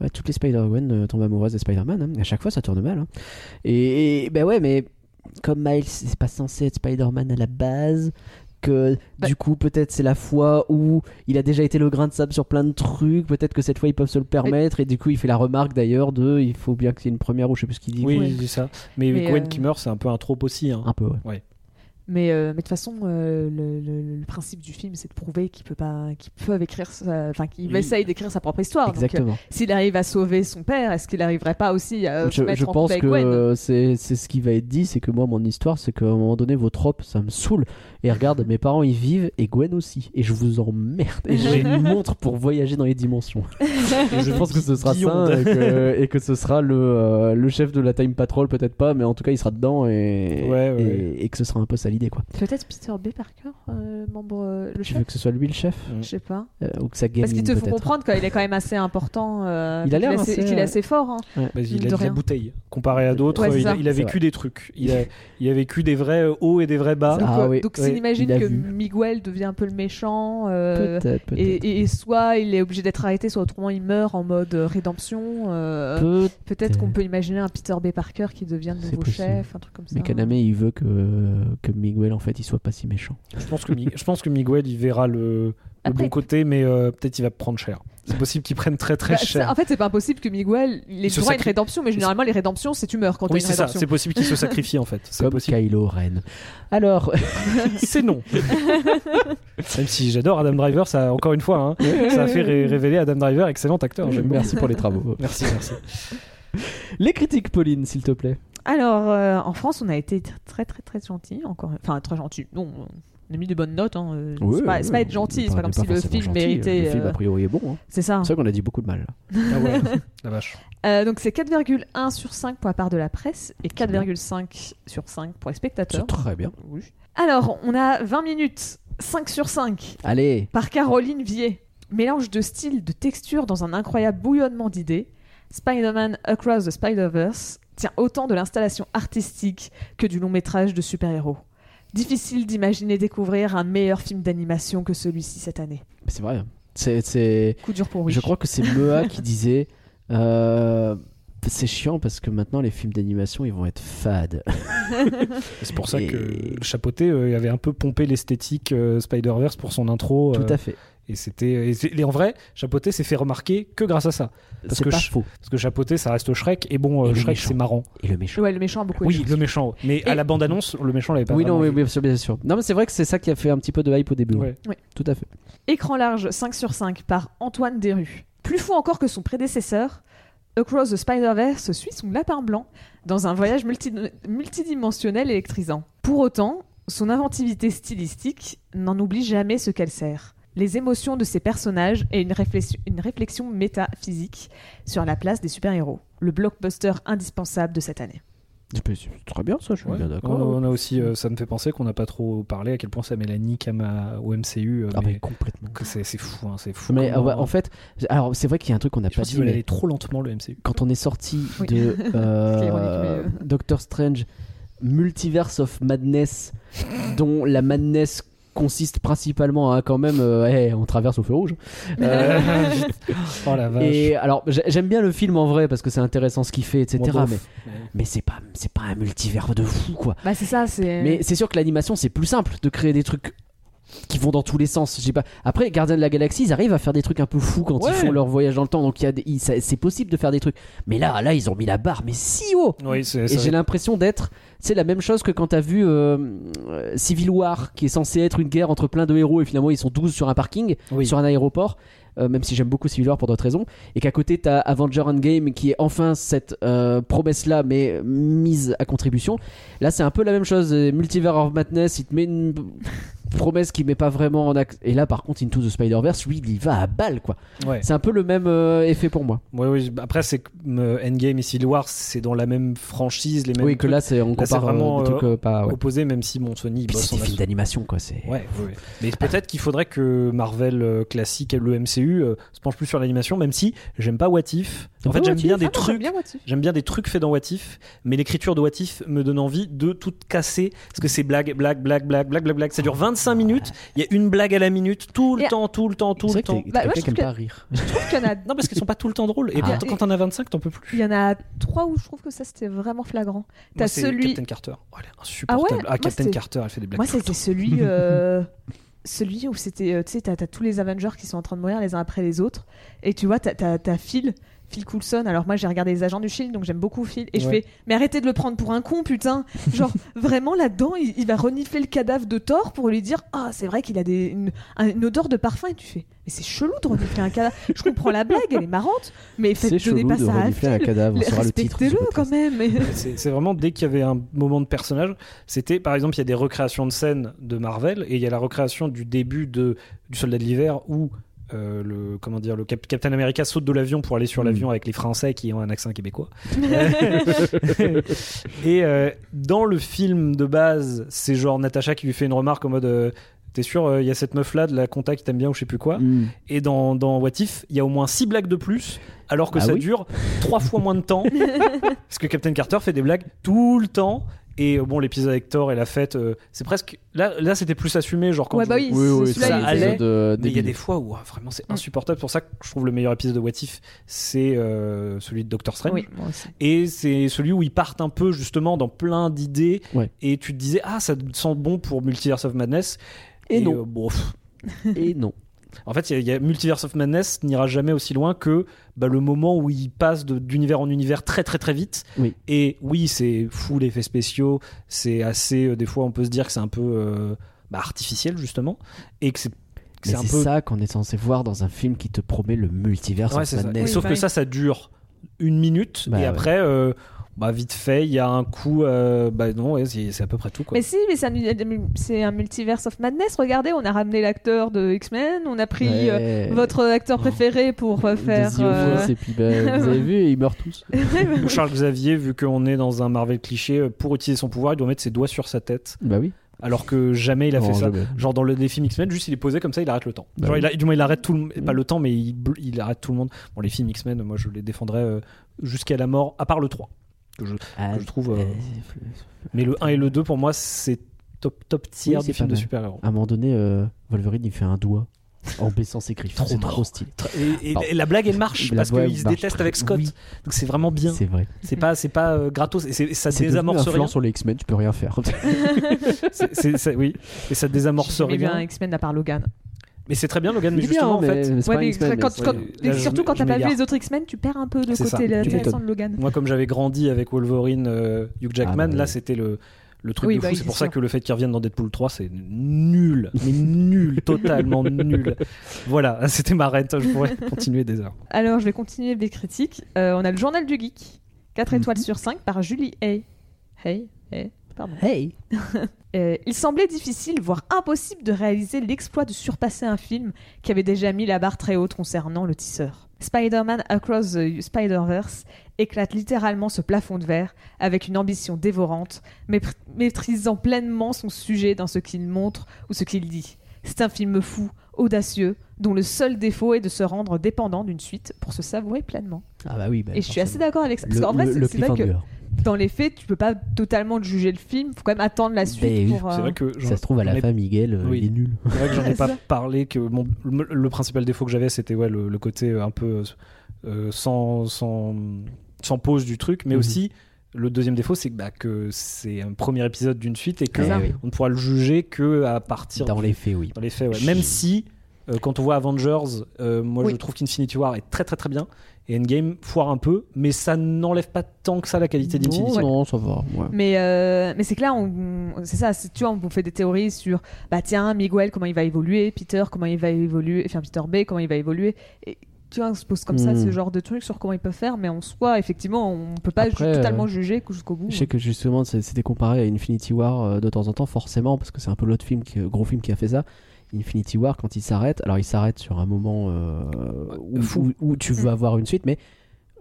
Speaker 1: Ouais, Toutes les Spider-Gwen euh, tombent amoureuses de Spider-Man, hein. à chaque fois ça tourne mal. hein. Et, et- ben ouais, mais comme Miles, c'est pas censé être Spider-Man à la base, que
Speaker 2: Bah-
Speaker 1: du coup, peut-être c'est la fois où il a déjà été le grain de sable sur plein de trucs, peut-être que cette fois ils peuvent se le permettre, et du coup, il fait la remarque d'ailleurs de Il faut bien que c'est une première ou je sais plus ce qu'il dit.
Speaker 3: Oui,
Speaker 2: Ouais.
Speaker 3: il dit ça. Mais,
Speaker 2: Mais,
Speaker 3: Gwen
Speaker 2: euh,
Speaker 3: qui meurt, c'est un peu un trope aussi. hein.
Speaker 1: Un peu, ouais.
Speaker 2: Mais euh, mais de toute façon, euh, le, le- le principe du film, c'est de prouver qu'ils peut pas, qu'ils peuvent écrire, sa- enfin qu'ils
Speaker 3: Oui.
Speaker 2: essayent d'écrire sa propre histoire. Donc, euh,
Speaker 1: Exactement.
Speaker 2: s'il arrive à sauver son père, est-ce qu'il n'arriverait pas aussi à euh, se
Speaker 1: je,
Speaker 2: mettre
Speaker 1: je
Speaker 2: en
Speaker 1: pense
Speaker 2: couple avec Gwen
Speaker 3: euh,
Speaker 1: que c'est c'est ce qui va être dit, c'est que moi, mon histoire, c'est qu'à un moment donné, vos tropes, ça me saoule. Et regarde, mes parents, ils vivent, et Gwen aussi. Et je vous emmerde. Et j'ai une montre pour voyager dans les dimensions. je pense que ce sera
Speaker 3: Beyond.
Speaker 1: ça, et que, et que ce sera le, euh, le chef de la Time Patrol, peut-être pas, mais en tout cas, il sera dedans, et,
Speaker 3: Ouais, ouais.
Speaker 1: et, et que ce sera un peu ça l'idée, quoi.
Speaker 2: Peut-être Peter B. Parker, euh, membre, euh, le
Speaker 1: Tu
Speaker 2: chef
Speaker 1: veux que ce soit lui le chef
Speaker 2: Je sais pas.
Speaker 1: Euh, Ou que ça gagne
Speaker 2: Parce qu'il te faut
Speaker 1: peut-être.
Speaker 2: comprendre qu'il est quand même assez important. euh,
Speaker 1: Il a l'air
Speaker 2: qu'il est assez-
Speaker 1: assez,
Speaker 2: qu'il est
Speaker 1: euh,
Speaker 2: assez fort. hein.
Speaker 3: Bah,
Speaker 2: Mine
Speaker 3: il a
Speaker 2: de
Speaker 3: de la
Speaker 2: rien.
Speaker 3: bouteille. Comparé à d'autres,
Speaker 2: Ouais, c'est
Speaker 3: il, a-
Speaker 2: ça.
Speaker 3: il a
Speaker 1: C'est
Speaker 3: vécu des trucs. Il a, il a vécu des vrais euh, hauts et des vrais bas.
Speaker 1: Ah
Speaker 2: donc euh,
Speaker 1: oui,
Speaker 2: donc
Speaker 3: ouais,
Speaker 2: s'il imagine
Speaker 1: il a
Speaker 2: que
Speaker 1: vu.
Speaker 2: Miguel devient un peu le méchant. euh,
Speaker 1: Peut-être, peut-être.
Speaker 2: Et, et- et soit il est obligé d'être arrêté, soit autrement il meurt en mode euh, rédemption. euh,
Speaker 1: Peut-
Speaker 2: Peut-être qu'on peut imaginer un Peter B. Parker qui devient le
Speaker 1: C'est
Speaker 2: nouveau
Speaker 1: possible.
Speaker 2: chef, un truc comme ça. hein. Bah,
Speaker 1: Mais Kaname, il veut que, que Miguel, en fait, il soit pas si méchant.
Speaker 3: Je pense que Mi- je pense que Miguel il verra le, le
Speaker 2: Après.
Speaker 3: bon côté, mais euh, peut-être il va prendre cher. C'est possible qu'il prenne très très
Speaker 2: Bah, ça-
Speaker 3: cher.
Speaker 2: en fait, c'est pas impossible que Miguel il ait
Speaker 3: Il se
Speaker 2: le droit à une
Speaker 3: sacri-
Speaker 2: rédemption, mais généralement les rédemptions, c'est tu meurs quand
Speaker 3: oui,
Speaker 2: t'as
Speaker 3: c'est
Speaker 2: une
Speaker 3: ça.
Speaker 2: rédemption.
Speaker 3: C'est possible qu'il se sacrifie en fait. C'est
Speaker 1: Comme
Speaker 3: possible.
Speaker 1: Kylo Ren. Alors,
Speaker 3: C'est non. Même si j'adore Adam Driver, ça encore une fois, hein, ça a fait ré- révéler Adam Driver, excellent acteur. J'aime bien.
Speaker 1: merci pour les travaux.
Speaker 3: Merci, merci.
Speaker 1: Les critiques, Pauline, s'il te plaît.
Speaker 2: Alors, euh, en France, on a été tr- très, très, très gentil, encore. Enfin, très gentil. Non, on a mis de bonnes notes. hein, euh,
Speaker 1: Ouais,
Speaker 2: c'est pas,
Speaker 1: ouais,
Speaker 2: c'est pas être
Speaker 1: on
Speaker 2: gentil, c'est
Speaker 1: parlait
Speaker 2: pas comme si le
Speaker 1: forcément
Speaker 2: film
Speaker 1: gentil,
Speaker 2: méritait.
Speaker 1: Le film,
Speaker 2: euh,
Speaker 1: a priori, est bon. hein.
Speaker 2: c'est ça.
Speaker 1: C'est vrai qu'on a dit beaucoup de mal. là.
Speaker 3: Ah ouais, la vache.
Speaker 2: Euh, donc c'est 4,1 sur 5 pour la part de la presse et 4,5 sur 5 pour les spectateurs.
Speaker 1: C'est très bien.
Speaker 2: Oui. Alors, on a 20 minutes, 5 sur 5,
Speaker 1: Allez,
Speaker 2: par Caroline Vier. Mélange de styles, de textures dans un incroyable bouillonnement d'idées. Spider-Man Across the Spider-Verse tient autant de l'installation artistique que du long métrage de super-héros. Difficile d'imaginer découvrir un meilleur film d'animation que celui-ci cette année.
Speaker 1: c'est vrai. C'est, c'est-
Speaker 2: Coup dur pour Wish.
Speaker 1: Je crois que c'est Mea qui disait. euh, C'est chiant parce que maintenant les films d'animation ils vont être fades.
Speaker 3: Et C'est pour ça
Speaker 1: Et-
Speaker 3: que le chapeauté euh, avait un peu pompé l'esthétique euh, Spider-Verse pour son intro.
Speaker 1: Tout
Speaker 3: euh,
Speaker 1: à fait.
Speaker 3: Et c'était et, c'est- et en vrai, chapeauté s'est fait remarquer que grâce à ça. Parce
Speaker 1: C'est
Speaker 3: que
Speaker 1: pas
Speaker 3: je-
Speaker 1: faux.
Speaker 3: Parce que chapeauté, ça reste Shrek et bon, euh,
Speaker 1: Et le
Speaker 3: Shrek
Speaker 1: méchant.
Speaker 3: c'est marrant.
Speaker 1: Et le méchant.
Speaker 2: Ouais, le méchant a beaucoup
Speaker 3: Oui,
Speaker 2: aimé.
Speaker 3: le méchant. Mais
Speaker 2: Et-
Speaker 3: à la bande-annonce, le méchant l'avait pas.
Speaker 1: Oui, non,
Speaker 3: vraiment
Speaker 1: oui,
Speaker 3: vu.
Speaker 1: bien sûr, bien sûr. Non, mais c'est vrai que c'est ça qui a fait un petit peu de hype au début.
Speaker 3: Ouais.
Speaker 1: ouais.
Speaker 2: Oui.
Speaker 1: Tout à fait.
Speaker 2: Écran large 5 sur 5 par Antoine Deru. Plus fou encore que son prédécesseur, Across the Spider-Verse suit son lapin blanc dans un voyage multi- multidimensionnel électrisant. Pour autant, son inventivité stylistique n'en oublie jamais ce qu'elle sert. Les émotions de ses personnages et une réflexion, une réflexion métaphysique sur la place des super-héros. Le blockbuster indispensable de cette année.
Speaker 1: Je peux- C'est très bien ça, je suis
Speaker 3: Ouais.
Speaker 1: bien
Speaker 3: On,
Speaker 1: d'accord.
Speaker 3: on a aussi, euh, ça me fait penser qu'on n'a pas trop parlé à quel point ça met la nique à ma- au MCU. euh,
Speaker 1: Ah,
Speaker 3: mais
Speaker 1: mais complètement.
Speaker 3: que c'est c'est fou, hein, c'est fou.
Speaker 1: Mais
Speaker 3: comment-
Speaker 1: euh, ouais, en fait, alors c'est vrai qu'il y a un truc qu'on n'a
Speaker 3: je
Speaker 1: pas
Speaker 3: pense
Speaker 1: dit,
Speaker 3: qu'il
Speaker 1: mais
Speaker 3: allait trop lentement le MCU.
Speaker 1: quand on est sorti
Speaker 2: Oui.
Speaker 1: de euh,
Speaker 2: C'est ironique, mais,
Speaker 1: Doctor Strange, Multiverse of Madness, dont la madness consiste principalement à quand même, euh, hey, on traverse au feu rouge. Euh,
Speaker 3: Oh la vache.
Speaker 1: et alors j'ai- j'aime bien le film en vrai parce que c'est intéressant ce qu'il fait, etc.
Speaker 3: Mon dof.
Speaker 1: Mais, mais c'est pas, c'est pas un multivers de fou quoi.
Speaker 2: Bah c'est ça, c'est...
Speaker 1: Mais c'est sûr que l'animation, c'est plus simple de créer des trucs qui vont dans tous les sens. Je sais pas. Après, Gardiens de la Galaxie, ils arrivent à faire des trucs un peu fous quand
Speaker 3: Ouais.
Speaker 1: ils font leur voyage dans le temps. Donc il y a des- il- ça- c'est possible de faire des trucs. Mais là, là, ils ont mis la barre, mais si haut.
Speaker 3: Oui, c'est
Speaker 1: Et
Speaker 3: ça-
Speaker 1: j'ai l'impression d'être, c'est la même chose que quand t'as vu euh, euh, Civil War, qui est censé être une guerre entre plein de héros et finalement ils sont 12 sur un parking
Speaker 3: oui.
Speaker 1: sur un aéroport, euh, même si j'aime beaucoup Civil War pour d'autres raisons, et qu'à côté t'as Avenger Endgame qui est enfin cette euh, promesse-là, mais mise à contribution. Là, c'est un peu la même chose. euh, Multiverse of Madness, il te met une promesse qui met pas vraiment en acte. Et là, par contre, Into the Spider-Verse, lui, il y va à balle, quoi.
Speaker 3: Ouais.
Speaker 1: C'est un peu le même euh, effet pour moi.
Speaker 3: Ouais, oui. Après, c'est que, euh, Endgame et Civil War, c'est dans la même franchise, les mêmes
Speaker 1: oui, que
Speaker 3: trucs
Speaker 1: là, c'est on
Speaker 3: là, c'est
Speaker 1: compare euh,
Speaker 3: vraiment,
Speaker 1: des trucs
Speaker 3: euh,
Speaker 1: euh, pas. ouais.
Speaker 3: opposés, même si mon Sony
Speaker 1: Et puis
Speaker 3: bosse
Speaker 1: c'est
Speaker 3: en
Speaker 1: des films
Speaker 3: association.
Speaker 1: d'animation, quoi. C'est.
Speaker 3: Ouais, ouais, ouais. Mais peut-être qu'il faudrait que Marvel euh, classique et le MCU euh, se penchent plus sur l'animation, même si j'aime pas What If. En fait,
Speaker 1: Ouais,
Speaker 3: j'aime
Speaker 1: What
Speaker 3: bien
Speaker 1: If,
Speaker 3: des
Speaker 2: Ah non, j'aime
Speaker 3: trucs.
Speaker 2: bien What If.
Speaker 3: J'aime bien des trucs faits dans What If, mais l'écriture de What If me donne envie de tout casser. Parce que c'est blague, blague, blague, blague, blague, blague, blague. Ça dure 25 minutes. Il y a une blague à la minute, tout le
Speaker 2: Et-
Speaker 3: temps, tout le temps, tout
Speaker 1: C'est
Speaker 3: le
Speaker 1: vrai que
Speaker 3: temps.
Speaker 1: t'es-
Speaker 2: Bah,
Speaker 1: t'es
Speaker 2: moi,
Speaker 1: quelqu'un
Speaker 2: je
Speaker 1: qui aime
Speaker 2: trouve
Speaker 1: pas rire.
Speaker 2: Je trouve qu'il y en a
Speaker 3: Non, parce qu'ils sont pas tout le temps drôles. Et
Speaker 1: Ah.
Speaker 3: quand- quand t'en as 25, t'en peux plus.
Speaker 2: Il y en a trois où je trouve que ça c'était vraiment flagrant. T'as
Speaker 3: Moi, c'est
Speaker 2: celui-
Speaker 3: Captain Carter. Oh, elle est insupportable.
Speaker 2: Ah ouais Moi,
Speaker 3: Captain
Speaker 2: c'était-
Speaker 3: Carter, elle fait des blagues.
Speaker 2: Moi
Speaker 3: tout le
Speaker 2: c'était celui, euh, celui où c'était, euh, tu sais, t'as t'as tous les Avengers qui sont en train de mourir les uns après les autres, et tu vois, t'as- t'as t'as Phil, Phil Coulson. Alors moi j'ai regardé les agents du Shield, donc j'aime beaucoup Phil, et je
Speaker 3: Ouais.
Speaker 2: fais, mais arrêtez de le prendre pour un con, putain. Genre vraiment là-dedans, il, il va renifler le cadavre de Thor pour lui dire, ah c'est vrai qu'il a des, une, un- une odeur de parfum, et tu fais, mais c'est chelou de renifler un cadavre. Je comprends la blague, elle est marrante, mais faites
Speaker 1: C'est
Speaker 2: donnez
Speaker 1: chelou
Speaker 2: pas
Speaker 1: de
Speaker 2: ça à
Speaker 1: renifler un
Speaker 2: Phil.
Speaker 1: cadavre. On saura le titre. de ce
Speaker 2: Respectez-le quand
Speaker 1: podcast.
Speaker 2: même. mais-
Speaker 3: C'est c'est vraiment dès qu'il y avait un moment de personnage, c'était par exemple il y a des recréations de scènes de Marvel et il y a la recréation du début de du Soldat de l'hiver où euh, le comment dire le Cap- Captain America saute de l'avion pour aller sur
Speaker 1: Mm.
Speaker 3: l'avion avec les Français qui ont un accent québécois. et euh, dans le film de base, c'est genre Natacha qui lui fait une remarque en mode euh, T'es sûr, euh, il y a cette meuf là de la compta qui t'aime bien ou je sais plus quoi.
Speaker 1: Mm.
Speaker 3: Et dans, dans What If, il y a au moins 6 blagues de plus, alors que
Speaker 1: Ah
Speaker 3: ça
Speaker 1: oui
Speaker 3: dure 3 fois moins de temps. parce que Captain Carter fait des blagues tout le temps. Et euh, bon, l'épisode avec Thor et la fête, euh, c'est presque. Là, là c'était plus assumé, genre quand.
Speaker 2: Ouais,
Speaker 3: je-
Speaker 2: bah oui,
Speaker 1: Oui, oui,
Speaker 2: celui-là,
Speaker 1: c'est
Speaker 3: ça
Speaker 2: il était- Mm.
Speaker 1: un
Speaker 3: allait.
Speaker 1: épisode, euh,
Speaker 3: Mais il y a
Speaker 1: débile.
Speaker 3: des fois où ah, vraiment c'est insupportable. C'est pour ça que je trouve le meilleur épisode de What If, c'est euh, celui de Doctor Strange.
Speaker 2: Oui, moi aussi.
Speaker 3: Et c'est celui où ils partent un peu justement dans plein d'idées.
Speaker 1: Ouais.
Speaker 3: Et tu te disais, ah, ça sent bon pour Multiverse of Madness.
Speaker 1: Et non.
Speaker 3: euh, bon, pff,
Speaker 1: Et non.
Speaker 3: En fait, il y a- il y, a Multiverse of Madness n'ira jamais aussi loin que bah, le moment où il passe de- d'univers en univers très très très vite.
Speaker 1: Oui.
Speaker 3: Et oui, c'est fou l'effet spéciaux, c'est assez. euh, des fois, on peut se dire que c'est un peu euh, bah, artificiel justement, et que c'est que
Speaker 1: Mais c'est
Speaker 3: c'est un peu.
Speaker 1: ça qu'on est censé voir dans un film qui te promet le multivers
Speaker 3: Ouais,
Speaker 1: of
Speaker 3: c'est ça.
Speaker 1: madness.
Speaker 3: Sauf
Speaker 2: Oui,
Speaker 3: que
Speaker 2: pareil.
Speaker 3: ça, ça dure une minute,
Speaker 1: Bah,
Speaker 3: et
Speaker 1: ouais.
Speaker 3: après. euh, Bah, vite fait, il y a un coup. euh, bah, non, ouais, c'est c'est à peu près tout. Quoi.
Speaker 2: Mais si, mais c'est un, c'est un multiverse of madness. Regardez, on a ramené l'acteur de X-Men, on a pris euh,
Speaker 1: Ouais.
Speaker 2: votre acteur préféré pour euh, faire.
Speaker 1: Des
Speaker 2: euh,
Speaker 1: Ionians, et puis bah, vous avez vu, ils meurent tous.
Speaker 3: Ou Charles Xavier, vu qu'on est dans un Marvel cliché, euh, pour utiliser son pouvoir, il doit mettre ses doigts sur sa tête.
Speaker 1: Bah oui.
Speaker 3: Alors que jamais il a
Speaker 1: Non,
Speaker 3: fait ça.
Speaker 1: jamais.
Speaker 3: Genre dans le des films X-Men, juste il est posé comme ça, il arrête le temps.
Speaker 1: Bah
Speaker 3: Genre,
Speaker 1: oui. Mm.
Speaker 3: il a- du moins il arrête tout le pas le temps, mais il, bl- il arrête tout le monde. Bon, les films X-Men, moi je les défendrais euh, jusqu'à la mort, à part le 3.
Speaker 1: Ah,
Speaker 3: que je trouve, euh,
Speaker 1: euh,
Speaker 3: Mais le 1 et le 2, pour moi, c'est top, top tier
Speaker 1: Oui, c'est
Speaker 3: des films
Speaker 1: pas
Speaker 3: de
Speaker 1: mal.
Speaker 3: super-héros.
Speaker 1: À un moment donné, euh, Wolverine il fait un doigt en baissant ses griffes.
Speaker 3: Trop
Speaker 1: C'est
Speaker 3: marrant.
Speaker 1: trop stylé.
Speaker 3: Et, et-
Speaker 1: Pardon.
Speaker 3: et la blague elle marche
Speaker 1: La
Speaker 3: parce
Speaker 1: blague
Speaker 3: qu'ils se
Speaker 1: marche
Speaker 3: détestent
Speaker 1: très-
Speaker 3: avec Scott.
Speaker 1: oui.
Speaker 3: Donc c'est vraiment bien.
Speaker 1: C'est vrai.
Speaker 3: C'est pas, c'est pas euh, gratos et, c'est- et ça
Speaker 1: C'est devenu un
Speaker 3: désamorce rien.
Speaker 1: flanc sur les X-Men, tu peux rien faire.
Speaker 3: C'est- c'est- ça- oui, et ça désamorce
Speaker 2: J'ai jamais vu un
Speaker 3: rien.
Speaker 2: X-Men à part Logan.
Speaker 3: Mais c'est très bien Logan. Mais
Speaker 1: Il est bien,
Speaker 3: justement en
Speaker 1: mais
Speaker 3: fait,
Speaker 1: c'est
Speaker 2: Ouais,
Speaker 1: pas
Speaker 2: mais
Speaker 1: X-Men, mais
Speaker 2: quand-
Speaker 1: c'est-
Speaker 2: quand-
Speaker 3: Là, je
Speaker 2: surtout
Speaker 3: me-
Speaker 2: quand
Speaker 3: je
Speaker 2: t'as pas vu
Speaker 3: m'égare.
Speaker 2: les autres X-men, tu perds un peu le
Speaker 3: C'est ça,
Speaker 2: côté
Speaker 3: tu
Speaker 2: intéressant
Speaker 1: m'étonnes.
Speaker 2: de Logan.
Speaker 3: Moi, comme j'avais grandi avec Wolverine, euh, Hugh Jackman,
Speaker 1: Ah, bah,
Speaker 3: là,
Speaker 1: oui.
Speaker 3: c'était le, le truc
Speaker 2: Oui,
Speaker 3: de
Speaker 2: bah,
Speaker 3: fou.
Speaker 2: oui,
Speaker 3: c'est pour
Speaker 2: c'est
Speaker 3: ça
Speaker 2: sûr.
Speaker 3: que le fait qu'il revienne dans Deadpool 3, c'est nul. Mais nul, totalement nul. Voilà, c'était ma rente. Je pourrais continuer des heures.
Speaker 2: Alors, je vais continuer avec les critiques. Euh, on a le Journal du Geek, 4
Speaker 3: Mhm.
Speaker 2: étoiles sur 5 par Julie Hay. Hay Hay Pardon. Euh, il semblait difficile, voire impossible, de réaliser l'exploit de surpasser un film qui avait déjà mis la barre très haute concernant le tisseur. Spider-Man Across the Spider-Verse éclate littéralement ce plafond de verre avec une ambition dévorante, maîtr- maîtrisant pleinement son sujet dans ce qu'il montre ou ce qu'il dit. C'est un film fou, audacieux, dont le seul défaut est de se rendre dépendant d'une suite pour se savourer pleinement.
Speaker 1: Ah bah oui. bah,
Speaker 2: Et je suis assez
Speaker 1: forcément.
Speaker 2: d'accord avec ça. Parce
Speaker 1: Le-
Speaker 2: qu'en vrai,
Speaker 1: le- le
Speaker 2: c'est c'est vrai que
Speaker 1: cliffhanger.
Speaker 2: dans les faits, tu peux pas totalement juger le film. Faut quand même attendre la suite
Speaker 1: Ben oui,
Speaker 2: pour.
Speaker 3: C'est
Speaker 2: euh,
Speaker 3: vrai que j'en-
Speaker 1: Ça se trouve à
Speaker 3: j'en
Speaker 1: la
Speaker 3: ai-
Speaker 1: fin, Miguel, euh,
Speaker 3: Oui.
Speaker 1: il est nul.
Speaker 3: C'est vrai que j'en ai
Speaker 2: C'est
Speaker 3: pas
Speaker 2: ça.
Speaker 3: parlé. Que mon- le, le principal défaut que j'avais, c'était ouais, le, le côté euh, un peu euh, sans, sans, sans pause du truc. Mais
Speaker 1: Mhm.
Speaker 3: aussi, le deuxième défaut, c'est que, bah, que c'est un premier épisode d'une suite et que
Speaker 1: Eh oui.
Speaker 3: on ne pourra le juger que à partir
Speaker 1: Dans
Speaker 3: du-
Speaker 1: les faits, oui.
Speaker 3: dans les faits. ouais. Même si, euh, quand on voit Avengers, euh, moi
Speaker 2: Oui.
Speaker 3: je trouve qu'Infinity War est très très très bien et Endgame foire un peu, mais ça n'enlève pas tant que ça la qualité d'Infinity War.
Speaker 1: Non, ça va. ouais.
Speaker 2: Mais, euh, mais c'est que là, on, on- c'est ça, c'est- tu vois, on fait des théories sur, bah tiens, Miguel, comment il va évoluer, Peter, comment il va évoluer, enfin Peter B, comment il va évoluer. Et tu vois, on se pose comme ça
Speaker 1: Mm.
Speaker 2: ce genre de trucs sur comment il peut faire, mais en soi, effectivement, on peut pas
Speaker 1: Après,
Speaker 2: ju- totalement
Speaker 1: euh,
Speaker 2: juger jusqu'au bout.
Speaker 1: Je sais que justement, c'est- c'était comparé à Infinity War euh, de temps en temps, forcément, parce que c'est un peu l'autre film, qui- euh, gros film qui a fait ça. Infinity War, quand il s'arrête, alors il s'arrête sur un moment euh, où,
Speaker 3: fou.
Speaker 1: où- où tu veux
Speaker 2: Mm.
Speaker 1: avoir une suite, mais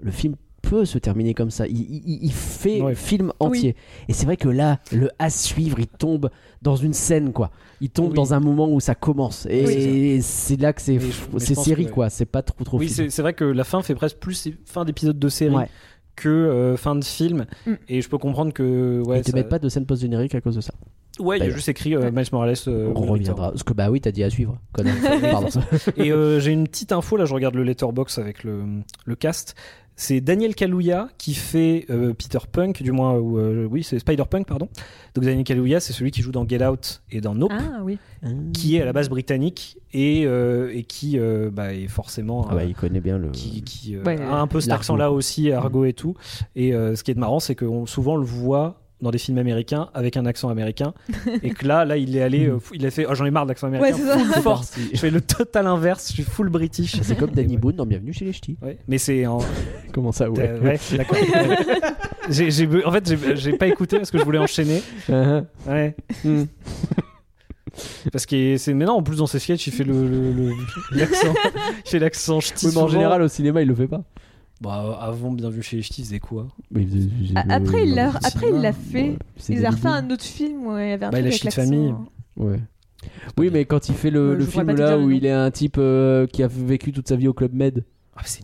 Speaker 1: le film peut se terminer comme ça. Il, il- il fait
Speaker 3: Ouais.
Speaker 1: film entier. Et c'est vrai que là, le à suivre, il tombe dans une scène, quoi. Il tombe
Speaker 3: Oui.
Speaker 1: dans un moment où ça commence.
Speaker 3: Oui,
Speaker 1: Et c'est là que c'est
Speaker 3: Mais je- mais je
Speaker 1: c'est
Speaker 3: pense
Speaker 1: série,
Speaker 3: que-
Speaker 1: quoi. C'est pas trop trop
Speaker 3: Oui,
Speaker 1: film.
Speaker 3: c'est c'est vrai que la fin fait presque plus fin d'épisode de série
Speaker 1: Ouais.
Speaker 3: que euh, fin de film,
Speaker 2: Mm.
Speaker 3: et je peux comprendre que ouais,
Speaker 1: Ils te
Speaker 3: ça-
Speaker 1: mettent pas de scène post-générique à cause de ça.
Speaker 3: ouais, il y a
Speaker 1: D'ailleurs.
Speaker 3: juste écrit euh, Miles Morales. euh,
Speaker 1: On
Speaker 3: Will
Speaker 1: reviendra. Parce que bah oui, t'as dit à suivre. connard. Pardon.
Speaker 3: Return. Et euh, j'ai une petite info là, je regarde le letterbox avec le, le cast. C'est Daniel Kaluuya qui fait euh, Peter Punk, du moins, ou euh, oui, c'est Spider Punk, pardon. Donc Daniel Kaluuya, c'est celui qui joue dans Get Out et dans Nope.
Speaker 2: Ah oui.
Speaker 3: qui est à la base britannique et, euh, et qui euh, bah, est forcément
Speaker 1: Ah bah
Speaker 3: euh,
Speaker 1: il Mm. connaît bien le.
Speaker 3: qui, qui, euh,
Speaker 2: Ouais.
Speaker 3: a un peu cet
Speaker 1: L'argot.
Speaker 3: accent là aussi argot et tout et euh, ce qui est marrant c'est que on- souvent on le voit dans des films américains avec un accent américain et que là là il est
Speaker 1: Mm.
Speaker 3: allé euh, fou- il a fait oh, j'en ai marre de l'accent
Speaker 2: Ouais,
Speaker 3: américain
Speaker 2: c'est ça.
Speaker 3: full force je fais le total inverse je suis full british
Speaker 1: C'est comme Danny
Speaker 3: Et ouais.
Speaker 1: Boone dans Bienvenue chez les Ch'tis.
Speaker 3: Ouais. mais c'est en,
Speaker 1: Comment ça
Speaker 3: euh, ouais, d'accord. Ouais. J'ai- j'ai- en fait j'ai- j'ai pas écouté parce que je voulais enchaîner Ouais. Hmm. Parce que c'est maintenant en plus dans ses sketchs il fait le le- le- l'accent il fait l'accent ch'ti souvent.
Speaker 1: au cinéma il le fait pas.
Speaker 3: bah avant bien vu chez les ch'tis il faisait quoi
Speaker 2: A- Après, il l'a,
Speaker 3: non, c'est
Speaker 2: après, il l'a
Speaker 3: pas-
Speaker 2: fait. Ils a refait un autre film où il y avait un
Speaker 3: Bah, il
Speaker 2: truc
Speaker 3: a
Speaker 2: avec
Speaker 3: Ch'ti de
Speaker 2: l'accent.
Speaker 3: famille.
Speaker 1: Ouais. Oui, mais quand il fait le,
Speaker 2: Euh,
Speaker 1: le
Speaker 2: je pourrais
Speaker 1: film
Speaker 2: pas te
Speaker 1: là
Speaker 2: dire le
Speaker 1: où
Speaker 2: nom.
Speaker 1: il est un type euh, qui a vécu toute sa vie au club Med,
Speaker 3: ah, c'est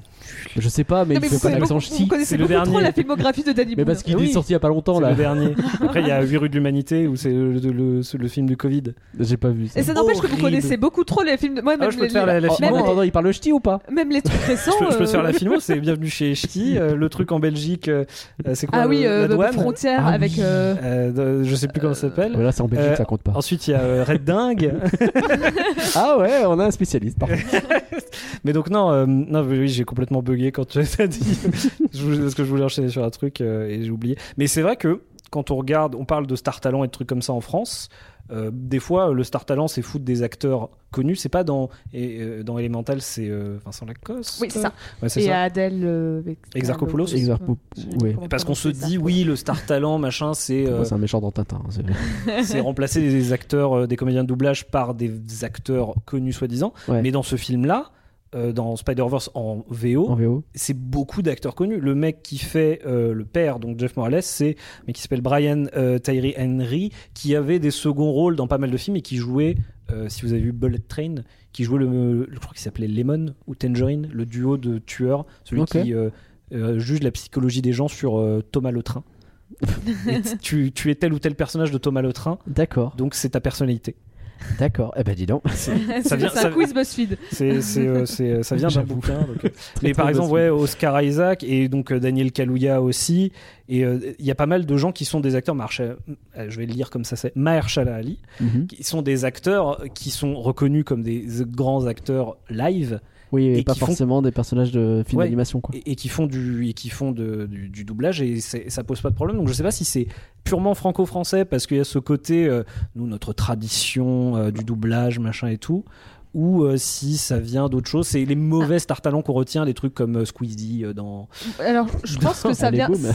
Speaker 1: je sais pas, mais
Speaker 2: Non,
Speaker 1: il
Speaker 2: mais
Speaker 1: fait pas
Speaker 2: vous, connaissez
Speaker 1: l'accent
Speaker 2: beaucoup- vous
Speaker 1: ch'ti.
Speaker 2: connaissez
Speaker 3: C'est le
Speaker 2: beaucoup trop
Speaker 3: dernier.
Speaker 2: la filmographie de Danny
Speaker 1: Mais
Speaker 2: Boone.
Speaker 1: parce qu'il est
Speaker 3: Oui.
Speaker 1: sorti il y a pas longtemps
Speaker 3: c'est
Speaker 1: là.
Speaker 3: le dernier après il y a 8 rues de l'humanité où c'est le, le- le- le film du Covid
Speaker 1: J'ai pas vu ça.
Speaker 2: Et ça n'empêche que vous
Speaker 3: Horrible.
Speaker 2: connaissez beaucoup trop les films de. Moi,
Speaker 3: ah,
Speaker 2: même,
Speaker 3: je peux te
Speaker 2: les-
Speaker 3: faire la, la
Speaker 1: Oh,
Speaker 3: filmo
Speaker 1: en
Speaker 2: même-
Speaker 1: attendant, il parle le ch'ti ou pas
Speaker 2: même les trucs récents.
Speaker 3: je peux, je peux te
Speaker 2: euh,
Speaker 3: faire la filmo c'est bienvenue chez Ch'ti euh, le truc en Belgique euh, euh, c'est quoi
Speaker 2: Ah
Speaker 3: le-
Speaker 2: oui, euh,
Speaker 3: la douane
Speaker 2: frontière
Speaker 1: Ah oui.
Speaker 2: avec. euh,
Speaker 3: Euh, de- je sais plus comment ça s'appelle
Speaker 1: Voilà, c'est en Belgique,
Speaker 3: Euh,
Speaker 1: ça compte pas.
Speaker 3: ensuite il y a euh, Red Dingue
Speaker 1: Ah ouais, on a un spécialiste. Par contre.
Speaker 3: Mais donc non, euh, non oui, j'ai complètement bugué quand tu as dit je voulais- parce que je voulais enchaîner sur un truc euh, et j'ai oublié. Mais c'est vrai que quand on regarde, on parle de star talent et de trucs comme ça en France. euh, des fois, le star talent, c'est foutre des acteurs connus. C'est pas dans et, euh, dans Elemental, c'est euh, Vincent Lacoste.
Speaker 2: Oui, c'est ça.
Speaker 3: Ouais, c'est
Speaker 2: Et
Speaker 3: ça.
Speaker 2: Adèle. euh, Exarchopoulos.
Speaker 3: Exarchopoulos.
Speaker 1: Exarchopoulos,
Speaker 2: Je sais pas
Speaker 1: oui.
Speaker 2: comment
Speaker 3: Parce qu'on se
Speaker 2: prononcer euh, ça.
Speaker 3: dit, oui, le star talent, machin, c'est
Speaker 1: Pour moi,
Speaker 3: euh,
Speaker 1: C'est un méchant dans Tintin. hein, c'est-
Speaker 3: c'est remplacer des acteurs, euh, des comédiens de doublage par des acteurs connus soi-disant.
Speaker 1: Ouais.
Speaker 3: Mais dans ce film-là, euh, dans Spider-Verse en VO,
Speaker 1: en VO.
Speaker 3: c'est beaucoup d'acteurs connus. Le mec qui fait euh, le père, donc Jeff Morales, c'est mais qui s'appelle Brian euh, Tyree Henry, qui avait des seconds rôles dans pas mal de films et qui jouait, euh, si vous avez vu Bullet Train, qui jouait le, le- je crois qu'il s'appelait Lemon ou Tangerine, le duo de tueurs, celui
Speaker 1: Ok.
Speaker 3: qui euh, euh, juge la psychologie des gens sur euh, Thomas Le Train. Et t- tu, tu es tel ou tel personnage de Thomas Le Train,
Speaker 1: D'accord,
Speaker 3: donc c'est ta personnalité.
Speaker 1: d'accord. Eh ben dis donc.
Speaker 3: Ça
Speaker 2: C'est
Speaker 3: vient-
Speaker 2: ça,
Speaker 3: ça-
Speaker 2: quiz BuzzFeed.
Speaker 3: C'est, c'est, euh, c'est- ça vient d'un
Speaker 1: J'avoue.
Speaker 3: bouquin. donc, euh,
Speaker 1: Très,
Speaker 3: mais
Speaker 1: très
Speaker 3: par exemple,
Speaker 1: bon
Speaker 3: ouais, Oscar Isaac et donc euh, Daniel Kaluuya aussi. Et euh, il y a pas mal de gens qui sont des acteurs. Mahershala- euh, je vais le lire comme ça, c'est Mahershala Ali,
Speaker 1: film. Mhm.
Speaker 3: qui sont des acteurs qui sont reconnus comme des grands acteurs live
Speaker 1: Oui, et,
Speaker 3: Et
Speaker 1: pas
Speaker 3: qui font-
Speaker 1: forcément des personnages de films
Speaker 3: Ouais.
Speaker 1: d'animation quoi.
Speaker 3: et, et qui font du et qui font de- du, du doublage et c'est- ça pose pas de problème. Donc je sais pas si c'est purement franco-français parce qu'il y a ce côté euh, nous notre tradition euh, du doublage machin et tout. Ou euh, si ça vient d'autre chose, c'est les mauvais
Speaker 2: Ah.
Speaker 3: star talents qu'on retient, les trucs comme euh, Squeezie euh, dans
Speaker 2: Alors, je pense que ça
Speaker 1: Allez,
Speaker 2: vient.
Speaker 1: boum.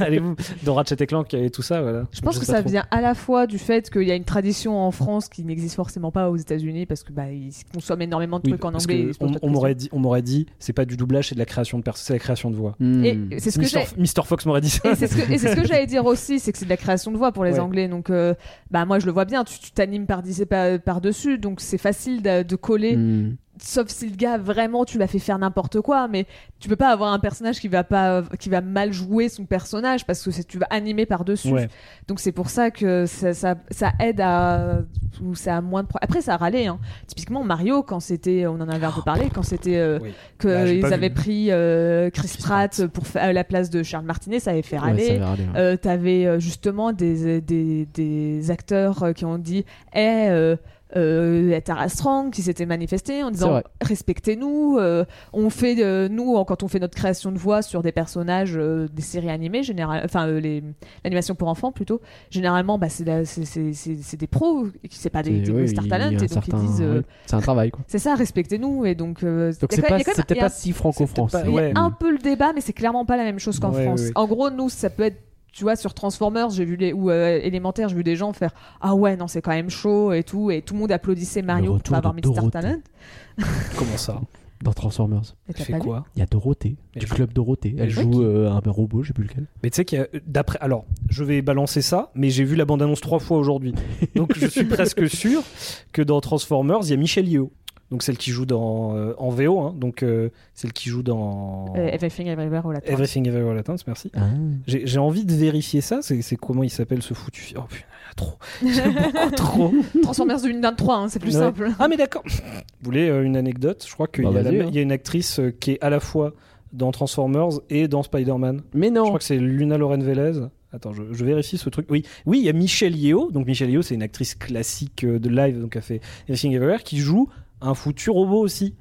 Speaker 3: Allez-vous dans Ratchet Clank et tout ça, voilà.
Speaker 2: Je pense
Speaker 3: sais
Speaker 2: que
Speaker 3: pas
Speaker 2: ça
Speaker 3: trop.
Speaker 2: vient à la fois du fait qu'il y a une tradition en France qui n'existe forcément pas aux États-Unis parce que bah, ils consomment énormément de
Speaker 3: Oui,
Speaker 2: trucs en
Speaker 3: parce
Speaker 2: anglais.
Speaker 3: que
Speaker 2: ils se posent
Speaker 3: On,
Speaker 2: pas de
Speaker 3: on m'aurait
Speaker 2: questions.
Speaker 3: dit, on m'aurait dit, c'est pas du doublage, c'est de la création de perso, c'est la création de voix.
Speaker 1: Hmm.
Speaker 2: Et c'est ce que
Speaker 3: Mister,
Speaker 2: j'ai.
Speaker 3: Mister Fox m'aurait dit ça.
Speaker 2: Et c'est ce que, et c'est ce que j'allais dire aussi, c'est que c'est de la création de voix pour les
Speaker 3: Ouais.
Speaker 2: Anglais. Donc, euh, bah moi je le vois bien, tu tu t'animes par, par, par dessus, donc c'est facile de, de coller.
Speaker 3: Mm.
Speaker 1: Hmm.
Speaker 2: Sauf si le gars vraiment tu l'as fait faire n'importe quoi, mais tu peux pas avoir un personnage qui va pas, qui va mal jouer son personnage parce que c'est- tu vas animer par dessus.
Speaker 3: Ouais.
Speaker 2: Donc c'est pour ça que ça, ça, ça aide à ou ça a moins de pro- après ça a râlé hein. typiquement Mario quand c'était on en avait un peu parlé quand c'était euh,
Speaker 3: Oh. Oui.
Speaker 2: que
Speaker 3: Bah, j'ai
Speaker 2: ils
Speaker 3: pas vu.
Speaker 2: avaient pris euh, Chris
Speaker 3: Chris
Speaker 2: Pratt pour faire à la place de Charles Martinet ça avait fait
Speaker 1: Ouais, ça
Speaker 2: râler
Speaker 1: va râler, ouais.
Speaker 2: Euh, t'avais euh, justement des, des, des acteurs euh, qui ont dit eh euh, euh, Tara Strong qui s'était manifestée en
Speaker 1: C'est
Speaker 2: disant
Speaker 1: vrai.
Speaker 2: respectez-nous euh, on fait euh, nous en- quand on fait notre création de voix sur des personnages euh, des séries animées général enfin euh, les l'animation pour enfants plutôt généralement bah c'est la- c'est- c'est c'est- c'est des pros qui c'est pas des,
Speaker 1: C'est-
Speaker 2: des
Speaker 1: oui,
Speaker 2: stars
Speaker 1: il y a
Speaker 2: talent et
Speaker 1: un
Speaker 2: donc
Speaker 1: certain-
Speaker 2: ils disent euh,
Speaker 1: oui, C'est un travail quoi.
Speaker 2: c'est ça respectez-nous et donc euh,
Speaker 1: Donc
Speaker 2: y a
Speaker 1: c'est
Speaker 2: quand-
Speaker 1: pas,
Speaker 2: y a quand même-
Speaker 1: c'était
Speaker 2: y a-
Speaker 1: pas si franco-français.
Speaker 3: c'est peut-être pas- ouais.
Speaker 2: Bah, il y a un peu le débat, mais c'est clairement pas la même chose qu'en
Speaker 3: Ouais,
Speaker 2: France.
Speaker 3: ouais, ouais.
Speaker 2: En gros, nous, ça peut être, tu vois, sur Transformers, j'ai vu les, ou euh, élémentaire, j'ai vu des gens faire Ah ouais, non, c'est quand même chaud et tout, et tout le monde applaudissait Mario pour
Speaker 1: retour
Speaker 2: pas avoir
Speaker 1: de
Speaker 2: mis de Star
Speaker 1: Dorothée.
Speaker 2: Talent.
Speaker 3: Comment ça
Speaker 1: Dans Transformers,
Speaker 2: Et t'as
Speaker 3: Fait
Speaker 2: pas vu
Speaker 3: quoi
Speaker 1: il y a Dorothée,
Speaker 3: Mais
Speaker 1: du
Speaker 3: je-
Speaker 1: club Dorothée. Elle
Speaker 3: je
Speaker 1: joue
Speaker 3: vois qui-
Speaker 1: euh, un robot, je sais plus lequel.
Speaker 3: Mais tu sais qu'il y a- d'après, alors, je vais balancer ça, mais j'ai vu la bande-annonce trois fois aujourd'hui, donc je suis presque sûr que dans Transformers, il y a Michel Yeoh. Donc celle qui joue dans euh, en VO, hein, donc euh, celle qui joue dans
Speaker 2: Euh, Everything Everywhere au latin.
Speaker 3: Everything Everywhere All At Once, merci.
Speaker 1: Ah.
Speaker 3: J'ai j'ai envie de vérifier ça. C'est c'est comment il s'appelle ce foutu film Oh putain, il y en a trop. J'aime beaucoup trop.
Speaker 2: Transformers 2023, hein, c'est plus
Speaker 3: Ouais.
Speaker 2: simple.
Speaker 3: Ah mais d'accord. Vous voulez euh, une anecdote Je crois qu'il
Speaker 1: Bah,
Speaker 3: y, a la-
Speaker 1: vas-y, hein.
Speaker 3: il y a une actrice euh, qui est à la fois dans Transformers et dans Spider-Man.
Speaker 1: Mais
Speaker 3: Je
Speaker 1: non,
Speaker 3: crois que c'est Luna Loren Velez. Attends, je, je vérifie ce truc. Oui, oui, il y a Michelle Yeoh. Donc Michelle Yeoh, c'est une actrice classique euh, de live, donc elle fait Everything Everywhere, qui joue un foutu robot aussi.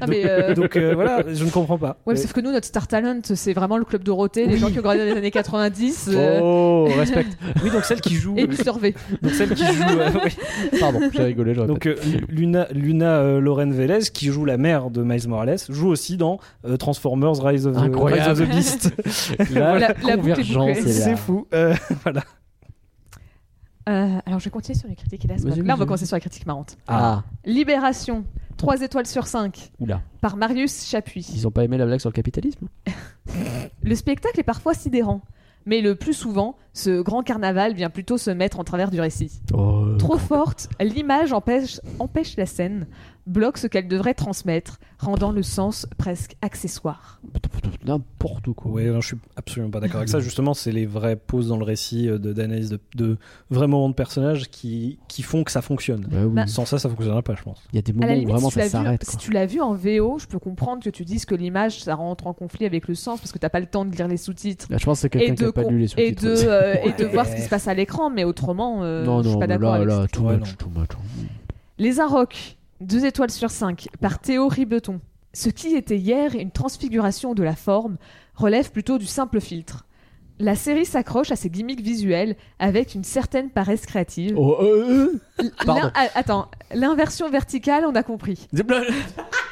Speaker 2: Ah, mais, euh,
Speaker 3: Donc euh, voilà, je ne comprends pas.
Speaker 2: Ouais,
Speaker 3: Mais-
Speaker 2: sauf que nous, notre Star Talent, c'est vraiment le club Dorothée, les gens qui ont grandi dans les années 90 euh,
Speaker 1: Oh, respect.
Speaker 3: Oui, donc celle qui joue,
Speaker 2: et Mister V.
Speaker 3: donc celle qui joue, euh, oui.
Speaker 1: Pardon, j'ai rigolé, j'aurais
Speaker 3: Donc euh, Lu- Luna, Luna euh, Loren Vélez, qui joue la mère de Miles Morales, joue aussi dans euh, Transformers Rise of the,
Speaker 1: Incroyable.
Speaker 3: Rise of the Beast.
Speaker 1: peut-être. la,
Speaker 2: la- la boucle est
Speaker 1: convergence
Speaker 2: bouclée.
Speaker 1: est là.
Speaker 3: C'est fou. Euh, voilà.
Speaker 2: Euh, alors, je vais continuer sur les critiques, hélas.
Speaker 1: Vas-y,
Speaker 2: Là, on va
Speaker 1: vas-y.
Speaker 2: commencer sur la critique marrante.
Speaker 1: Ah,
Speaker 2: Libération, 3 étoiles sur 5,
Speaker 1: oula,
Speaker 2: par Marius Chapuis.
Speaker 1: ils ont pas aimé la blague sur le capitalisme
Speaker 2: Le spectacle est parfois sidérant, mais le plus souvent, ce grand carnaval vient plutôt se mettre en travers du récit.
Speaker 1: Oh.
Speaker 2: Trop forte, l'image empêche, empêche la scène, bloque ce qu'elle devrait transmettre, rendant le sens presque accessoire.
Speaker 1: N'importe quoi.
Speaker 3: Ouais, non, je suis absolument pas d'accord avec ça. Justement, c'est les vraies pauses dans le récit euh, de- d'analyse de, de vrais moments de personnages qui, qui font que ça fonctionne.
Speaker 1: Bah oui.
Speaker 2: Bah,
Speaker 3: Sans ça, ça fonctionnerait pas, je pense.
Speaker 1: Il y a des
Speaker 2: À
Speaker 1: moments
Speaker 2: la
Speaker 1: où
Speaker 2: limite,
Speaker 1: vraiment
Speaker 2: si tu
Speaker 1: ça
Speaker 2: l'as vu,
Speaker 1: s'arrête.
Speaker 2: si
Speaker 1: quoi.
Speaker 2: tu l'as vu en VO, je peux comprendre que tu dises que l'image, ça rentre en conflit avec le sens, parce que t'as pas le temps de lire les sous-titres.
Speaker 1: Là, Ah, Je pense que c'est quelqu'un qui a pas
Speaker 2: con-
Speaker 1: lu les
Speaker 2: et
Speaker 1: sous-titres.
Speaker 2: de, euh, et de
Speaker 3: Ouais.
Speaker 2: voir ce qui se passe à l'écran, mais autrement, euh,
Speaker 1: non,
Speaker 2: je suis
Speaker 1: non,
Speaker 2: pas
Speaker 1: mais
Speaker 2: d'accord
Speaker 1: là,
Speaker 2: avec
Speaker 1: là,
Speaker 2: ça.
Speaker 1: too
Speaker 3: Ouais,
Speaker 1: much, too much.
Speaker 2: Les Arocs, 2 étoiles sur 5, par Théo Ribeton. Ce qui était hier une transfiguration de la forme relève plutôt du simple filtre. La série s'accroche à ses gimmicks visuels avec une certaine paresse créative.
Speaker 1: Oh, euh, euh. Pardon.
Speaker 2: L'in- ah, Attends, l'inversion verticale, on a compris.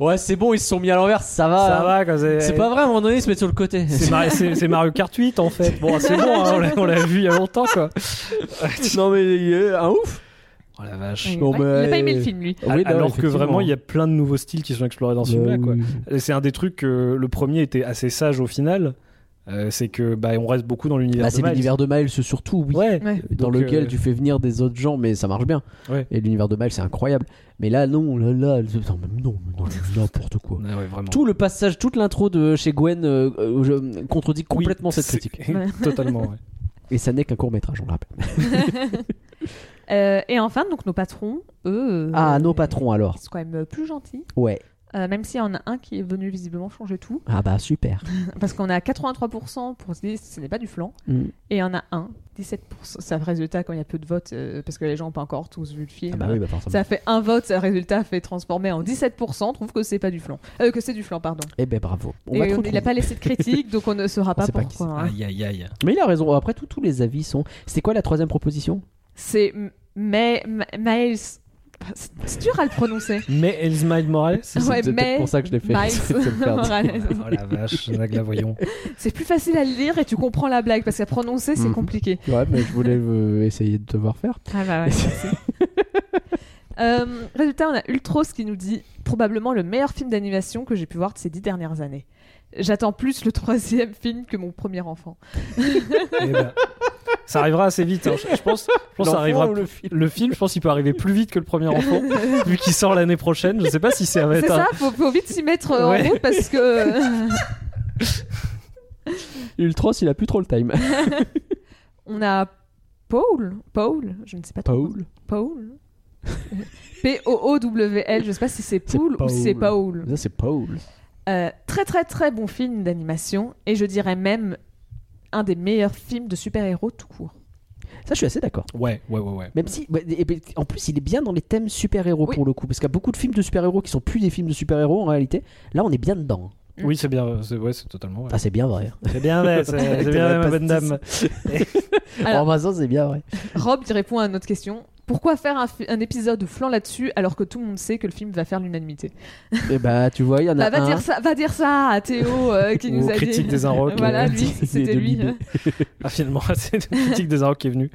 Speaker 1: ouais, c'est bon, ils se sont mis à l'envers, ça va. hein.
Speaker 3: Ça va, quand c'est.
Speaker 1: Ah. C'est pas vrai, à un moment donné, ils se mettent sur le côté.
Speaker 3: C'est Mario, c'est- c'est Mario Kart 8 en fait. Bon, c'est bon, hein, on l'a- on l'a vu il y a longtemps quoi.
Speaker 1: non, mais euh, il est un ouf.
Speaker 3: Oh la vache.
Speaker 2: Oui,
Speaker 1: Bon,
Speaker 2: ouais,
Speaker 1: bah,
Speaker 2: il a pas aimé
Speaker 1: euh,
Speaker 2: le film, lui.
Speaker 1: Oui, non,
Speaker 3: Alors que
Speaker 1: effectivement. Euh,
Speaker 3: vraiment, il y a plein de nouveaux styles qui sont explorés dans ce film-là. quoi. Et C'est un des trucs que le premier était assez sage au final. Euh, c'est que bah, on reste beaucoup dans l'univers
Speaker 1: Bah,
Speaker 3: de
Speaker 1: c'est
Speaker 3: Miles.
Speaker 1: l'univers de Miles surtout, oui.
Speaker 3: Ouais.
Speaker 2: Ouais.
Speaker 1: Dans
Speaker 3: Donc,
Speaker 1: lequel
Speaker 3: euh,
Speaker 1: tu fais venir des autres gens, mais ça marche bien.
Speaker 3: Ouais.
Speaker 1: Et l'univers de Miles, c'est incroyable. Mais là, non, là, là, non, mais non, mais non, mais n'importe quoi.
Speaker 3: Ah ouais, vraiment.
Speaker 1: Tout le passage, toute l'intro de chez Gwen euh, euh, je- contredit
Speaker 3: Oui,
Speaker 1: complètement cette
Speaker 3: c'est-
Speaker 1: critique.
Speaker 3: Totalement. ouais.
Speaker 1: Et ça n'est qu'un court métrage, on le rappelle.
Speaker 2: Euh, et enfin, donc nos patrons, eux, euh,
Speaker 1: Ah, nos patrons alors.
Speaker 2: ils sont quand même euh, plus gentils.
Speaker 1: Ouais.
Speaker 2: Euh, même s'il y en a un qui est venu visiblement changer tout.
Speaker 1: Ah bah super.
Speaker 2: Parce qu'on a 83% pour se dire ce n'est pas du flan.
Speaker 1: Mm.
Speaker 2: Et il y en a un, 17%. C'est un résultat quand il y a peu de votes, euh, parce que les gens n'ont pas encore tous vu le film.
Speaker 1: Ah bah oui, bah forcément.
Speaker 2: Ça fait un vote, ça résultat fait transformer en 17%, trouve que c'est pas du flan. Euh, que c'est du flan, pardon.
Speaker 1: Eh ben bravo. On
Speaker 2: Et
Speaker 1: va
Speaker 2: on-
Speaker 1: te
Speaker 2: il n'a
Speaker 1: retrouver.
Speaker 2: pas laissé de critique, donc on ne saura pas
Speaker 1: sait pas qui
Speaker 2: pourquoi. hein.
Speaker 3: Aïe aïe aïe.
Speaker 1: Mais il a raison. Après tout, tous les avis sont. C'était quoi la troisième proposition
Speaker 2: C'est M- mais M- Miles. C'est c'est dur à le prononcer.
Speaker 3: Mais Elsmide Morales.
Speaker 2: Ouais,
Speaker 1: peut-être
Speaker 2: mais
Speaker 1: pour ça que je l'ai fait.
Speaker 2: Miles
Speaker 1: C'est de me faire dire.
Speaker 2: Morales.
Speaker 3: Oh la vache, la voyons.
Speaker 2: C'est plus facile à lire et tu comprends la blague parce qu'à prononcer c'est
Speaker 1: Mhm.
Speaker 2: compliqué.
Speaker 1: Ouais, mais je voulais euh, essayer de te voir faire.
Speaker 2: Ah bah ouais, merci. Euh, résultat, on a Ultros qui nous dit probablement le meilleur film d'animation que j'ai pu voir de ces dix dernières années. J'attends plus le troisième film que mon premier enfant.
Speaker 3: Eh ben, ça arrivera assez vite. hein. Je je pense, je pense que ça arrivera.
Speaker 1: le film.
Speaker 3: Le film, je pense qu'il peut arriver plus vite que le premier enfant, vu qu'il sort l'année prochaine. Je sais pas si ça va
Speaker 2: C'est
Speaker 3: être.
Speaker 2: ça,
Speaker 3: un-
Speaker 2: faut, faut vite s'y mettre euh,
Speaker 3: Ouais.
Speaker 2: en route parce que euh,
Speaker 1: Ultros, il a plus trop le time.
Speaker 2: on a Paul, Paul, je ne sais pas trop.
Speaker 1: Paul
Speaker 2: Paul. P-O-O-W-L, je sais pas si c'est
Speaker 1: C'est
Speaker 2: Poul ou si c'est Paul.
Speaker 1: Ça, c'est Paul.
Speaker 2: Euh, très très très bon film d'animation et je dirais même un des meilleurs films de super-héros tout court.
Speaker 1: Ça, je suis assez d'accord.
Speaker 3: Ouais, ouais, ouais, ouais.
Speaker 1: Même si, ouais, et ben, en plus, il est bien dans les thèmes super-héros
Speaker 2: Oui.
Speaker 1: pour le coup, parce qu'il y a beaucoup de films de super-héros qui sont plus des films de super-héros en réalité. Là, on est bien dedans.
Speaker 3: Oui, c'est bien. C'est ouais, c'est totalement. vrai.
Speaker 1: Ah, c'est bien vrai.
Speaker 3: C'est bien vrai. C'est c'est bien vrai, ma bonne dame.
Speaker 2: Alors-
Speaker 1: en passant, c'est bien vrai.
Speaker 2: Rob il répond à notre question. Pourquoi faire un, fi- un épisode de flan là-dessus alors que tout le monde sait que le film va faire l'unanimité
Speaker 1: Et bah, tu vois, il y en a
Speaker 2: bah, va,
Speaker 1: un.
Speaker 2: dire ça, va dire ça à Théo euh, qui
Speaker 3: Ou
Speaker 2: nous
Speaker 3: aux
Speaker 2: a dit.
Speaker 3: critiques des Inrocks,
Speaker 2: voilà,
Speaker 3: euh,
Speaker 2: lui,
Speaker 1: des-
Speaker 2: c'était
Speaker 1: de
Speaker 2: lui. hein.
Speaker 1: Libé.
Speaker 3: Ah, finalement, c'est une critique des Inrocks qui est venue.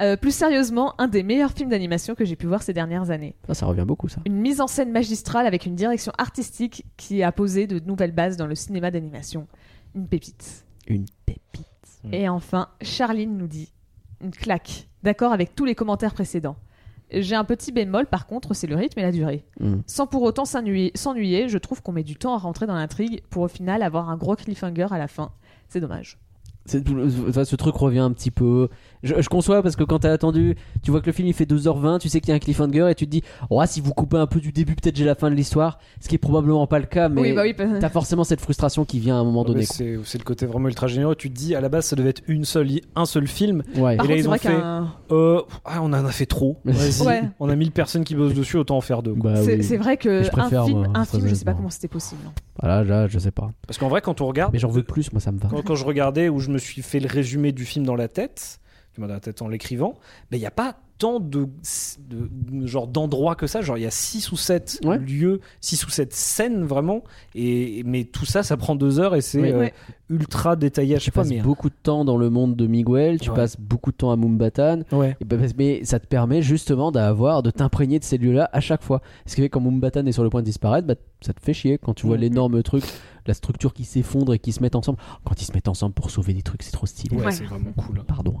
Speaker 2: Euh, plus sérieusement, un des meilleurs films d'animation que j'ai pu voir ces dernières années.
Speaker 1: Ah, ça revient beaucoup, ça.
Speaker 2: Une mise en scène magistrale avec une direction artistique qui a posé de nouvelles bases dans le cinéma d'animation. Une pépite.
Speaker 1: Une pépite.
Speaker 3: Mm.
Speaker 2: Et enfin, Charline nous dit une claque, d'accord avec tous les commentaires précédents. J'ai un petit bémol par contre, c'est le rythme et la durée.
Speaker 1: Mm.
Speaker 2: Sans pour autant s'ennuyer, s'ennuyer, je trouve qu'on met du temps à rentrer dans l'intrigue pour au final avoir un gros cliffhanger à la fin. C'est dommage.
Speaker 1: C'est- enfin, ce truc revient un petit peu. Je, je conçois parce que quand t'as attendu, tu vois que le film il fait 12h20, tu sais qu'il y a un cliffhanger et tu te dis, ouais, si vous coupez un peu du début, peut-être j'ai la fin de l'histoire. Ce qui est probablement pas le cas, mais
Speaker 2: oui, bah oui, pa-
Speaker 1: t'as forcément cette frustration qui vient à un moment donné. quoi.
Speaker 3: Ah, C'est c'est le côté vraiment ultra généreux. Tu te dis, à la base, ça devait être une seule, un seul film.
Speaker 1: Ouais.
Speaker 2: par contre,
Speaker 3: et là, ils
Speaker 2: c'est
Speaker 3: ont
Speaker 2: vrai
Speaker 3: fait-
Speaker 2: qu'un-
Speaker 3: Euh, ah, on en a fait trop. Vas-y.
Speaker 2: Ouais.
Speaker 3: On a 1000 personnes qui bossent dessus, autant en faire deux. quoi.
Speaker 1: Bah
Speaker 2: c'est-
Speaker 1: oui.
Speaker 2: c'est vrai
Speaker 1: Je
Speaker 2: que
Speaker 1: préfère, euh,
Speaker 2: un film,
Speaker 1: moi,
Speaker 2: un
Speaker 1: très
Speaker 2: film, je sais pas
Speaker 1: honnêtement.
Speaker 2: comment c'était possible. hein.
Speaker 1: Voilà, là, je sais pas.
Speaker 3: Parce qu'en vrai, quand on regarde,
Speaker 1: Mais j'en veux plus, moi, ça me va.
Speaker 3: quand, quand je regardais où je me suis fait le résumé du film dans la tête, du moins dans la tête en l'écrivant, mais il n'y a pas tant de, de- genre d'endroits que ça. Genre, il y a 6 ou 7
Speaker 1: Ouais.
Speaker 3: lieux, 6 ou 7 scènes vraiment. Et, mais tout ça, ça prend deux heures et c'est
Speaker 1: Oui.
Speaker 3: euh,
Speaker 2: Ouais.
Speaker 3: ultra détaillé à
Speaker 1: Tu
Speaker 3: chaque fois.
Speaker 1: passes
Speaker 3: mais- hein.
Speaker 1: beaucoup de temps dans le monde de Miguel, tu
Speaker 3: Ouais.
Speaker 1: passes beaucoup de temps à Mumbatan,
Speaker 3: Ouais.
Speaker 1: Et bah, bah, mais ça te permet justement d'avoir, de t'imprégner de ces lieux-là à chaque fois. Ce qui fait que quand Mumbatan est sur le point de disparaître, bah, ça te fait chier quand tu vois
Speaker 2: Mhm.
Speaker 3: Mm.
Speaker 1: l'énorme truc, la structure qui s'effondre et qui se mettent ensemble. Quand ils se mettent ensemble pour sauver des trucs, c'est hein. trop stylé.
Speaker 3: Ouais,
Speaker 2: Ouais. hein.
Speaker 3: c'est vraiment cool.
Speaker 1: Pardon.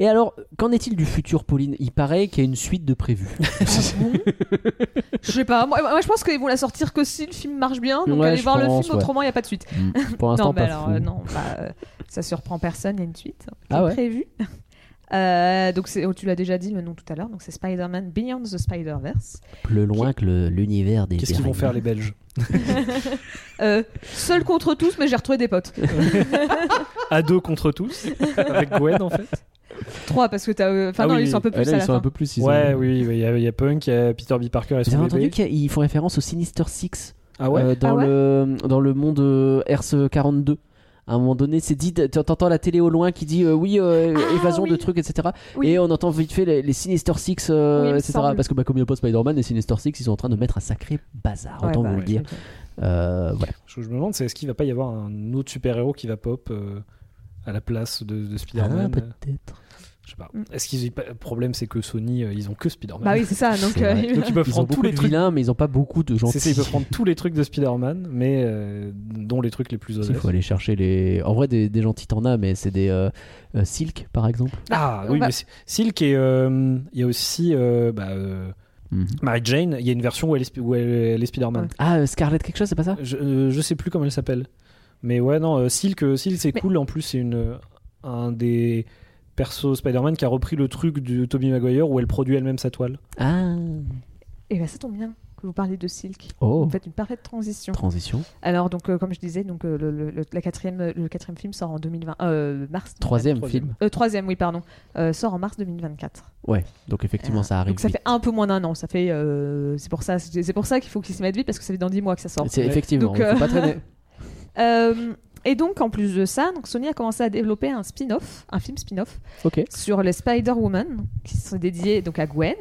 Speaker 1: Et alors, qu'en est-il du futur, Pauline Il paraît qu'il y a une suite de prévues.
Speaker 2: Je sais pas, moi, moi, je pense qu'ils vont la sortir que si le film marche bien, donc
Speaker 1: Ouais,
Speaker 2: allez
Speaker 1: je
Speaker 2: voir le
Speaker 1: pense,
Speaker 2: film,
Speaker 1: ouais.
Speaker 2: autrement il n'y a pas de suite.
Speaker 1: Pour l'instant,
Speaker 2: Non, mais
Speaker 1: pas
Speaker 2: alors
Speaker 1: fou.
Speaker 2: euh, non, bah, euh, ça surprend personne, il y a une suite hein, qui
Speaker 1: Ah
Speaker 2: est
Speaker 1: ouais
Speaker 2: prévue. Euh, donc c'est- oh, tu l'as déjà dit le nom tout à l'heure, donc c'est Spider-Man Beyond the Spider-Verse.
Speaker 1: Plus loin que le- l'univers des.
Speaker 3: Qu'est-ce qu'ils vont faire les Belges
Speaker 2: Euh, seul contre tous, mais j'ai retrouvé des potes.
Speaker 3: à deux contre tous avec Gwen en fait
Speaker 2: Trois parce que t'as. euh, Enfin
Speaker 3: Ah
Speaker 2: non,
Speaker 3: oui,
Speaker 2: ils sont un peu plus
Speaker 1: Ah, là,
Speaker 2: à
Speaker 1: ils
Speaker 2: la
Speaker 1: sont
Speaker 2: fin.
Speaker 1: un peu plus. ils
Speaker 3: ouais
Speaker 1: ont-
Speaker 3: oui oui, il y, a- il y a Punk il y a Peter B Parker et
Speaker 1: Vous avez
Speaker 3: son
Speaker 1: entendu
Speaker 3: bébé
Speaker 1: qu'ils font référence au Sinister Six
Speaker 3: ah ouais
Speaker 1: euh, dans,
Speaker 2: Ah ouais
Speaker 1: le, dans le monde euh, Earth 42 À un moment donné, c'est dit, t'entends la télé au loin qui dit euh, oui, euh,
Speaker 2: Ah,
Speaker 1: évasion de
Speaker 2: oui.
Speaker 1: trucs, etc.
Speaker 2: Oui.
Speaker 1: Et on entend vite fait les, les Sinister Six, euh,
Speaker 2: Oui, il me
Speaker 1: etc.
Speaker 2: semble.
Speaker 1: Parce que, bah, comme il n'y a pas Spider-Man, les Sinister Six, ils sont en train de mettre un sacré bazar,
Speaker 2: Ouais,
Speaker 1: autant
Speaker 2: bah,
Speaker 1: vous le
Speaker 2: ouais,
Speaker 1: dire.
Speaker 2: ok.
Speaker 1: Euh, voilà.
Speaker 3: Ce que je me demande, c'est est-ce qu'il va pas y avoir un autre super-héros qui va pop euh, à la place de, de
Speaker 1: Ah,
Speaker 3: Spider-Man euh,
Speaker 1: peut-être.
Speaker 3: Je sais pas.
Speaker 2: Mm.
Speaker 3: Est-ce qu'ils le problème c'est que Sony euh, ils ont que Spider-Man.
Speaker 2: Bah oui, c'est ça. Donc,
Speaker 1: C'est
Speaker 2: euh,
Speaker 1: vrai.
Speaker 3: Donc ils peuvent
Speaker 1: Ils ont
Speaker 3: prendre tous
Speaker 1: beaucoup
Speaker 3: les
Speaker 1: de
Speaker 3: trucs.
Speaker 1: vilains, mais ils n'ont pas beaucoup de
Speaker 3: C'est ça,
Speaker 1: gentils.
Speaker 3: ils peuvent prendre tous les trucs de Spider-Man, mais euh, dont les trucs les plus
Speaker 1: Il
Speaker 3: honnêtes.
Speaker 1: faut aller chercher les. En vrai, des, des gentils, t'en as, mais c'est des euh, euh, Silk, par exemple.
Speaker 2: Bah,
Speaker 3: Ah oui,
Speaker 2: on va-
Speaker 3: mais c'est- Silk et euh, il y a aussi euh, bah, euh,
Speaker 1: Mhm.
Speaker 3: Mary Jane. Il y a une version où elle est, spi- où elle, elle est Spider-Man.
Speaker 1: Ah, euh, Scarlet, quelque chose, c'est pas ça
Speaker 3: Je, euh, je sais plus comment elle s'appelle, mais ouais non, euh, Silk, euh, Silk c'est
Speaker 2: Mais-
Speaker 3: cool. En plus c'est une euh, un des persos Spider-Man qui a repris le truc de Tobey Maguire où elle produit elle-même sa toile.
Speaker 1: Ah.
Speaker 2: Et bah, ça tombe bien que vous parlez de Silk.
Speaker 1: Oh.
Speaker 2: Vous faites une parfaite transition.
Speaker 1: Transition.
Speaker 2: Alors, donc, euh, comme je disais, donc, euh, le, le- le- la quatrième, le quatrième film sort en 2020. euh, mars.
Speaker 1: Troisième,
Speaker 3: Troisième.
Speaker 1: film.
Speaker 2: Euh, troisième, oui, pardon. Euh, sort en mars 2024.
Speaker 1: Ouais. Donc effectivement,
Speaker 2: Euh,
Speaker 1: ça arrive.
Speaker 2: Donc, ça
Speaker 1: vite.
Speaker 2: fait un peu moins d'un an. Ça fait. euh, c'est pour ça, c'est c'est pour ça qu'il faut qu'ils se mettent vite parce que ça fait dans 10 mois que ça sort.
Speaker 1: C'est
Speaker 3: Ouais.
Speaker 1: effectivement.
Speaker 2: Donc,
Speaker 1: il faut
Speaker 2: euh,
Speaker 1: pas traîner.
Speaker 2: Euh, et donc, en plus de ça, donc Sony a commencé à développer un spin-off, un film spin-off
Speaker 1: Ok.
Speaker 2: sur les Spider-Woman qui sont dédiés donc à Gwen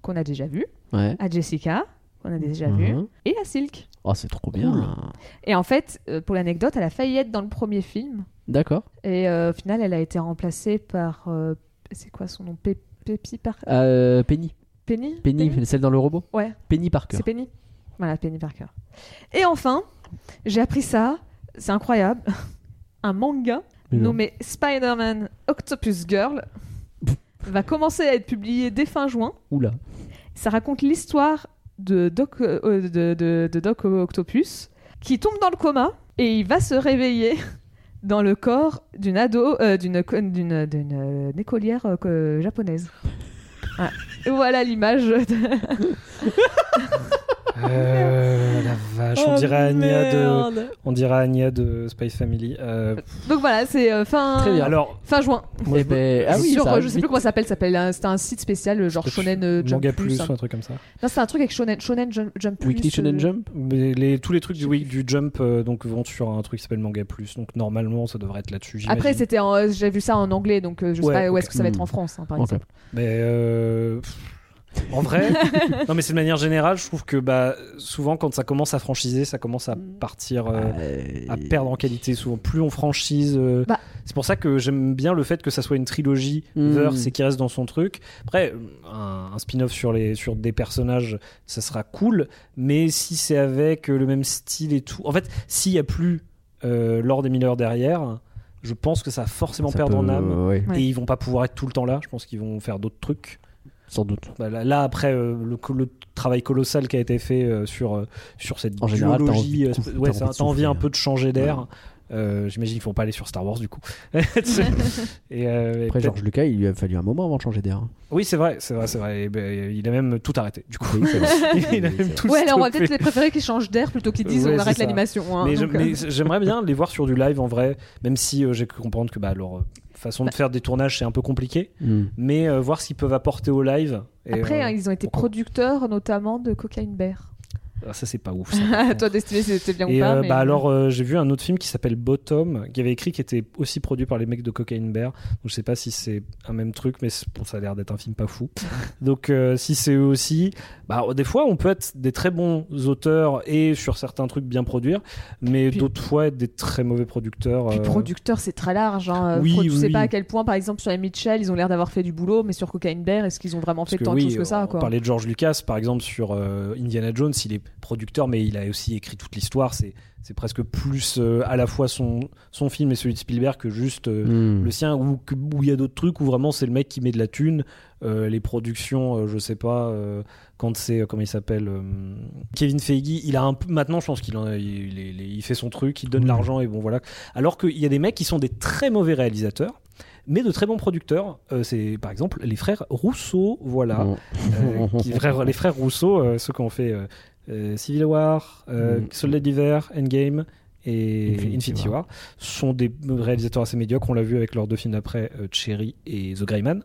Speaker 2: qu'on a déjà vu,
Speaker 1: Ouais.
Speaker 2: à Jessica qu'on a déjà vu
Speaker 1: Mhm.
Speaker 2: et à Silk.
Speaker 1: Oh, c'est trop bien.
Speaker 2: Et en fait, euh, pour l'anecdote, elle a failli être dans le premier film
Speaker 1: D'accord.
Speaker 2: et euh, au final, elle a été remplacée par euh, c'est quoi son nom Pe- Peppy par
Speaker 1: Euh, Penny.
Speaker 2: Penny
Speaker 1: Penny, celle dans le robot.
Speaker 2: Ouais.
Speaker 1: Penny Parker.
Speaker 2: C'est Penny. Voilà, Penny Parker. Et enfin, j'ai appris ça, c'est incroyable, un manga
Speaker 1: Mais non.
Speaker 2: nommé Spider-Man Octopus Girl va commencer à être publié dès fin juin.
Speaker 1: Oula.
Speaker 2: Ça raconte l'histoire de Doc, euh, de, de- de Doc Octopus qui tombe dans le coma et il va se réveiller dans le corps d'une ado, euh, d'une co- d'une- d'une, euh, écolière euh, que- japonaise. Voilà. Et Voilà l'image. de-
Speaker 3: Euh, la vache,
Speaker 2: Oh,
Speaker 3: on dirait Anya de, on dirait Anya de Spice Family. Euh,
Speaker 2: Donc voilà, c'est euh, fin.
Speaker 1: Très bien.
Speaker 3: alors,
Speaker 2: Fin juin.
Speaker 3: moi,
Speaker 1: Eh
Speaker 3: je-
Speaker 1: ben, ah oui,
Speaker 2: sur,
Speaker 1: ça
Speaker 2: euh,
Speaker 1: arrive
Speaker 2: je sais
Speaker 1: vite.
Speaker 2: plus comment ça s'appelle, ça s'appelle un- c'était un site spécial euh, genre
Speaker 3: Peut-être
Speaker 2: Shonen euh, Jump
Speaker 3: Manga plus,
Speaker 2: hein.
Speaker 3: ou un truc comme ça.
Speaker 2: Non, c'est un truc avec Shonen, Shonen Jump, Jump plus.
Speaker 1: Weekly Shonen
Speaker 2: euh,
Speaker 1: Jump.
Speaker 3: Mais les, tous les trucs du, oui, du Jump euh, donc vont sur un truc qui s'appelle Manga Plus. Donc normalement, ça devrait être là-dessus. j'imagine.
Speaker 2: Après, c'était en- euh, j'ai vu ça en anglais, donc euh, je sais
Speaker 3: Ouais,
Speaker 2: pas où
Speaker 3: ok.
Speaker 2: est-ce que ça va être
Speaker 1: Hmm.
Speaker 2: en France, hein, par
Speaker 1: Ok.
Speaker 2: exemple.
Speaker 3: Mais euh, pff, en vrai, non mais c'est de manière générale, je trouve que bah souvent quand ça commence à franchiser, ça commence à partir. euh,
Speaker 1: Euh,
Speaker 3: à perdre en qualité souvent plus on franchise euh,
Speaker 2: Bah.
Speaker 3: c'est pour ça que j'aime bien le fait que ça soit une trilogie
Speaker 1: Mm.
Speaker 3: verse et qui reste dans son truc après euh, un, un spin-off sur les sur des personnages ça sera cool mais si c'est avec euh, le même style et tout en fait s'il y a plus euh, Lord et Miller derrière je pense que ça va forcément
Speaker 1: ça
Speaker 3: perdre
Speaker 1: peut- euh,
Speaker 3: en âme
Speaker 1: ouais,
Speaker 2: Ouais.
Speaker 3: et ils vont pas pouvoir être tout le temps là je pense qu'ils vont faire d'autres trucs
Speaker 1: Sans doute.
Speaker 3: Bah, là, là, après euh, le, co- le travail colossal qui a été fait euh, sur, euh, sur cette
Speaker 1: En général, t'as envie
Speaker 3: duologie,
Speaker 1: de
Speaker 3: euh,
Speaker 1: cou-
Speaker 3: ouais,
Speaker 1: t'as
Speaker 3: ça-
Speaker 1: envie de
Speaker 3: t'as envie un
Speaker 1: souffler,
Speaker 3: peu de changer d'air. Euh, J'imagine qu'ils vont pas aller sur Star Wars du coup. euh, et, euh, et
Speaker 1: Après,
Speaker 3: peut-être-
Speaker 1: George Lucas, il lui a fallu un moment avant de changer d'air. hein.
Speaker 3: Oui, c'est vrai, c'est vrai, c'est vrai. Et ben, il a même tout arrêté du coup.
Speaker 1: Oui, c'est vrai.
Speaker 3: il
Speaker 1: Oui, c'est
Speaker 3: a même
Speaker 1: vrai.
Speaker 3: tout
Speaker 2: Ouais, alors on va
Speaker 3: stoppé.
Speaker 2: peut-être les préférer qu'ils changent d'air plutôt qu'ils disent
Speaker 3: Ouais,
Speaker 2: on
Speaker 3: c'est
Speaker 2: arrête
Speaker 3: ça.
Speaker 2: l'animation. hein,
Speaker 3: Mais
Speaker 2: donc,
Speaker 3: j'aime-
Speaker 2: euh,
Speaker 3: mais j'aimerais bien les voir sur du live en vrai, même si euh, j'ai cru comprendre que bah, leur euh, façon
Speaker 2: Bah
Speaker 3: de faire des tournages c'est un peu compliqué,
Speaker 1: Hmm.
Speaker 3: mais euh, voir s'ils peuvent apporter au live. Et,
Speaker 2: Après,
Speaker 3: euh,
Speaker 2: hein, ils ont été
Speaker 3: pourquoi
Speaker 2: producteurs notamment de Cocaine Bear.
Speaker 3: ah, ça c'est pas ouf.
Speaker 2: Ah,
Speaker 3: ça.
Speaker 2: Toi, Destiné, c'était bien ou
Speaker 3: Et
Speaker 2: pas
Speaker 3: euh,
Speaker 2: mais-
Speaker 3: bah alors euh, j'ai vu un autre film qui s'appelle Bottom qui avait écrit qui était aussi produit par les mecs de Cocaine Bear. Donc je sais pas si c'est un même truc mais c'est- bon, ça a l'air d'être un film pas fou. Donc euh, si c'est eux aussi, bah des fois on peut être des très bons auteurs et sur certains trucs bien produire, mais
Speaker 2: Puis-
Speaker 3: d'autres fois être des très mauvais producteurs.
Speaker 2: Puis
Speaker 3: euh,
Speaker 2: producteur, c'est très large. Hein.
Speaker 3: oui,
Speaker 2: Pro- tu sais
Speaker 3: oui.
Speaker 2: pas à quel point, par exemple, sur les Mitchell, ils ont l'air d'avoir fait du boulot, mais sur Cocaine Bear, est-ce qu'ils ont vraiment
Speaker 3: Parce
Speaker 2: fait
Speaker 3: que
Speaker 2: tant de
Speaker 3: oui,
Speaker 2: choses que ça
Speaker 3: on
Speaker 2: quoi.
Speaker 3: parlait de George Lucas, par exemple, sur euh, Indiana Jones, il est producteur, mais il a aussi écrit toute l'histoire. C'est c'est presque plus euh, à la fois son, son film et celui de Spielberg que juste euh,
Speaker 1: Hmm.
Speaker 3: le sien ou que- où il y a d'autres trucs où vraiment c'est le mec qui met de la thune Euh, les productions euh, je sais pas euh, quand c'est euh, comment il s'appelle euh, Kevin Feige il a un peu maintenant je pense qu'il en a- il, il- il fait son truc il donne
Speaker 1: Oui.
Speaker 3: l'argent et bon voilà alors qu'il y a des mecs qui sont des très mauvais réalisateurs mais de très bons producteurs Euh, c'est par exemple les frères Rousseau voilà
Speaker 1: Bon.
Speaker 3: Euh, qui- frères- les frères Rousseau euh, ceux qui ont fait euh, euh, Civil War euh,
Speaker 1: Mm.
Speaker 3: Soldat d'hiver Endgame et
Speaker 1: Infinity
Speaker 3: Infinity, War. sont des réalisateurs assez médiocres. On l'a vu avec leurs deux films d'après, euh, Cherry et The Greyman.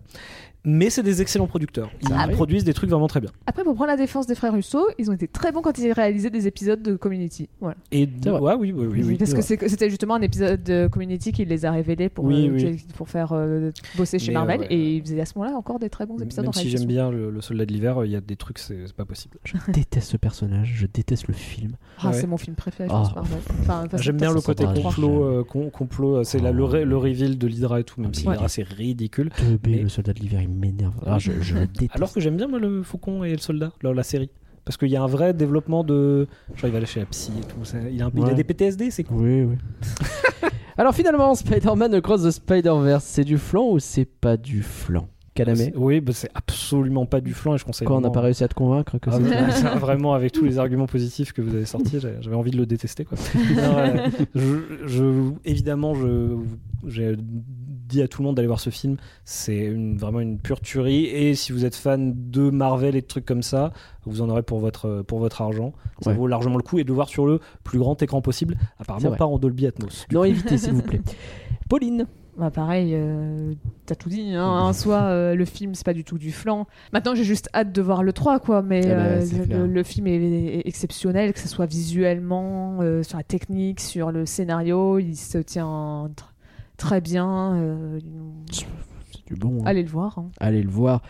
Speaker 3: mais c'est des excellents producteurs. Ils
Speaker 1: Ah oui.
Speaker 3: produisent des trucs vraiment très bien.
Speaker 2: Après, pour prendre la défense des frères Russo, ils ont été très bons quand ils réalisaient des épisodes de Community. Voilà.
Speaker 3: Et
Speaker 1: C'est vrai.
Speaker 3: ouais, oui, oui, oui, oui,
Speaker 2: Parce
Speaker 3: c'est
Speaker 2: que
Speaker 3: vrai.
Speaker 2: c'est que c'était justement un épisode de Community qui les a révélés pour,
Speaker 3: Oui,
Speaker 2: euh,
Speaker 3: oui.
Speaker 2: pour faire euh, bosser chez
Speaker 3: Mais,
Speaker 2: Marvel.
Speaker 3: euh, ouais.
Speaker 2: Et ils faisaient à ce moment-là encore des très bons épisodes en
Speaker 3: même si
Speaker 2: réalisation.
Speaker 3: j'aime bien le, le soldat de l'hiver, il y a des trucs, c'est c'est pas possible.
Speaker 1: Je déteste ce personnage, je déteste le film.
Speaker 2: Ah,
Speaker 3: Ouais.
Speaker 2: C'est mon film préféré, je
Speaker 1: Ah.
Speaker 2: pense, Marvel. Enfin, de toute façon,
Speaker 3: J'aime bien
Speaker 2: ça,
Speaker 3: le
Speaker 2: ça
Speaker 3: côté
Speaker 2: s'en
Speaker 1: s'entend,
Speaker 2: rapproche.
Speaker 3: complot, euh, con- complot, euh, c'est la- le, ré- le reveal de l'Hydra et tout, même si
Speaker 1: Ah. Ouais.
Speaker 3: l'Hydra c'est ridicule.
Speaker 1: De B,
Speaker 3: Mais-
Speaker 1: le soldat de l'hiver, il m'énerve. Ah, je, je le déteste.
Speaker 3: Alors que j'aime bien moi, le Faucon et le Soldat, la, la série. Parce qu'il y a un vrai développement de. Genre, il va aller chez la psy et tout. ça- Il a, un- il a
Speaker 1: Ouais.
Speaker 3: des PTSD, c'est cool.
Speaker 1: Oui, oui. Alors finalement, Spider-Man Across the Spider-Verse, c'est du flan ou c'est pas du flan Calamé,
Speaker 3: C'est- Oui, bah, c'est absolument pas du flan et je conseille.
Speaker 1: quand on n'a
Speaker 3: vraiment-
Speaker 1: pas réussi à te convaincre que
Speaker 3: Ah,
Speaker 1: c'est-
Speaker 3: mais ça, vraiment avec tous les arguments positifs que vous avez sortis, j'ai- j'avais envie de le détester. Quoi. Non, euh, je, je- évidemment, je- j'ai dit à tout le monde d'aller voir ce film. C'est une- vraiment une pure tuerie. Et si vous êtes fan de Marvel et de trucs comme ça, vous en aurez pour votre, pour votre argent. Ça
Speaker 1: Ouais.
Speaker 3: vaut largement le coup et de le voir sur le plus grand écran possible.
Speaker 1: C'est
Speaker 3: Apparemment
Speaker 1: vrai.
Speaker 3: pas en Dolby Atmos.
Speaker 1: Non, évitez s'il vous plaît. Pauline,
Speaker 2: Bah, pareil, euh, t'as tout dit. Hein, en soi, euh, le film, c'est pas du tout du flan. Maintenant, j'ai juste hâte de voir le 3, quoi. Mais
Speaker 1: Ah bah,
Speaker 2: euh,
Speaker 1: c'est
Speaker 2: le-
Speaker 1: clair.
Speaker 2: le, le film est, est exceptionnel, que ce soit visuellement, euh, sur la technique, sur le scénario. Il se tient tr- très bien. euh,
Speaker 1: c'est du bon. hein.
Speaker 2: allez le voir. hein.
Speaker 1: Allez le voir.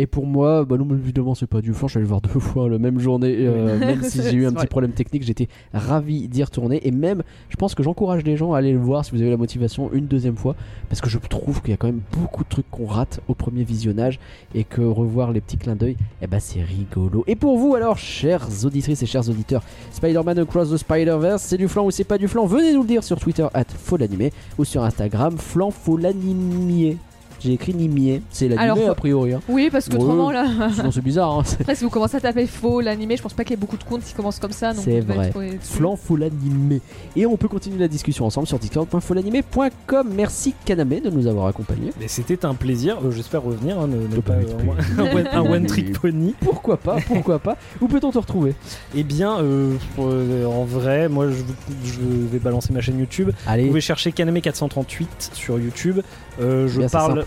Speaker 1: Et pour moi, bah non, évidemment, c'est pas du flan. Je suis allé le voir deux fois la même journée. euh, même si j'ai eu un
Speaker 2: C'est
Speaker 1: petit
Speaker 2: vrai.
Speaker 1: problème technique, j'étais ravi d'y retourner. Et même, je pense que j'encourage les gens à aller le voir si vous avez la motivation une deuxième fois. Parce que je trouve qu'il y a quand même beaucoup de trucs qu'on rate au premier visionnage. Et que revoir les petits clins d'œil, eh ben, c'est rigolo. Et pour vous, alors, chères auditrices et chers auditeurs, Spider-Man Across the Spider-Verse, c'est du flan ou c'est pas du flan Venez nous le dire sur Twitter, at l'animé ou sur Instagram, flan l'animier J'ai écrit nimier, c'est l'animé
Speaker 2: Alors,
Speaker 1: a priori. hein.
Speaker 2: Oui, parce que
Speaker 1: Ouais.
Speaker 2: autrement, là.
Speaker 1: Sinon, c'est bizarre. Hein.
Speaker 2: Après, si vous commencez à taper faux l'animé, je pense pas qu'il y ait beaucoup de comptes qui commencent comme ça. donc
Speaker 1: C'est
Speaker 2: vous devez
Speaker 1: vrai.
Speaker 2: trouver-
Speaker 1: Flan, faut l'animer. Et on peut continuer la discussion ensemble sur discord.folanimé.com. Merci Kaname de nous avoir accompagnés.
Speaker 3: Mais c'était un plaisir. Euh, J'espère revenir. hein, ne- ne
Speaker 1: Te
Speaker 3: pas- euh,
Speaker 1: permets plus.
Speaker 3: un one- un one trick pony.
Speaker 1: Pourquoi pas, pourquoi pas. Où peut-on te retrouver
Speaker 3: Eh bien, euh, euh, en vrai, moi, je, je vais balancer ma chaîne YouTube. Vous
Speaker 1: Allez,
Speaker 3: pouvez chercher Kaname438 sur YouTube. Euh, je
Speaker 1: Eh Bien, c'est
Speaker 3: parle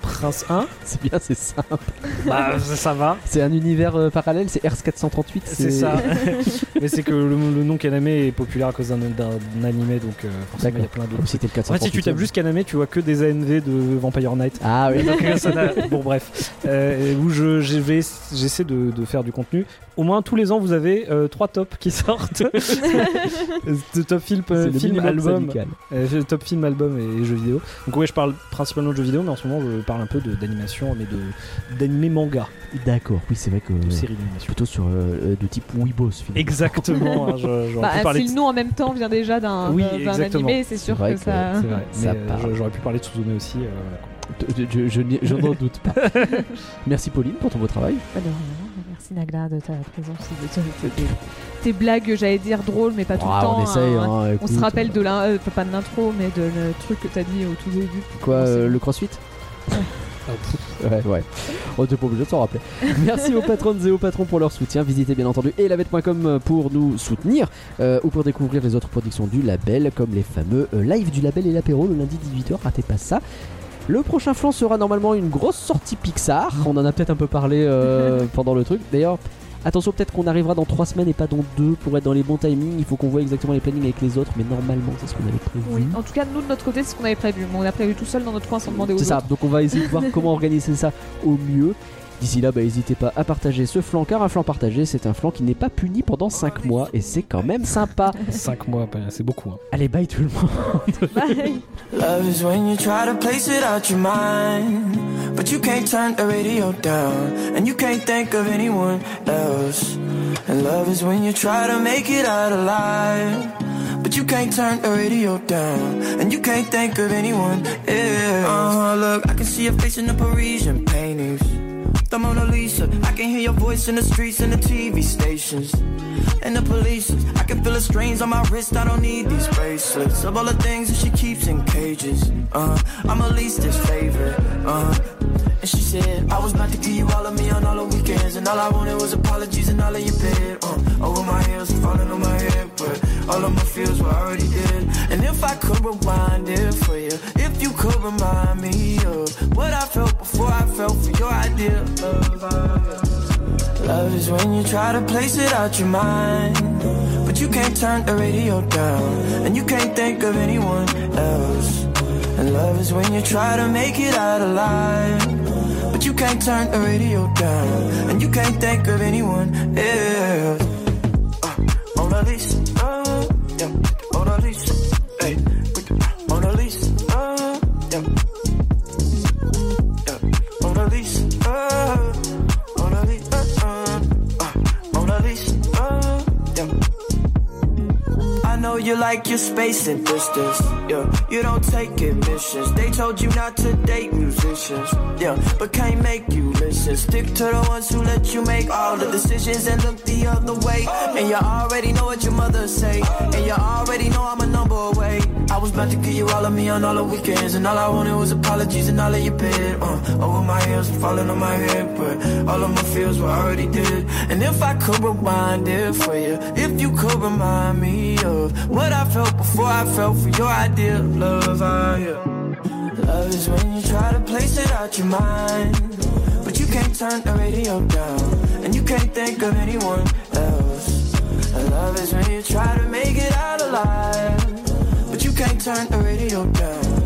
Speaker 3: Prince 1.
Speaker 1: c'est bien, c'est ça.
Speaker 3: Bah, ça, ça va.
Speaker 1: C'est un univers euh, parallèle, c'est Earth 438.
Speaker 3: C'est ça. Mais c'est que le, le nom Kaname est populaire à cause d'un d'un animé, donc euh, forcément, il y a
Speaker 1: D'accord.
Speaker 3: plein d'autres.
Speaker 1: Comme si c'était le
Speaker 3: En fait,
Speaker 1: 438.
Speaker 3: si tu tapes juste Kaname, tu vois que des ANV de Vampire Knight.
Speaker 1: Ah oui.
Speaker 3: Donc, ça n'a- bon bref, Euh, où je, je vais- j'essaie de, de faire du contenu. Au moins tous les ans, vous avez euh, trois tops qui sortent. de top film, euh,
Speaker 1: c'est le
Speaker 3: film
Speaker 1: minimum
Speaker 3: album,
Speaker 1: syndical.
Speaker 3: Euh, top film, album et jeux vidéo. Donc ouais, je parle principalement de jeux vidéo, mais en ce moment, je parle un peu de- d'animation, mais de d'animé manga,
Speaker 1: D'accord, oui, c'est vrai que.
Speaker 3: de
Speaker 1: euh,
Speaker 3: série d'animation.
Speaker 1: Plutôt sur euh, euh, de type Weebos finalement.
Speaker 3: Exactement. hein, je- j'aurais
Speaker 2: Bah,
Speaker 3: pu parler
Speaker 2: si
Speaker 3: de-
Speaker 2: le nom en même temps vient déjà d'un euh,
Speaker 3: Oui,
Speaker 2: d'un- d'un
Speaker 3: exactement.
Speaker 2: animé, c'est sûr
Speaker 1: vrai
Speaker 2: que,
Speaker 1: que
Speaker 2: ça.
Speaker 3: C'est vrai.
Speaker 1: Ça
Speaker 3: mais, euh,
Speaker 1: parle.
Speaker 3: j'aurais pu parler de Suzume aussi. euh, voilà.
Speaker 1: Je, je- je n'y- je n'en doute pas. Merci Pauline pour ton beau travail.
Speaker 2: Pas de rien. Merci Nagla de ta présence et de- de- de- de- tes blagues, j'allais dire drôles, mais pas tout
Speaker 1: Ah,
Speaker 2: le temps.
Speaker 1: on essaye.
Speaker 2: hein.
Speaker 1: hein,
Speaker 2: On
Speaker 1: écoute,
Speaker 2: se rappelle
Speaker 1: euh,
Speaker 2: de l'in- euh, pas de l'intro, mais de le truc que t'as dit au tout début.
Speaker 1: Quoi,
Speaker 2: Comment
Speaker 1: euh,
Speaker 2: c'est-
Speaker 1: le crossfit Ah, Ouais, ouais. On n'était pas obligé de s'en rappeler. Merci aux patronnes et aux patrons pour leur soutien. Visitez bien entendu elavette.com pour nous soutenir euh, ou pour découvrir les autres productions du label, comme les fameux euh, live du label et l'apéro le lundi 18h. Ratez pas ça. Le prochain flanc sera normalement une grosse sortie Pixar. On en a peut-être un peu parlé euh, pendant le truc. D'ailleurs, attention, peut-être qu'on arrivera dans 3 semaines et pas dans 2 pour être dans les bons timings. Il faut qu'on voit exactement les plannings avec les autres, mais normalement, c'est ce qu'on avait prévu.
Speaker 2: Oui. En tout cas, nous de notre côté, c'est ce qu'on avait prévu. Mais on a prévu tout seul dans notre coin sans demander aux
Speaker 1: C'est ça,
Speaker 2: autres.
Speaker 1: donc on va essayer de voir comment organiser ça au mieux. D'ici là, bah, n'hésitez pas à partager ce flanc, car un flanc partagé, c'est un flanc qui n'est pas puni pendant 5 mois, et c'est quand même sympa.
Speaker 3: Cinq mois, pas- c'est beaucoup. hein.
Speaker 1: Allez, bye tout le monde.
Speaker 2: Bye.
Speaker 4: Love is when you try to place it out your mind, but you can't turn the radio down, and you can't think of anyone else. And love is when you try to make it out alive, but you can't turn the radio down, and you can't think of anyone else. Uh-huh, look, I can see your face in the Parisian paintings, the Mona Lisa. I can hear your voice in the streets and the TV stations and the police. I can feel the strains on my wrist. I don't need these bracelets. Of all the things that she keeps in cages, uh, I'm her least favorite. Uh, and she said I was about to give you all of me on all the weekends, and all I wanted was apologies and all of your bed. Uh, over my heels and falling on my head, but all of my feels were already dead. And if I could rewind it for you, if you could remind me of what I felt before I felt for your idea.
Speaker 7: is when you try to place it out your mind. But you can't turn the radio down, and you can't think of anyone else. And love is when you try to make it out alive. But you can't turn the radio down, and you can't think of anyone else. Uh, Mona Lisa, uh, yeah, Mona Lisa, hey, with the Mona Lisa, uh, yeah, yeah, Mona Lisa, uh, Mona Lisa, uh, uh, Mona Lisa, uh, yeah. I know you like your space and distance. Yeah, you don't take admissions. They told you not to date musicians. Yeah, but can't make you listen. Stick to the ones who let you make all the decisions and look the other way. And you already know what your mother say. And you already know I'm a number away. I was about to give you all of me on all the weekends, and all I wanted was apologies and all of your bed. Uh, over my heels and falling on my head, but all of my feels were already dead. And if I could rewind it for you, if you could remind me of what I felt before I felt for your idea of love, I yeah. Love is when you try to place it out your mind, but you can't turn the radio down, and you can't think of anyone else. And love is when you try to make it out alive. But you can't turn the radio down Uh, uh, uh,